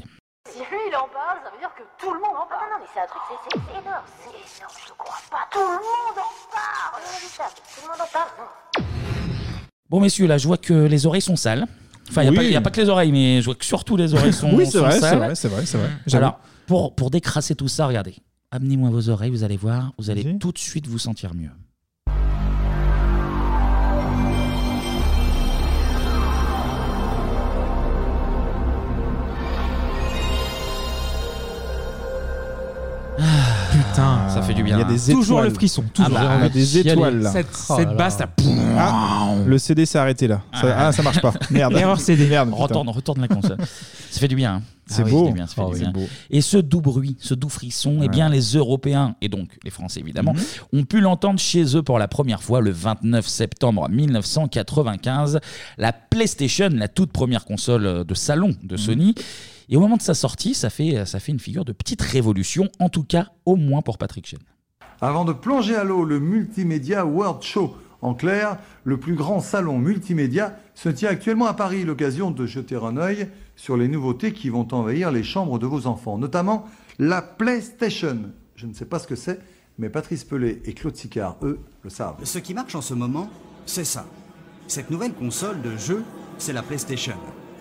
Speaker 5: Si lui il en parle, ça veut dire que tout le monde en parle. Non, non, mais c'est un truc, c'est c'est énorme, c'est énorme, je te crois pas. Tout le monde en parle. Inadmissible, Tout le monde en parle.
Speaker 1: Bon, messieurs, là, je vois que les oreilles sont sales. Enfin, il
Speaker 6: Oui.
Speaker 1: n'y a, pas que les oreilles, mais je vois que surtout les oreilles sont,
Speaker 6: Oui, c'est
Speaker 1: sont
Speaker 6: vrai, c'est
Speaker 1: sales. Mmh.
Speaker 6: vrai, c'est vrai, c'est vrai. J'avoue.
Speaker 1: Alors, pour, pour décrasser tout ça, regardez. Amenez-moi vos oreilles, vous allez voir, vous allez tout de suite vous sentir mieux.
Speaker 7: Putain,
Speaker 1: ça fait du bien.
Speaker 6: Ah,
Speaker 1: hein.
Speaker 6: Il y a des étoiles.
Speaker 7: Toujours le frisson, toujours.
Speaker 6: Ah bah, il y a des étoiles, là.
Speaker 7: Cette,
Speaker 1: Oh
Speaker 7: cette basse, ça.
Speaker 6: Ah, le CD s'est arrêté, là. Ça- Ah, ça marche pas. Merde.
Speaker 1: Erreur
Speaker 7: CD.
Speaker 6: Merde, putain.
Speaker 1: retourne, retourne la console. ça fait du bien. hein.
Speaker 6: C'est
Speaker 1: Ah oui,
Speaker 6: beau.
Speaker 1: ça fait du bien, ça fait
Speaker 6: Ah
Speaker 1: du
Speaker 6: oui,
Speaker 1: bien.
Speaker 6: c'est beau.
Speaker 1: Et ce doux bruit, ce doux frisson, eh bien,
Speaker 6: Ouais.
Speaker 1: les Européens, et donc les Français évidemment,
Speaker 6: Mhm.
Speaker 1: ont pu l'entendre chez eux pour la première fois le 29 septembre 1995. La PlayStation, la toute première console de salon
Speaker 6: Mhm.
Speaker 1: de Sony. Et au moment de sa sortie, ça fait, ça fait une figure de petite révolution, en tout cas, au moins pour Patrick Chen.
Speaker 9: Avant de plonger à l'eau le multimédia World Show
Speaker 32: En clair, le plus grand salon multimédia se tient actuellement à Paris, l'occasion de jeter un œil sur les nouveautés qui vont envahir les chambres de vos enfants, notamment la PlayStation. Je ne sais pas ce que c'est, mais Patrice Pelé et Claude Sicard, eux, le savent.
Speaker 33: Ce qui marche en ce moment, c'est ça. Cette nouvelle console de jeu, c'est la PlayStation.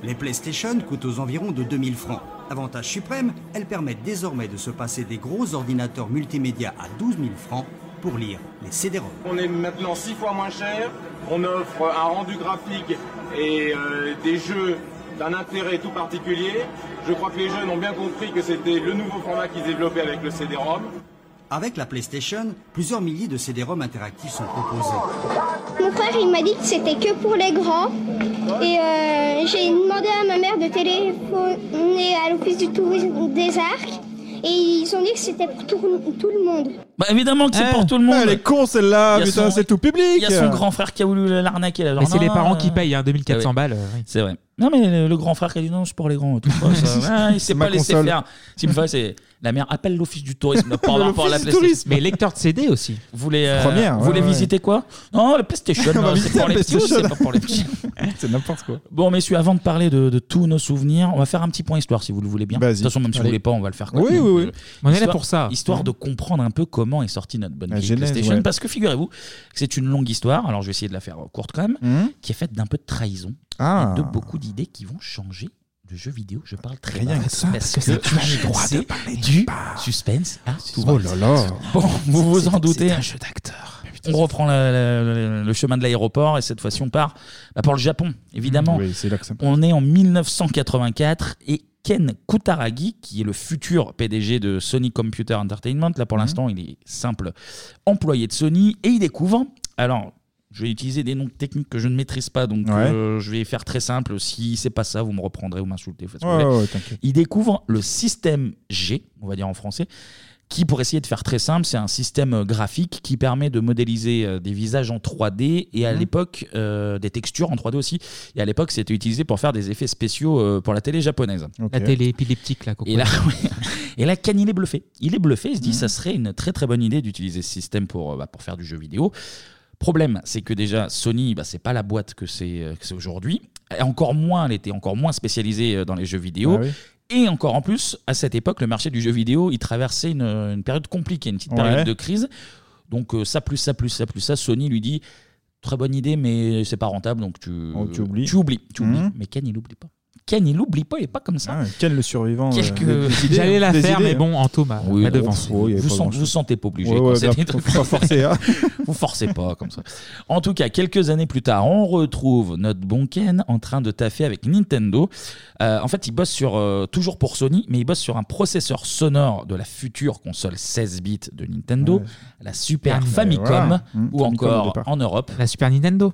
Speaker 33: Les PlayStation coûtent aux environs de 2000 francs. Avantage suprême, elles permettent désormais de se passer des gros ordinateurs multimédia à 12 000 francs pour lire les CD-ROM.
Speaker 18: On est maintenant 6 fois moins cher, on offre un rendu graphique et euh, des jeux d'un intérêt tout particulier. Je crois que les jeunes ont bien compris que c'était le nouveau format qu'ils développaient avec le CD-ROM.
Speaker 33: Avec la PlayStation, plusieurs milliers de CD-ROM interactifs sont proposés.
Speaker 34: Mon frère, il m'a dit que c'était que pour les grands. Et euh, j'ai demandé à ma mère de téléphoner à l'Office du tourisme des Arcs. Et ils ont dit que c'était pour tout, tout le monde.
Speaker 1: Bah évidemment que c'est
Speaker 7: Eh.
Speaker 1: pour tout le monde.
Speaker 6: Elle est con celle-là,
Speaker 1: Il y a
Speaker 6: putain,
Speaker 1: son-
Speaker 6: c'est tout public.
Speaker 1: Il y a son grand frère qui a voulu l'arnaquer. là, genre,
Speaker 7: Et c'est
Speaker 1: non,
Speaker 7: les parents
Speaker 1: euh,
Speaker 7: qui payent, hein, 2400
Speaker 1: Ah oui.
Speaker 7: balles. euh, oui.
Speaker 1: C'est vrai. Non, mais le, le grand frère qui a dit non, c'est pour les grands. Tout ça, ça. Ah, il
Speaker 7: C'est
Speaker 1: s'est
Speaker 7: ma
Speaker 1: pas laissé
Speaker 7: console.
Speaker 1: faire. Ce qu'il me fait, c'est la mère appelle l'office du tourisme pour
Speaker 7: Le
Speaker 1: avoir pour la
Speaker 7: office du
Speaker 1: PlayStation.
Speaker 7: tourisme. Mais lecteur de CD aussi.
Speaker 1: Vous voulez, euh,
Speaker 7: Première,
Speaker 1: vous
Speaker 7: ouais,
Speaker 1: voulez
Speaker 7: ouais.
Speaker 1: visiter quoi Non, la PlayStation.
Speaker 7: On va
Speaker 1: euh, c'est
Speaker 7: visiter
Speaker 1: pour
Speaker 7: la
Speaker 1: les petits,
Speaker 7: PlayStation.
Speaker 1: c'est pas pour les petits.
Speaker 6: c'est n'importe quoi.
Speaker 1: Bon, messieurs, avant de parler de, de tous nos souvenirs, on va faire un petit point histoire si vous le voulez bien. De toute façon, même si vous
Speaker 7: Allez.
Speaker 1: ne voulez pas, on va le faire quand
Speaker 7: Oui,
Speaker 1: même.
Speaker 7: oui, oui.
Speaker 1: Euh,
Speaker 7: On est là
Speaker 1: histoire-
Speaker 7: pour ça. Hein
Speaker 1: Histoire
Speaker 7: Ouais.
Speaker 1: de comprendre un peu comment est sortie notre bonne
Speaker 7: La
Speaker 1: vieille
Speaker 7: genèse,
Speaker 1: PlayStation.
Speaker 7: ouais.
Speaker 1: Parce que figurez-vous que c'est une longue histoire, alors je vais essayer de la faire euh, courte quand même, qui est faite d'un peu de trahison
Speaker 6: Mmh. Ah.
Speaker 1: et de beaucoup d'idées qui vont changer le jeu vidéo. Je parle très
Speaker 6: Rien
Speaker 1: bas,
Speaker 6: que ça, parce
Speaker 1: parce
Speaker 6: que
Speaker 1: que,
Speaker 6: ça, tu as le
Speaker 1: je
Speaker 6: droit de
Speaker 1: sais
Speaker 6: parler
Speaker 1: du suspense. à tout
Speaker 6: Oh
Speaker 1: va.
Speaker 6: là là.
Speaker 1: Bon, vous vous en
Speaker 6: C'est-
Speaker 1: doutez.
Speaker 6: c'est un jeu
Speaker 1: On reprend la- la- la- le chemin de l'aéroport et cette fois-ci on part bah, pour le Japon, évidemment.
Speaker 6: Oui, c'est là que ça-
Speaker 1: On est en 1984 et Ken Kutaragi, qui est le futur PDG de Sony Computer Entertainment, là
Speaker 6: Mhm.
Speaker 1: pour l'instant il est simple employé de Sony et il découvre. Alors. Je vais utiliser des noms techniques que je ne maîtrise pas, donc
Speaker 6: Ouais.
Speaker 1: euh, je vais faire très simple. Si c'est pas ça, vous me reprendrez ou m'insultez. faites ce que vous
Speaker 6: Ouais,
Speaker 1: voulez.
Speaker 6: ouais, t'inquiète.
Speaker 1: il découvre le système G, on va dire en français, qui, pour essayer de faire très simple, c'est un système graphique qui permet de modéliser euh, des visages en 3D et
Speaker 7: Mhm.
Speaker 1: à l'époque euh, des textures en 3D aussi. Et à l'époque, c'était utilisé pour faire des effets spéciaux euh, pour la télé japonaise.
Speaker 7: La télé épileptique, là. Mhm.
Speaker 1: Et là, ouais. et là, Ken, il est bluffé. Il est bluffé, il se dit ça serait une très très bonne idée d'utiliser ce système pour, euh, bah, pour faire du jeu vidéo. Problème, c'est que déjà, Sony, bah, c'est pas la boîte que c'est euh, que c'est aujourd'hui. Et Encore moins, elle était encore moins spécialisée euh, dans les jeux vidéo.
Speaker 6: Ah oui.
Speaker 1: Et encore en plus, à cette époque, le marché du jeu vidéo, il traversait une, euh, une période compliquée, une petite
Speaker 6: Ouais.
Speaker 1: période de crise. Donc euh, ça plus ça plus ça plus ça, Sony lui dit très bonne idée, mais c'est pas rentable, donc tu,
Speaker 6: Oh, tu oublies.
Speaker 1: tu oublies, tu oublies.
Speaker 6: Mhm.
Speaker 1: Mais Ken, il oublie pas. Ken, il oublie pas, il est pas comme ça.
Speaker 6: Ah, Ken le survivant. euh,
Speaker 1: Quelques-
Speaker 6: des- des idées,
Speaker 7: J'allais la
Speaker 6: des
Speaker 7: faire,
Speaker 6: idées. hein. bah,
Speaker 7: mais bon, Anto m'a
Speaker 1: Oui,
Speaker 7: m'a
Speaker 1: non,
Speaker 7: devancé.
Speaker 1: vous-
Speaker 6: il y avait
Speaker 1: vous,
Speaker 6: pas
Speaker 1: sent-
Speaker 6: grand-chose.
Speaker 1: vous sentez pas obligé.
Speaker 6: Ouais,
Speaker 1: quoi.
Speaker 6: ouais,
Speaker 1: C'est
Speaker 6: bien,
Speaker 1: des
Speaker 6: faut
Speaker 1: trucs-
Speaker 6: pas forcer, hein.
Speaker 1: vous forcez pas comme ça. En tout cas, quelques années plus tard, on retrouve notre bon Ken en train de taffer avec Nintendo. Euh, en fait, il bosse sur euh, toujours pour Sony, mais il bosse sur un processeur sonore de la future console 16 bits de Nintendo,
Speaker 7: Ouais.
Speaker 1: la
Speaker 6: Ah,
Speaker 1: Super
Speaker 7: Ouais,
Speaker 1: Famicom,
Speaker 7: voilà.
Speaker 1: ou
Speaker 7: Mm, Famicom au
Speaker 1: encore
Speaker 7: départ.
Speaker 1: en Europe.
Speaker 7: La Super Nintendo.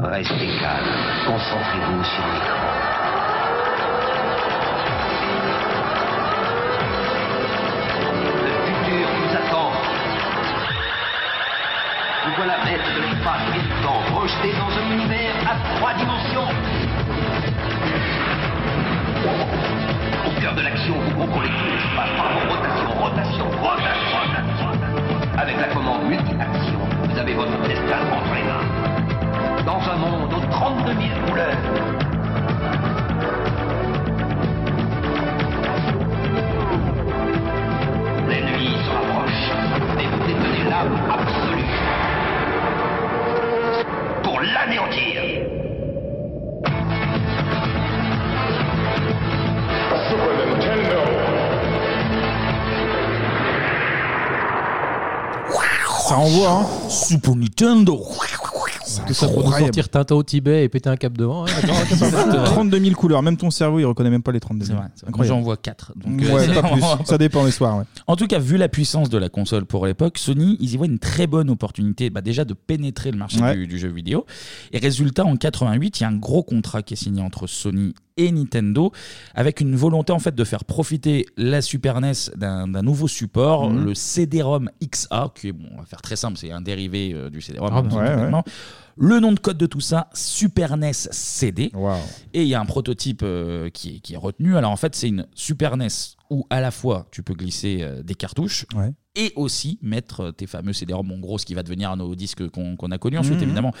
Speaker 34: Restez calme, concentrez-vous sur l'écran. Le futur vous attend. Vous voilà maître de l'espace et du temps, projeté dans un univers à trois dimensions. Au cœur de l'action, vous contrôlez tout l'espace par vos rotations, rotations, rotations, rotations. Avec la commande multi-action, vous avez votre destin entre les mains dans un monde aux 32 000 couleurs. L'ennemi se rapproche, mais vous détenez l'âme absolue pour l'anéantir.
Speaker 6: Ça envoie, hein.
Speaker 1: Super Nintendo.
Speaker 8: Tout ça pour nous
Speaker 6: incroyable.
Speaker 8: sortir Tintin au Tibet et péter un cap devant. hein. Attends, attends, attends.
Speaker 6: 32 000 couleurs, même ton cerveau il reconnaît même pas les 32
Speaker 1: C'est
Speaker 6: 000.
Speaker 1: vrai, c'est vrai.
Speaker 6: Incroyable.
Speaker 1: Moi, j'en vois quatre, donc, euh,
Speaker 6: ouais,
Speaker 1: c'est
Speaker 6: pas plus.
Speaker 1: vraiment-
Speaker 6: Ça dépend les soirs. Ouais.
Speaker 1: En tout cas, vu la puissance de la console pour l'époque, Sony, ils y voient une très bonne opportunité bah, déjà de pénétrer le marché
Speaker 6: Ouais.
Speaker 1: du, du jeu vidéo. Et résultat, en 88, il y a un gros contrat qui est signé entre Sony et Nintendo, avec une volonté en fait de faire profiter la Super NES d'un d'un nouveau support,
Speaker 6: Mhm.
Speaker 1: le CD-ROM XA, qui est, bon, on va faire très simple, c'est un dérivé euh, du CD-ROM.
Speaker 6: Ah, ouais,
Speaker 1: complètement. Le nom de code de tout ça, Super E NES CD. Et il y a un prototype euh, qui, E est, qui est retenu. Alors en fait, c'est une Super NES où à la fois tu peux glisser euh, des cartouches et aussi mettre euh, tes fameux CD en bon, gros, ce qui va devenir nos disques qu'on qu'on a connus ensuite,
Speaker 6: Mhm.
Speaker 1: évidemment.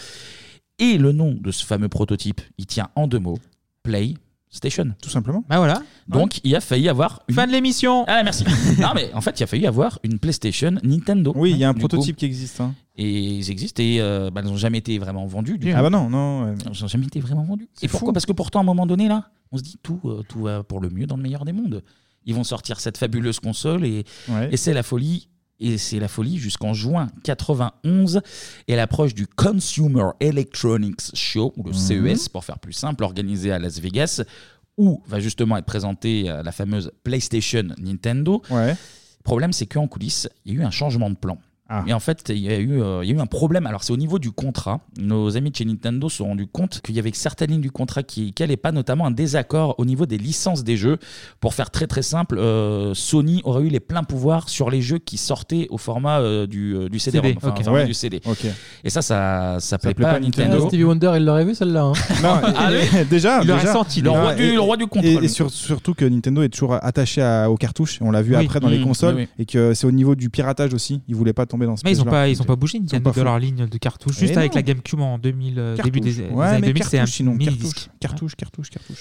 Speaker 1: Et le nom de ce fameux prototype, il tient en deux mots Play Station.
Speaker 6: Tout simplement.
Speaker 7: Bah voilà.
Speaker 1: Donc il a failli avoir. Une...
Speaker 7: Fin de l'émission.
Speaker 1: Ah merci. non mais en fait il a failli avoir une PlayStation Nintendo.
Speaker 6: Oui, il y a un
Speaker 1: Du
Speaker 6: prototype
Speaker 1: coup.
Speaker 6: qui existe. hein.
Speaker 1: Et ils existent et euh, bah, ils n'ont jamais été vraiment vendus. du
Speaker 6: Ah
Speaker 1: coup.
Speaker 6: bah non, non. ouais.
Speaker 1: Ils n'ont jamais été vraiment vendus. Et pourquoi Parce que pourtant, à un moment donné, là, on se dit tout, euh, tout va pour le mieux dans le meilleur des mondes. Ils vont sortir cette fabuleuse console et,
Speaker 6: Ouais.
Speaker 1: et c'est la folie. Et c'est la folie jusqu'en juin 91 et à l'approche du Consumer Electronics Show, ou le
Speaker 6: Mhm.
Speaker 1: CES pour faire plus simple, organisé à Las Vegas, où va justement être présentée euh, la fameuse PlayStation Nintendo. Le problème, c'est qu'en coulisses, il y a eu un changement de plan. Et en fait, il y, a eu, euh, il y a eu un problème. Alors, c'est au niveau du contrat. Nos amis de chez Nintendo se sont rendus compte qu'il y avait certaines lignes du contrat qui n'allaient pas, notamment un désaccord au niveau des licences des jeux. Pour faire très très simple, euh, Sony aurait eu les pleins pouvoirs sur les jeux qui sortaient au format euh, du, euh, du CD.
Speaker 8: CD,
Speaker 1: enfin,
Speaker 8: ok.
Speaker 1: au format
Speaker 8: Ouais.
Speaker 1: du CD. Et ça, ça ne plaît,
Speaker 8: plaît
Speaker 1: pas
Speaker 8: pas
Speaker 1: à Nintendo.
Speaker 8: Stevie Wonder, il l'aurait vu celle-là. hein.
Speaker 1: Ah oui.
Speaker 6: déjà,
Speaker 1: Il aurait
Speaker 6: déjà.
Speaker 1: senti, le roi
Speaker 6: Et-
Speaker 1: du- le roi du
Speaker 6: et-
Speaker 1: contrôle.
Speaker 6: Et, sur- surtout que Nintendo est toujours attaché à- aux cartouches. On l'a vu
Speaker 7: Oui.
Speaker 6: après dans les
Speaker 7: Mm,
Speaker 1: Mmh.
Speaker 6: consoles.
Speaker 7: oui,
Speaker 6: Et que c'est au niveau du piratage aussi. Ils voulaient pas tomber dans ce
Speaker 7: Mais ils n'ont
Speaker 6: piège-là.
Speaker 7: pas, ils ont pas bougé
Speaker 6: Ils ont
Speaker 7: Nintendo
Speaker 6: pas
Speaker 7: de leur
Speaker 6: fait.
Speaker 7: ligne de cartouche. Juste
Speaker 6: Mais
Speaker 7: avec
Speaker 6: non.
Speaker 7: la GameCube en 2000, euh, début des,
Speaker 6: Cartouche.
Speaker 7: des
Speaker 6: Ouais,
Speaker 7: années
Speaker 6: mais
Speaker 7: 2000, c'est un
Speaker 6: cartouche, sinon,
Speaker 7: mini
Speaker 6: cartouche,
Speaker 7: disque.
Speaker 6: Cartouche, cartouche, cartouche.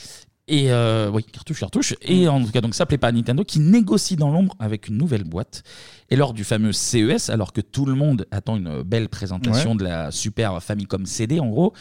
Speaker 1: Et euh, oui, cartouche, cartouche. Et en tout cas, donc ça plaît pas à Nintendo qui négocie dans l'ombre avec une nouvelle boîte. Et lors du fameux CES, alors que tout le monde attend une belle présentation
Speaker 6: Ouais.
Speaker 1: de la super Famicom CD en gros,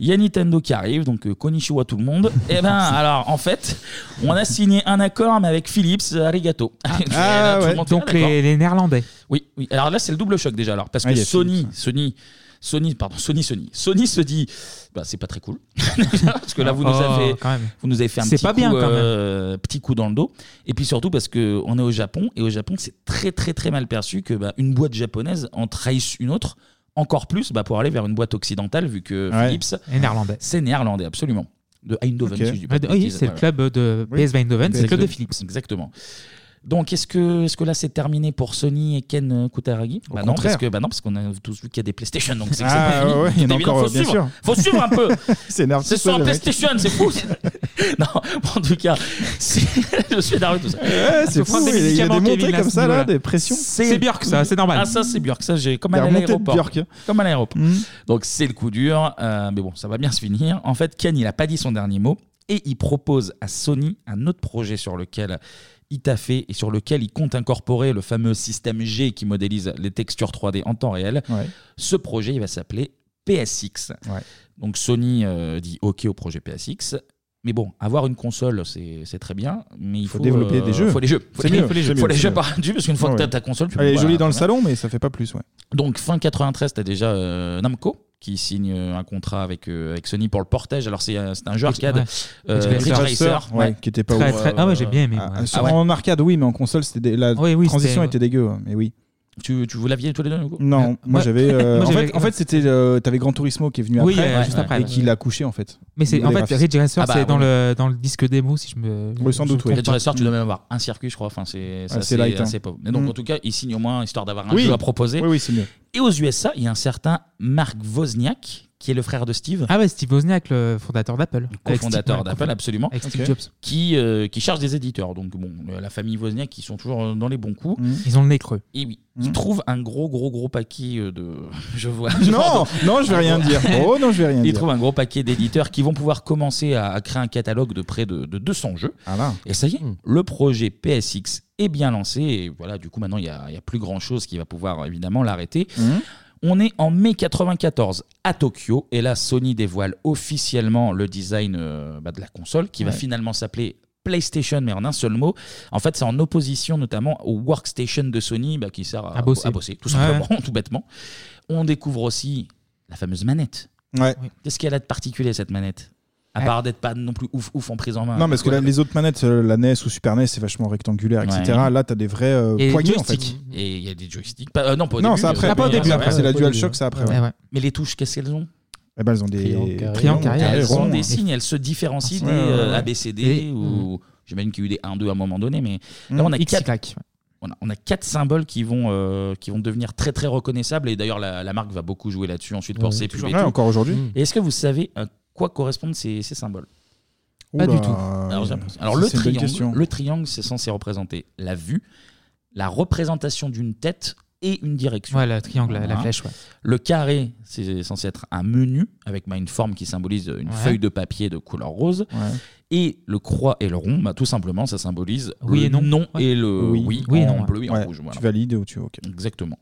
Speaker 1: il y a Nintendo qui arrive, donc euh, konnichiwa tout le monde. Et ben alors en fait, on a signé un accord mais avec Philips, arigato. Et là, tout le monde
Speaker 7: Ah.
Speaker 1: fait,
Speaker 7: Donc
Speaker 1: ah, d'accord.
Speaker 7: les, les Néerlandais.
Speaker 1: Oui, oui. Alors là, c'est le double choc déjà. Alors, parce
Speaker 7: Ah, il y
Speaker 1: que
Speaker 7: a
Speaker 1: Sony, Sony, Sony, pardon, Sony, Sony, Sony se dit, bah, c'est pas très cool. parce que là, vous nous
Speaker 7: Oh,
Speaker 1: avez,
Speaker 7: quand même.
Speaker 1: vous nous avez fait un
Speaker 7: C'est
Speaker 1: petit
Speaker 7: pas
Speaker 1: coup,
Speaker 7: bien, quand même.
Speaker 1: euh, petit coup dans le dos. Et puis surtout parce que on est au Japon et au Japon, c'est très très très mal perçu que bah, une boîte japonaise en trahisse une autre. Encore plus bah, pour aller vers une boîte occidentale, vu que
Speaker 7: Ouais.
Speaker 1: Philips.
Speaker 7: Et néerlandais.
Speaker 1: C'est néerlandais, absolument. De Eindhoven,
Speaker 7: Ok.
Speaker 1: si je dis pas de
Speaker 7: Ah, oui,
Speaker 1: bêtises.
Speaker 7: c'est le club de PSV Eindhoven, c'est le club de
Speaker 1: Philips. Exactement. Donc, est-ce que, est que là, c'est terminé pour Sony et Ken euh, Kutaragi bah non,
Speaker 6: contraire.
Speaker 1: parce que bah non, parce qu'on a tous vu qu'il y a des PlayStation, donc c'est que
Speaker 6: Ah,
Speaker 1: c'est pas fini.
Speaker 6: ouais,
Speaker 1: Tout
Speaker 6: il y en a
Speaker 1: est évident,
Speaker 6: encore,
Speaker 1: faut
Speaker 6: bien
Speaker 1: suivre.
Speaker 6: sûr.
Speaker 1: Faut suivre un peu.
Speaker 6: C'est nerveux.
Speaker 1: C'est sur
Speaker 6: le mec.
Speaker 1: PlayStation, c'est fou. non, en tout cas, c'est- je suis nerveux tout ça.
Speaker 6: Ouais, c'est
Speaker 1: Faut prendre
Speaker 6: fou, il y a- il y a
Speaker 1: médicaments,
Speaker 6: des montées
Speaker 1: Kevin,
Speaker 6: comme ça,
Speaker 1: ce
Speaker 6: là,
Speaker 1: niveau-là.
Speaker 6: des pressions.
Speaker 7: C'est Björk, ça, c'est normal.
Speaker 1: Ah ça c'est Björk, ça j'ai comme
Speaker 6: La
Speaker 1: à
Speaker 6: remontée de
Speaker 1: l'aéroport.
Speaker 6: Björk. Mm.
Speaker 1: Comme à l'aéroport. Donc c'est le coup dur, euh, mais bon ça va bien se finir. En fait Ken il a pas dit son dernier mot et il propose à Sony un autre projet sur lequel il t'a fait et sur lequel il compte incorporer le fameux système G qui modélise les textures 3D en temps réel. Ce projet il va s'appeler PSX. Donc Sony euh, dit OK au projet PSX. Mais bon, avoir une console, c'est c'est très bien, mais il faut,
Speaker 6: Faut développer
Speaker 1: euh,
Speaker 6: des jeux.
Speaker 1: Faut les jeux. Faut
Speaker 6: C'est
Speaker 1: les,
Speaker 6: mieux,
Speaker 1: faut les
Speaker 6: c'est
Speaker 1: jeux. Faut
Speaker 6: mieux,
Speaker 1: les
Speaker 6: c'est
Speaker 1: jeux
Speaker 6: mieux. Ah
Speaker 1: par dessus, parce qu'une fois
Speaker 6: Ouais.
Speaker 1: que t'as ta console, tu peux
Speaker 6: Elle est
Speaker 1: pas-
Speaker 6: jolie dans le
Speaker 1: voilà.
Speaker 6: salon, mais ça fait pas plus, ouais.
Speaker 1: Donc fin 93, t'as déjà euh, Namco qui signe euh, un contrat avec, euh, avec Sony pour le portage. Alors c'est euh, c'est un jeu arcade, euh, Ridge Racer,
Speaker 6: ouais,
Speaker 1: ouais.
Speaker 6: qui était pas
Speaker 1: Très,
Speaker 6: ouf.
Speaker 1: très- ah ouais, j'ai bien aimé,
Speaker 6: Ah,
Speaker 1: ouais.
Speaker 6: sur-
Speaker 1: Ah ouais.
Speaker 6: En arcade, oui, mais en console, c'était des- la
Speaker 1: oui,
Speaker 6: transition
Speaker 1: c'était-
Speaker 6: était dégueu, hein, mais oui.
Speaker 1: Tu, tu vous l'aviez tous les deux du coup
Speaker 6: Non,
Speaker 1: Euh,
Speaker 6: moi
Speaker 1: ouais.
Speaker 6: j'avais. euh,
Speaker 1: Moi,
Speaker 6: en,
Speaker 1: j'avais-
Speaker 6: fait, en fait, c'était. euh, T'avais Gran Turismo qui est venu
Speaker 7: Oui,
Speaker 6: après,
Speaker 7: euh, juste après,
Speaker 6: et qui
Speaker 7: ouais.
Speaker 6: l'a couché en fait.
Speaker 7: Mais c'est en
Speaker 6: Les
Speaker 7: fait,
Speaker 6: graphismes.
Speaker 7: Ridge Racer,
Speaker 1: Ah bah,
Speaker 7: c'est dans,
Speaker 1: oui.
Speaker 7: le, dans le disque démo, si je me.
Speaker 6: Oui, sans
Speaker 7: je me
Speaker 6: doute, ouais.
Speaker 7: trompe
Speaker 1: Ridge
Speaker 7: pas.
Speaker 1: Racer, tu dois même avoir un circuit, je crois. Enfin, c'est
Speaker 6: Ah,
Speaker 1: c'est
Speaker 6: c'est
Speaker 1: assez,
Speaker 6: light, hein.
Speaker 1: assez pauvre. Mais donc,
Speaker 6: Mm.
Speaker 1: en tout cas, il signe au moins histoire d'avoir un
Speaker 6: Oui.
Speaker 1: jeu à proposer.
Speaker 6: Oui, oui, c'est mieux.
Speaker 1: Et aux USA, il y a un certain Mark Wozniak qui est le frère de Steve.
Speaker 7: Ah ouais, Steve Wozniak, le fondateur d'Apple. Avec
Speaker 1: cofondateur
Speaker 7: Steve-
Speaker 1: d'Apple, absolument,
Speaker 7: Avec Steve
Speaker 1: Ok.
Speaker 7: Jobs.
Speaker 1: qui, euh, qui charge des éditeurs. Donc, bon, euh, la famille Wozniak, qui sont toujours euh, dans les bons
Speaker 6: Mm.
Speaker 1: coups.
Speaker 7: Ils ont le nez creux.
Speaker 1: Et oui, ils trouvent un gros, gros, gros paquet euh, de. Je vois.
Speaker 6: Non, non, je vais
Speaker 1: Un
Speaker 6: rien
Speaker 1: gros-
Speaker 6: dire. Oh, non, je vais rien
Speaker 1: Ils
Speaker 6: dire.
Speaker 1: trouvent un gros paquet d'éditeurs qui vont pouvoir commencer à, à créer un catalogue de près de, de 200 jeux. Et ça y est, le projet PSX est bien lancé. Et voilà, du coup, maintenant, il n'y a, il y a plus grand chose qui va pouvoir évidemment l'arrêter. On est en mai 94 à Tokyo et là Sony dévoile officiellement le design euh, bah, de la console qui va
Speaker 6: Ouais.
Speaker 1: finalement s'appeler PlayStation mais en un seul mot. En fait c'est en opposition notamment au workstation de Sony bah, qui sert à,
Speaker 7: À bosser.
Speaker 1: à bosser tout
Speaker 7: Ouais.
Speaker 1: simplement, tout bêtement. On découvre aussi la fameuse manette. Qu'est-ce qu'elle a de particulier cette manette À part d'être pas non plus ouf ouf en prise en main.
Speaker 6: Non, parce que là, les autres manettes, euh, la NES ou Super NES, c'est vachement rectangulaire, etc.
Speaker 1: Ouais.
Speaker 6: Là, t'as des vrais euh,
Speaker 1: Et les
Speaker 6: poignées en fait.
Speaker 1: joysticks. Et il y a des joysticks. Pas- euh, non, pas au
Speaker 6: Non,
Speaker 1: début.
Speaker 6: c'est après. Ah, pas au début, après, c'est la DualShock, c'est après, ouais. Ouais.
Speaker 1: Mais les touches, qu'est-ce qu'elles ont
Speaker 6: Eh ben, elles ont des
Speaker 7: Triangle, carré,
Speaker 6: triangles,
Speaker 7: rond, carré,
Speaker 6: carrés,
Speaker 1: Elles ont
Speaker 6: ronds,
Speaker 1: des
Speaker 6: hein.
Speaker 1: signes, elles se différencient
Speaker 6: Ouais,
Speaker 1: des
Speaker 6: ouais,
Speaker 1: euh,
Speaker 6: ouais.
Speaker 1: ABCD
Speaker 6: mm.
Speaker 1: ou j'imagine qu'il y a eu des 1, 2 à un moment donné, mais là
Speaker 7: Mm.
Speaker 1: on a
Speaker 7: X,
Speaker 1: quatre.
Speaker 7: Y.
Speaker 1: On a, on a quatre symboles qui vont, euh, qui vont devenir très très reconnaissables et d'ailleurs la, la marque va beaucoup jouer là-dessus ensuite pour
Speaker 6: Ouais,
Speaker 1: ses
Speaker 6: toujours.
Speaker 1: pubs. et
Speaker 6: Ouais,
Speaker 1: tout.
Speaker 6: encore aujourd'hui. Mm.
Speaker 1: Et est-ce que vous savez à quoi correspondent ces, ces symboles
Speaker 6: Pas Oula, du tout.
Speaker 1: Alors, j'ai l'impression- alors,
Speaker 6: ça,
Speaker 1: le,
Speaker 6: c'est une bonne
Speaker 1: triangle,
Speaker 6: question.
Speaker 1: le triangle, c'est censé représenter la vue, la représentation d'une tête et une direction.
Speaker 7: Ouais, le triangle, la- la flèche, ouais.
Speaker 1: Le carré, c'est censé être un menu avec bah, une forme qui symbolise une
Speaker 7: Ouais.
Speaker 1: feuille de papier de couleur rose.
Speaker 7: Ouais.
Speaker 1: Et le croix et le rond, bah, tout simplement, ça symbolise
Speaker 7: Oui
Speaker 1: le
Speaker 7: et non.
Speaker 1: non
Speaker 7: Ouais.
Speaker 1: et le
Speaker 7: Oui.
Speaker 1: oui,
Speaker 7: Oui et
Speaker 1: en
Speaker 7: non, ouais.
Speaker 1: bleu et
Speaker 7: Ouais,
Speaker 1: en rouge.
Speaker 7: tu
Speaker 1: voilà.
Speaker 6: valides ou tu ok.
Speaker 1: Exactement.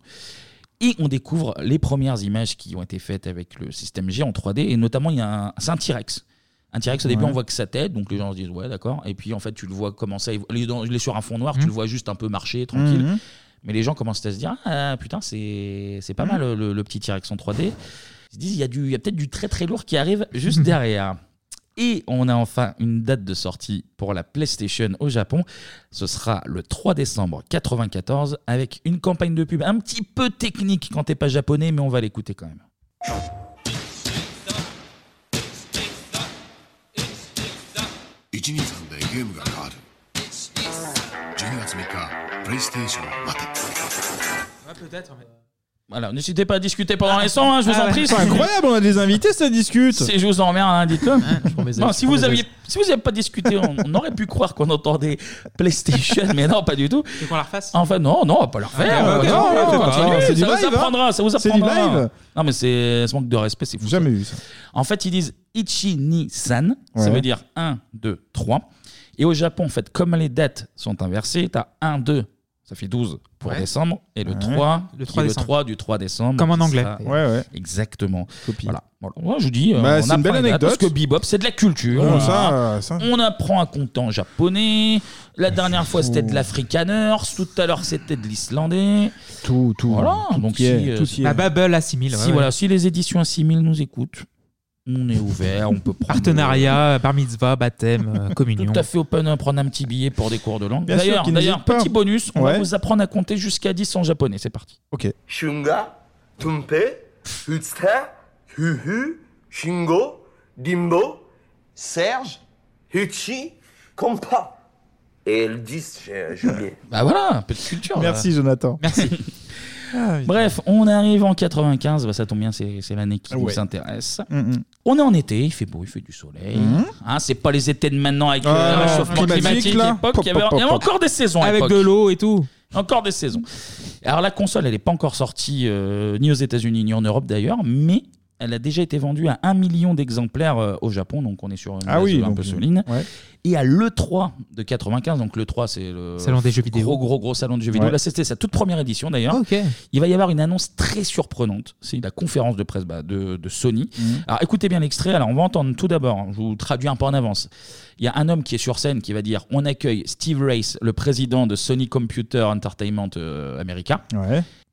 Speaker 1: Et on découvre les premières images qui ont été faites avec le système G en 3D. Et notamment, il y a un, c'est un T-Rex. Un T-Rex, au début,
Speaker 7: Ouais.
Speaker 1: on voit que sa tête. Donc les gens se disent, ouais, d'accord. Et puis, en fait, tu le vois commencer à évoluer. Il est dans- il est sur un fond noir,
Speaker 7: Mhm.
Speaker 1: tu le vois juste un peu marcher, tranquille.
Speaker 7: Mhm.
Speaker 1: Mais les gens commencent à se dire, ah putain, c'est c'est pas
Speaker 7: Mhm.
Speaker 1: mal le, le petit T-Rex en 3D. Ils se disent, il y a, du- il y a peut-être du très très lourd qui arrive juste derrière. Et on a enfin une date de sortie pour la PlayStation au Japon. Ce sera le 3 décembre 94 avec une campagne de pub un petit peu technique quand t'es pas japonais, mais on va l'écouter quand même.
Speaker 2: 1年間でゲームが変わる12月3日プレイステーションまで
Speaker 7: peut-être.
Speaker 1: Voilà, n'hésitez pas à discuter pendant les sons, hein, je vous
Speaker 7: Ah
Speaker 1: en
Speaker 7: ouais.
Speaker 1: prie.
Speaker 6: C'est incroyable, on a des invités, ça discute.
Speaker 1: Si je vous emmerde, hein, dites-le.
Speaker 6: ailes,
Speaker 1: Non,
Speaker 6: je
Speaker 1: si,
Speaker 6: prends
Speaker 1: vous
Speaker 6: mes
Speaker 1: aviez,
Speaker 6: ailes.
Speaker 1: si vous n'avez pas discuté, on, on aurait pu croire qu'on entendait PlayStation, mais non, pas du tout.
Speaker 7: Tu veux qu'on la refasse
Speaker 1: Enfin, non, non, on va pas la refaire.
Speaker 6: Ah, ok,
Speaker 1: Non,
Speaker 6: ok,
Speaker 1: non,
Speaker 6: c'est pas
Speaker 1: continue,
Speaker 6: grave, c'est du
Speaker 1: ça vous
Speaker 6: live, hein.
Speaker 1: apprendra, ça vous
Speaker 6: C'est du
Speaker 1: apprendra.
Speaker 6: live.
Speaker 1: Non, mais c'est ce manque de respect, c'est fou. Jamais
Speaker 6: vu ça.
Speaker 1: En fait, ils disent Ichi-ni-san, ça
Speaker 6: Ouais.
Speaker 1: veut dire 1, 2, 3. Et au Japon, en fait, comme les dates sont inversées, t'as 1, 2, ça fait 12 pour
Speaker 7: Ouais.
Speaker 1: décembre, et le
Speaker 7: Ouais.
Speaker 1: 3,
Speaker 7: Le
Speaker 1: le
Speaker 7: 3
Speaker 1: 3, le
Speaker 7: décembre.
Speaker 1: 3 du 3 décembre.
Speaker 7: Comme en
Speaker 1: qui
Speaker 7: anglais.
Speaker 1: sera-
Speaker 7: Ouais, ouais.
Speaker 1: Exactement. Voilà. Voilà. Moi, je vous dis, euh,
Speaker 6: Bah,
Speaker 1: on
Speaker 6: c'est une
Speaker 1: apprend
Speaker 6: belle
Speaker 1: les dates,
Speaker 6: anecdote.
Speaker 1: Parce que bebop, c'est de la culture.
Speaker 6: Oh,
Speaker 1: Voilà.
Speaker 6: ça, euh, ça.
Speaker 1: On apprend à compter en japonais. La dernière fois, c'était de l'afrikaner. Tout à l'heure, c'était de l'islandais.
Speaker 6: Tout, tout.
Speaker 1: Voilà.
Speaker 7: tout
Speaker 1: Donc,
Speaker 7: y est,
Speaker 1: si, euh,
Speaker 7: tout y est. La Babel assimile,
Speaker 1: Si,
Speaker 7: ouais,
Speaker 1: voilà,
Speaker 7: ouais.
Speaker 1: si les éditions assimilent nous écoutent, on est ouvert, on peut prendre.
Speaker 7: Partenariat, bar mitzvah, baptême, euh, communion.
Speaker 1: Tout à fait open, hein, prendre un petit billet pour des cours de langue.
Speaker 7: Bien sûr
Speaker 1: D'ailleurs,
Speaker 7: qu'ils
Speaker 1: d'ailleurs,
Speaker 7: n'hésitent pas.
Speaker 1: petit bonus, on
Speaker 7: Ouais.
Speaker 1: va vous apprendre à compter jusqu'à 10 en japonais. C'est parti.
Speaker 6: Ok.
Speaker 3: Shunga, Tunpei, Utsuka, Huhu, Shingo, Limbo, Serge, Huchi, Compa. Et le 10, j'ai j'ai oublié.
Speaker 1: Bah voilà, petite culture.
Speaker 6: Merci,
Speaker 1: là.
Speaker 6: Jonathan.
Speaker 1: Merci.
Speaker 6: Ah,
Speaker 1: Bref, on arrive en 95, bah, ça tombe bien, c'est c'est l'année qui
Speaker 6: Ah Ouais.
Speaker 1: nous intéresse.
Speaker 6: Mhm.
Speaker 1: On est en été, il fait beau, il fait du soleil.
Speaker 6: Mhm.
Speaker 1: Hein, c'est pas les étés de maintenant avec
Speaker 6: Ah,
Speaker 1: le réchauffement
Speaker 6: climatique,
Speaker 1: climatique.
Speaker 6: là.
Speaker 1: à l'époque,
Speaker 6: Pop,
Speaker 1: il y avait,
Speaker 6: pop,
Speaker 1: il y avait
Speaker 6: pop,
Speaker 1: encore
Speaker 6: pop.
Speaker 1: des saisons. à
Speaker 6: Avec
Speaker 1: l'époque.
Speaker 6: de
Speaker 7: l'eau et tout.
Speaker 1: Encore des saisons. Alors la console, elle n'est pas encore sortie euh, ni aux États-Unis ni en Europe d'ailleurs, mais elle a déjà été vendue à 1 million d'exemplaires euh, au Japon, donc on est sur une
Speaker 6: Ah
Speaker 1: base,
Speaker 6: oui,
Speaker 1: euh, un
Speaker 6: donc,
Speaker 1: peu solide. Et à l'E3 de 95, donc l'E3 c'est le
Speaker 7: Salon des jeux vidéo.
Speaker 1: Gros, gros, gros salon de jeux vidéo.
Speaker 7: Ouais.
Speaker 1: Là, c'était sa toute première édition d'ailleurs. Il va y avoir une annonce très surprenante. C'est la conférence de presse bah, de, de Sony. Alors écoutez bien l'extrait. Alors on va entendre tout d'abord, hein, je vous traduis un peu en avance. Il y a un homme qui est sur scène qui va dire On accueille Steve Race, le président de Sony Computer Entertainment euh, America.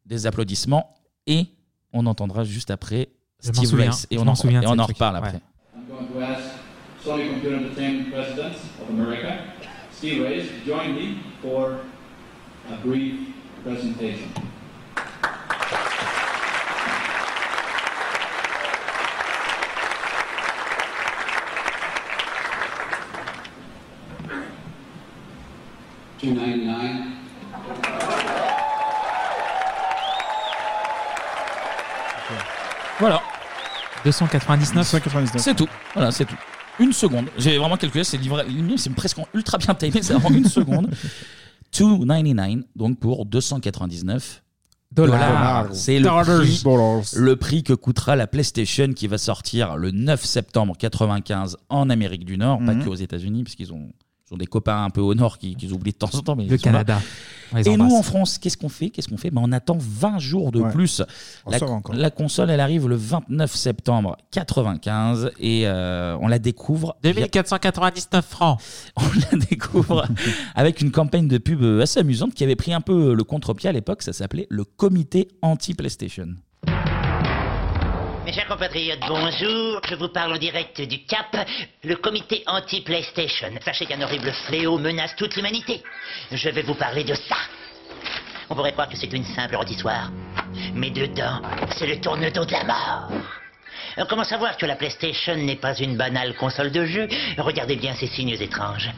Speaker 1: Des applaudissements et on entendra juste après
Speaker 7: Je m'en
Speaker 1: Steve
Speaker 7: souviens.
Speaker 1: Race. Et
Speaker 7: Je
Speaker 1: on
Speaker 7: m'en
Speaker 1: en,
Speaker 7: souviens de
Speaker 1: et on
Speaker 7: ce
Speaker 1: en
Speaker 7: truc.
Speaker 1: reparle
Speaker 7: Ouais.
Speaker 1: après.
Speaker 18: I'm going to ask Sony Computer Entertainment President of America, Steve Reyes, to join me for a brief presentation. Two ninety nine.
Speaker 1: Voilà.
Speaker 7: 299.
Speaker 1: C'est tout. Voilà, c'est tout. Une seconde. J'ai vraiment calculé, c'est livré- c'est presque en ultra bien timé, ça prend une seconde. 299, donc pour 299
Speaker 7: Dollars.
Speaker 1: C'est le
Speaker 7: Dollars.
Speaker 1: prix,
Speaker 7: Dollars.
Speaker 1: le prix que coûtera la PlayStation qui va sortir le 9 septembre 95 en Amérique du Nord, pas
Speaker 7: Mhm.
Speaker 1: que aux États-Unis, parce qu'ils ont, ils ont des copains un peu au Nord qui, qu'ils oublient de temps en temps. Mais
Speaker 7: Le
Speaker 1: ils sont là.
Speaker 7: Canada. On les
Speaker 1: Et nous,
Speaker 7: embrasse.
Speaker 1: en France, qu'est-ce qu'on fait Qu'est-ce qu'on fait Ben, On attend 20 jours de
Speaker 7: Ouais.
Speaker 1: plus.
Speaker 7: Oh,
Speaker 1: La,
Speaker 7: ça va encore.
Speaker 1: la console, elle arrive le 29 septembre 95 et euh, on la découvre.
Speaker 7: 2499 francs.
Speaker 1: On la découvre avec une campagne de pub euh, assez amusante qui avait pris un peu euh, le contre-pied à l'époque. Ça s'appelait le comité anti-PlayStation.
Speaker 27: Mes chers compatriotes, bonjour. Je vous parle en direct du CAP, le comité anti-PlayStation. Sachez qu'un horrible fléau menace toute l'humanité. Je vais vous parler de ça. On pourrait croire que c'est une simple rôtissoire. Mais dedans, c'est le tourne-dos de la mort. Euh, Comment savoir que la PlayStation n'est pas une banale console de jeu Regardez bien ces signes étranges.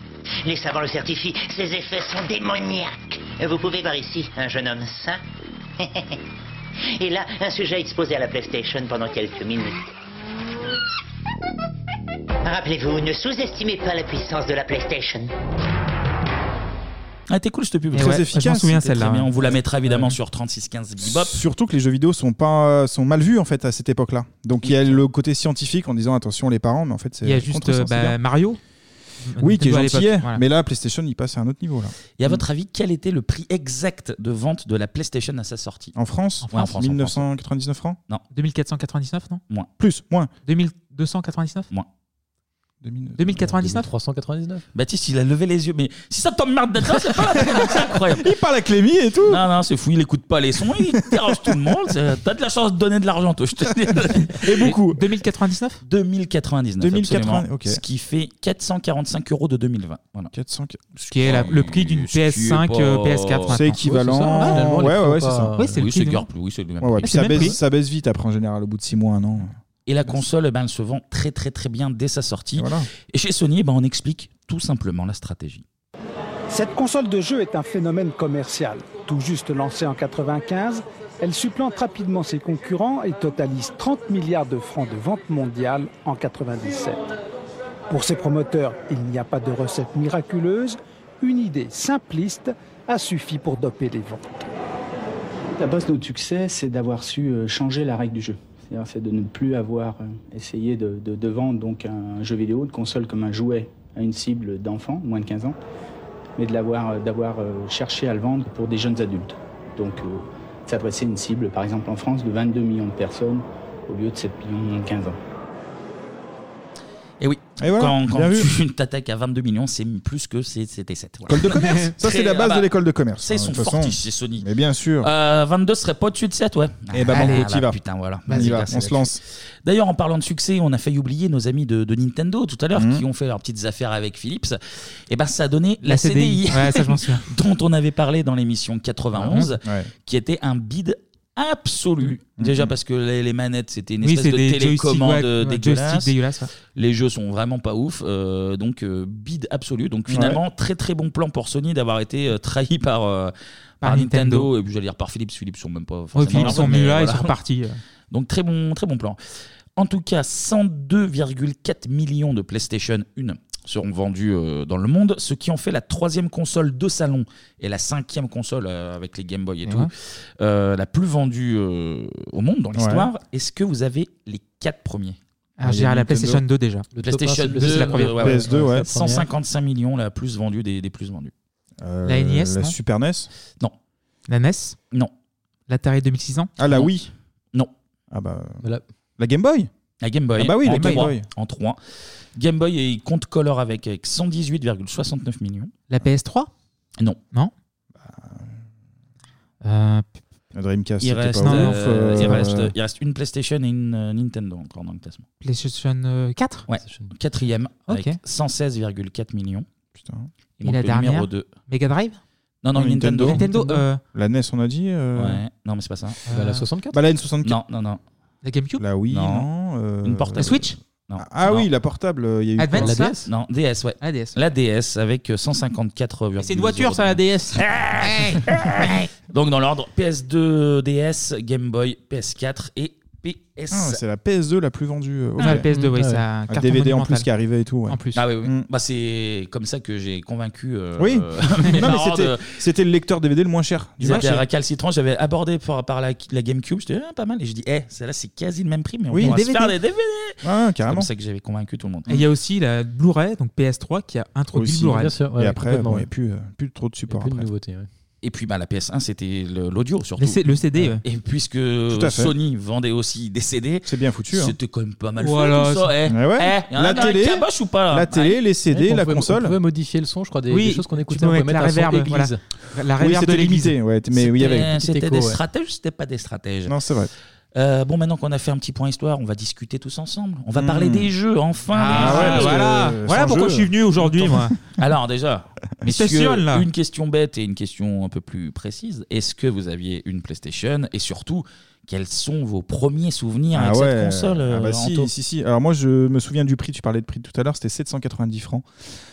Speaker 27: Les savants le certifient, ces effets sont démoniaques. Vous pouvez voir ici un jeune homme sain. Et là, un sujet exposé à la PlayStation pendant quelques minutes. Rappelez-vous, ne sous-estimez pas la puissance de la PlayStation.
Speaker 1: Ah, était cool cette pub.
Speaker 7: Et Très ouais, efficace. je m'en souviens,
Speaker 1: C'était très
Speaker 7: celle-là,
Speaker 1: bien.
Speaker 7: ouais.
Speaker 1: On vous la mettra évidemment sur 3615 Bebop.
Speaker 6: Surtout que les jeux vidéo sont pas sont mal vus en fait à cette époque-là. Donc il y a le côté scientifique en disant attention les parents, mais en fait c'est
Speaker 7: Il y a
Speaker 6: le
Speaker 7: juste
Speaker 6: contresens,
Speaker 7: euh,
Speaker 6: c'est
Speaker 7: bah,
Speaker 6: bien.
Speaker 7: Mario.
Speaker 6: Oui, qui est
Speaker 7: Nintendo à
Speaker 6: gentil,
Speaker 7: l'époque, voilà. Hmm.
Speaker 6: mais là PlayStation il passe à un autre niveau là.
Speaker 1: Et à votre avis, quel était le prix exact de vente de la PlayStation à sa sortie
Speaker 6: En France,
Speaker 1: Ouais, en France, en France.
Speaker 6: 1999 francs
Speaker 1: Non.
Speaker 7: 2499, non
Speaker 1: Moins.
Speaker 6: Plus, moins.
Speaker 7: 2299
Speaker 1: Moins.
Speaker 7: 2099 399
Speaker 1: Baptiste, il a levé les yeux, mais si ça t'emmerde d'être là, c'est pas la peine, c'est incroyable.
Speaker 6: Il parle avec Clémy et tout.
Speaker 1: Non, non, c'est fou, il écoute pas les sons, il dérange tout le monde. c'est- T'as de la chance de donner de l'argent, toi, je te dis.
Speaker 6: Et beaucoup.
Speaker 7: 2099
Speaker 1: 2099.
Speaker 6: 2080,
Speaker 1: absolument.
Speaker 6: ok.
Speaker 1: Ce qui fait 445 euros de 2020. Voilà.
Speaker 7: Ce qui est la- le prix d'une PS5, euh,
Speaker 1: Oh.
Speaker 7: PS4 maintenant.
Speaker 6: C'est équivalent.
Speaker 7: Ouais, c'est ça, finalement, les
Speaker 6: ouais, ouais,
Speaker 7: prix
Speaker 6: ouais, c'est
Speaker 7: sont
Speaker 6: ça.
Speaker 7: pas- Oui, c'est le prix, Ah, non
Speaker 1: gar- euh, oui, c'est le même
Speaker 6: Ouais, ouais,
Speaker 1: prix.
Speaker 6: puis
Speaker 1: C'est
Speaker 6: ça
Speaker 1: le même
Speaker 6: baisse,
Speaker 1: prix.
Speaker 6: ça baisse vite après en général, au bout de 6 mois, un an.
Speaker 1: Et la console, eh ben, elle se vend très très très bien dès sa sortie. Et,
Speaker 6: voilà.
Speaker 1: chez Sony, eh ben, on explique tout simplement la stratégie.
Speaker 24: Cette console de jeu est un phénomène commercial. Tout juste lancée en 1995, elle supplante rapidement ses concurrents et totalise 30 milliards de francs de vente mondiale en 1997. Pour ses promoteurs, il n'y a pas de recette miraculeuse. Une idée simpliste a suffi pour doper les ventes.
Speaker 10: La base de notre succès, c'est d'avoir su euh, changer la règle du jeu. C'est-à-dire c'est de ne plus avoir euh, essayé de, de- de vendre donc un jeu vidéo, une console comme un jouet à une cible d'enfants, moins de 15 ans, mais de l'avoir, euh, d'avoir euh, cherché à le vendre pour des jeunes adultes. Donc euh, s'adresser à une cible, par exemple en France, de 22 millions de personnes au lieu de 7 millions de moins de 15 ans.
Speaker 1: Et oui,
Speaker 6: Et voilà,
Speaker 1: quand,
Speaker 6: bien
Speaker 1: quand
Speaker 6: vu.
Speaker 1: tu t'attaques à 22 millions, c'est plus que c'est- c'était 7. Voilà.
Speaker 6: École de commerce. Ça, c'est la
Speaker 1: Très-
Speaker 6: base
Speaker 1: ah bah,
Speaker 6: de l'école de commerce.
Speaker 1: C'est
Speaker 6: hein,
Speaker 1: son
Speaker 6: de toute façon.
Speaker 1: fortiche chez Sony.
Speaker 6: Mais bien sûr.
Speaker 1: Euh, 22 serait pas au-dessus de 7, ouais.
Speaker 6: Eh ben,
Speaker 1: Allez,
Speaker 6: banco,
Speaker 1: ah
Speaker 6: t'y
Speaker 1: bah,
Speaker 6: vas.
Speaker 1: Putain, voilà.
Speaker 6: On y
Speaker 1: Vas-y,
Speaker 6: va,
Speaker 1: casse
Speaker 6: on
Speaker 1: la
Speaker 6: se
Speaker 1: tête.
Speaker 6: lance.
Speaker 1: D'ailleurs, en parlant de succès, on a failli oublier nos amis de, de Nintendo tout à l'heure
Speaker 6: Mhm.
Speaker 1: qui ont fait leurs petites affaires avec Philips. Et ben, ça a donné la,
Speaker 7: La CDI. Ouais, ça, je m'en souviens.
Speaker 1: dont on avait parlé dans l'émission 91,
Speaker 7: Mhm. Ouais. Mhm.
Speaker 1: qui était un bide absolu. Déjà parce que les, les manettes, c'était une
Speaker 7: Oui,
Speaker 1: espèce
Speaker 7: c'est
Speaker 1: de
Speaker 7: des joysticks,
Speaker 1: télécommande
Speaker 7: ouais,
Speaker 1: euh,
Speaker 7: ouais,
Speaker 1: dégueulasse.
Speaker 7: joystick dégueulasse, ouais.
Speaker 1: Les jeux sont vraiment pas ouf. euh, donc, euh, bide absolu. Donc, finalement, très très bon plan pour Sony d'avoir été euh, trahi par. euh, par
Speaker 7: Par Nintendo.
Speaker 1: Nintendo, et puis j'allais dire par Philips, Philips sont même pas
Speaker 7: Ouais, Philips sont
Speaker 1: nerveux, mais
Speaker 7: venus là, ils
Speaker 1: voilà.
Speaker 7: sont repartis.
Speaker 1: Donc très bon, très bon plan. En tout cas, 102,4 millions de PlayStation 1 seront vendus euh, dans le monde, ce qui en fait la troisième console de salon et la cinquième console euh, avec les Game Boy et
Speaker 7: Ouais.
Speaker 1: tout, euh, la plus vendue euh, au monde dans l'histoire. Est-ce que vous avez les quatre premiers
Speaker 7: Ah, je dirais la PlayStation 2 déjà. Le
Speaker 1: PlayStation
Speaker 7: top
Speaker 1: 2,
Speaker 7: un, c'est la première.
Speaker 1: euh, ouais, ouais.
Speaker 7: PS2, ouais.
Speaker 1: 155 millions, la plus vendue des, des plus vendues.
Speaker 7: Euh, La E NES, non
Speaker 6: Super NES
Speaker 1: Non.
Speaker 7: La NES
Speaker 1: Non.
Speaker 7: E L'Atari 2600
Speaker 6: Ah, la Wii
Speaker 1: Non.
Speaker 6: Ah bah.
Speaker 1: La,
Speaker 6: Game Boy
Speaker 1: La Game Boy.
Speaker 6: Ah bah oui,
Speaker 1: en
Speaker 6: la Game
Speaker 1: trois,
Speaker 6: Boy.
Speaker 1: En 3. Game Boy et compte color avec, avec 118,69 millions.
Speaker 7: La PS3
Speaker 1: Non.
Speaker 7: Non
Speaker 6: Bah.
Speaker 7: Euh,
Speaker 6: La Dreamcast,
Speaker 1: Il
Speaker 6: Ah, c'était
Speaker 1: reste,
Speaker 6: pas
Speaker 1: euh,
Speaker 6: ouf, euh,
Speaker 1: il, reste, il reste une PlayStation et une euh, Nintendo encore dans le classement.
Speaker 7: PlayStation euh, 4
Speaker 1: Ouais, quatrième avec
Speaker 7: Ok.
Speaker 1: 116,4 millions. Putain.
Speaker 7: Et la dernière
Speaker 1: numéro 2.
Speaker 7: Mega Drive
Speaker 1: Non,
Speaker 6: Ah,
Speaker 1: non, Nintendo.
Speaker 7: Nintendo, euh,
Speaker 6: La NES, on a dit euh,
Speaker 1: Ouais, non, mais c'est pas ça.
Speaker 6: Bah, la 64. Bah, la N64.
Speaker 1: Non, non, non.
Speaker 7: La GameCube
Speaker 6: La Wii, non. euh,
Speaker 1: Une portable. Non.
Speaker 6: Ah
Speaker 1: Non.
Speaker 6: oui, la portable. euh, Il y a eu quoi
Speaker 1: la DS Non, DS, ouais.
Speaker 7: La DS.
Speaker 1: avec euh, 154,0.
Speaker 7: C'est une voiture, ça, la DS
Speaker 1: Donc, dans l'ordre, PS2, DS, Game Boy, PS4 et PS.
Speaker 6: Ah, c'est la PS2 la plus vendue. euh, ok.
Speaker 7: Ouais, la PS2, oui,
Speaker 6: Ah
Speaker 7: ça-
Speaker 6: Un
Speaker 7: carton
Speaker 6: DVD en plus
Speaker 7: monumental.
Speaker 6: qui arrivait et tout. ouais. Mm.
Speaker 1: Ah oui, oui. Bah, c'est comme ça que j'ai convaincu. euh,
Speaker 6: Oui.
Speaker 1: mes
Speaker 6: non, mais
Speaker 1: parents
Speaker 6: c'était-
Speaker 1: de-
Speaker 6: c'était le lecteur DVD le moins cher du
Speaker 1: Ils étaient
Speaker 6: marché.
Speaker 1: récalcitrants. J'avais abordé par, par la, la GameCube. J'étais ah, pas mal. Et je dis, eh, celle-là, c'est quasi le même prix, mais on
Speaker 6: Oui,
Speaker 1: va se
Speaker 6: DVD.
Speaker 1: faire des DVD.
Speaker 6: Ah,
Speaker 1: C'est
Speaker 6: carrément.
Speaker 1: comme ça que j'avais convaincu tout le monde.
Speaker 7: Et il y a aussi la Blu-ray, donc PS3, qui a introduit
Speaker 1: Aussi,
Speaker 7: le Blu-ray.
Speaker 1: bien sûr, ouais,
Speaker 6: et après, bon, il
Speaker 1: complètement,
Speaker 6: n'y a
Speaker 1: ouais.
Speaker 6: plus, euh, plus trop de support. après.
Speaker 1: Et puis bah, la PS1, c'était le- l'audio surtout.
Speaker 7: Le C- le CD, ouais.
Speaker 1: Et puisque
Speaker 6: à fait.
Speaker 1: Sony vendait aussi des CD.
Speaker 6: C'est bien foutu. hein.
Speaker 1: C'était quand même pas mal
Speaker 6: Voilà,
Speaker 1: fait tout ça.
Speaker 6: c'est-
Speaker 1: Eh,
Speaker 6: Ouais, ouais.
Speaker 1: eh, y en a
Speaker 6: La
Speaker 1: dans
Speaker 6: télé,
Speaker 1: caboche ou pas là Ah,
Speaker 6: la télé, les CD,
Speaker 1: Ouais.
Speaker 6: la console.
Speaker 8: On pouvait modifier le son, je crois, des,
Speaker 1: Oui,
Speaker 8: des choses qu'on
Speaker 1: tu
Speaker 8: écoutait.
Speaker 1: pouvais
Speaker 8: On pouvait
Speaker 1: mettre
Speaker 8: mettre
Speaker 1: la
Speaker 8: un son
Speaker 1: réverb,
Speaker 8: église.
Speaker 1: voilà. La
Speaker 6: Oui, c'était limité. Ouais, mais oui, il y avait.
Speaker 1: C'était- C'était des stratèges, c'était pas des stratèges.
Speaker 6: Non, c'est vrai.
Speaker 1: Euh, bon, maintenant qu'on a fait un petit point histoire, on va discuter tous ensemble. On va
Speaker 7: Hmm.
Speaker 1: parler des jeux, enfin.
Speaker 7: Ah
Speaker 1: des
Speaker 7: ouais,
Speaker 1: jeux.
Speaker 7: parce voilà. que, euh, Voilà sans pourquoi jeu. je suis venu aujourd'hui, moi.
Speaker 1: Alors déjà,
Speaker 7: Il
Speaker 1: messieurs,
Speaker 7: stationne, là.
Speaker 1: une question bête et une question un peu plus précise. Est-ce que vous aviez une PlayStation et surtout quels sont vos premiers souvenirs
Speaker 6: Ah
Speaker 1: avec
Speaker 6: ouais.
Speaker 1: cette console
Speaker 6: Ah
Speaker 1: euh,
Speaker 6: bah si,
Speaker 1: Anto
Speaker 6: si, si. Alors moi, je me souviens du prix. Tu parlais de prix tout à l'heure. C'était 790 francs.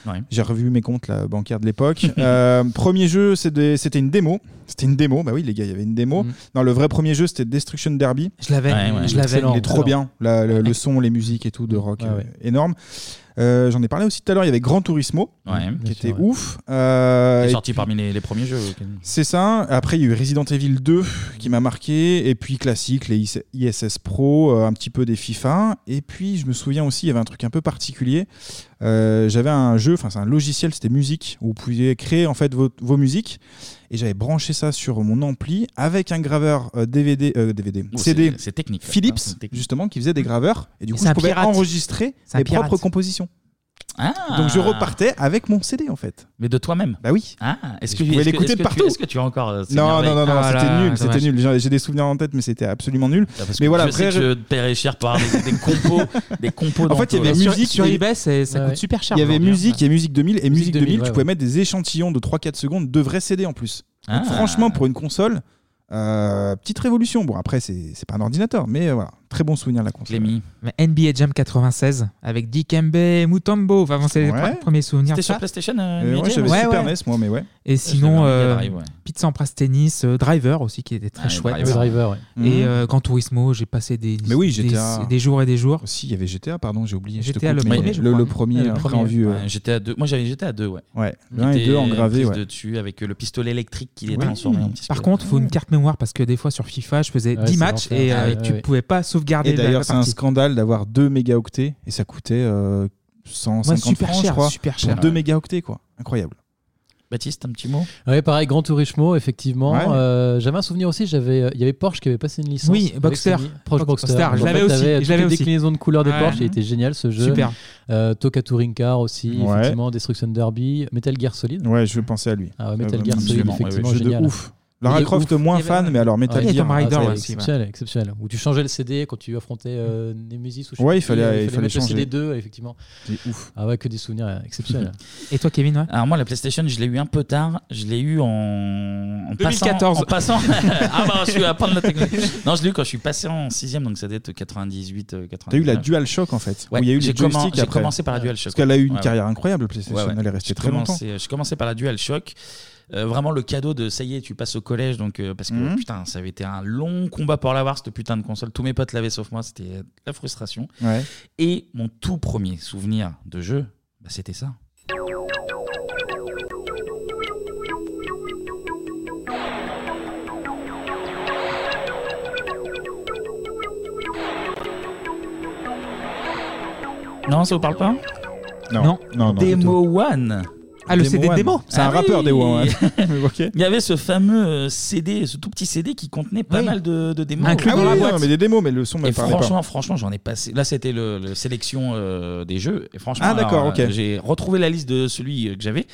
Speaker 1: Ouais.
Speaker 6: J'ai revu mes comptes la bancaire de l'époque. Euh, premier jeu, c'est des- c'était une démo. C'était une démo. Bah oui, les gars, il y avait une démo.
Speaker 1: Mhm.
Speaker 6: Non, le vrai premier jeu, c'était Destruction Derby.
Speaker 7: Je l'avais. Ouais, ouais. Je l'avais.
Speaker 6: Il est trop
Speaker 7: Excellent.
Speaker 6: bien. La- le, le son, les musiques et tout de rock, euh, énorme. Euh, J'en ai parlé aussi tout à l'heure, il y avait Gran Turismo,
Speaker 1: Ouais.
Speaker 6: qui était ouf. Euh,
Speaker 1: Il est
Speaker 6: et
Speaker 1: sorti
Speaker 6: puis-
Speaker 1: parmi les, les premiers jeux.
Speaker 6: C'est ça. Après, il y a eu Resident Evil 2 qui m'a marqué. Et puis, classique, les IS- ISS Pro, euh, un petit peu des FIFA. Et puis, je me souviens aussi, il y avait un truc un peu particulier. Euh, j'avais un jeu, enfin, c'est un logiciel, c'était musique, où vous pouviez créer en fait vos, vos musiques. Et j'avais branché ça sur mon ampli avec un graveur euh, DVD, euh, DVD
Speaker 1: Oh,
Speaker 6: CD.
Speaker 1: c'est- c'est technique, là.
Speaker 6: Philips,
Speaker 1: C'est technique.
Speaker 6: justement, qui faisait des graveurs. Et du coup,
Speaker 1: C'est
Speaker 6: je
Speaker 1: un
Speaker 6: pouvais
Speaker 1: pirate.
Speaker 6: enregistrer
Speaker 1: C'est un
Speaker 6: mes
Speaker 1: pirate.
Speaker 6: propres compositions.
Speaker 1: Ah.
Speaker 6: Donc, je repartais avec mon CD en fait.
Speaker 1: Mais de toi-même
Speaker 6: Bah oui.
Speaker 1: Ah, est-ce
Speaker 6: Je
Speaker 1: que
Speaker 6: pouvais
Speaker 1: est-ce que-
Speaker 6: l'écouter
Speaker 1: est-ce
Speaker 6: de
Speaker 1: que tu-
Speaker 6: partout.
Speaker 1: Est-ce que tu as encore. euh, ces
Speaker 6: Non,
Speaker 1: merveilles
Speaker 6: non, non, non,
Speaker 1: Ah
Speaker 6: c'était
Speaker 1: là,
Speaker 6: nul, c'était
Speaker 1: dommage.
Speaker 6: nul. J'ai- J'ai des souvenirs en tête, mais c'était absolument nul.
Speaker 1: Ah, parce
Speaker 6: mais
Speaker 1: que
Speaker 6: voilà,
Speaker 1: je sais
Speaker 6: après,
Speaker 1: que père et cher parle des, des compos, des compos.
Speaker 6: en fait, il y avait musique
Speaker 1: sur
Speaker 6: et-
Speaker 1: eBay,
Speaker 6: Il y avait
Speaker 1: hein.
Speaker 6: musique, il y a musique 2000 et musique 2000.
Speaker 1: 2000,
Speaker 6: Tu
Speaker 1: ouais,
Speaker 6: pouvais mettre des échantillons de 3-4 secondes de vrais CD en plus. Donc,
Speaker 1: Ah.
Speaker 6: franchement, pour une console, euh, petite révolution. Bon, après, c'est c'est pas un ordinateur, mais euh, voilà, très bon souvenir de la console.
Speaker 7: Mais NBA Jam 96 avec Dikembe, Mutombo. Enfin, bon, c'est les
Speaker 6: Ouais.
Speaker 7: pre- premiers souvenirs.
Speaker 1: C'était
Speaker 7: de ça.
Speaker 1: sur PlayStation, euh,
Speaker 6: Euh,
Speaker 1: NBA
Speaker 6: ouais,
Speaker 1: Jam
Speaker 6: j'avais Super NES, moi, mais ouais.
Speaker 7: Et
Speaker 1: Je l'avais
Speaker 7: sinon,
Speaker 1: en Mega
Speaker 7: euh,
Speaker 1: Drive, ouais.
Speaker 7: Pizza en Prasse Tennis, euh, Driver aussi, qui était très
Speaker 1: Ah,
Speaker 7: chouette.
Speaker 1: Driver. Driver, ouais.
Speaker 7: Et
Speaker 6: Mhm.
Speaker 7: euh, Gran Turismo, j'ai passé des,
Speaker 6: Mais oui,
Speaker 7: des-
Speaker 6: GTA.
Speaker 7: des jours et des jours.
Speaker 6: Aussi, il y avait GTA, pardon, j'ai oublié. je te
Speaker 7: GTA, le
Speaker 6: coupe, mais
Speaker 7: premier, je
Speaker 6: le,
Speaker 7: crois.
Speaker 6: le premier,
Speaker 7: Le
Speaker 6: après,
Speaker 7: premier.
Speaker 6: en vue. euh,
Speaker 1: Ouais, j'étais à deux. Moi, j'avais j'étais à deux, ouais.
Speaker 6: Ouais,
Speaker 1: Qui
Speaker 6: le un et
Speaker 1: était
Speaker 6: deux en gravé,
Speaker 1: prise
Speaker 6: ouais.
Speaker 1: de dessus avec euh, le pistolet électrique qui est
Speaker 7: Oui.
Speaker 1: transformé en petit.
Speaker 7: Par contre, il faut une carte mémoire parce que des fois sur FIFA, je faisais
Speaker 1: Ouais,
Speaker 7: 10
Speaker 1: c'est
Speaker 7: matchs
Speaker 1: l'enfer.
Speaker 7: et
Speaker 1: Ah
Speaker 7: euh,
Speaker 1: ouais,
Speaker 7: tu
Speaker 1: ouais.
Speaker 7: pouvais pas sauvegarder
Speaker 6: Et
Speaker 7: la- la
Speaker 6: d'ailleurs, c'est un
Speaker 7: partie.
Speaker 6: scandale d'avoir 2 mégaoctets et ça coûtait euh, 150
Speaker 7: Ouais, super
Speaker 6: francs,
Speaker 7: cher,
Speaker 6: je crois.
Speaker 7: super
Speaker 6: pour
Speaker 7: cher,
Speaker 6: deux
Speaker 7: ouais.
Speaker 6: mégaoctets, quoi. Incroyable.
Speaker 1: Baptiste, un petit mot
Speaker 8: Ouais, pareil, Grand Turismo, effectivement.
Speaker 6: Ouais.
Speaker 8: Euh, j'avais un souvenir aussi, j'avais, euh, il y avait Porsche qui avait passé une licence.
Speaker 7: Oui,
Speaker 8: avec
Speaker 7: Boxster.
Speaker 8: Sony. Proche
Speaker 7: Boxster,
Speaker 8: Boxster.
Speaker 7: je
Speaker 8: En
Speaker 7: l'avais
Speaker 8: fait,
Speaker 7: aussi,
Speaker 8: t'avais
Speaker 7: je
Speaker 8: toutes
Speaker 7: l'avais
Speaker 8: les
Speaker 7: aussi.
Speaker 8: déclinaisons de couleurs des
Speaker 7: Ouais.
Speaker 8: Porsche, il était génial ce jeu.
Speaker 7: Super.
Speaker 8: Euh, Toka Touring Car aussi,
Speaker 6: Ouais.
Speaker 8: effectivement, Destruction Derby, Metal Gear Solid.
Speaker 6: Ouais, je pensais à lui.
Speaker 8: Ah ouais,
Speaker 6: Euh,
Speaker 8: Metal Gear Solid,
Speaker 6: absolument, ouais, ouais,
Speaker 8: effectivement,
Speaker 6: jeu
Speaker 8: génial.
Speaker 6: de ouf. Lara
Speaker 8: Et
Speaker 6: Croft,
Speaker 8: ouf.
Speaker 6: moins fan, mais alors Metal
Speaker 8: Ouais,
Speaker 6: Gear.
Speaker 8: Tomb Raider
Speaker 6: ah, c'est
Speaker 8: aussi, exceptionnel, exceptionnel. Où tu changeais le CD quand tu affrontais euh, Nemesis ou je sais
Speaker 6: Ouais,
Speaker 8: plus
Speaker 6: il
Speaker 8: qui,
Speaker 6: fallait-
Speaker 8: euh,
Speaker 6: il fallait
Speaker 8: mettre le
Speaker 6: changer.
Speaker 8: CD2, effectivement.
Speaker 6: C'est ouf.
Speaker 8: Ah ouais, que des souvenirs euh, exceptionnels.
Speaker 7: Et toi, Kevin
Speaker 1: Alors moi, la PlayStation, je l'ai eu un peu tard. Je l'ai eu en, en
Speaker 7: 2014.
Speaker 1: Passant, en passant. ah bah, je suis à prendre la technologie. Non, je l'ai eu quand je suis passé en 6ème, donc ça date 98, euh, 99.
Speaker 6: T'as eu la DualShock en fait.
Speaker 1: Ouais,
Speaker 6: où il y a eu les
Speaker 1: j'ai commen-
Speaker 6: joysticks
Speaker 1: j'ai
Speaker 6: après.
Speaker 1: commencé par la DualShock.
Speaker 6: Parce qu'elle a eu une
Speaker 1: Ouais, ouais.
Speaker 6: carrière incroyable, PlayStation. Elle est restée
Speaker 1: J'ai
Speaker 6: très longtemps.
Speaker 1: commencé- J'ai commencé par la DualShock. Euh, vraiment le cadeau de ça y est tu passes au collège donc euh, parce que
Speaker 6: Mhm.
Speaker 1: putain ça avait été un long combat pour l'avoir cette putain de console tous mes potes l'avaient sauf moi c'était la frustration
Speaker 6: Ouais.
Speaker 1: et mon tout premier souvenir de jeu bah, c'était ça non ça vous parle pas
Speaker 6: Non. Non. Non, non, du
Speaker 1: Demo One
Speaker 6: Ah, le Demo CD de One. démo C'est un rappeur, Demo One.
Speaker 1: Il y avait ce fameux euh, CD, ce tout petit CD qui contenait pas mal de, de démos.
Speaker 6: ah oui, oui, non, mais des démos, mais le son
Speaker 1: Et
Speaker 6: me parlait
Speaker 1: franchement,
Speaker 6: pas.
Speaker 1: franchement, j'en ai passé. Là, c'était le, le sélection euh, des jeux. Et franchement,
Speaker 6: Ah, d'accord,
Speaker 1: alors, euh,
Speaker 6: ok.
Speaker 1: J'ai retrouvé la liste de celui euh, que j'avais.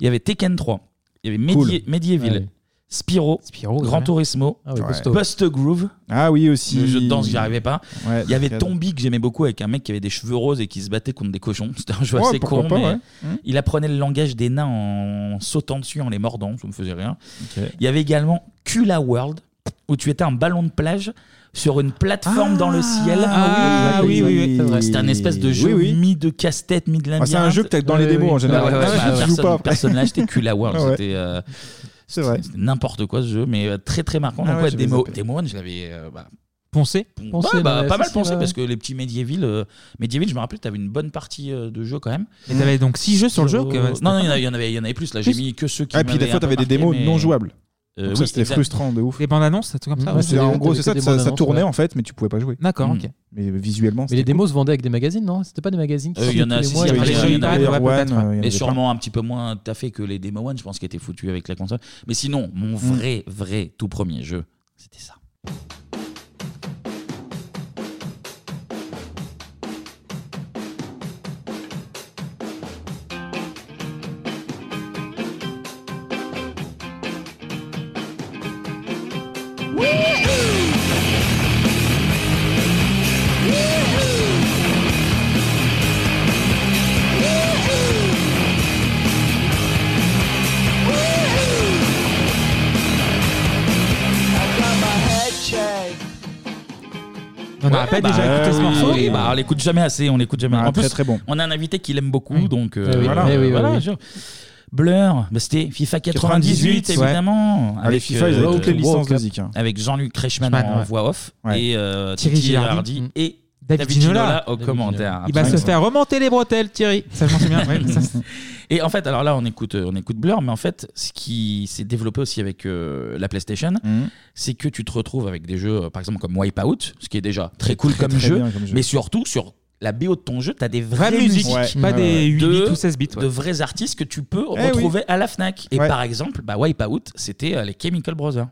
Speaker 1: Il y avait Tekken 3. Il y avait Medie-
Speaker 6: Cool.
Speaker 1: Medieval.
Speaker 6: Ah oui.
Speaker 1: Spyro, Gran
Speaker 6: ouais.
Speaker 1: Turismo,
Speaker 6: Ah oui, Ouais. costaud.
Speaker 1: Bust Groove.
Speaker 6: Ah oui, aussi.
Speaker 1: Le jeu de danse, j'y arrivais pas.
Speaker 6: Ouais,
Speaker 1: Il y avait
Speaker 6: d'arcade.
Speaker 1: Tombi que j'aimais beaucoup avec un mec qui avait des cheveux roses et qui se battait contre des cochons. C'était un jeu
Speaker 6: Ouais,
Speaker 1: assez
Speaker 6: pourquoi
Speaker 1: con.
Speaker 6: pas,
Speaker 1: mais
Speaker 6: ouais. Mmh.
Speaker 1: Il apprenait le langage des nains en sautant dessus, en les mordant. Ça me faisait rien.
Speaker 6: Ok.
Speaker 1: Il y avait également Kula World où tu étais un ballon de plage sur une plateforme dans le ciel.
Speaker 6: Ah oui, oui, oui, oui, c'est vrai.
Speaker 1: C'était un espèce de jeu
Speaker 6: Oui, oui.
Speaker 1: mi de casse-tête, mi de
Speaker 6: Ah,
Speaker 1: labyrinthe.
Speaker 6: c'est un jeu que t'as dans les démos, en général.
Speaker 1: Ouais, ouais,
Speaker 6: Ah,
Speaker 1: bah,
Speaker 6: tu joues
Speaker 1: personne,
Speaker 6: pas.
Speaker 1: personne l'a acheté. Kula World,
Speaker 6: Ah ouais.
Speaker 1: c'était. euh, c'était N'importe quoi ce jeu, mais euh, très très marquant.
Speaker 6: Ah
Speaker 1: Donc,
Speaker 6: ouais,
Speaker 1: ouais,
Speaker 6: j'avais
Speaker 1: Demo,
Speaker 6: zappé.
Speaker 1: Demo One, je l'avais euh, bah,
Speaker 7: Poncé,
Speaker 1: Bon,
Speaker 7: Poncé,
Speaker 1: ouais, bah,
Speaker 7: ouais,
Speaker 1: pas
Speaker 7: si,
Speaker 1: mal
Speaker 7: si,
Speaker 1: pensé
Speaker 7: ouais,
Speaker 1: parce
Speaker 7: ouais.
Speaker 1: que les petits Medieval, euh, Medieval, je me rappelle, t'avais une bonne partie euh, de jeu quand même.
Speaker 7: Et t'avais donc six jeux sur le jeu, que-
Speaker 1: Euh,
Speaker 7: c'était
Speaker 1: Non, non, il y en
Speaker 7: pas-
Speaker 1: a- il y en avait, il y en avait plus. Là, j'ai mis que ceux qui.
Speaker 6: Ah, puis des
Speaker 1: m'avaient
Speaker 6: fois,
Speaker 1: un peu
Speaker 6: t'avais des démos
Speaker 1: marqué, mais-
Speaker 6: non jouables.
Speaker 1: Euh,
Speaker 6: Donc
Speaker 1: oui,
Speaker 6: ça, c'était
Speaker 1: exact.
Speaker 6: frustrant de ouf.
Speaker 7: Les bandes annonces, tout comme ça.
Speaker 6: Ouais, c'est- en gros, c'est ça, ça, ça tournait en fait, mais tu pouvais pas jouer.
Speaker 7: D'accord,
Speaker 1: Hmm.
Speaker 6: Mm.
Speaker 7: ok.
Speaker 6: Mais visuellement,
Speaker 8: Mais les démos se vendaient avec des magazines, non C'était pas des magazines qui
Speaker 1: Euh, Il y en
Speaker 8: sortaient
Speaker 1: a
Speaker 8: tous les
Speaker 1: six,
Speaker 8: mois,
Speaker 1: il y en a-
Speaker 8: avec
Speaker 1: il y en a-
Speaker 8: des-
Speaker 1: il y en a-
Speaker 8: Ouais,
Speaker 6: euh,
Speaker 1: peut-être,
Speaker 8: ouais. Mais
Speaker 1: ouais. Mais
Speaker 8: sûrement-
Speaker 1: sûrement un petit peu moins taffé que les Demo One, je pense, qui étaient foutus avec la console. Mais sinon, mon
Speaker 7: Hmm.
Speaker 1: vrai, vrai tout premier jeu, c'était ça.
Speaker 7: On n'aurait pas déjà écouté ce morceau
Speaker 1: Oui, bah, on l'écoute jamais assez, on l'écoute jamais.
Speaker 6: Ah,
Speaker 1: en
Speaker 6: très,
Speaker 1: plus,
Speaker 6: très bon.
Speaker 1: on a un invité qui l'aime beaucoup, donc euh,
Speaker 7: Ah
Speaker 6: Eh oui,
Speaker 1: voilà.
Speaker 6: eh oui, oui,
Speaker 1: voilà,
Speaker 6: oui.
Speaker 1: je- Blur, bah, c'était FIFA 98,
Speaker 6: 98, ouais.
Speaker 1: évidemment. euh,
Speaker 6: Ah, les FIFA, ils avaient toutes les licences de Zik, hein.
Speaker 1: Avec Jean-Luc Reichmann
Speaker 6: Reichmann,
Speaker 1: en
Speaker 6: ouais.
Speaker 1: voix off
Speaker 6: Ouais.
Speaker 1: et euh,
Speaker 6: Thierry
Speaker 1: Thierry
Speaker 6: Girardi.
Speaker 1: Girardi et
Speaker 7: David,
Speaker 1: David
Speaker 7: Ginola.
Speaker 1: Ginola au commentaire.
Speaker 7: Il va se
Speaker 1: absolument.
Speaker 7: faire remonter les bretelles, Thierry. Ça, je m'en souviens. Ouais, ça, c'est-
Speaker 1: Et en fait, alors là, on écoute, euh, on écoute Blur, mais en fait, ce qui s'est développé aussi avec euh, la PlayStation,
Speaker 6: Mhm.
Speaker 1: c'est que tu te retrouves avec des jeux, euh, par exemple, comme Wipeout, ce qui est déjà très cool
Speaker 6: très,
Speaker 1: comme,
Speaker 6: très
Speaker 1: jeu,
Speaker 6: bien comme jeu.
Speaker 1: mais surtout sur la BO de ton jeu, tu as des
Speaker 7: Vraie
Speaker 1: vraies
Speaker 7: musique,
Speaker 1: musiques,
Speaker 7: ouais, pas ouais, des ouais. 8 bits
Speaker 1: de-
Speaker 7: ou 16 bits, ouais.
Speaker 1: de vrais artistes que tu peux
Speaker 7: Eh oui.
Speaker 1: retrouver à la Fnac. Et
Speaker 7: Ouais.
Speaker 1: par exemple, bah, Wipeout, c'était euh, les Chemical Brothers.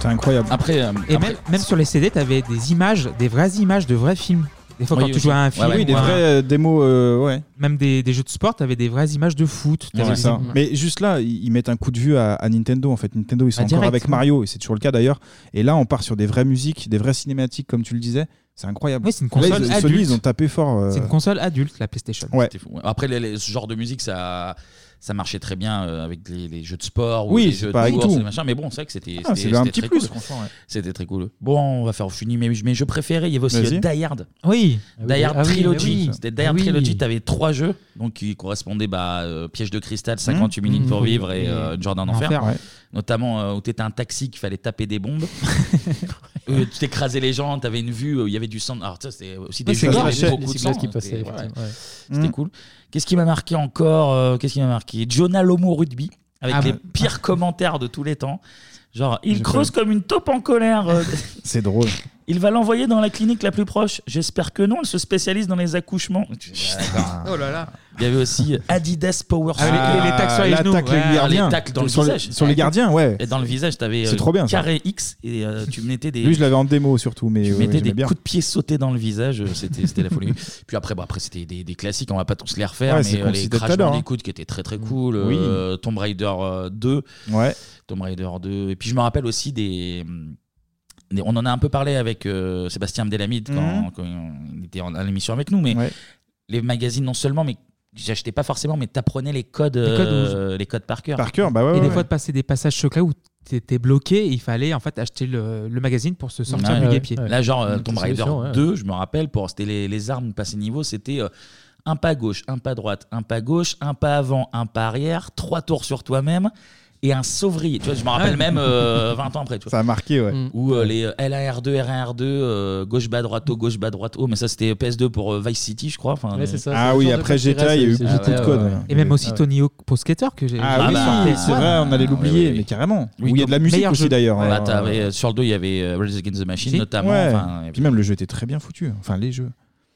Speaker 6: C'est incroyable.
Speaker 1: Après,
Speaker 7: Et même, même sur les CD, t'avais des images, des vraies images de vrais films. Des fois,
Speaker 6: Oui,
Speaker 7: quand tu
Speaker 6: aussi.
Speaker 7: jouais à un film,
Speaker 6: Ouais, ouais. Oui, des
Speaker 7: ou à un-
Speaker 6: vraies, euh, démos, euh, ouais.
Speaker 7: Même des, des jeux de sport, t'avais des vraies images de foot.
Speaker 6: Ouais,
Speaker 7: t'avais
Speaker 6: c'est
Speaker 7: des-
Speaker 1: Mm.
Speaker 6: ça. Mais juste là, ils ils mettent un coup de vue à, à Nintendo. En fait, Nintendo, ils sont
Speaker 7: Ah,
Speaker 6: encore
Speaker 7: direct,
Speaker 6: avec
Speaker 7: ouais.
Speaker 6: Mario, et c'est toujours le cas d'ailleurs. Et là, on part sur des vraies musiques, des vraies cinématiques, comme tu le disais. C'est incroyable.
Speaker 7: Oui, c'est une
Speaker 6: Là,
Speaker 7: console
Speaker 6: ils-
Speaker 7: adulte.
Speaker 6: Sony, ils ont tapé fort. euh,
Speaker 7: C'est une console adulte, la PlayStation.
Speaker 6: Ouais.
Speaker 1: C'était fou. Après, les- les- ce genre de musique, ça, ça marchait très bien euh, avec les, les jeux de sport ou
Speaker 6: Oui,
Speaker 1: les
Speaker 6: c'est
Speaker 1: jeux de
Speaker 6: pas avec
Speaker 1: course,
Speaker 6: tout.
Speaker 1: les machins. Mais bon, c'est vrai que c'était
Speaker 6: Ah,
Speaker 1: c'était-
Speaker 6: c'est un
Speaker 1: c'était
Speaker 6: petit
Speaker 1: très
Speaker 6: plus,
Speaker 1: cool.
Speaker 6: franchement, ouais.
Speaker 1: C'était très cool. Bon, on va faire finir mes, mes jeux préférés. Il y avait aussi
Speaker 6: Vas-y.
Speaker 1: euh, Die Hard.
Speaker 7: Oui.
Speaker 1: Die Hard
Speaker 7: Ah oui,
Speaker 1: Trilogy.
Speaker 7: mais oui.
Speaker 1: C'était Die Hard
Speaker 7: Oui.
Speaker 1: Trilogy. T'avais trois jeux donc qui correspondaient bah, euh, Piège de cristal, 58
Speaker 7: Mmh.
Speaker 1: minutes
Speaker 7: Mmh.
Speaker 1: pour vivre et
Speaker 7: Et
Speaker 1: euh, Une Jardin
Speaker 7: Enfer,
Speaker 1: d'enfer.
Speaker 7: ouais.
Speaker 1: Notamment euh, où t'étais un taxi qu'il fallait taper des bombes. Euh, tu t'écrasais les gens, t'avais une vue où il y avait du sang. Alors, ça, c'était aussi des
Speaker 8: Ouais, c'est
Speaker 1: jeux où il y
Speaker 8: clair,
Speaker 1: avait
Speaker 8: les
Speaker 1: beaucoup de
Speaker 8: cyclistes
Speaker 1: sang.
Speaker 8: qui passaient,
Speaker 1: C'était-
Speaker 8: effectivement,
Speaker 1: ouais.
Speaker 8: ouais.
Speaker 1: C'était
Speaker 8: Mmh.
Speaker 1: cool. Qu'est-ce qui m'a marqué encore euh, Qu'est-ce qui m'a marqué Jonah Lomo Rugby, avec
Speaker 6: Ah
Speaker 1: les
Speaker 6: bah.
Speaker 1: pires commentaires de tous les temps. Genre, il
Speaker 6: J'ai
Speaker 1: creuse comme une taupe en colère. euh,
Speaker 6: C'est drôle.
Speaker 1: Il va l'envoyer dans la clinique la plus proche. J'espère que non, elle se spécialise dans les accouchements.
Speaker 6: Ah,
Speaker 7: Oh là là.
Speaker 1: Il y avait aussi Adidas Power
Speaker 7: Ah, les- les- les tacles sur les
Speaker 1: Ah,
Speaker 7: genoux,
Speaker 1: l'attaque,
Speaker 7: ouais.
Speaker 1: les gardiens.
Speaker 7: Les
Speaker 1: tacles dans le
Speaker 6: Sur les-
Speaker 1: visage.
Speaker 6: sur les gardiens, ouais.
Speaker 1: Et dans le visage, t'avais
Speaker 6: C'est
Speaker 1: euh,
Speaker 6: trop bien, ça.
Speaker 1: carré X et euh, tu mettais des
Speaker 6: Lui, je l'avais en démo surtout, mais
Speaker 1: tu
Speaker 6: ouais,
Speaker 1: mettais
Speaker 6: j'aimais
Speaker 1: des
Speaker 6: bien.
Speaker 1: coups de pied sautés dans le visage, euh, c'était c'était la folie. Puis après, bon, après c'était des, des classiques, on va pas tous les refaire,
Speaker 6: Ouais, c'est
Speaker 1: mais
Speaker 6: qu'on
Speaker 1: euh, les
Speaker 6: citait tout à
Speaker 1: Crash
Speaker 6: l'heure, hein.
Speaker 1: Bandicoot qui étaient très très cool,
Speaker 6: Oui.
Speaker 1: euh, Tomb Raider euh, 2,
Speaker 6: ouais.
Speaker 1: Tomb Raider 2, et puis je me rappelle aussi des... mm, des- On en a un peu parlé avec euh, Sébastien Abdelhamid quand,
Speaker 6: Mhm.
Speaker 1: quand il était en- à l'émission avec nous, mais les magazines non seulement, mais j'achetais pas forcément, mais t'apprenais les codes,
Speaker 7: Les codes,
Speaker 1: euh, les codes par cœur.
Speaker 6: bah
Speaker 7: Et des fois, de passer des passages chocs là où t'étais bloqué, il fallait en fait acheter le, le magazine pour se sortir
Speaker 1: Ouais,
Speaker 7: du
Speaker 1: ouais.
Speaker 7: guépier.
Speaker 1: Là, genre euh,
Speaker 7: Une
Speaker 1: Tomb Raider
Speaker 7: solution, ouais.
Speaker 1: 2, je me rappelle, pour c'était les, les armes passer niveau, c'était euh, un pas gauche, un pas droite, un pas gauche, un pas avant, un pas arrière, trois tours sur toi-même et un sauvrier. Tu vois, je me rappelle
Speaker 6: Ouais. Mm.
Speaker 1: même euh, 20 ans après. Tu vois.
Speaker 6: Ça a marqué, ouais.
Speaker 1: Ou euh, les euh, LAR2, RAR2, euh, gauche bas droite haut, gauche bas droite haut. Mais ça, c'était PS2 pour euh, Vice City, je crois. Enfin,
Speaker 6: Ouais,
Speaker 1: euh,
Speaker 6: c'est ça, Ah c'est le oui, genre de après jeu qui GTA, reste, il y a eu c'est beaucoup GTA, de codes, ouais. ouais.
Speaker 7: Et même aussi
Speaker 1: Ah ouais.
Speaker 7: Tony Hawk Pro Skater que j'ai.
Speaker 6: Ah, oui, c'est vrai, on allait l'oublier, mais carrément.
Speaker 1: Bah, ah Oui,
Speaker 6: Où il y a
Speaker 1: donc,
Speaker 6: de la musique
Speaker 1: meilleur
Speaker 6: aussi
Speaker 1: jeu.
Speaker 6: d'ailleurs.
Speaker 1: Ouais,
Speaker 6: hein.
Speaker 1: bah, t'avais, euh, sur le 2, il y avait euh, Rise Against the Machine,
Speaker 6: Si.
Speaker 1: notamment.
Speaker 6: Ouais.
Speaker 1: enfin,
Speaker 6: Puis même le jeu était très bien foutu. hein. Enfin, les jeux.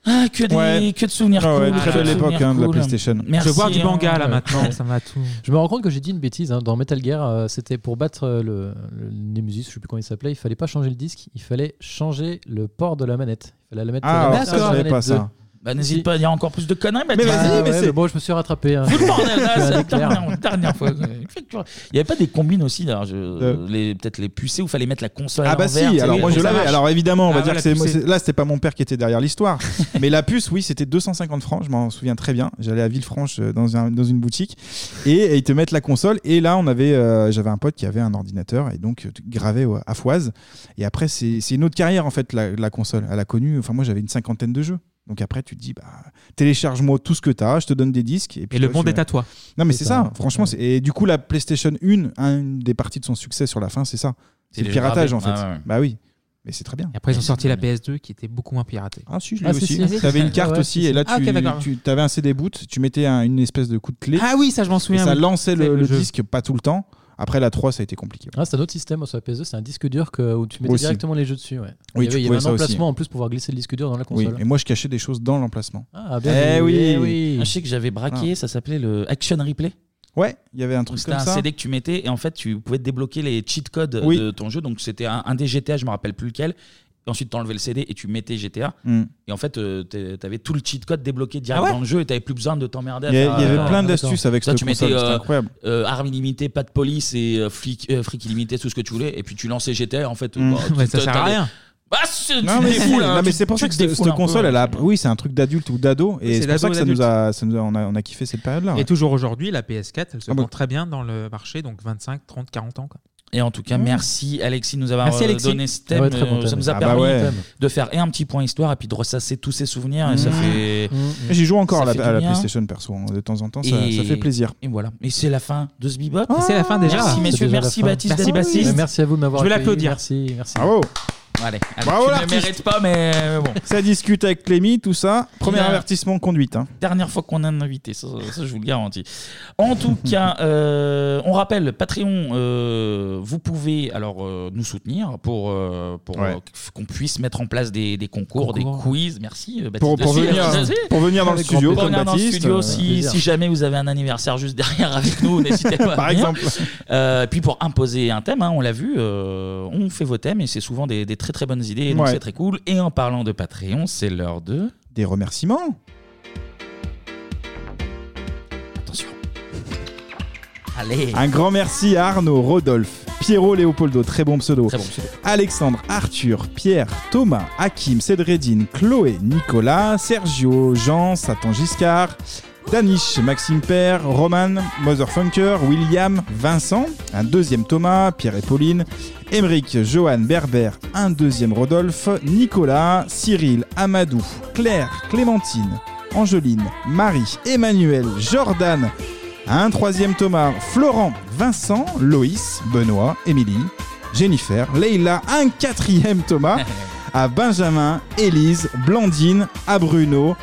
Speaker 1: Ah, que, des,
Speaker 6: Ouais.
Speaker 1: que de souvenirs
Speaker 6: Ah ouais,
Speaker 1: cool,
Speaker 6: très
Speaker 1: que de
Speaker 6: belle époque,
Speaker 1: souvenirs
Speaker 6: hein, de la
Speaker 1: cool.
Speaker 6: PlayStation.
Speaker 1: Merci,
Speaker 7: Je vois du
Speaker 1: hein.
Speaker 7: manga là
Speaker 1: Ouais.
Speaker 7: maintenant, ça m'a tout.
Speaker 8: Je me rends compte que j'ai dit une bêtise. hein. Dans Metal Gear, euh, c'était pour battre euh, le, le Nemesis, je sais plus comment il s'appelait. Il fallait pas changer le disque, il fallait changer le port de la manette. Il fallait la mettre.
Speaker 1: Ah,
Speaker 8: la
Speaker 1: alors
Speaker 8: manette
Speaker 1: ça,
Speaker 8: un,
Speaker 1: je
Speaker 8: la
Speaker 1: savais
Speaker 8: manette
Speaker 1: pas ça.
Speaker 8: deux.
Speaker 1: Bah, n'hésite pas à dire encore plus de conneries. bah, tu-
Speaker 8: Ah, ouais, mais bon, je me suis rattrapé. hein.
Speaker 1: Fous le bordel, là,
Speaker 8: Je suis
Speaker 1: c'est
Speaker 8: un
Speaker 1: la
Speaker 8: éclair.
Speaker 1: dernière, dernière fois. Effectivement. Il n'y avait pas des combines aussi, alors, je- les- peut-être les pucées où il fallait mettre la console à
Speaker 6: Euh. Ah bah si,
Speaker 1: l'envers, tu sais,
Speaker 6: alors moi
Speaker 1: pour
Speaker 6: je
Speaker 1: que ça
Speaker 6: l'avais.
Speaker 1: marche.
Speaker 6: Alors évidemment, on va
Speaker 1: Ah
Speaker 6: dire
Speaker 1: ouais,
Speaker 6: que c'est
Speaker 1: la
Speaker 6: moi,
Speaker 1: pucée.
Speaker 6: c'est- là c'était pas mon père qui était derrière l'histoire, mais la puce, oui, c'était 250 francs. Je m'en souviens très bien. J'allais à Villefranche euh, dans, un- dans une boutique et, et ils te mettent la console. Et là, on avait, euh, j'avais un pote qui avait un ordinateur et donc euh, gravé ouais, à foise. Et après, c'est c'est une autre carrière en fait la, la console. Elle a connu. Enfin moi j'avais une cinquantaine de jeux. Donc après tu te dis bah télécharge-moi tout ce que t'as, je te donne des disques et puis
Speaker 7: Et le
Speaker 6: toi,
Speaker 7: monde
Speaker 6: tu-
Speaker 7: est à toi.
Speaker 6: Non mais
Speaker 7: C'est
Speaker 6: c'est
Speaker 7: ça.
Speaker 6: ça, franchement c'est- et du coup la PlayStation 1, une des parties de son succès sur la fin, c'est ça.
Speaker 7: C'est
Speaker 6: C'est le
Speaker 7: les
Speaker 6: piratage
Speaker 7: gravés.
Speaker 6: en fait.
Speaker 7: Ah, ouais.
Speaker 6: Bah oui. Mais c'est très bien.
Speaker 7: Et après, ils ont sorti la PS2 qui était beaucoup moins piratée.
Speaker 6: Ah, si, je l'ai aussi. T'avais
Speaker 7: Ah,
Speaker 6: une carte aussi, et là, tu, tu avais un CD boot, tu mettais un- une espèce de coup de clé.
Speaker 7: Ah oui, ça, je m'en souviens,
Speaker 6: Et ça
Speaker 7: oui. C'est
Speaker 6: lançait le,
Speaker 7: le
Speaker 6: le
Speaker 7: jeu.
Speaker 6: disque pas tout le temps. Après la 3, ça a été compliqué.
Speaker 8: Ah, c'est un autre système sur la PS2, c'est un disque dur que, où tu mettais
Speaker 6: Aussi.
Speaker 8: directement les jeux dessus. Ouais. il
Speaker 6: Oui,
Speaker 8: y
Speaker 6: tu
Speaker 8: avait, il y
Speaker 6: pouvais
Speaker 8: avait
Speaker 6: ça
Speaker 8: un
Speaker 6: aussi.
Speaker 8: emplacement en plus pour pouvoir glisser le disque dur dans la
Speaker 6: Oui,
Speaker 8: console.
Speaker 6: et moi je cachais des choses dans l'emplacement.
Speaker 8: Ah, bien
Speaker 6: eh
Speaker 8: vu,
Speaker 6: oui,
Speaker 8: eh oui.
Speaker 1: Ah, je sais que j'avais braqué, ça s'appelait le Action Replay.
Speaker 6: Ouais, il y avait un truc
Speaker 1: C'était
Speaker 6: comme
Speaker 1: un
Speaker 6: ça.
Speaker 1: CD que tu mettais et en fait tu pouvais débloquer les cheat codes
Speaker 6: Oui.
Speaker 1: de ton jeu. Donc c'était un, un des GTA, je me rappelle plus lequel. Et ensuite, t'enlevais le CD et tu mettais GTA.
Speaker 6: Mm.
Speaker 1: Et en fait, euh, t'es- t'avais tout le cheat code débloqué direct
Speaker 6: Ah ouais
Speaker 1: dans le jeu et t'avais plus besoin de t'emmerder. à
Speaker 6: Il y a-
Speaker 1: faire,
Speaker 6: il y avait
Speaker 1: euh,
Speaker 6: plein d'astuces
Speaker 1: ça,
Speaker 6: avec
Speaker 1: ça,
Speaker 6: cette
Speaker 1: tu mettais,
Speaker 6: console, c'était
Speaker 1: euh,
Speaker 6: incroyable.
Speaker 1: euh, arme illimitée, pas de police et euh, flic, euh, fric illimité, tout ce que tu voulais. Et puis tu lançais GTA. et En fait,
Speaker 6: Mm.
Speaker 1: bah, tu-
Speaker 6: Ouais, ça
Speaker 1: t'as-
Speaker 6: sert à
Speaker 1: t'as-
Speaker 6: rien.
Speaker 1: Bah, c'est- tu
Speaker 6: Non,
Speaker 1: te
Speaker 6: mais
Speaker 1: défoules,
Speaker 6: c'est-
Speaker 1: hein,
Speaker 6: non,
Speaker 1: tu-
Speaker 6: mais c'est pour
Speaker 1: tu
Speaker 6: ça
Speaker 1: te
Speaker 6: que cette
Speaker 1: défoules un
Speaker 6: cette
Speaker 1: peu, hein.
Speaker 6: console,
Speaker 1: ouais.
Speaker 6: elle a, oui, c'est un truc d'adulte ou
Speaker 7: Oui,
Speaker 6: d'ado, et
Speaker 7: c'est
Speaker 6: c'est pour
Speaker 7: d'ado
Speaker 6: ça que
Speaker 7: et
Speaker 6: ça nous
Speaker 7: d'adulte.
Speaker 6: a, ça nous a- on a, on a kiffé cette période-là.
Speaker 7: Et toujours aujourd'hui, la PS4, elle se
Speaker 6: Ah
Speaker 7: vend
Speaker 6: bon
Speaker 7: très bien dans le marché, donc 25, 30, 40 ans. Quoi.
Speaker 1: Et en tout
Speaker 6: Ah.
Speaker 1: cas, merci Alexis de nous avoir
Speaker 7: Merci,
Speaker 1: euh,
Speaker 7: Alexis.
Speaker 1: donné ce thème.
Speaker 7: Ouais, très bon
Speaker 1: Euh, Ça
Speaker 7: thème.
Speaker 1: nous a
Speaker 7: Ah bah
Speaker 1: permis
Speaker 7: ouais.
Speaker 1: de faire et un petit point histoire et puis de ressasser tous ces souvenirs. Et ça
Speaker 6: Mmh.
Speaker 1: fait.
Speaker 7: Mm.
Speaker 6: Et J'y joue encore
Speaker 1: ça
Speaker 6: à la,
Speaker 1: fait
Speaker 6: à
Speaker 1: du
Speaker 6: la
Speaker 1: bien.
Speaker 6: PlayStation perso, hein, de temps en temps, ça,
Speaker 1: Et-
Speaker 6: ça fait plaisir.
Speaker 1: Et voilà. Et c'est la fin de ce bebop.
Speaker 7: C'est la fin déjà.
Speaker 1: Ah, Merci
Speaker 7: C'est
Speaker 1: messieurs,
Speaker 7: déjà la
Speaker 1: merci
Speaker 7: fin.
Speaker 1: Baptiste.
Speaker 7: Merci
Speaker 1: d'être
Speaker 7: Baptiste.
Speaker 1: venu.
Speaker 7: Merci à vous de m'avoir Je vais accueilli. l'applaudir.
Speaker 8: Merci, merci.
Speaker 6: Bravo.
Speaker 1: Allez, allez,
Speaker 6: Bravo,
Speaker 1: tu ne le
Speaker 6: Bah, l'artiste.
Speaker 1: mérites pas, mais euh, bon.
Speaker 6: Ça discute avec Clémy, tout ça. Premier
Speaker 1: a-
Speaker 6: avertissement conduite. hein.
Speaker 1: Dernière fois qu'on a un invité, ça, ça, ça, je vous le garantis. En tout cas, euh, on rappelle, Patreon, euh, vous pouvez alors euh, nous soutenir pour, euh, pour
Speaker 6: Ouais.
Speaker 1: euh, qu'on puisse mettre en place des, des concours,
Speaker 6: Concours.
Speaker 1: des quiz. Merci euh, Baptiste.
Speaker 6: Pour- pour
Speaker 1: Merci,
Speaker 6: venir-
Speaker 1: Baptiste.
Speaker 6: pour venir dans le Avec studio,
Speaker 1: Pour
Speaker 6: comme
Speaker 1: venir dans le
Speaker 6: Baptiste,
Speaker 1: studio,
Speaker 6: euh,
Speaker 1: si,
Speaker 6: plaisir.
Speaker 1: si jamais vous avez un anniversaire juste derrière avec nous, n'hésitez pas. à
Speaker 6: Par
Speaker 1: venir.
Speaker 6: exemple.
Speaker 1: Euh, puis pour imposer un thème, hein, on l'a vu, euh, on fait vos thèmes et c'est souvent des, des très très bonnes idées, donc
Speaker 6: Ouais.
Speaker 1: c'est très cool. Et en parlant de Patreon, c'est l'heure de.
Speaker 6: Des remerciements.
Speaker 1: Attention. Allez.
Speaker 6: Un grand merci à Arnaud, Rodolphe, Pierrot, Léopoldo, très bon pseudo. Alexandre, Arthur, Pierre, Thomas, Hakim, Cédredine, Chloé, Nicolas, Sergio, Jean, Satan Giscard, Danish, Maxime Père, Roman, Motherfunker, William, Vincent, un deuxième Thomas, Pierre et Pauline, Émeric, Johan, Berber, un deuxième Rodolphe, Nicolas, Cyril, Amadou, Claire, Clémentine, Angeline, Marie, Emmanuel, Jordan, un troisième Thomas, Florent, Vincent, Loïs, Benoît, Émilie, Jennifer, Leila, un quatrième Thomas, à Benjamin, Élise, Blandine, à Bruno,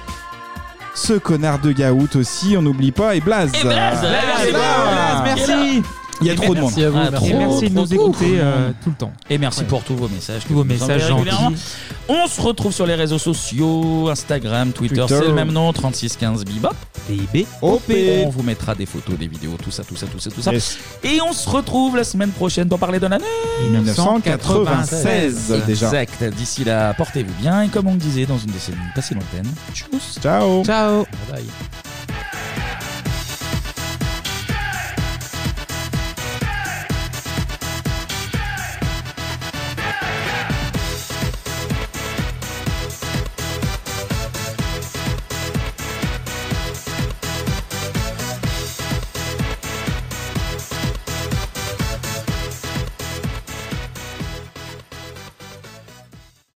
Speaker 6: ce connard de Gaout aussi, on n'oublie pas, et Blaze.
Speaker 1: Et
Speaker 6: Blaze,
Speaker 1: Blaze, Blaze,
Speaker 6: Blaze,
Speaker 1: Blaze,
Speaker 6: merci.
Speaker 1: Blaze.
Speaker 6: Il y a
Speaker 1: Et
Speaker 6: trop de
Speaker 1: merci
Speaker 6: monde.
Speaker 1: à vous,
Speaker 6: Ah,
Speaker 1: merci.
Speaker 6: trop,
Speaker 1: Et merci de
Speaker 6: trop,
Speaker 1: nous
Speaker 6: trop.
Speaker 1: écouter, euh,
Speaker 7: tout le temps.
Speaker 1: Et merci pour tous vos messages. que
Speaker 7: Tous vos
Speaker 1: vous nous
Speaker 7: messages
Speaker 1: envoyez régulièrement.
Speaker 7: gentils.
Speaker 1: On se retrouve sur les réseaux sociaux Instagram, Twitter,
Speaker 7: Twitter.
Speaker 1: c'est le même nom 3615 Bibop. B
Speaker 6: OP.
Speaker 1: On vous mettra des photos, des vidéos, tout ça, tout ça, tout ça, tout ça. Et on se retrouve la semaine prochaine pour parler de l'année
Speaker 6: 1996, déjà.
Speaker 1: Exact. D'ici là, portez-vous bien. Et comme on le disait dans une décennie pas si lointaine, tchuss.
Speaker 6: Ciao.
Speaker 7: Ciao.
Speaker 1: Bye bye.